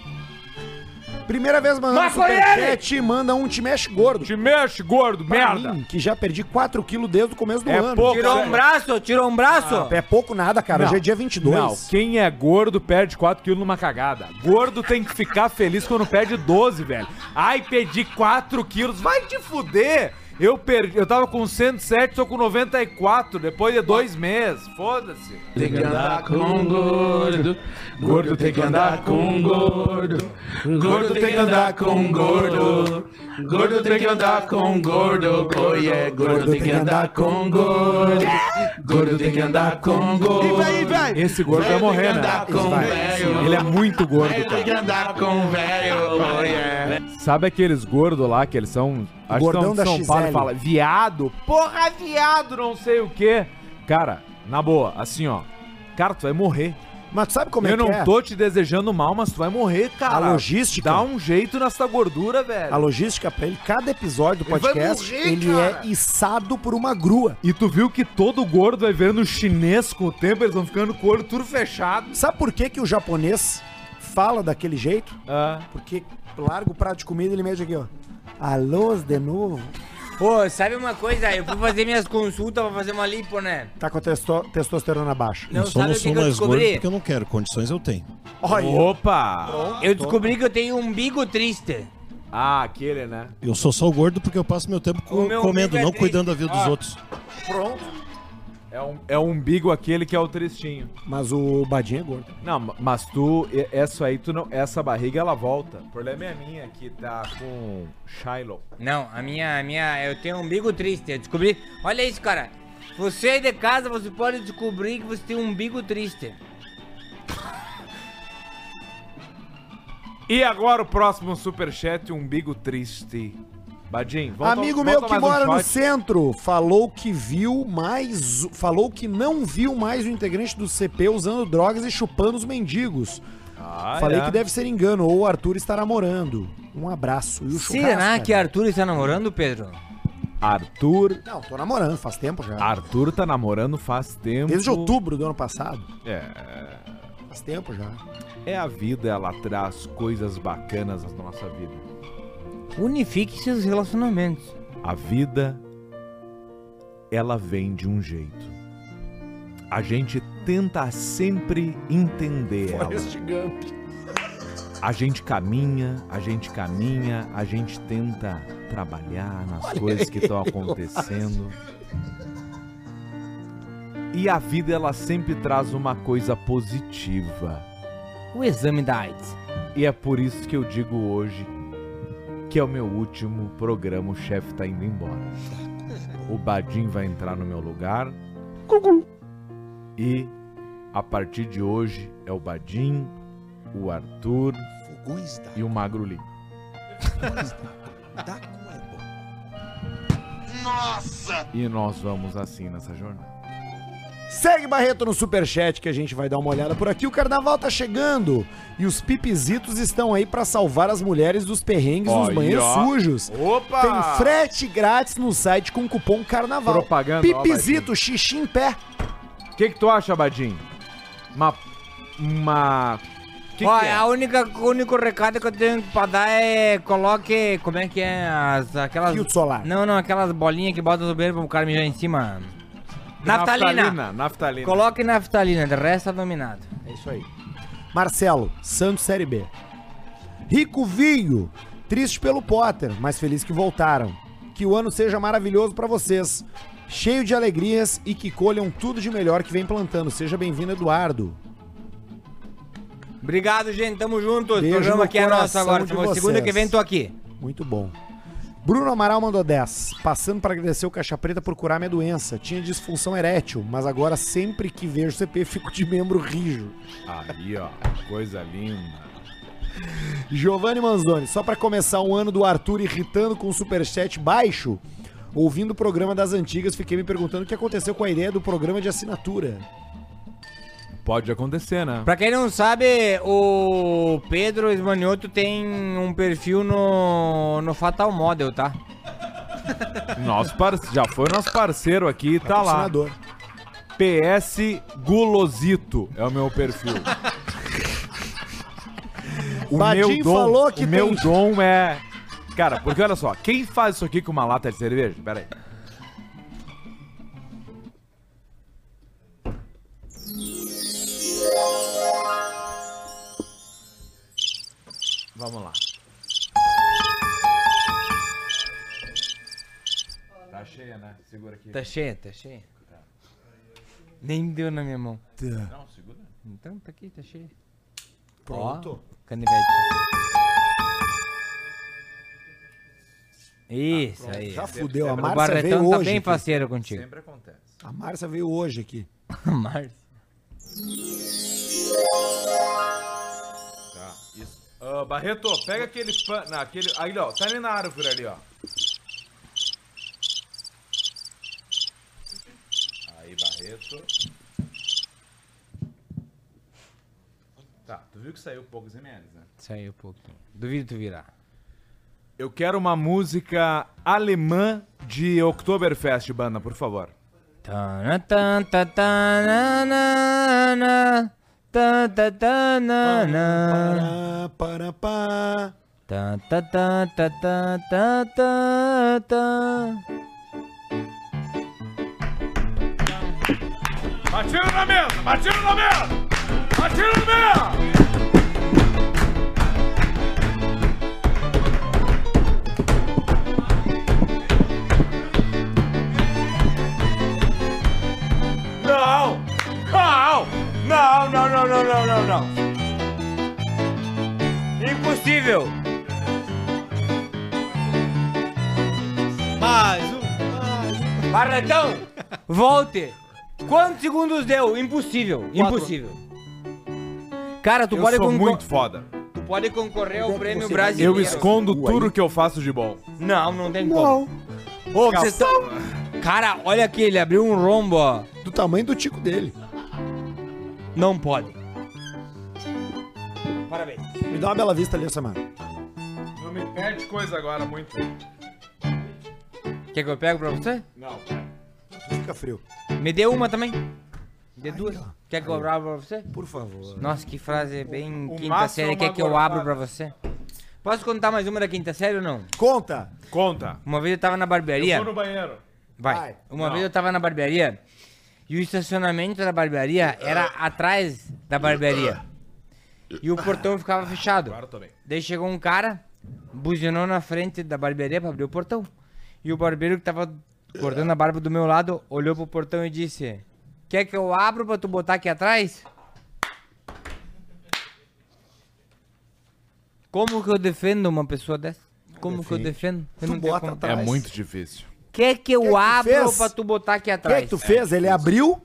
[SPEAKER 10] Primeira vez mandando
[SPEAKER 14] Ah,
[SPEAKER 2] Maconheiro!
[SPEAKER 10] superchat, manda um te mexe gordo.
[SPEAKER 2] Te mexe gordo,
[SPEAKER 10] Pra
[SPEAKER 2] merda!
[SPEAKER 10] mim, que já perdi 4 quilos desde o começo do
[SPEAKER 2] É
[SPEAKER 10] ano.
[SPEAKER 2] pouco,
[SPEAKER 5] Tirou um braço, tirou um braço.
[SPEAKER 10] Ah, é pouco nada, cara. Hoje é dia 22.
[SPEAKER 2] Não, quem é gordo perde 4 quilos numa cagada. Gordo tem que ficar feliz quando perde 12, velho. Ai, perdi 4 quilos. Vai te fuder! Eu perdi, eu tava com 107, tô com 94, depois de dois meses. Foda-se.
[SPEAKER 1] Tem que andar com gordo, gordo tem que andar com um gordo, gordo tem que andar com um gordo, gordo tem que andar com gordo, oh yeah, gordo tem que andar com um gordo, gordo tem que andar com gordo,
[SPEAKER 2] Esse gordo vai morrer, né? Ele é muito gordo,
[SPEAKER 1] tem que
[SPEAKER 2] cara.
[SPEAKER 1] andar com velho, oh yeah.
[SPEAKER 2] Sabe aqueles gordos lá que eles são. Acho que
[SPEAKER 10] Gordão
[SPEAKER 2] são de
[SPEAKER 10] da
[SPEAKER 2] São Paulo e
[SPEAKER 10] XL.
[SPEAKER 2] fala, viado, porra, viado, não sei o quê. Cara, na boa, assim, ó. Cara, tu vai morrer.
[SPEAKER 10] Mas tu sabe como é
[SPEAKER 2] Eu
[SPEAKER 10] que
[SPEAKER 2] não
[SPEAKER 10] é?
[SPEAKER 2] tô te desejando mal, mas tu vai morrer, cara.
[SPEAKER 10] A logística.
[SPEAKER 2] Dá um jeito nessa gordura, velho.
[SPEAKER 10] A logística pra ele, cada episódio do
[SPEAKER 2] Ele vai
[SPEAKER 10] podcast,
[SPEAKER 2] morrer,
[SPEAKER 10] ele
[SPEAKER 2] cara.
[SPEAKER 10] é içado por uma grua.
[SPEAKER 2] E tu viu que todo gordo vai vendo chinês com o tempo, eles vão ficando com o olho tudo fechado.
[SPEAKER 10] Sabe por que, que o japonês fala daquele jeito?
[SPEAKER 2] Ah.
[SPEAKER 10] Porque larga o prato de comida e ele mede aqui, ó. Alôs de novo?
[SPEAKER 5] Pô, sabe uma coisa? Eu fui fazer minhas consultas pra fazer uma lipo, né?
[SPEAKER 10] Tá com a testo- testosterona baixa.
[SPEAKER 5] Não,
[SPEAKER 14] Eu só
[SPEAKER 5] sabe
[SPEAKER 14] não
[SPEAKER 5] o que,
[SPEAKER 14] sou
[SPEAKER 5] que eu
[SPEAKER 14] mais gordo
[SPEAKER 5] descobri?
[SPEAKER 14] porque eu não quero. Condições eu tenho.
[SPEAKER 10] Olha.
[SPEAKER 2] Opa!
[SPEAKER 5] Eu descobri que eu tenho um umbigo triste.
[SPEAKER 2] Ah, aquele, né?
[SPEAKER 14] Eu sou só gordo porque eu passo meu tempo com-
[SPEAKER 5] O meu
[SPEAKER 14] comendo,
[SPEAKER 5] umbigo é
[SPEAKER 14] não
[SPEAKER 5] triste.
[SPEAKER 14] cuidando da vida dos
[SPEAKER 5] Ah.
[SPEAKER 14] outros.
[SPEAKER 10] Pronto.
[SPEAKER 2] É um, é um umbigo aquele que é o tristinho.
[SPEAKER 10] Mas o Badinho é gordo.
[SPEAKER 2] Não, ma- mas tu, e- essa aí, tu não, essa barriga ela volta. O problema é a minha que tá com Shiloh.
[SPEAKER 5] Não, a minha, a minha, eu tenho um umbigo triste. Eu descobri. Olha isso, cara. Você aí de casa, você pode descobrir que você tem um umbigo triste.
[SPEAKER 2] E agora o próximo superchat, umbigo triste. Badim, vamos to-
[SPEAKER 10] Amigo
[SPEAKER 2] vamos
[SPEAKER 10] meu
[SPEAKER 2] tomar
[SPEAKER 10] que
[SPEAKER 2] mais um
[SPEAKER 10] mora no
[SPEAKER 2] shot?
[SPEAKER 10] centro falou que viu mais. o- Falou que não viu mais o integrante do CP usando drogas e chupando os mendigos.
[SPEAKER 2] Ah,
[SPEAKER 10] Falei
[SPEAKER 2] é.
[SPEAKER 10] que deve ser engano, ou o Arthur estará morando. Um abraço. E o churrasco,
[SPEAKER 5] Será que
[SPEAKER 10] cara?
[SPEAKER 5] Arthur está namorando, Pedro?
[SPEAKER 2] Arthur.
[SPEAKER 10] Não, tô namorando, faz tempo já.
[SPEAKER 2] Arthur tá namorando faz tempo.
[SPEAKER 10] Desde outubro do ano passado.
[SPEAKER 2] É.
[SPEAKER 10] Faz tempo já.
[SPEAKER 2] É a vida, ela traz coisas bacanas na nossa vida.
[SPEAKER 5] Unifique seus relacionamentos.
[SPEAKER 2] A vida, ela vem de um jeito. A gente tenta sempre entender ela.
[SPEAKER 10] Forrest Gump.
[SPEAKER 2] A gente caminha, a gente caminha, a gente tenta trabalhar nas
[SPEAKER 10] Olha
[SPEAKER 2] coisas que estão
[SPEAKER 10] ele.
[SPEAKER 2] acontecendo. E a vida ela sempre traz uma coisa positiva.
[SPEAKER 5] O exame da AIDS.
[SPEAKER 2] E é por isso que eu digo hoje que é o meu último programa, o chefe tá indo embora. O Badim vai entrar no meu lugar. E a partir de hoje é o Badim, o Arthur e o Magrulin.
[SPEAKER 8] Nossa!
[SPEAKER 2] E nós vamos assim nessa jornada.
[SPEAKER 10] Segue Barreto no Superchat que a gente vai dar uma olhada por aqui. O carnaval tá chegando e os pipizitos estão aí pra salvar as mulheres dos perrengues
[SPEAKER 2] Ó,
[SPEAKER 10] nos banheiros
[SPEAKER 2] e ó.
[SPEAKER 10] sujos.
[SPEAKER 2] Opa!
[SPEAKER 10] Tem frete grátis no site com cupom carnaval.
[SPEAKER 2] Propaganda, ó,
[SPEAKER 10] Pipizito, xixi em pé.
[SPEAKER 2] O que, que tu acha, Badim? Uma. Uma. Que
[SPEAKER 5] Olha,
[SPEAKER 2] que é?
[SPEAKER 5] a única, o único recado que eu tenho pra dar é coloque, como é que é, as, aquelas...
[SPEAKER 10] Filtro solar.
[SPEAKER 5] Não, não, aquelas bolinhas que botam no banheiro pro cara mijar em cima. Naftalina.
[SPEAKER 2] é? Naftalina. Naftalina.
[SPEAKER 5] Coloque naftalina, de resto tá dominado.
[SPEAKER 10] É isso aí. Marcelo, Santos Série B. Rico Vinho, triste pelo Potter, mas feliz que voltaram. Que o ano seja maravilhoso pra vocês. Cheio de alegrias e que colham tudo de melhor que vem plantando. Seja bem-vindo, Eduardo.
[SPEAKER 14] Obrigado, gente. Tamo junto. Esse
[SPEAKER 10] Beijo no
[SPEAKER 14] programa aqui é nosso
[SPEAKER 10] coração
[SPEAKER 14] agora.
[SPEAKER 10] de
[SPEAKER 14] Tamo- Segunda que
[SPEAKER 10] vocês.
[SPEAKER 14] vem tô aqui.
[SPEAKER 10] Muito bom. Bruno Amaral mandou 10. Passando para agradecer o Caixa Preta por curar minha doença. Tinha disfunção erétil, mas agora sempre que vejo CP fico de membro rijo.
[SPEAKER 2] Aí, ó. Coisa linda.
[SPEAKER 10] Giovanni Manzoni, só pra começar um ano do Arthur irritando com o superchat baixo, ouvindo o programa das antigas, fiquei me perguntando o que aconteceu com a ideia do programa de assinatura.
[SPEAKER 2] Pode acontecer, né?
[SPEAKER 14] Pra quem não sabe, o Pedro Esmanioto tem um perfil no, no Fatal Model, tá?
[SPEAKER 2] Nosso par... Já foi nosso parceiro aqui e tá lá.
[SPEAKER 10] Patrocinador.
[SPEAKER 2] PS Gulosito é o meu
[SPEAKER 10] [LAUGHS]
[SPEAKER 2] perfil. o
[SPEAKER 10] Badim
[SPEAKER 2] meu dom,
[SPEAKER 10] falou que
[SPEAKER 2] o meu
[SPEAKER 10] tem-
[SPEAKER 2] dom é... Cara, porque olha só, quem faz isso aqui com uma lata de cerveja? Pera aí. Vamos lá. Tá cheia, né? Segura aqui.
[SPEAKER 5] Tá cheia, tá cheia. Nem deu na minha mão.
[SPEAKER 10] Tá.
[SPEAKER 2] Não, segura.
[SPEAKER 5] Então tá aqui, tá cheia.
[SPEAKER 10] Pronto.
[SPEAKER 5] Ó, canivete. Isso
[SPEAKER 10] pronto.
[SPEAKER 5] aí.
[SPEAKER 10] Já fudeu, a
[SPEAKER 5] O
[SPEAKER 10] Márcia
[SPEAKER 5] Barretão
[SPEAKER 10] veio
[SPEAKER 5] tá
[SPEAKER 10] hoje
[SPEAKER 5] bem
[SPEAKER 10] aqui.
[SPEAKER 5] parceiro
[SPEAKER 14] [LAUGHS]
[SPEAKER 5] contigo.
[SPEAKER 2] Sempre acontece.
[SPEAKER 10] A Márcia veio hoje aqui.
[SPEAKER 5] Márcia.
[SPEAKER 2] Tá, isso. Ah, Barreto, pega aquele pan... Não, aquele... Aí, ó, tá ali na árvore ali, ó. Aí, Barreto. Tá, tu viu que saiu poucos ml, né?
[SPEAKER 5] Saiu um pouquinho. Duvido tu virar.
[SPEAKER 2] Eu quero uma música alemã de Oktoberfest, banda, por favor.
[SPEAKER 5] Tanã, tan, tá, tá, na, na, na. Tan, tá, tá, na, na.
[SPEAKER 10] Para, pá.
[SPEAKER 5] Tan, tá, tá, tá, tá, tá, tá, tá.
[SPEAKER 8] Atira na mesa! Atira na mesa! Atira na mesa!
[SPEAKER 2] Não! Não! Não, não, não, não, não, não, não.
[SPEAKER 14] Impossível!
[SPEAKER 28] Mais um.
[SPEAKER 2] um.
[SPEAKER 14] Barretão, volte! Quantos segundos deu? Impossível, impossível. Cara, tu
[SPEAKER 2] eu
[SPEAKER 14] pode um
[SPEAKER 2] sou
[SPEAKER 14] concor-
[SPEAKER 2] muito foda.
[SPEAKER 14] Tu pode concorrer ao prêmio
[SPEAKER 2] você-
[SPEAKER 14] brasileiro.
[SPEAKER 2] Eu escondo tudo que eu faço de bom.
[SPEAKER 14] Não, não tem como. Ô, vocês tão... Cara, olha aqui, ele abriu um rombo, ó.
[SPEAKER 10] Do tamanho do tico dele.
[SPEAKER 14] Não pode. Parabéns.
[SPEAKER 10] Me dá uma bela vista ali, Samara.
[SPEAKER 2] Não me pede coisa agora muito.
[SPEAKER 5] Quer que eu pego pra você?
[SPEAKER 10] Não. Fica frio.
[SPEAKER 5] Me dê uma também. Me dê duas. Quer que eu abra pra você?
[SPEAKER 10] Por favor.
[SPEAKER 5] Nossa, que frase bem
[SPEAKER 10] o
[SPEAKER 5] quinta
[SPEAKER 10] máximo é
[SPEAKER 5] série.
[SPEAKER 10] uma
[SPEAKER 5] Quer que eu
[SPEAKER 10] gorfada.
[SPEAKER 5] abra pra você? Posso contar mais uma da quinta série ou não?
[SPEAKER 10] Conta!
[SPEAKER 5] Conta. Uma vez eu tava na barbearia.
[SPEAKER 29] Eu vou no banheiro.
[SPEAKER 5] Vai.
[SPEAKER 29] Vai.
[SPEAKER 5] Uma
[SPEAKER 29] Não.
[SPEAKER 5] vez eu tava na barbearia e o estacionamento da barbearia era atrás da barbearia. E o portão ficava fechado.
[SPEAKER 29] Agora eu tô bem.
[SPEAKER 2] É
[SPEAKER 5] Daí chegou um cara, buzinou na frente da barbearia pra abrir o portão. E o barbeiro que tava cortando a barba do meu lado olhou pro portão e disse: Quer que eu abro pra tu botar aqui atrás? Como que eu defendo uma pessoa dessa? Como que eu defendo? Eu não tenho como.
[SPEAKER 2] É muito difícil.
[SPEAKER 5] Quer que eu
[SPEAKER 10] que tu
[SPEAKER 5] abro
[SPEAKER 10] fez?
[SPEAKER 5] pra tu botar aqui
[SPEAKER 10] O que,
[SPEAKER 5] atrás?
[SPEAKER 10] é que tu fez? Ele abriu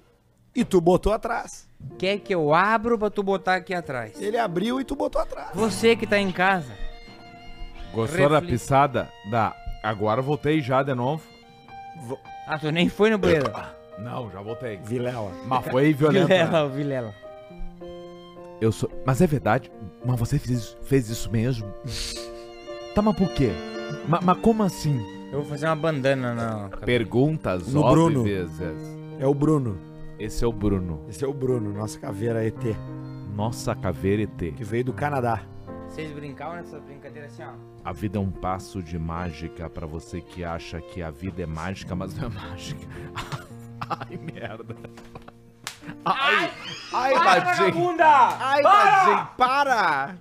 [SPEAKER 10] e tu botou atrás.
[SPEAKER 5] Quer que eu abro pra tu botar aqui atrás?
[SPEAKER 10] Ele abriu e tu botou atrás.
[SPEAKER 5] Você que tá em casa.
[SPEAKER 2] Gostou da
[SPEAKER 5] Refli-
[SPEAKER 2] pisada? Da. Agora voltei já de novo.
[SPEAKER 5] Ah, tu nem foi no banheiro.
[SPEAKER 2] Não, já voltei.
[SPEAKER 10] Vilela.
[SPEAKER 2] Mas foi violento. né?
[SPEAKER 5] Vilela, Vilela.
[SPEAKER 2] Eu sou. Mas é verdade? Mas você fez isso, fez isso mesmo? tá, mas por quê? Ma- Mas, como assim?
[SPEAKER 5] Eu vou fazer uma bandana na.
[SPEAKER 2] Perguntas
[SPEAKER 10] No Bruno.
[SPEAKER 2] óbvias.
[SPEAKER 10] É o Bruno.
[SPEAKER 2] Esse é o Bruno.
[SPEAKER 10] Esse é o Bruno, nossa caveira ET.
[SPEAKER 2] Nossa caveira ET.
[SPEAKER 10] Que veio do Canadá.
[SPEAKER 5] Vocês brincavam nessa brincadeira assim, ó.
[SPEAKER 2] A vida é um passo de mágica pra você que acha que a vida é mágica, mas não é mágica. [LAUGHS] Ai, merda. Ai, ai,
[SPEAKER 10] Tá,
[SPEAKER 2] Ladinho.
[SPEAKER 10] Ai,
[SPEAKER 2] tá,
[SPEAKER 10] Ladinho, para!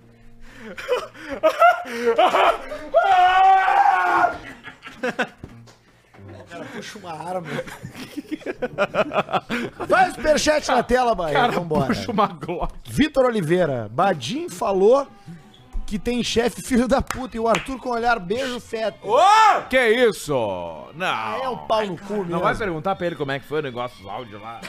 [SPEAKER 10] Puxa uma arma. Vai o superchat na tela, Bahia.
[SPEAKER 2] Cara,
[SPEAKER 10] Vambora.
[SPEAKER 2] puxa uma glock.
[SPEAKER 10] Vitor Oliveira, Badim falou que tem chefe filho da puta e o Arthur com olhar beijo feto.
[SPEAKER 2] Que isso? Não.
[SPEAKER 10] É um pau no cu, mesmo.
[SPEAKER 2] Não vai perguntar pra ele como é que foi o negócio do áudio lá.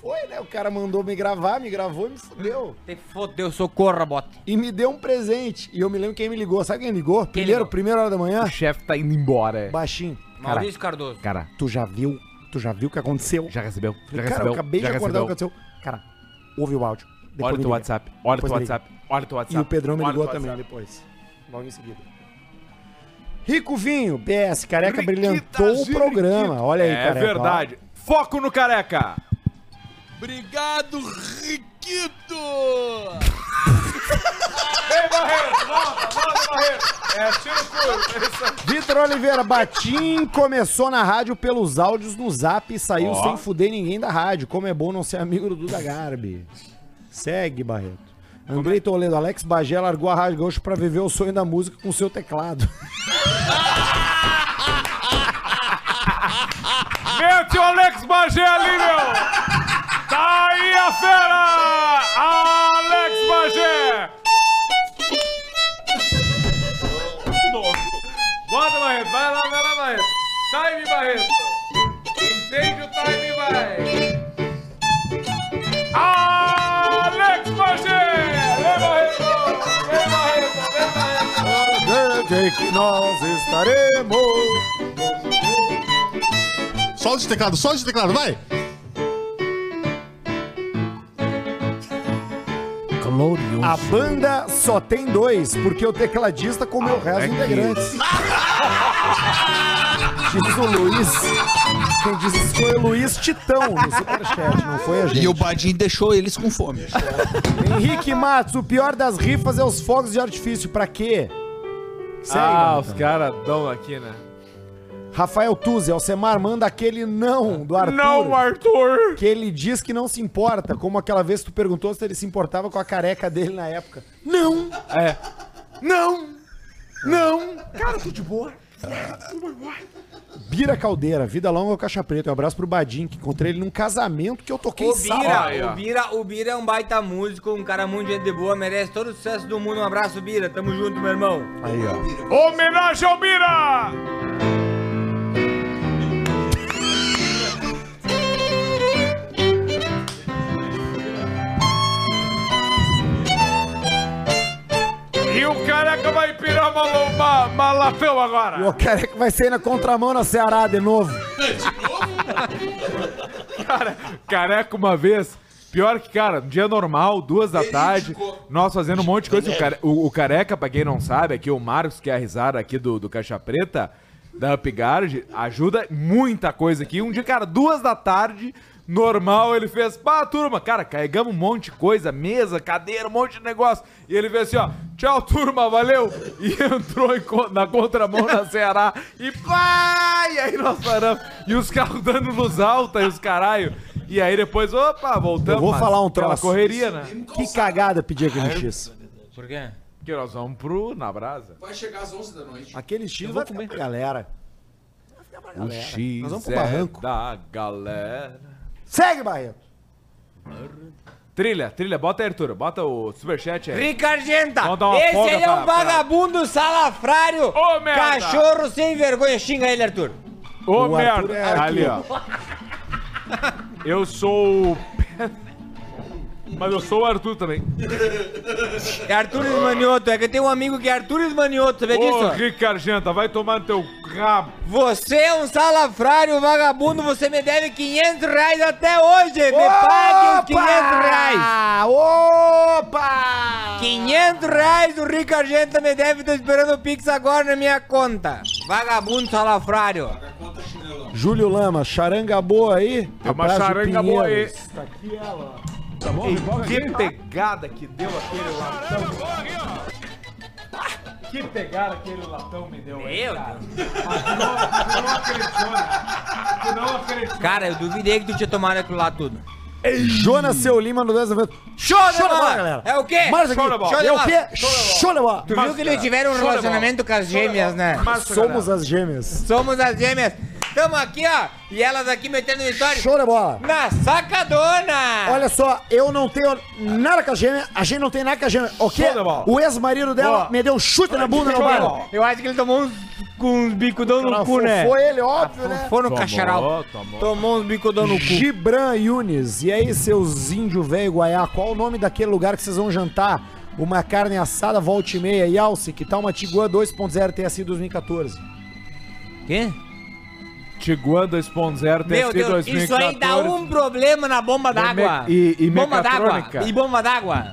[SPEAKER 10] Foi, né? O cara mandou me gravar, me gravou e me fudeu.
[SPEAKER 5] Te fodeu, socorro, bote.
[SPEAKER 10] E me deu um presente. E eu me lembro quem me ligou. Sabe quem ligou? primeiro,
[SPEAKER 5] ligou?
[SPEAKER 10] primeira hora da manhã?
[SPEAKER 2] O chefe tá indo embora.
[SPEAKER 10] Baixinho.
[SPEAKER 5] Maurício Cardoso.
[SPEAKER 2] Cara,
[SPEAKER 10] tu já viu? Tu já viu o que aconteceu?
[SPEAKER 2] Já recebeu? Já
[SPEAKER 10] cara,
[SPEAKER 2] recebeu?
[SPEAKER 10] eu acabei
[SPEAKER 2] já
[SPEAKER 10] de acordar o que
[SPEAKER 2] recebeu.
[SPEAKER 10] aconteceu. Cara, ouve o áudio. Depois
[SPEAKER 2] Olha o teu
[SPEAKER 10] me liga.
[SPEAKER 2] WhatsApp. Olha o teu
[SPEAKER 10] Depois me liga.
[SPEAKER 2] WhatsApp. Olha o teu WhatsApp.
[SPEAKER 10] E o Pedrão me
[SPEAKER 2] Olha o
[SPEAKER 10] ligou
[SPEAKER 2] teu
[SPEAKER 10] também
[SPEAKER 2] WhatsApp.
[SPEAKER 10] depois. Logo em seguida. Rico Vinho, PS, careca brilhantou o programa. Olha aí,
[SPEAKER 2] É
[SPEAKER 10] careca. ó.
[SPEAKER 2] verdade. Foco no careca.
[SPEAKER 29] Obrigado, Riquito! É, tira o
[SPEAKER 10] Vitor Oliveira, Batim começou na rádio pelos áudios no zap e saiu
[SPEAKER 2] Ó.
[SPEAKER 10] sem fuder ninguém da rádio. Como é bom não ser amigo do Duda Garbi. Segue, Barreto. Andrei Toledo, Alex Bagé largou a Rádio Gaúcho pra viver o sonho da música com seu teclado.
[SPEAKER 2] é
[SPEAKER 29] Mete o Alex Bagé ali, meu! Tá aí a fera! Alex Bagé!
[SPEAKER 30] Bota, Barreto. Vai lá, vai lá, Barreto. Time, Barreto. Entende o time, vai.
[SPEAKER 29] Alex Bagé! Vem, Barreto! Vem, Barreto! Vem, Barreto!
[SPEAKER 10] que nós estaremos.
[SPEAKER 31] Solta esse teclado, solta esse teclado, vai!
[SPEAKER 2] Glorioso.
[SPEAKER 10] A banda só tem dois, porque o tecladista comeu o resto dos integrantes. Diz o Luiz. Quem diz isso foi o Luiz Titão no Superchat, não foi a gente.
[SPEAKER 8] E o Badim deixou eles com fome.
[SPEAKER 10] Henrique Matos, o pior das rifas é os fogos de artifício. Pra quê? Segue,
[SPEAKER 2] ah,
[SPEAKER 10] Barretão.
[SPEAKER 2] os caras dão aqui, né?
[SPEAKER 10] Rafael Tuzzi, Alcemar, manda aquele não do Arthur.
[SPEAKER 2] Não, Arthur!
[SPEAKER 10] Que ele diz que não se importa, como aquela vez que tu perguntou se ele se importava com a careca dele na época. Não!
[SPEAKER 2] É.
[SPEAKER 10] Não! Não! Cara, tô de boa. Bira Caldeira, vida longa ao Caixa Preta. Um abraço pro Badim, que encontrei ele num casamento que eu toquei
[SPEAKER 5] O
[SPEAKER 2] Tá
[SPEAKER 10] sábado.
[SPEAKER 5] Bira, o Bira, o Bira é um baita músico, um cara muito gente boa, merece todo o sucesso do mundo. Um abraço, Bira. Tamo junto, meu irmão.
[SPEAKER 10] Aí, ó.
[SPEAKER 29] Homenagem ao Mira! E o careca vai pirar uma, uma, uma lapel agora!
[SPEAKER 10] E o careca vai sair na contramão na Ceará de novo.
[SPEAKER 2] Careca uma vez Pior que, cara, dia normal, duas da
[SPEAKER 10] Ele
[SPEAKER 2] tarde,
[SPEAKER 10] indicou.
[SPEAKER 2] nós fazendo um monte de coisa. O, care- o- o careca, pra quem não sabe, aqui o Marcos, que é a risada aqui do, do Caixa Preta, da Up Garage, ajuda muita coisa aqui. Um dia, cara, duas da tarde, normal, ele fez, pá, turma, cara, carregamos um monte de coisa, mesa, cadeira, um monte de negócio. E ele fez assim, ó, tchau, turma, valeu. E entrou em co- na contramão na Ceará e pá, e aí nós paramos. E os carros dando luz alta e os caralho. E aí depois, opa, voltamos.
[SPEAKER 1] Eu vou
[SPEAKER 2] mas
[SPEAKER 1] falar um
[SPEAKER 2] aquela
[SPEAKER 1] troço.
[SPEAKER 2] correria, né?
[SPEAKER 1] Que cagada pedir aquele X.
[SPEAKER 2] Por quê? Que nós vamos pro Na Brasa.
[SPEAKER 14] Vai chegar às 11 da noite.
[SPEAKER 1] Aquele X vai comer pra galera.
[SPEAKER 2] O X
[SPEAKER 1] Nós vamos pro
[SPEAKER 2] é
[SPEAKER 1] barranco.
[SPEAKER 2] da galera.
[SPEAKER 1] Segue, Barreto.
[SPEAKER 2] Trilha, trilha, bota aí, Arthur. Bota o superchat aí.
[SPEAKER 5] Ricardenta,
[SPEAKER 2] Vamos dar uma
[SPEAKER 5] esse
[SPEAKER 2] folga
[SPEAKER 5] aí é
[SPEAKER 2] pra-
[SPEAKER 5] um vagabundo salafrário.
[SPEAKER 2] merda.
[SPEAKER 5] Cachorro sem vergonha. Xinga ele, Arthur.
[SPEAKER 2] Ô, merda. Ali, ó. Eu sou. o Mas eu sou o Arthur também.
[SPEAKER 5] É Arthur Esmanioto. É que eu tenho um amigo que é Arthur Esmanioto. Sabia
[SPEAKER 2] Ô,
[SPEAKER 5] disso?
[SPEAKER 2] Ricargenta, vai tomar no teu rabo.
[SPEAKER 5] Você é um salafrário vagabundo. Você me deve 500 reais até hoje. Me pague os 500 reais.
[SPEAKER 10] Ah,
[SPEAKER 1] Opa!
[SPEAKER 5] 500 reais o Ricardenta me deve. Tô esperando o Pix agora na minha conta. Vagabundo salafrário.
[SPEAKER 1] Júlio Lama, charanga boa aí.
[SPEAKER 2] É uma charanga boa aí.
[SPEAKER 1] Tá aqui ela.
[SPEAKER 2] Tá
[SPEAKER 1] bom? Revolve
[SPEAKER 2] que
[SPEAKER 1] aqui.
[SPEAKER 2] pegada que deu aquele latão.
[SPEAKER 5] Ah,
[SPEAKER 2] Que pegada aquele latão me deu. Meu Deus.
[SPEAKER 5] Cara, eu duvidei que tu tinha tomado aquilo lá tudo.
[SPEAKER 1] Jonas Seu Lima no 10 90.
[SPEAKER 5] Show de bola, É o quê?
[SPEAKER 1] Márcio
[SPEAKER 5] Show
[SPEAKER 1] aqui.
[SPEAKER 5] de bola. Show de
[SPEAKER 1] É o
[SPEAKER 5] bola.
[SPEAKER 1] quê?
[SPEAKER 5] Show de bola.
[SPEAKER 1] Show de bola.
[SPEAKER 5] Tu viu que eles tiveram um relacionamento com as gêmeas, né?
[SPEAKER 1] Somos as gêmeas.
[SPEAKER 5] Somos as gêmeas. Tamo aqui, ó. E elas aqui metendo história.
[SPEAKER 1] Show de bola.
[SPEAKER 5] Na sacadona.
[SPEAKER 1] Olha só, eu não tenho nada com a gêmea, a gente não tem nada com a gêmea. O quê?
[SPEAKER 5] Show de bola.
[SPEAKER 1] O ex-marido dela
[SPEAKER 5] Boa.
[SPEAKER 1] me deu um chute na bunda no
[SPEAKER 5] Show de
[SPEAKER 1] bar.
[SPEAKER 5] bola. Eu acho que ele tomou uns, uns bicudão no cu, né?
[SPEAKER 1] Foi ele, óbvio, né?
[SPEAKER 5] Foi no um cacharal. Tomou uns bicudão no cu.
[SPEAKER 1] Gibran Yunis, e aí, seus índio velho guaiá, qual o nome daquele lugar que vocês vão jantar? Uma carne assada, volta e meia, e alce, que tal uma Tiguan 2.0 TSI 2014?
[SPEAKER 5] Quê?
[SPEAKER 2] Tiguan 2.0
[SPEAKER 5] Meu
[SPEAKER 2] TSI
[SPEAKER 5] Deus,
[SPEAKER 2] 2014.
[SPEAKER 5] isso aí dá um problema na bomba d'água.
[SPEAKER 2] E, e
[SPEAKER 5] bomba
[SPEAKER 2] mecatrônica.
[SPEAKER 5] d'água. E bomba d'água.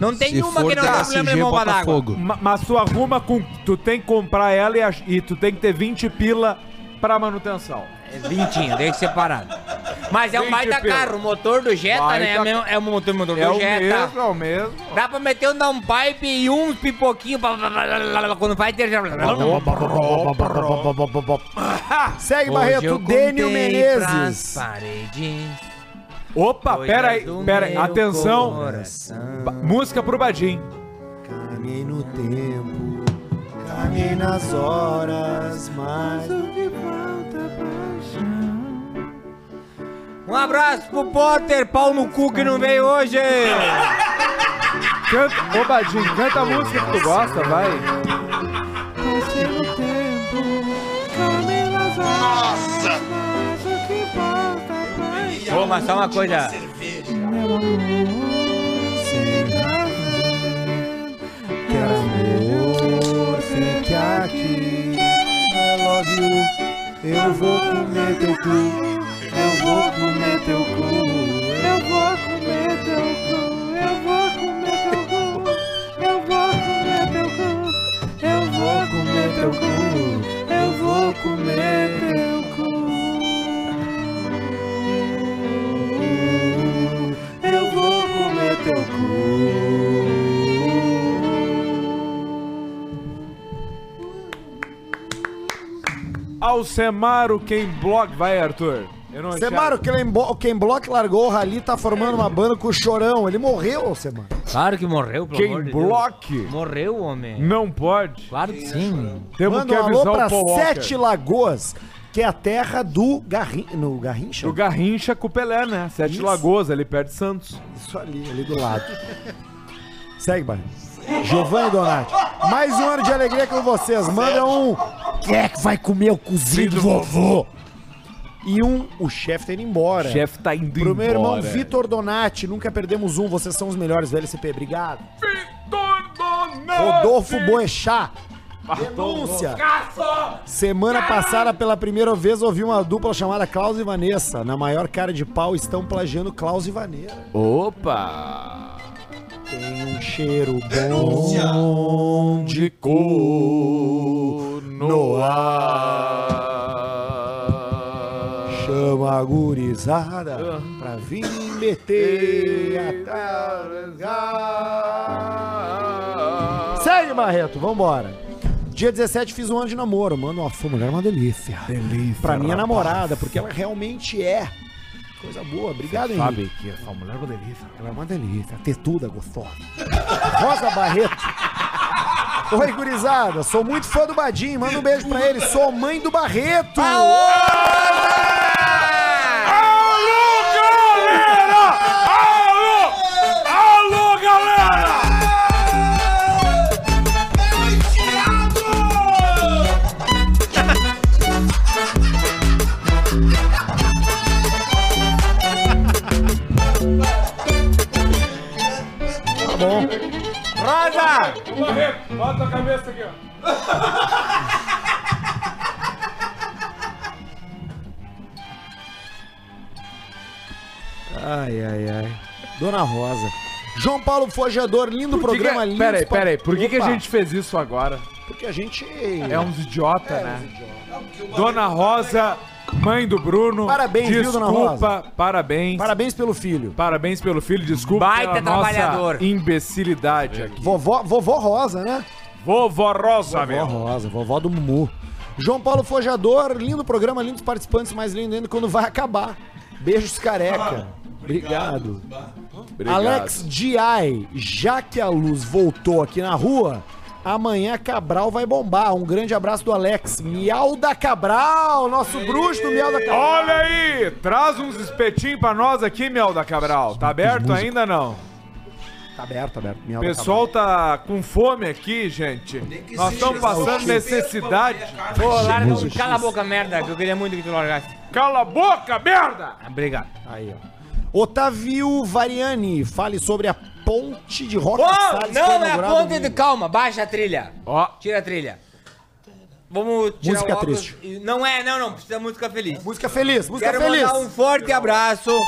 [SPEAKER 5] Não tem
[SPEAKER 2] Se
[SPEAKER 5] uma que
[SPEAKER 2] for
[SPEAKER 5] não dá
[SPEAKER 2] da
[SPEAKER 5] problema em
[SPEAKER 2] SG
[SPEAKER 5] bomba d'água.
[SPEAKER 2] Botafogo. É. Ma- mas tu arruma com. Tu tem que comprar ela e, ach- e tu tem que ter 20 pila pra manutenção.
[SPEAKER 5] É 20, tem que separado. Mas é um
[SPEAKER 2] 20
[SPEAKER 5] baita
[SPEAKER 2] pila.
[SPEAKER 5] carro, o motor do Jetta, né? É,
[SPEAKER 2] Baita-
[SPEAKER 5] mesmo- é o motor, motor
[SPEAKER 2] É
[SPEAKER 5] do
[SPEAKER 2] o
[SPEAKER 5] Jetta.
[SPEAKER 2] mesmo, é o mesmo.
[SPEAKER 5] Dá pra meter um downpipe e um pipoquinho pra- quando vai ter.
[SPEAKER 1] Segue,
[SPEAKER 5] Hoje
[SPEAKER 1] Barreto,
[SPEAKER 5] eu
[SPEAKER 1] Dênio
[SPEAKER 5] contei
[SPEAKER 1] Menezes.
[SPEAKER 5] pras paredes.
[SPEAKER 2] Opa,
[SPEAKER 5] Coisas
[SPEAKER 2] pera aí,
[SPEAKER 5] do
[SPEAKER 2] pera aí,
[SPEAKER 5] meu
[SPEAKER 2] atenção.
[SPEAKER 5] coração.
[SPEAKER 2] Ba- música pro Badim.
[SPEAKER 1] Caminhei no tempo, caminhei nas horas, mas o que falta
[SPEAKER 5] Um abraço pro Potter, pau no cu que não veio hoje.
[SPEAKER 2] Canta, ô Badim, canta a música que tu gosta, vai.
[SPEAKER 5] Nossa! Ô, mas só uma coisa.
[SPEAKER 1] Quero amor, fique aqui. I love you. Eu vou comer teu cu. Eu vou comer teu cu.
[SPEAKER 9] Eu vou comer teu cu, eu vou comer teu cu, eu vou comer teu cu, eu vou comer teu cu, eu vou comer teu cu. Eu vou comer teu cu.
[SPEAKER 2] Alcemaro Quem Blog, vai, Arthur. Eu não achei-
[SPEAKER 1] Semaro, o Ken Block largou o Rally, tá formando uma banda com o Chorão. Ele morreu, Semaro.
[SPEAKER 5] Claro que morreu, pelo
[SPEAKER 2] Quem
[SPEAKER 5] amor de Deus.
[SPEAKER 2] bloque?
[SPEAKER 5] Morreu, homem.
[SPEAKER 2] Não pode.
[SPEAKER 5] Claro que sim.
[SPEAKER 2] Temos
[SPEAKER 1] Manda
[SPEAKER 2] que
[SPEAKER 1] um alô
[SPEAKER 2] avisar
[SPEAKER 1] pra
[SPEAKER 2] o Paul Walker.
[SPEAKER 1] Sete Lagoas, que é a terra do Garrin... no Garrincha.
[SPEAKER 2] Do Garrincha com o Pelé, né? Sete
[SPEAKER 1] Isso.
[SPEAKER 2] Lagoas, ali perto de Santos.
[SPEAKER 10] É.
[SPEAKER 1] Isso ali, ali do lado. [LAUGHS] Segue, Barra. Giovanni Donati. Mais um ano de alegria com vocês. Manda um. Quem é que vai comer o cozinho do vovô? E um, o chefe tá indo embora.
[SPEAKER 2] O chefe tá indo
[SPEAKER 1] Pro meu irmão
[SPEAKER 2] embora.
[SPEAKER 1] Vitor Donati, nunca perdemos um, vocês são os melhores, velho CP, obrigado.
[SPEAKER 2] Vitor Donati!
[SPEAKER 1] Rodolfo Boechat.
[SPEAKER 10] Denúncia!
[SPEAKER 32] Caço!
[SPEAKER 10] Semana passada, pela primeira vez, ouvi uma dupla chamada Klaus e Vanessa. Na maior cara de pau, estão plagiando Klaus e Vanessa.
[SPEAKER 2] Opa!
[SPEAKER 10] Tem um cheiro bom de cor no ar. Chama a gurizada pra vir meter a taranga. Segue, Barreto, vambora. Dia 17 fiz um ano de namoro, mano. Ó, foi mulher é uma delícia. Delícia. Pra minha
[SPEAKER 2] rapaz.
[SPEAKER 10] namorada, porque ela realmente é coisa boa. Obrigado, Henrique.
[SPEAKER 2] Sabe que essa mulher é uma delícia.
[SPEAKER 10] Ela é uma delícia, tetuda gostosa. Rosa Barreto. Oi, gurizada. Sou muito fã do Badim. Manda um beijo pra ele. Sou mãe do Barreto.
[SPEAKER 32] Alô, galera!
[SPEAKER 10] Tá bom.
[SPEAKER 32] Rosa! Barreto, bota a cabeça aqui, ó.
[SPEAKER 10] Ai, ai, ai. Dona Rosa. João Paulo Forjador, lindo
[SPEAKER 2] Por que
[SPEAKER 10] programa
[SPEAKER 2] que- é?
[SPEAKER 10] lindo.
[SPEAKER 2] Peraí, peraí, por que, que a
[SPEAKER 10] Opa.
[SPEAKER 2] gente fez isso agora?
[SPEAKER 10] Porque a gente.
[SPEAKER 2] É uns idiota, né? Dona Rosa, mãe do Bruno.
[SPEAKER 10] Parabéns, viu,
[SPEAKER 2] desculpa,
[SPEAKER 10] Dona Rosa?
[SPEAKER 2] parabéns.
[SPEAKER 10] Parabéns pelo filho.
[SPEAKER 2] Parabéns pelo filho, desculpa
[SPEAKER 10] Baita
[SPEAKER 2] pela nossa
[SPEAKER 10] trabalhador.
[SPEAKER 2] imbecilidade aqui.
[SPEAKER 10] Vovó, vovó Rosa, né?
[SPEAKER 2] Vovó Rosa,
[SPEAKER 10] Vovó
[SPEAKER 2] meu.
[SPEAKER 10] Rosa, vovó do Mumu. João Paulo Forjador, lindo programa, lindos participantes, mais lindo ainda quando vai acabar. Beijos
[SPEAKER 2] Ah,
[SPEAKER 10] careca. Obrigado. Alex Diai, já que a luz voltou aqui na rua, amanhã Cabral vai bombar. Um grande abraço do Alex. Miau da Cabral, nosso bruxo do Miau da Cabral.
[SPEAKER 2] Olha aí, traz uns espetinhos pra nós aqui, Mel da Cabral. Tá aberto ainda não?
[SPEAKER 10] Tá aberto, aberto. Miau
[SPEAKER 2] O
[SPEAKER 10] da
[SPEAKER 2] pessoal tá com fome aqui, gente. Nós estamos passando necessidade.
[SPEAKER 5] Pô, larga, cala a boca, merda, que eu queria muito que tu largasse.
[SPEAKER 2] Cala a boca, merda!
[SPEAKER 5] Obrigado.
[SPEAKER 10] Aí, ó. Otávio Variani, fale sobre a ponte de Roca
[SPEAKER 5] Pô,
[SPEAKER 10] Salles. que foi
[SPEAKER 5] não, é a
[SPEAKER 10] inaugurada
[SPEAKER 5] ponte
[SPEAKER 10] no-
[SPEAKER 5] de calma, baixa a trilha.
[SPEAKER 2] Ó.
[SPEAKER 5] Tira a trilha. Vamos tirar
[SPEAKER 10] Música
[SPEAKER 5] o óculos.
[SPEAKER 10] triste.
[SPEAKER 5] e- Não é, não, não, precisa música feliz.
[SPEAKER 10] Música feliz, música
[SPEAKER 5] Quero
[SPEAKER 10] feliz.
[SPEAKER 5] mandar um forte abraço.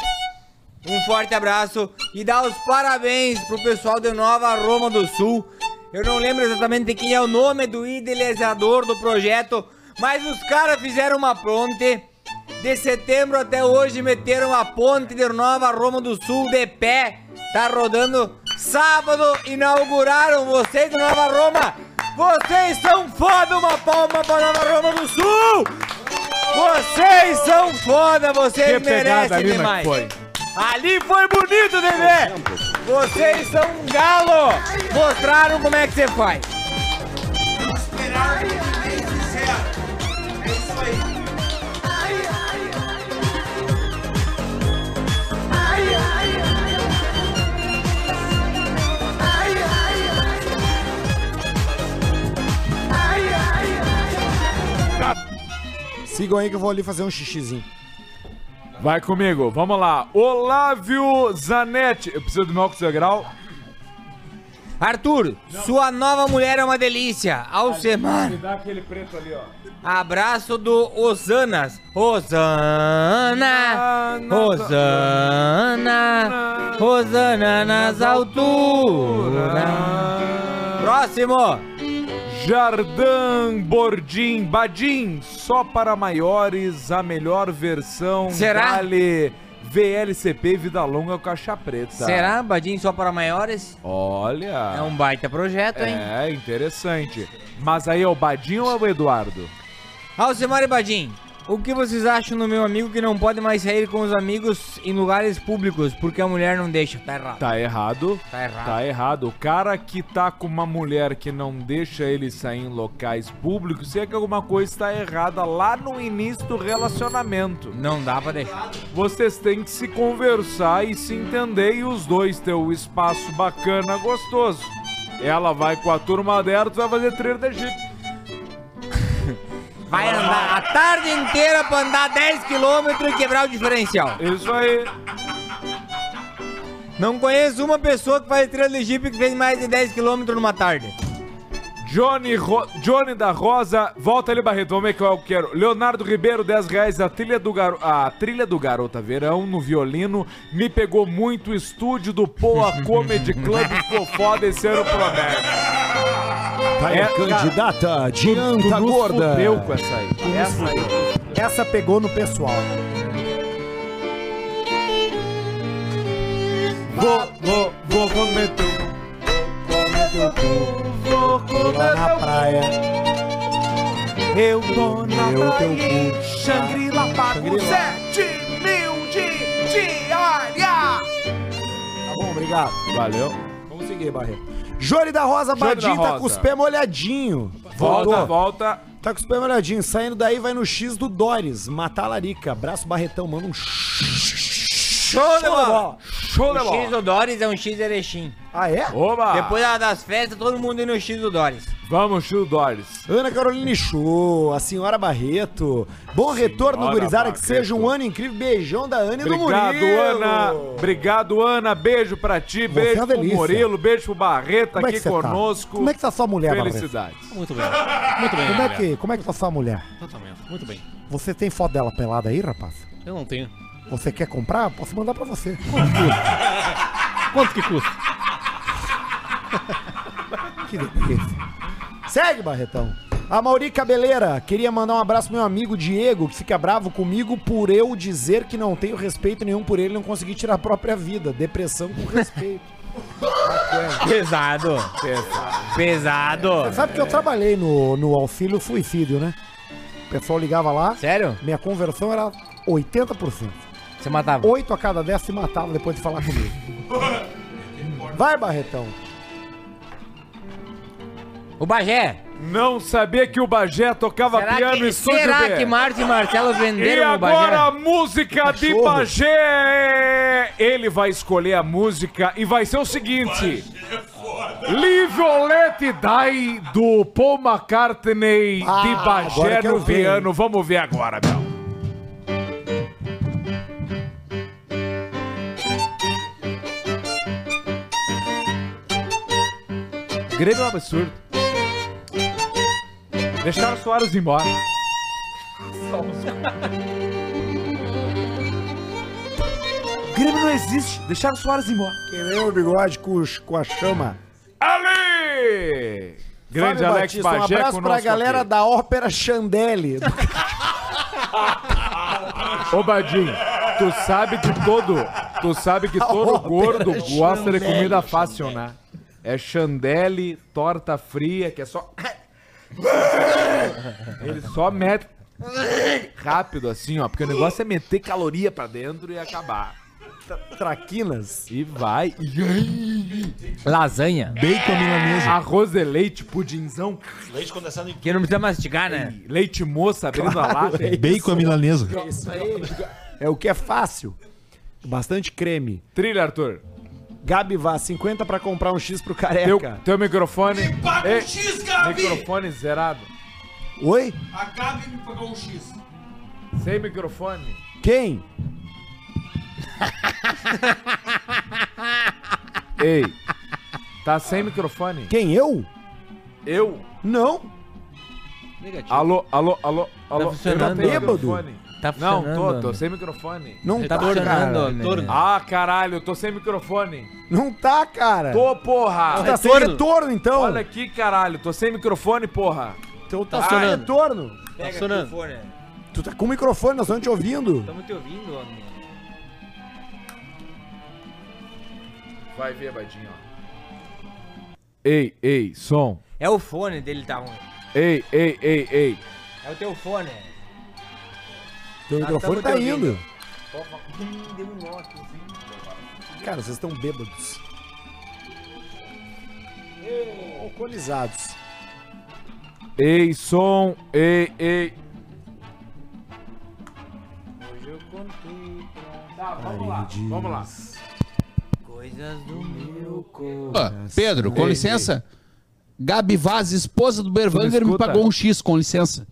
[SPEAKER 5] Um forte abraço e dar os parabéns pro pessoal de Nova Roma do Sul. Eu não lembro exatamente quem é o nome do idealizador do projeto, mas os caras fizeram uma ponte. De setembro até hoje meteram a ponte de Nova Roma do Sul de pé. Tá rodando sábado, inauguraram vocês de Nova Roma. Vocês são foda, uma palma pra Nova Roma do Sul! Vocês são foda, vocês
[SPEAKER 2] Que pegada
[SPEAKER 5] merecem
[SPEAKER 2] ali, mas
[SPEAKER 5] demais.
[SPEAKER 2] foi.
[SPEAKER 5] Ali foi bonito, Dedé! Vocês são um galo! Mostraram como é que você faz.
[SPEAKER 10] Sigam aí que eu vou ali fazer um xixizinho.
[SPEAKER 2] Vai comigo, vamos lá. Olávio Zanetti. Eu preciso do meu óculos de grau.
[SPEAKER 5] Arthur, sua nova mulher é uma delícia. Alcemar.
[SPEAKER 2] dá Tá aquele preto ali, ó.
[SPEAKER 5] Abraço do Osanas.
[SPEAKER 2] Ah,
[SPEAKER 5] Osana! Osana! Osana nas alturas.
[SPEAKER 2] Ah.
[SPEAKER 5] Próximo!
[SPEAKER 2] Jardim Bordim Badim, só para maiores, a melhor versão
[SPEAKER 5] Será?
[SPEAKER 2] Vale VLCP Vida Longa Caixa Preta.
[SPEAKER 5] Será, Badinho, só para maiores?
[SPEAKER 2] Olha.
[SPEAKER 5] É um baita projeto, hein?
[SPEAKER 2] É, interessante. Mas aí é o Badim ou é o Eduardo?
[SPEAKER 5] Alcemar e Badim, o que vocês acham do meu amigo que não pode mais sair com os amigos em lugares públicos porque a mulher não deixa? Tá errado.
[SPEAKER 2] Tá errado.
[SPEAKER 5] Tá errado.
[SPEAKER 2] Tá errado. O cara que tá com uma mulher que não deixa ele sair em locais públicos, se é que alguma coisa está errada lá no início do relacionamento.
[SPEAKER 5] Não dá pra deixar.
[SPEAKER 2] Vocês têm que se conversar e se entender e os dois ter um espaço bacana, gostoso. Ela vai com a turma dela, tu vai fazer trilha de Egito.
[SPEAKER 5] Vai andar a tarde inteira pra andar 10km e quebrar o diferencial.
[SPEAKER 2] Isso aí.
[SPEAKER 5] Não conheço uma pessoa que faz trilha de jipe que fez mais de 10km numa tarde.
[SPEAKER 2] Johnny, Ro- Johnny da Rosa, volta ali, Barreto, vamos ver qual eu quero. Leonardo Ribeiro, 10 reais, a trilha, do Garo- a trilha do Garota Verão no violino. Me pegou muito o estúdio do Poa Comedy Club, ficou foda esse ano, promete.
[SPEAKER 1] Tá aí,
[SPEAKER 2] É,
[SPEAKER 1] a candidata Dianta
[SPEAKER 2] nos
[SPEAKER 1] Gorda.
[SPEAKER 2] fudeu com essa aí.
[SPEAKER 15] Essa, essa pegou no pessoal.
[SPEAKER 2] Vou, vou, vou comer teu
[SPEAKER 9] comer teu cu, vou comer na praia. Eu tô na praia, Shangri-La pago 7 mil de diária.
[SPEAKER 15] Tá bom, obrigado.
[SPEAKER 2] Valeu.
[SPEAKER 15] Vamos seguir, Barreto. Jori da Rosa
[SPEAKER 1] Jori da
[SPEAKER 15] Badim tá
[SPEAKER 1] Rosa.
[SPEAKER 15] com os pés molhadinho.
[SPEAKER 1] Volta,
[SPEAKER 2] volta.
[SPEAKER 1] Tá com os pés molhadinhos. Saindo daí, vai no X do Dores. Matar a larica. Abraço, Barretão. Manda um show
[SPEAKER 5] de bola.
[SPEAKER 2] Show
[SPEAKER 5] O X do Doris é um X Erechim.
[SPEAKER 1] Ah, é?
[SPEAKER 2] Oba!
[SPEAKER 5] Depois da- das festas, todo mundo indo no X do Doris.
[SPEAKER 2] Vamos, Chu Doris.
[SPEAKER 1] Ana Caroline Show, a senhora Barreto. Bom retorno,
[SPEAKER 2] Senhora
[SPEAKER 1] gurizada. Que
[SPEAKER 2] Barreto.
[SPEAKER 1] seja um ano incrível. Beijão da Ana e do Murilo.
[SPEAKER 2] Obrigado, Ana. Obrigado, Ana. Beijo pra ti,
[SPEAKER 1] Você é
[SPEAKER 2] beijo
[SPEAKER 1] uma
[SPEAKER 2] pro
[SPEAKER 1] delícia.
[SPEAKER 2] Murilo, beijo pro Barreto
[SPEAKER 1] Como é
[SPEAKER 2] aqui
[SPEAKER 1] que você tá?
[SPEAKER 2] conosco.
[SPEAKER 1] Como é que tá sua mulher, Barreto?
[SPEAKER 2] Felicidades.
[SPEAKER 20] Muito bem. Muito bem,
[SPEAKER 1] Como é,
[SPEAKER 20] mulher.
[SPEAKER 1] que, como é que tá sua mulher?
[SPEAKER 20] Totalmente. Muito bem.
[SPEAKER 1] Você tem foto dela pelada aí, rapaz?
[SPEAKER 20] Eu não tenho.
[SPEAKER 1] Você quer comprar? Posso mandar pra você.
[SPEAKER 20] Quanto que custa?
[SPEAKER 1] Que delícia. Segue, Barretão. A Mauri Cabeleira, queria mandar um abraço pro meu amigo Diego, que fica bravo comigo por eu dizer que não tenho respeito nenhum por ele, não consegui tirar a própria vida. Depressão com
[SPEAKER 20] [LAUGHS]
[SPEAKER 1] respeito.
[SPEAKER 5] Pesado. Pesado.
[SPEAKER 1] Você sabe
[SPEAKER 20] É.
[SPEAKER 1] que eu trabalhei no, no auxílio suicídio, né? O pessoal ligava lá.
[SPEAKER 5] Sério?
[SPEAKER 1] Minha conversão era 80%.
[SPEAKER 5] Você matava?
[SPEAKER 1] 8 a cada 10 se matava depois de falar
[SPEAKER 20] [LAUGHS]
[SPEAKER 1] comigo. Vai, Barretão.
[SPEAKER 5] O Bagé.
[SPEAKER 2] Não sabia que o Bagé tocava
[SPEAKER 5] Será
[SPEAKER 2] piano
[SPEAKER 5] que,
[SPEAKER 2] e estúdio
[SPEAKER 5] será
[SPEAKER 2] B.
[SPEAKER 5] que Márcio e Marcelo
[SPEAKER 2] E
[SPEAKER 5] venderam o Bagé?
[SPEAKER 2] agora a música de Bagé. Ele vai escolher a música e vai ser o seguinte. Liviolete Dai do Paul McCartney de
[SPEAKER 1] agora eu
[SPEAKER 2] Bagé
[SPEAKER 1] quero
[SPEAKER 2] no
[SPEAKER 1] ver.
[SPEAKER 2] piano. Vamos ver agora, meu. Grêmio é um absurdo. Deixaram o Soares embora. Grêmio não existe. Deixaram o Soares embora.
[SPEAKER 1] Querer o bigode com, os- com a chama.
[SPEAKER 2] Ali! Grande
[SPEAKER 1] Fábio
[SPEAKER 2] Alex
[SPEAKER 1] Batista, Um
[SPEAKER 2] Bagé com o
[SPEAKER 1] abraço pra
[SPEAKER 2] nosso
[SPEAKER 1] galera da ópera Chandelle.
[SPEAKER 2] Ô, Badinho, tu sabe que todo. Tu
[SPEAKER 1] [LAUGHS]
[SPEAKER 2] sabe que todo
[SPEAKER 1] ópera
[SPEAKER 2] gordo
[SPEAKER 1] é
[SPEAKER 2] gosta de
[SPEAKER 1] chandelle,
[SPEAKER 2] comida fácil, né? É chandelle, torta fria, que é só. Ele só mete rápido assim, ó, porque o negócio é meter caloria pra dentro e acabar.
[SPEAKER 1] Traquinas.
[SPEAKER 2] E vai.
[SPEAKER 5] Lasanha.
[SPEAKER 2] Bacon milanesa. Arroz de leite, pudinzão.
[SPEAKER 25] Leite condensado em
[SPEAKER 5] Que não precisa mastigar, né?
[SPEAKER 2] Leite moça abrindo
[SPEAKER 1] Claro,
[SPEAKER 2] a lata.
[SPEAKER 1] é isso.
[SPEAKER 23] Bacon à milanesa.
[SPEAKER 1] É o que é fácil. Bastante creme.
[SPEAKER 2] Trilha, Arthur.
[SPEAKER 1] Gabi Vaz, 50 pra comprar um X pro
[SPEAKER 10] É,
[SPEAKER 2] Teu,
[SPEAKER 1] careca.
[SPEAKER 2] teu microfone.
[SPEAKER 14] paga um
[SPEAKER 2] Ei,
[SPEAKER 14] X, Gabi!
[SPEAKER 2] Microfone zerado.
[SPEAKER 1] Oi?
[SPEAKER 14] A Gabi me pagou um X.
[SPEAKER 2] Sem microfone.
[SPEAKER 1] Quem?
[SPEAKER 2] Ei, tá sem microfone?
[SPEAKER 1] Quem? Eu?
[SPEAKER 2] Eu?
[SPEAKER 1] Não.
[SPEAKER 20] Negativo.
[SPEAKER 2] Alô, alô, alô, alô. Eu
[SPEAKER 5] Tá funcionando.
[SPEAKER 2] não tenho
[SPEAKER 1] Bêbado?
[SPEAKER 2] microfone.
[SPEAKER 5] Tá
[SPEAKER 2] Não, tô,
[SPEAKER 5] funcionando.
[SPEAKER 2] tô sem microfone.
[SPEAKER 1] Não tá,
[SPEAKER 5] Retornando,
[SPEAKER 1] cara.
[SPEAKER 5] homem.
[SPEAKER 20] Retorno.
[SPEAKER 2] Ah, caralho, eu tô sem microfone.
[SPEAKER 1] Não tá, cara.
[SPEAKER 2] Tô, porra.
[SPEAKER 1] Tá sem retorno, então.
[SPEAKER 2] Olha aqui, caralho, tô sem microfone, porra.
[SPEAKER 1] então tá,
[SPEAKER 20] tá
[SPEAKER 1] sem
[SPEAKER 20] funcionando.
[SPEAKER 1] retorno.
[SPEAKER 5] Pega aqui
[SPEAKER 20] funcionando.
[SPEAKER 5] o fone.
[SPEAKER 1] Tu tá com o microfone, nós estamos te ouvindo.
[SPEAKER 5] Estamos te ouvindo, homem.
[SPEAKER 2] Vai ver, Badinho, ó. Ei, ei, som.
[SPEAKER 5] É o fone dele tá ruim.
[SPEAKER 2] Ei, ei, ei, ei.
[SPEAKER 5] É o teu fone.
[SPEAKER 1] Teu
[SPEAKER 5] Nós
[SPEAKER 1] microfone
[SPEAKER 5] estamos
[SPEAKER 1] tá
[SPEAKER 5] te ouvindo.
[SPEAKER 1] indo.
[SPEAKER 5] Hum, Deu um nó aqui.
[SPEAKER 1] Cara, vocês estão bêbados. Alcoolizados.
[SPEAKER 2] Ei, som. Ei, ei. Tá, vamos lá, vamos lá.
[SPEAKER 5] Coisas do meu corpo.
[SPEAKER 33] Opa, Pedro, com licença. Gabi Vaz, esposa do Berwanger, me
[SPEAKER 2] escuta?
[SPEAKER 33] pagou um X, com licença.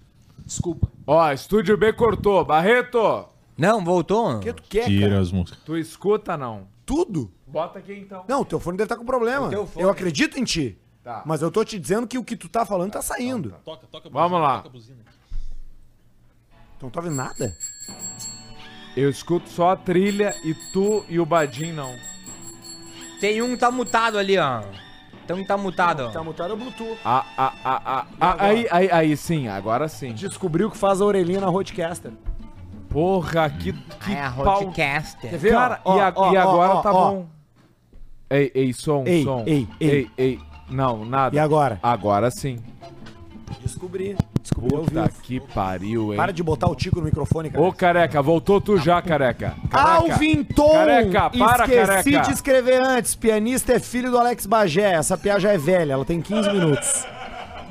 [SPEAKER 33] Desculpa.
[SPEAKER 2] Ó, Estúdio B cortou. Barreto,
[SPEAKER 5] Não, voltou?
[SPEAKER 1] O que tu quer,
[SPEAKER 23] Tira
[SPEAKER 1] cara?
[SPEAKER 23] as músicas.
[SPEAKER 2] tu escuta não?
[SPEAKER 1] Tudo?
[SPEAKER 2] Bota aqui então.
[SPEAKER 1] Não, teu fone deve estar com problema.
[SPEAKER 5] teu fone.
[SPEAKER 1] Eu acredito em ti. Mas eu tô te dizendo que o que tu tá falando tá saindo.
[SPEAKER 20] Toca, toca. a
[SPEAKER 1] Vamos
[SPEAKER 20] buzina,
[SPEAKER 1] lá.
[SPEAKER 20] Toca a buzina.
[SPEAKER 1] Então tá vendo nada?
[SPEAKER 2] Eu escuto só a trilha e tu e o Badim não.
[SPEAKER 5] Tem um que tá mutado ali, ó. Tem um que tá mutado.
[SPEAKER 1] Tá mutado é o Bluetooth.
[SPEAKER 2] Ah, ah, ah, ah, ah, aí, aí, aí sim, agora sim.
[SPEAKER 1] Descobriu que faz a orelhinha na Roadcaster.
[SPEAKER 2] Porra, que, que
[SPEAKER 5] É a
[SPEAKER 2] pau-
[SPEAKER 5] Roadcaster.
[SPEAKER 2] Quer ver, ó? Cara, e, a-
[SPEAKER 5] Ó, ó,
[SPEAKER 2] e agora
[SPEAKER 5] ó,
[SPEAKER 2] tá
[SPEAKER 5] ó.
[SPEAKER 2] bom. Ei, ei, som,
[SPEAKER 1] Ei,
[SPEAKER 2] som.
[SPEAKER 1] ei, ei.
[SPEAKER 2] ei. Não, nada.
[SPEAKER 1] E agora?
[SPEAKER 2] Agora sim.
[SPEAKER 1] Descobri. Descobri ao
[SPEAKER 2] Puta
[SPEAKER 1] vivo.
[SPEAKER 2] que pariu, hein?
[SPEAKER 1] Para de botar o tico no microfone, cara.
[SPEAKER 2] Ô, careca, voltou tu já, careca. careca.
[SPEAKER 1] Alvin Tom!
[SPEAKER 2] Careca, para,
[SPEAKER 1] Esqueci
[SPEAKER 2] careca.
[SPEAKER 1] de escrever antes. Pianista é filho do Alex Bagé. Essa piada já é velha, ela tem 15 minutos.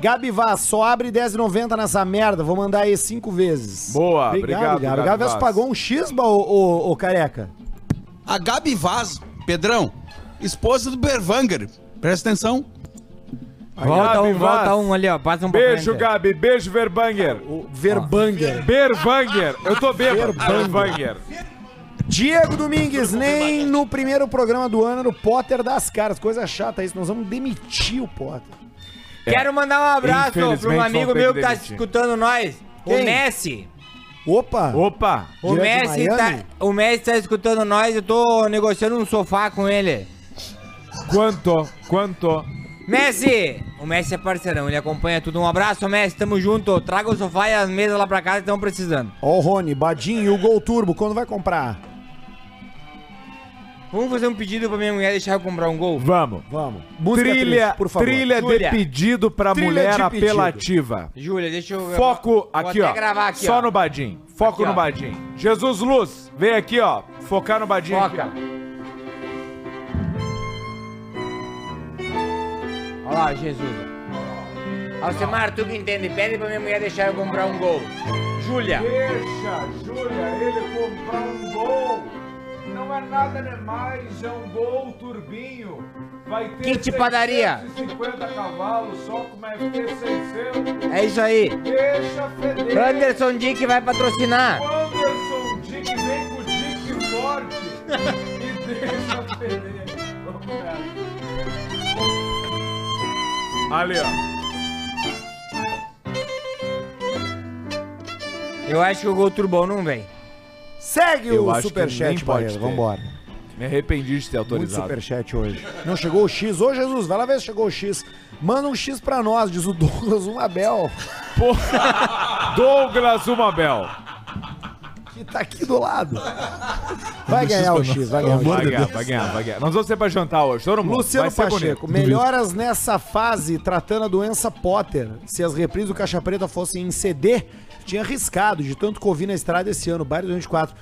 [SPEAKER 1] Gabi Vaz, só abre 10,90 nessa merda. Vou mandar aí cinco vezes.
[SPEAKER 2] Boa, obrigado,
[SPEAKER 1] Gabi.
[SPEAKER 2] Gabi
[SPEAKER 1] Gabi Vaz
[SPEAKER 2] Vaz.
[SPEAKER 1] pagou um xisba, ô, ô, ô, careca.
[SPEAKER 33] A Gabi Vaz, Pedrão, esposa do Berwanger. Presta atenção.
[SPEAKER 5] Volta
[SPEAKER 2] Gabi
[SPEAKER 5] um, volta
[SPEAKER 2] Vaz.
[SPEAKER 5] um ali, ó. Passa um pra
[SPEAKER 2] Beijo,
[SPEAKER 5] frente.
[SPEAKER 2] Gabi. Beijo, Verbanger.
[SPEAKER 1] Verbanger.
[SPEAKER 2] Berwanger. Eu tô bêbado. Verbanger.
[SPEAKER 1] Diego Domingues, nem no primeiro programa do ano, no Potter das Caras. Coisa chata isso, nós vamos demitir o Potter.
[SPEAKER 5] Quero mandar um abraço
[SPEAKER 2] Infelizmente,
[SPEAKER 5] pra um amigo
[SPEAKER 2] vamos ter
[SPEAKER 5] meu
[SPEAKER 2] que
[SPEAKER 5] que tá
[SPEAKER 2] demitir.
[SPEAKER 5] escutando nós.
[SPEAKER 1] Quem?
[SPEAKER 5] O Messi.
[SPEAKER 1] Opa!
[SPEAKER 2] Opa.
[SPEAKER 5] O
[SPEAKER 1] Direto de
[SPEAKER 5] Messi, tá,
[SPEAKER 1] Miami?
[SPEAKER 5] o Messi tá escutando nós. Eu tô negociando um sofá com ele.
[SPEAKER 2] Quanto? Quanto?
[SPEAKER 5] Messi! O Messi é parceirão, ele acompanha tudo. Um abraço, Messi, tamo junto. Traga o sofá e as mesas lá pra casa que estão precisando.
[SPEAKER 1] Ó o Rony, Badinho e o Gol Turbo, quando vai comprar?
[SPEAKER 5] Vamos fazer um pedido pra minha mulher deixar eu comprar um gol?
[SPEAKER 2] Vamos.
[SPEAKER 1] Vamos.
[SPEAKER 2] Trilha,
[SPEAKER 1] triste, por favor.
[SPEAKER 2] trilha de
[SPEAKER 5] Júlia.
[SPEAKER 2] pedido pra
[SPEAKER 1] Trilha
[SPEAKER 2] mulher
[SPEAKER 1] de pedido.
[SPEAKER 2] apelativa.
[SPEAKER 5] Júlia, deixa eu...
[SPEAKER 2] Foco
[SPEAKER 5] vou
[SPEAKER 2] aqui,
[SPEAKER 5] até
[SPEAKER 2] ó.
[SPEAKER 5] gravar aqui,
[SPEAKER 2] Só
[SPEAKER 5] ó.
[SPEAKER 2] no Badim. Foco
[SPEAKER 5] Aqui,
[SPEAKER 2] no
[SPEAKER 5] ó.
[SPEAKER 2] Badim. Jesus Luz, vem aqui, ó. Focar no Badim.
[SPEAKER 5] Foca.
[SPEAKER 2] aqui,
[SPEAKER 5] Olha lá, Jesus. Alcimar, tu que entende, pede pra minha mulher deixar eu comprar um gol. Júlia.
[SPEAKER 2] Deixa, Júlia, ele comprar um gol. Não é nada demais, é um gol turbinho. Vai ter
[SPEAKER 5] Kit padaria.
[SPEAKER 2] 150 cavalos, só com uma FT600.
[SPEAKER 5] É isso aí.
[SPEAKER 2] Deixa feder.
[SPEAKER 5] Anderson Dick vai patrocinar.
[SPEAKER 2] Anderson Dick vem com o Dick forte e deixa perder. Ali, ó.
[SPEAKER 5] Eu acho que o gol turbão não vem.
[SPEAKER 1] Segue
[SPEAKER 2] Eu
[SPEAKER 1] o
[SPEAKER 2] acho que nem
[SPEAKER 1] Superchat,
[SPEAKER 2] pode
[SPEAKER 1] Barreiro,
[SPEAKER 2] ter.
[SPEAKER 1] vambora.
[SPEAKER 2] Me arrependi de ter
[SPEAKER 1] Muito
[SPEAKER 2] autorizado.
[SPEAKER 1] superchat hoje. Não chegou o X. Ô, Jesus, vai lá ver se chegou o X. Manda um X pra nós, diz o Douglas, um Abel,
[SPEAKER 2] Douglas Umabel.
[SPEAKER 1] que tá aqui do lado.
[SPEAKER 2] um
[SPEAKER 1] Vai ganhar o X, vai ganhar o
[SPEAKER 2] Vai ganhar,
[SPEAKER 1] X.
[SPEAKER 2] vai ganhar, vai ganhar. Nós vamos ser pra jantar hoje, todo mundo.
[SPEAKER 1] Luciano
[SPEAKER 2] vai ser
[SPEAKER 1] Pacheco,
[SPEAKER 2] bonito.
[SPEAKER 1] melhoras nessa fase tratando a doença Potter. Se as reprises do Caixa Preta fossem em CD, tinha arriscado de tanto que ouvi na estrada esse ano. Bairro 24.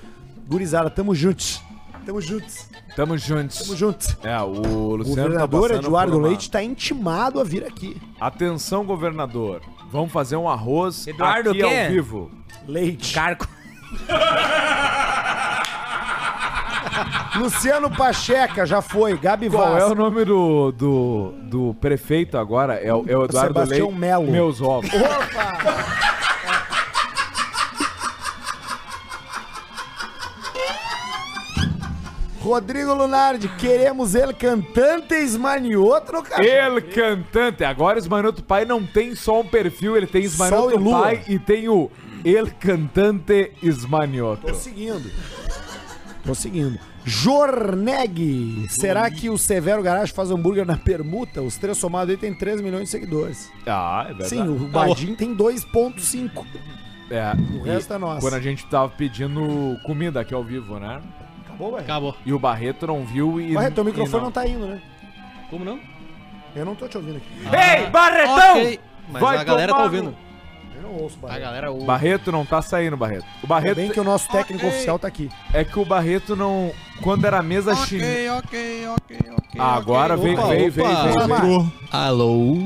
[SPEAKER 1] Gurizada, tamo juntos. Tamo juntos.
[SPEAKER 2] Tamo juntos.
[SPEAKER 1] Tamo juntos.
[SPEAKER 2] É, o
[SPEAKER 1] O
[SPEAKER 2] Luciano tá
[SPEAKER 1] governador
[SPEAKER 2] passando
[SPEAKER 1] Eduardo
[SPEAKER 2] por uma-
[SPEAKER 1] Leite tá intimado a vir aqui.
[SPEAKER 2] Atenção, governador. Vamos fazer um arroz
[SPEAKER 5] Eduardo
[SPEAKER 2] aqui
[SPEAKER 5] o quê?
[SPEAKER 2] ao vivo.
[SPEAKER 1] Leite.
[SPEAKER 5] Carco.
[SPEAKER 1] Luciano Pacheca, já foi. Gabi
[SPEAKER 2] Qual
[SPEAKER 1] Vaz.
[SPEAKER 2] é o nome do, do, do prefeito agora? É, o- é o Eduardo
[SPEAKER 1] Sebastião
[SPEAKER 2] Leite.
[SPEAKER 1] Melo.
[SPEAKER 2] Meus ovos.
[SPEAKER 1] Rodrigo Lunardi, queremos ele cantantes manioto no canal.
[SPEAKER 2] El Cantante. Agora o Esmanuto Pai não tem só um perfil, ele tem
[SPEAKER 1] Sol e
[SPEAKER 2] Esmanuto
[SPEAKER 1] Lua.
[SPEAKER 2] Pai e tem o El Cantante
[SPEAKER 1] Tô
[SPEAKER 2] Esmanioto.
[SPEAKER 1] seguindo. Tô seguindo. Jorneg, será que o Severo Garage faz hambúrguer na permuta? Os três somados aí tem 3 milhões de seguidores.
[SPEAKER 2] Ah, é verdade.
[SPEAKER 1] Sim, o Badin tem 2.5.
[SPEAKER 2] É,
[SPEAKER 1] O resto é nosso.
[SPEAKER 2] Quando a gente tava pedindo comida aqui ao vivo, né?
[SPEAKER 1] Acabou, ué?
[SPEAKER 20] Acabou.
[SPEAKER 2] E o Barreto não viu e.
[SPEAKER 1] Ué, teu
[SPEAKER 2] e
[SPEAKER 1] microfone não. tá indo, né?
[SPEAKER 20] Como não?
[SPEAKER 1] Eu não tô te ouvindo aqui.
[SPEAKER 5] Ei,
[SPEAKER 14] Então,
[SPEAKER 5] Barretão!
[SPEAKER 20] Ok, Mas
[SPEAKER 2] Vai
[SPEAKER 20] a galera tá
[SPEAKER 2] tomar
[SPEAKER 14] um
[SPEAKER 20] ouvindo.
[SPEAKER 1] Eu não ouço,
[SPEAKER 20] A
[SPEAKER 1] Barreto.
[SPEAKER 20] galera ouve.
[SPEAKER 2] Barreto não tá saindo, Barreto. O
[SPEAKER 1] Ainda
[SPEAKER 2] Barreto.
[SPEAKER 1] bem que o nosso técnico
[SPEAKER 33] Ok.
[SPEAKER 1] oficial tá aqui.
[SPEAKER 2] É que o Barreto não. Quando era mesa chinesa.
[SPEAKER 33] Ok, ok, ok, ok.
[SPEAKER 5] é?
[SPEAKER 2] Agora
[SPEAKER 20] ok.
[SPEAKER 2] vem,
[SPEAKER 20] Opa,
[SPEAKER 2] vem, vem,
[SPEAKER 20] opa.
[SPEAKER 2] vem, vem.
[SPEAKER 1] Chamar.
[SPEAKER 33] Alô?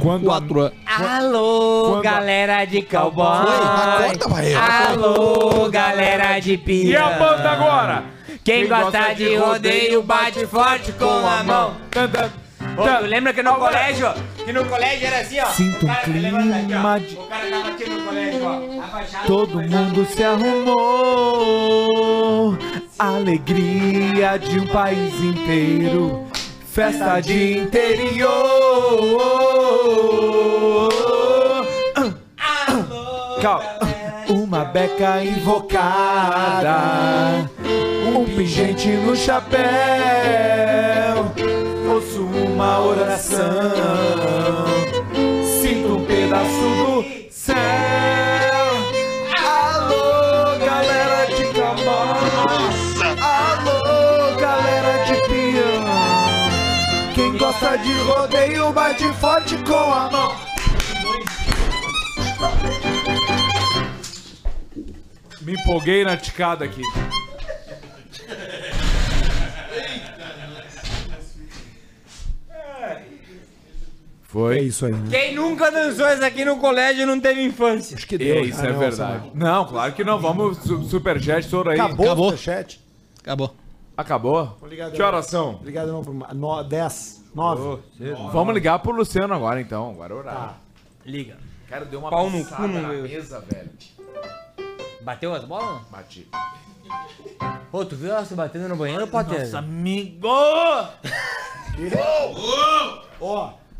[SPEAKER 2] Quando a-
[SPEAKER 33] Quatro.
[SPEAKER 5] Alô,
[SPEAKER 2] Quando-
[SPEAKER 5] galera de cowboy.
[SPEAKER 33] Oi, acorda, Barreiro.
[SPEAKER 5] Alô, galera de pia.
[SPEAKER 2] E a banda agora?
[SPEAKER 5] Quem gosta de rodeio, bate forte com a mão.
[SPEAKER 2] Tan, tan,
[SPEAKER 5] Ô,
[SPEAKER 2] tan.
[SPEAKER 5] tu lembra que no colégio, que no colégio era assim, ó.
[SPEAKER 2] Sinto um
[SPEAKER 5] O cara se levanta
[SPEAKER 2] clima
[SPEAKER 5] aqui, ó.
[SPEAKER 2] de-
[SPEAKER 5] O cara tava aqui no colégio, ó. Abaixado.
[SPEAKER 2] Todo mundo se arrumou. Alegria de um país inteiro. Festa de interior. Calma. Uma beca invocada, um pingente no chapéu, ouço uma oração, sinto um pedaço do céu. Alô, galera de Camões, alô, galera de Pião, quem gosta de rodeio bate forte com a mão. Me empolguei na ticada aqui. Foi. É isso aí.
[SPEAKER 5] Quem nunca dançou isso aqui no colégio não teve infância. Acho que
[SPEAKER 2] É, isso é verdade. Não, claro que não. Vamos, su superchat, soro aí.
[SPEAKER 1] Acabou,
[SPEAKER 2] Acabou.
[SPEAKER 1] o superchat?
[SPEAKER 2] Acabou. Acabou?
[SPEAKER 1] Obrigado,
[SPEAKER 2] Que horas são?
[SPEAKER 1] Obrigado não por no, 10, 9.
[SPEAKER 2] Vamos ligar pro Luciano agora, então. Agora é o
[SPEAKER 1] Tá.
[SPEAKER 2] horário.
[SPEAKER 5] Liga.
[SPEAKER 2] Cara, deu
[SPEAKER 5] Pau no cu, não veio.
[SPEAKER 2] mesa, velho.
[SPEAKER 5] Bateu as bolas?
[SPEAKER 2] Bati.
[SPEAKER 5] Pô, tu viu ela se batendo no banheiro, Pateta?
[SPEAKER 20] Nosso amigo!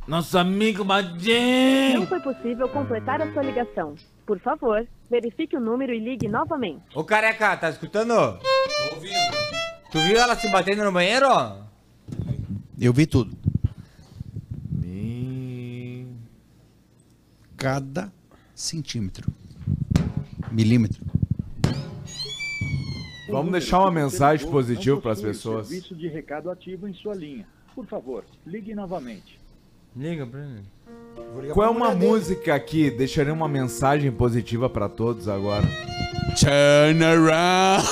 [SPEAKER 20] Nosso amigo
[SPEAKER 12] Não
[SPEAKER 20] Badinho!
[SPEAKER 12] foi possível completar a sua ligação. Por favor, verifique o número e ligue novamente.
[SPEAKER 5] Ô careca, tá escutando? Tô ouvindo. Tu viu ela se batendo no banheiro?
[SPEAKER 33] Eu vi tudo. Cada centímetro. Milímetro.
[SPEAKER 2] Vamos deixar uma mensagem positiva pras pessoas.
[SPEAKER 1] um
[SPEAKER 34] Serviço de recado ativo em sua linha. Por favor, ligue novamente.
[SPEAKER 5] Liga pra mim.
[SPEAKER 2] Qual é uma música que deixaria uma mensagem positiva pra todos agora?
[SPEAKER 33] Turn around!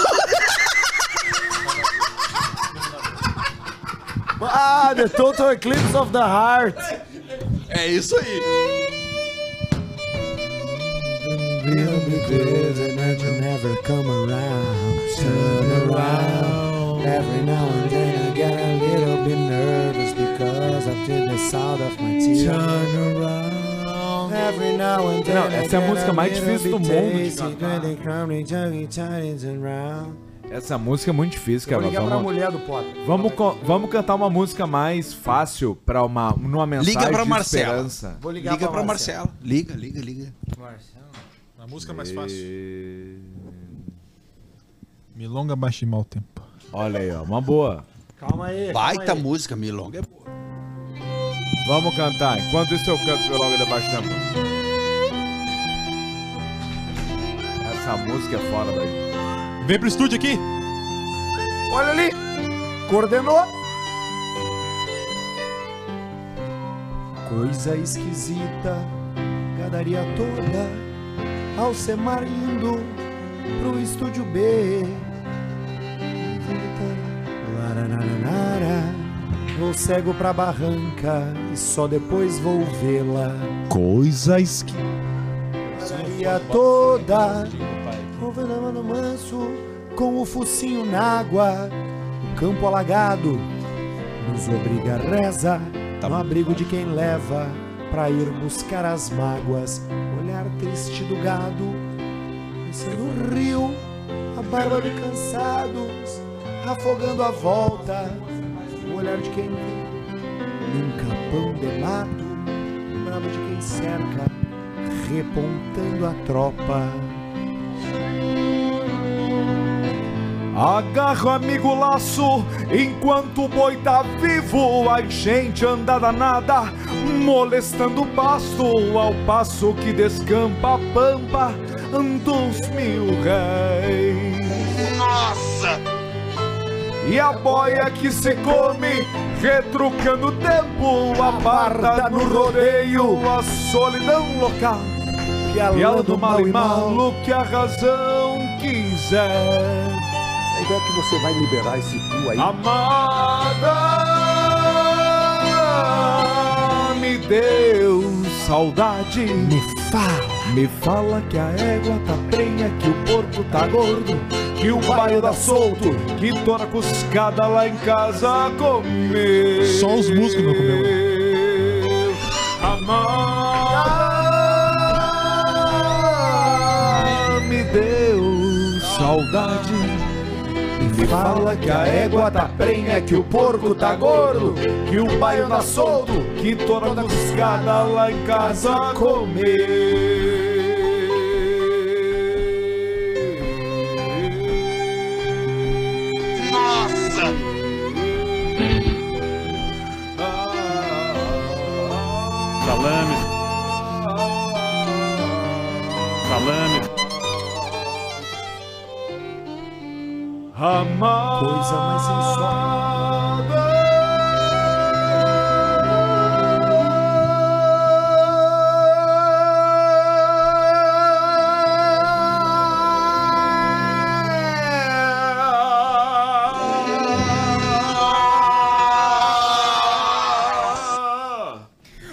[SPEAKER 1] Ah, The Total Eclipse of the Heart.
[SPEAKER 33] É isso aí.
[SPEAKER 1] We'll be good and never, never come around. Turn around. Every now and then I get a little bit nervous because I've been the sound of my tears. Turn around. Every now and then
[SPEAKER 2] Não, essa é a
[SPEAKER 1] I get
[SPEAKER 2] música mais
[SPEAKER 1] little
[SPEAKER 2] difícil do
[SPEAKER 1] bit
[SPEAKER 2] mundo de
[SPEAKER 1] dizzy when
[SPEAKER 2] cantar.
[SPEAKER 1] they come and turn it, turn it around.
[SPEAKER 2] Essa música é muito difícil,
[SPEAKER 1] Eu
[SPEAKER 2] cara.
[SPEAKER 1] vou ligar pra
[SPEAKER 2] Vamos,
[SPEAKER 1] mulher do Potter.
[SPEAKER 2] vamos, co- vamos cantar uma música mais fácil pra uma, numa mensagem
[SPEAKER 33] Liga pra
[SPEAKER 2] de
[SPEAKER 33] Marcela.
[SPEAKER 2] esperança.
[SPEAKER 1] Vou ligar
[SPEAKER 33] liga
[SPEAKER 1] pra
[SPEAKER 33] pra
[SPEAKER 1] Marcela.
[SPEAKER 33] Marcela. Liga, liga, liga.
[SPEAKER 23] A música é mais fácil. Milonga baixa e mau tempo.
[SPEAKER 2] Olha aí, ó, uma boa.
[SPEAKER 1] Calma aí.
[SPEAKER 33] Baita música, Milonga. é boa.
[SPEAKER 2] Vamos cantar. Enquanto isso eu canto logo debaixo da mão. Essa música é foda, velho.
[SPEAKER 23] Vem pro estúdio aqui.
[SPEAKER 1] Olha ali. Coordenou. Coisa esquisita, gadaria toda, Alcemar indo pro estúdio B. Laranarara, vou cego pra barranca e só depois vou vê-la.
[SPEAKER 25] Coisa esqui...
[SPEAKER 1] Gadaria toda, com veneno manso, com o focinho na água, o campo alagado nos obriga a reza, no abrigo de quem leva, pra ir buscar as mágoas, olhar triste do gado, descendo o rio, a barba de cansados, afogando a volta, o olhar de quem vem, num capão de mato, bravo de quem cerca, repontando a tropa.
[SPEAKER 2] Agarra, amigo, laço, enquanto o boi tá vivo, a gente anda danada, molestando o pasto, ao passo que descampa a pampa dos mil reis. Nossa! E a boia que se come, retrucando o tempo, a barda no rodeio, a solidão local.
[SPEAKER 1] E a
[SPEAKER 2] E
[SPEAKER 1] lã
[SPEAKER 2] ela do mal e
[SPEAKER 1] mal.
[SPEAKER 2] malo que a razão quiser.
[SPEAKER 13] Onde é que você vai liberar esse cu aí?
[SPEAKER 2] Amada, me deu saudade. Me
[SPEAKER 1] fala,
[SPEAKER 2] me fala que a égua tá prenha, que o porco tá gordo, que o bairro tá solto, que toda cuscada lá em casa comeu.
[SPEAKER 23] Só os músicos não comeu.
[SPEAKER 2] Amada, me deu saudade. Me fala que a égua tá prenha, que o porco tá gordo, que o bairro tá solto, que toda cuscada lá em casa comeu.
[SPEAKER 17] Salame. Salame.
[SPEAKER 16] Amada. Coisa mais sensual.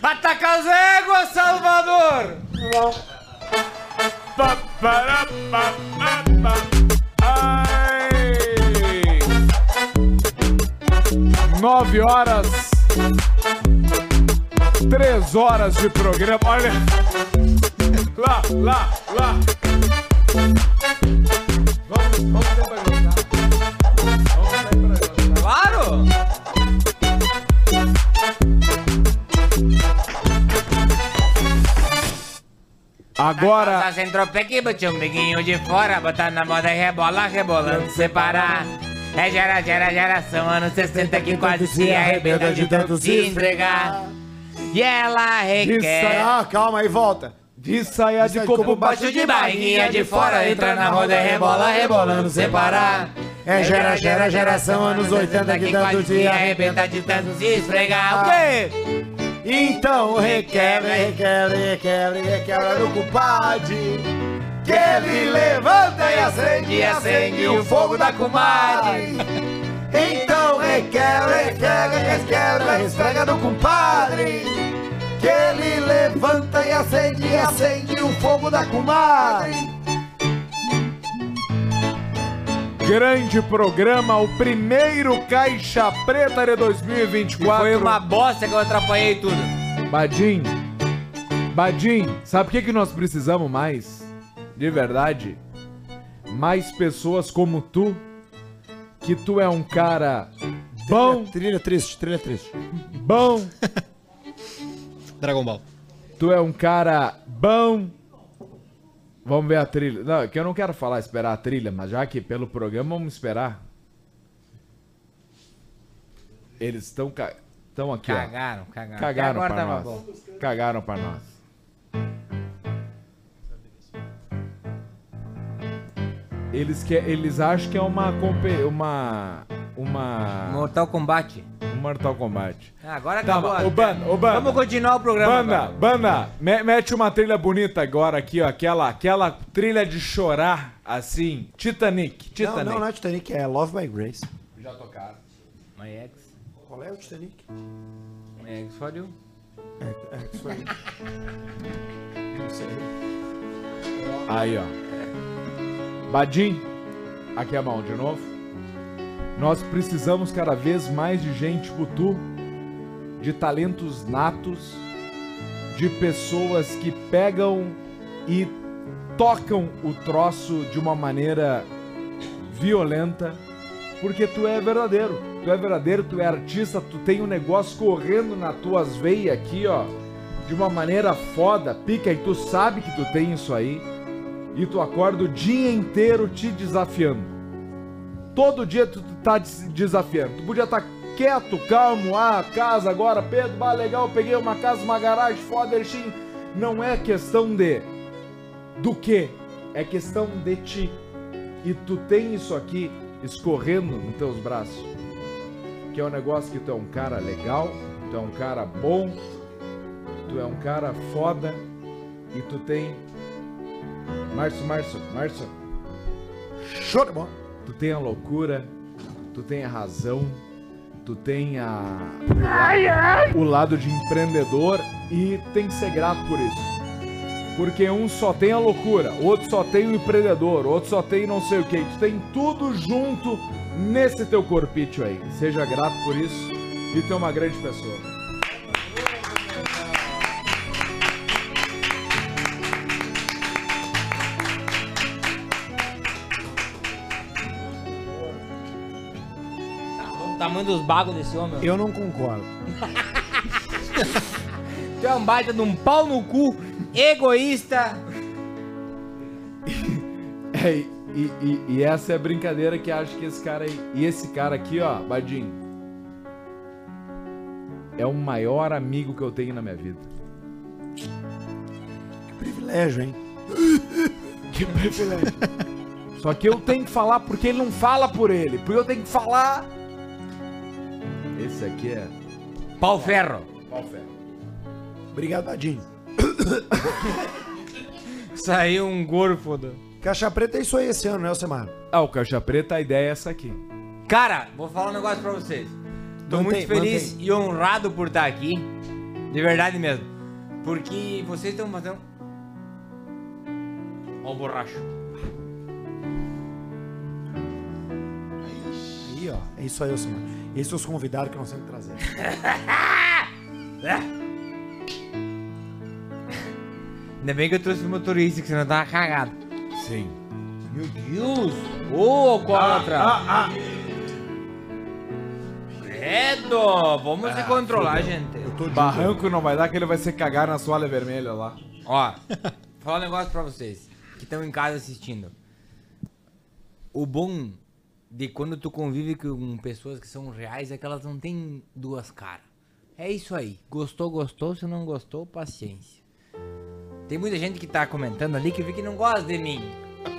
[SPEAKER 5] Ataca as éguas, Salvador!
[SPEAKER 16] Nove horas. Três horas de programa. Olha. Lá, lá, lá.
[SPEAKER 5] Claro!
[SPEAKER 16] Agora.
[SPEAKER 18] Tá sem tropeque, bote um biquinho de fora, botar na moda e rebola, rebolando, separar. É gera, gera, geração, anos 60 que quase se arrebenta de tanto se entregar. E ela
[SPEAKER 1] De
[SPEAKER 18] requer.
[SPEAKER 1] saia- ah, calma aí, volta.
[SPEAKER 16] De saia
[SPEAKER 1] de
[SPEAKER 18] corpo baixo de barriguinha de fora, entra na roda
[SPEAKER 5] é
[SPEAKER 18] e rebola, rebolando sem parar.
[SPEAKER 1] É gera, gera, geração, anos 80 que tanto
[SPEAKER 18] se
[SPEAKER 1] dia
[SPEAKER 18] arrebenta de tanto se esfregar. O quê?
[SPEAKER 2] Ah.
[SPEAKER 1] Então requebra, requebra, requebra, requebra no compadre. Que ele levanta e acende, e acende o fogo da comadre. Então requebra, requebra, requebra, esfrega no compadre. Que ele levanta e acende, e acende o fogo da comadre.
[SPEAKER 16] Grande programa, o primeiro Caixa Preta de 2024.
[SPEAKER 5] Foi uma bosta que eu atrapalhei tudo.
[SPEAKER 2] Badim, Badim, sabe o que, que nós precisamos mais? De verdade? Mais pessoas como tu, que tu é um cara bom.
[SPEAKER 1] Trilha, triste, trilha triste.
[SPEAKER 2] Bom.
[SPEAKER 22] [LAUGHS] Dragon Ball.
[SPEAKER 2] Tu é um cara bom. Vamos ver a trilha. Não, é que eu não quero falar esperar a trilha, mas já que pelo programa vamos esperar. Eles estão ca... tão aqui, ó.
[SPEAKER 5] Cagaram, cagaram.
[SPEAKER 2] Cagaram
[SPEAKER 5] Até agora tá
[SPEAKER 2] pra
[SPEAKER 5] tava
[SPEAKER 1] tá
[SPEAKER 2] nós. Cagaram pra nós. Eles, que, eles acham que é uma, compe- uma. Uma. um
[SPEAKER 5] Mortal Kombat.
[SPEAKER 2] Mortal Kombat.
[SPEAKER 5] Ah, Agora
[SPEAKER 2] Tá,
[SPEAKER 5] acabou.
[SPEAKER 2] ô, Banda, ô, Banda.
[SPEAKER 5] Vamos continuar o programa.
[SPEAKER 2] Banda,
[SPEAKER 5] agora.
[SPEAKER 2] banda, me- mete uma trilha bonita agora aqui, ó. Aquela, aquela trilha de chorar, assim. Titanic, Titanic.
[SPEAKER 1] Não, não, não é Titanic, é Love by Grace.
[SPEAKER 2] Já tocaram.
[SPEAKER 5] My ex.
[SPEAKER 1] Qual é o Titanic?
[SPEAKER 5] My ex for you.
[SPEAKER 1] É, é isso aí. Não sei.
[SPEAKER 2] Aí, ó. Badim, aqui é a mão de novo. Nós precisamos cada vez mais de gente tipo tu, de talentos natos, de pessoas que pegam e tocam o troço de uma maneira violenta, porque tu é verdadeiro. Tu é verdadeiro, tu é artista, tu tem um negócio correndo nas tuas veias aqui, ó, de uma maneira foda, pica, e tu sabe que tu tem isso aí, e tu acorda o dia inteiro te desafiando. Todo dia tu tá des- desafiando. Tu podia estar quieto, calmo, ah, casa agora, Pedro, bah, legal, peguei uma casa, uma garagem, foda, Erchinho. Não é questão de do que, é questão de ti. E tu tem isso aqui escorrendo nos teus braços. Que é um negócio que tu é um cara legal, tu é um cara bom, tu é um cara foda e tu tem. Márcio, Márcio, Márcio.
[SPEAKER 1] Show de bola.
[SPEAKER 2] Tu tem a loucura, tu tem a razão, tu tem a. O lado de empreendedor e tem que ser grato por isso. Porque um só tem a loucura, outro só tem o empreendedor, outro só tem não sei o que. Tu tem tudo junto nesse teu corpício aí. Seja grato por isso e tu é uma grande pessoa.
[SPEAKER 5] O tamanho dos bagos desse homem.
[SPEAKER 1] Eu não concordo.
[SPEAKER 5] Tu é um baita de um pau no cu, egoísta.
[SPEAKER 2] É, e, e- e essa é a brincadeira que acho que esse cara aí. E esse cara aqui, ó, Badim. É o maior amigo que eu tenho na minha vida.
[SPEAKER 15] privilégio, hein?
[SPEAKER 2] [LAUGHS] Que privilégio. Só que eu tenho que falar porque ele não fala por ele. Porque eu tenho que falar. Esse aqui é.
[SPEAKER 5] Pau Ferro.
[SPEAKER 2] Pau Ferro.
[SPEAKER 15] Obrigado, Dadinho.
[SPEAKER 5] Saiu um gorfo.
[SPEAKER 1] Caixa Preta é isso aí esse ano, né, Alcemar?
[SPEAKER 2] Ah, o Caixa Preta, a ideia é essa aqui.
[SPEAKER 5] Cara, vou falar um negócio pra vocês. Tô
[SPEAKER 2] Mantém,
[SPEAKER 5] muito feliz e honrado por estar aqui. De verdade mesmo. Porque vocês estão fazendo. Ó, o borracho.
[SPEAKER 1] Aí, ó. É isso aí, Alcemar. Esses são os convidados que nós temos que trazer.
[SPEAKER 5] Ainda bem que eu trouxe o motorista, que senão eu tava cagado.
[SPEAKER 2] Sim.
[SPEAKER 5] Meu Deus! Ô, alcoólatra!
[SPEAKER 2] Ah,
[SPEAKER 5] Credo! Vamos se controlar,
[SPEAKER 2] Ah, fudeu.
[SPEAKER 5] gente.
[SPEAKER 2] Eu Barranco não vai dar, que ele vai ser cagar na soalha vermelha lá.
[SPEAKER 5] Ó, falar um negócio pra vocês que estão em casa assistindo. O bom de quando tu convive com pessoas que são reais é que elas não têm duas caras. É isso aí. Gostou, gostou. Se não gostou, paciência. Tem muita gente que tá comentando ali que eu vi que não gosta de mim.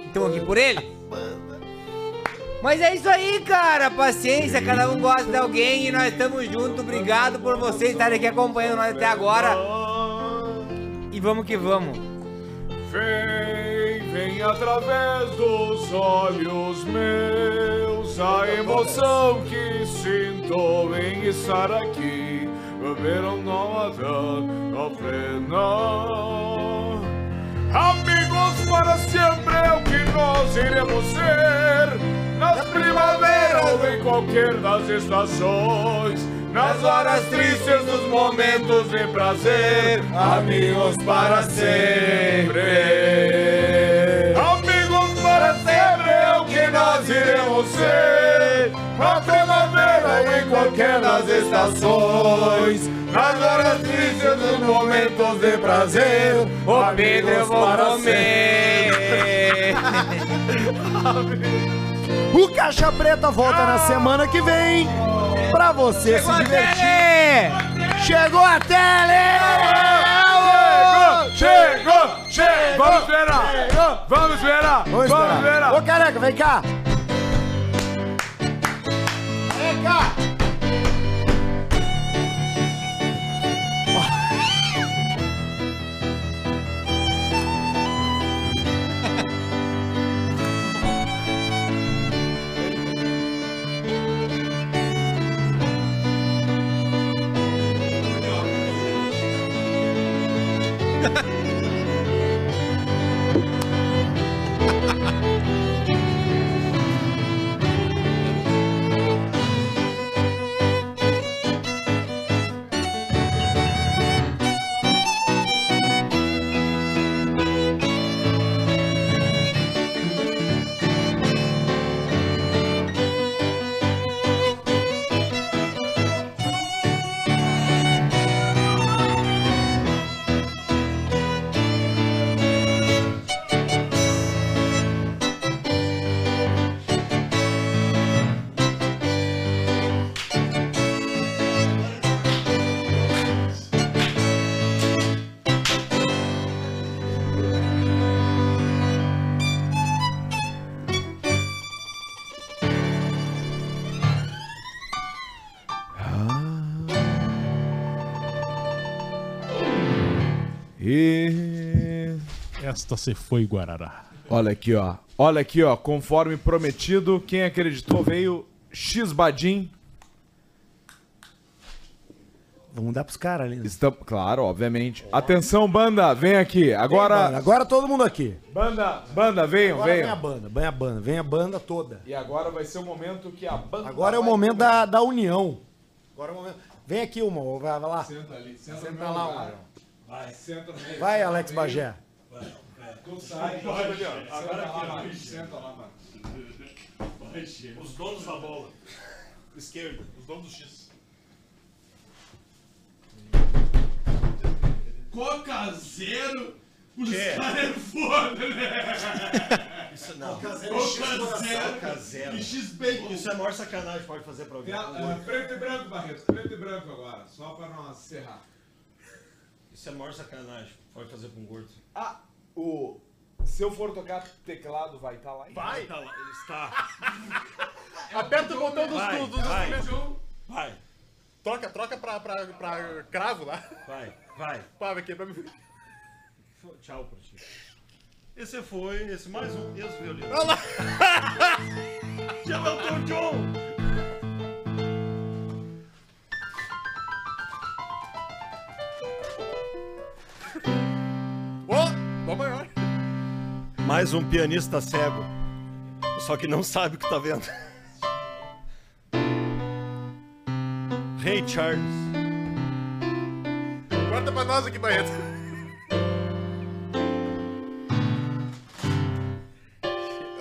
[SPEAKER 5] Então aqui por ele. Mas é isso aí, cara. Paciência, cada um gosta de alguém e nós estamos juntos. Obrigado por vocês estarem aqui acompanhando nós até agora. E vamos que vamos.
[SPEAKER 10] Vem, vem através dos olhos meus a emoção que sinto em estar aqui. Beber um nomadão ao pleno. Amigos para sempre é o que nós iremos ser. Nas primaveras ou em qualquer das estações. Nas horas tristes, nos momentos de prazer. Amigos para sempre. Amigos para sempre é o que nós iremos ser. Na primavera ou em qualquer das estações. Nas horas tristes, nos momentos de prazer. Ô Pedro, eu vou comer.
[SPEAKER 1] O Caixa Preta volta na semana que vem pra você
[SPEAKER 9] Chegou
[SPEAKER 1] se
[SPEAKER 9] a
[SPEAKER 1] divertir. Chegou a tele!
[SPEAKER 10] Chegou! Chegou! Vamos esperar! Vamos esperar!
[SPEAKER 1] Vamos esperar! Ô careca, vem cá! Vem cá!
[SPEAKER 2] E.
[SPEAKER 23] Esta se foi, Guarará.
[SPEAKER 2] Olha aqui, ó. Olha aqui, ó. Conforme prometido, quem acreditou veio X Badim.
[SPEAKER 1] Vamos dar pros caras ali. né?
[SPEAKER 2] Claro, obviamente. Atenção, banda, vem aqui. Agora.
[SPEAKER 1] Banda, Agora todo mundo aqui.
[SPEAKER 2] Banda, banda, venham,
[SPEAKER 1] Agora vem
[SPEAKER 2] venham.
[SPEAKER 1] a banda, vem a banda, vem a banda toda.
[SPEAKER 2] E agora vai ser o momento que a banda.
[SPEAKER 1] Agora é o momento da, da união. Agora é o momento. Vem aqui, uma, vai, vai lá.
[SPEAKER 2] Senta ali, senta,
[SPEAKER 1] Senta
[SPEAKER 2] no
[SPEAKER 1] tá lá,
[SPEAKER 2] meu lugar.
[SPEAKER 1] Mauro.
[SPEAKER 2] Vai, senta no meio.
[SPEAKER 1] Vai, Alex Bagé.
[SPEAKER 2] Tu sai,
[SPEAKER 23] Vai,
[SPEAKER 2] ali, ó.
[SPEAKER 23] Bagé.
[SPEAKER 2] Agora
[SPEAKER 23] Senta lá,
[SPEAKER 2] aqui, ó.
[SPEAKER 23] Bagé.
[SPEAKER 2] Senta lá, mano.
[SPEAKER 25] Os donos da bola. Esquerda, os donos do X.
[SPEAKER 23] Coca zero, os
[SPEAKER 25] Que?
[SPEAKER 23] caras é foda, né?
[SPEAKER 25] [LAUGHS] Isso não.
[SPEAKER 23] Coca zero, Coca zero, e X bacon.
[SPEAKER 25] Isso é a maior sacanagem que pode fazer pra alguém.
[SPEAKER 2] preto e branco, Barreto. Preto e branco agora, só pra não encerrar.
[SPEAKER 25] Isso
[SPEAKER 35] Isso é a maior sacanagem. Pode fazer com um gordo.
[SPEAKER 2] Ah, o. Se eu for tocar teclado, vai estar tá lá.
[SPEAKER 35] Vai, tá lá. Está.
[SPEAKER 2] Aperta o botão dos
[SPEAKER 35] Vai,
[SPEAKER 2] dos- dos
[SPEAKER 35] vai.
[SPEAKER 2] instrumentos.
[SPEAKER 35] Vai,
[SPEAKER 2] Troca, troca pra, pra, pra cravo lá.
[SPEAKER 35] vai, vai.
[SPEAKER 2] Pá, vai quebrar meu.
[SPEAKER 35] Fo- Tchau pra ti. Esse foi, esse mais um ex-violino.
[SPEAKER 2] Olha lá.
[SPEAKER 35] Chama o Tom John!
[SPEAKER 2] Ô, dó maior.
[SPEAKER 36] Mais um pianista cego. Só que não sabe o que tá vendo. Ray Charles.
[SPEAKER 2] Corta pra nós aqui, Barreto.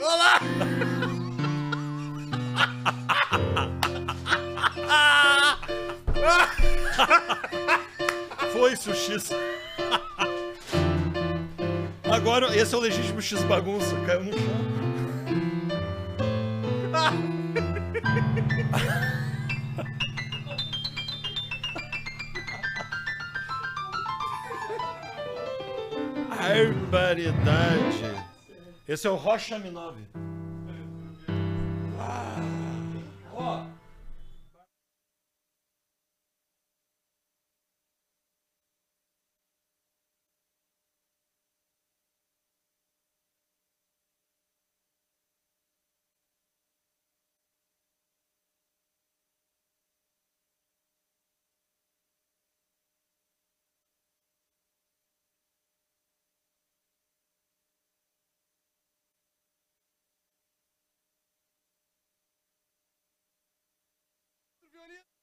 [SPEAKER 2] Olá!
[SPEAKER 36] Foi sushi. Agora, esse é o legítimo X bagunça. Caiu no chão. Barbaridade. Esse é o Rocha M9.
[SPEAKER 2] violino.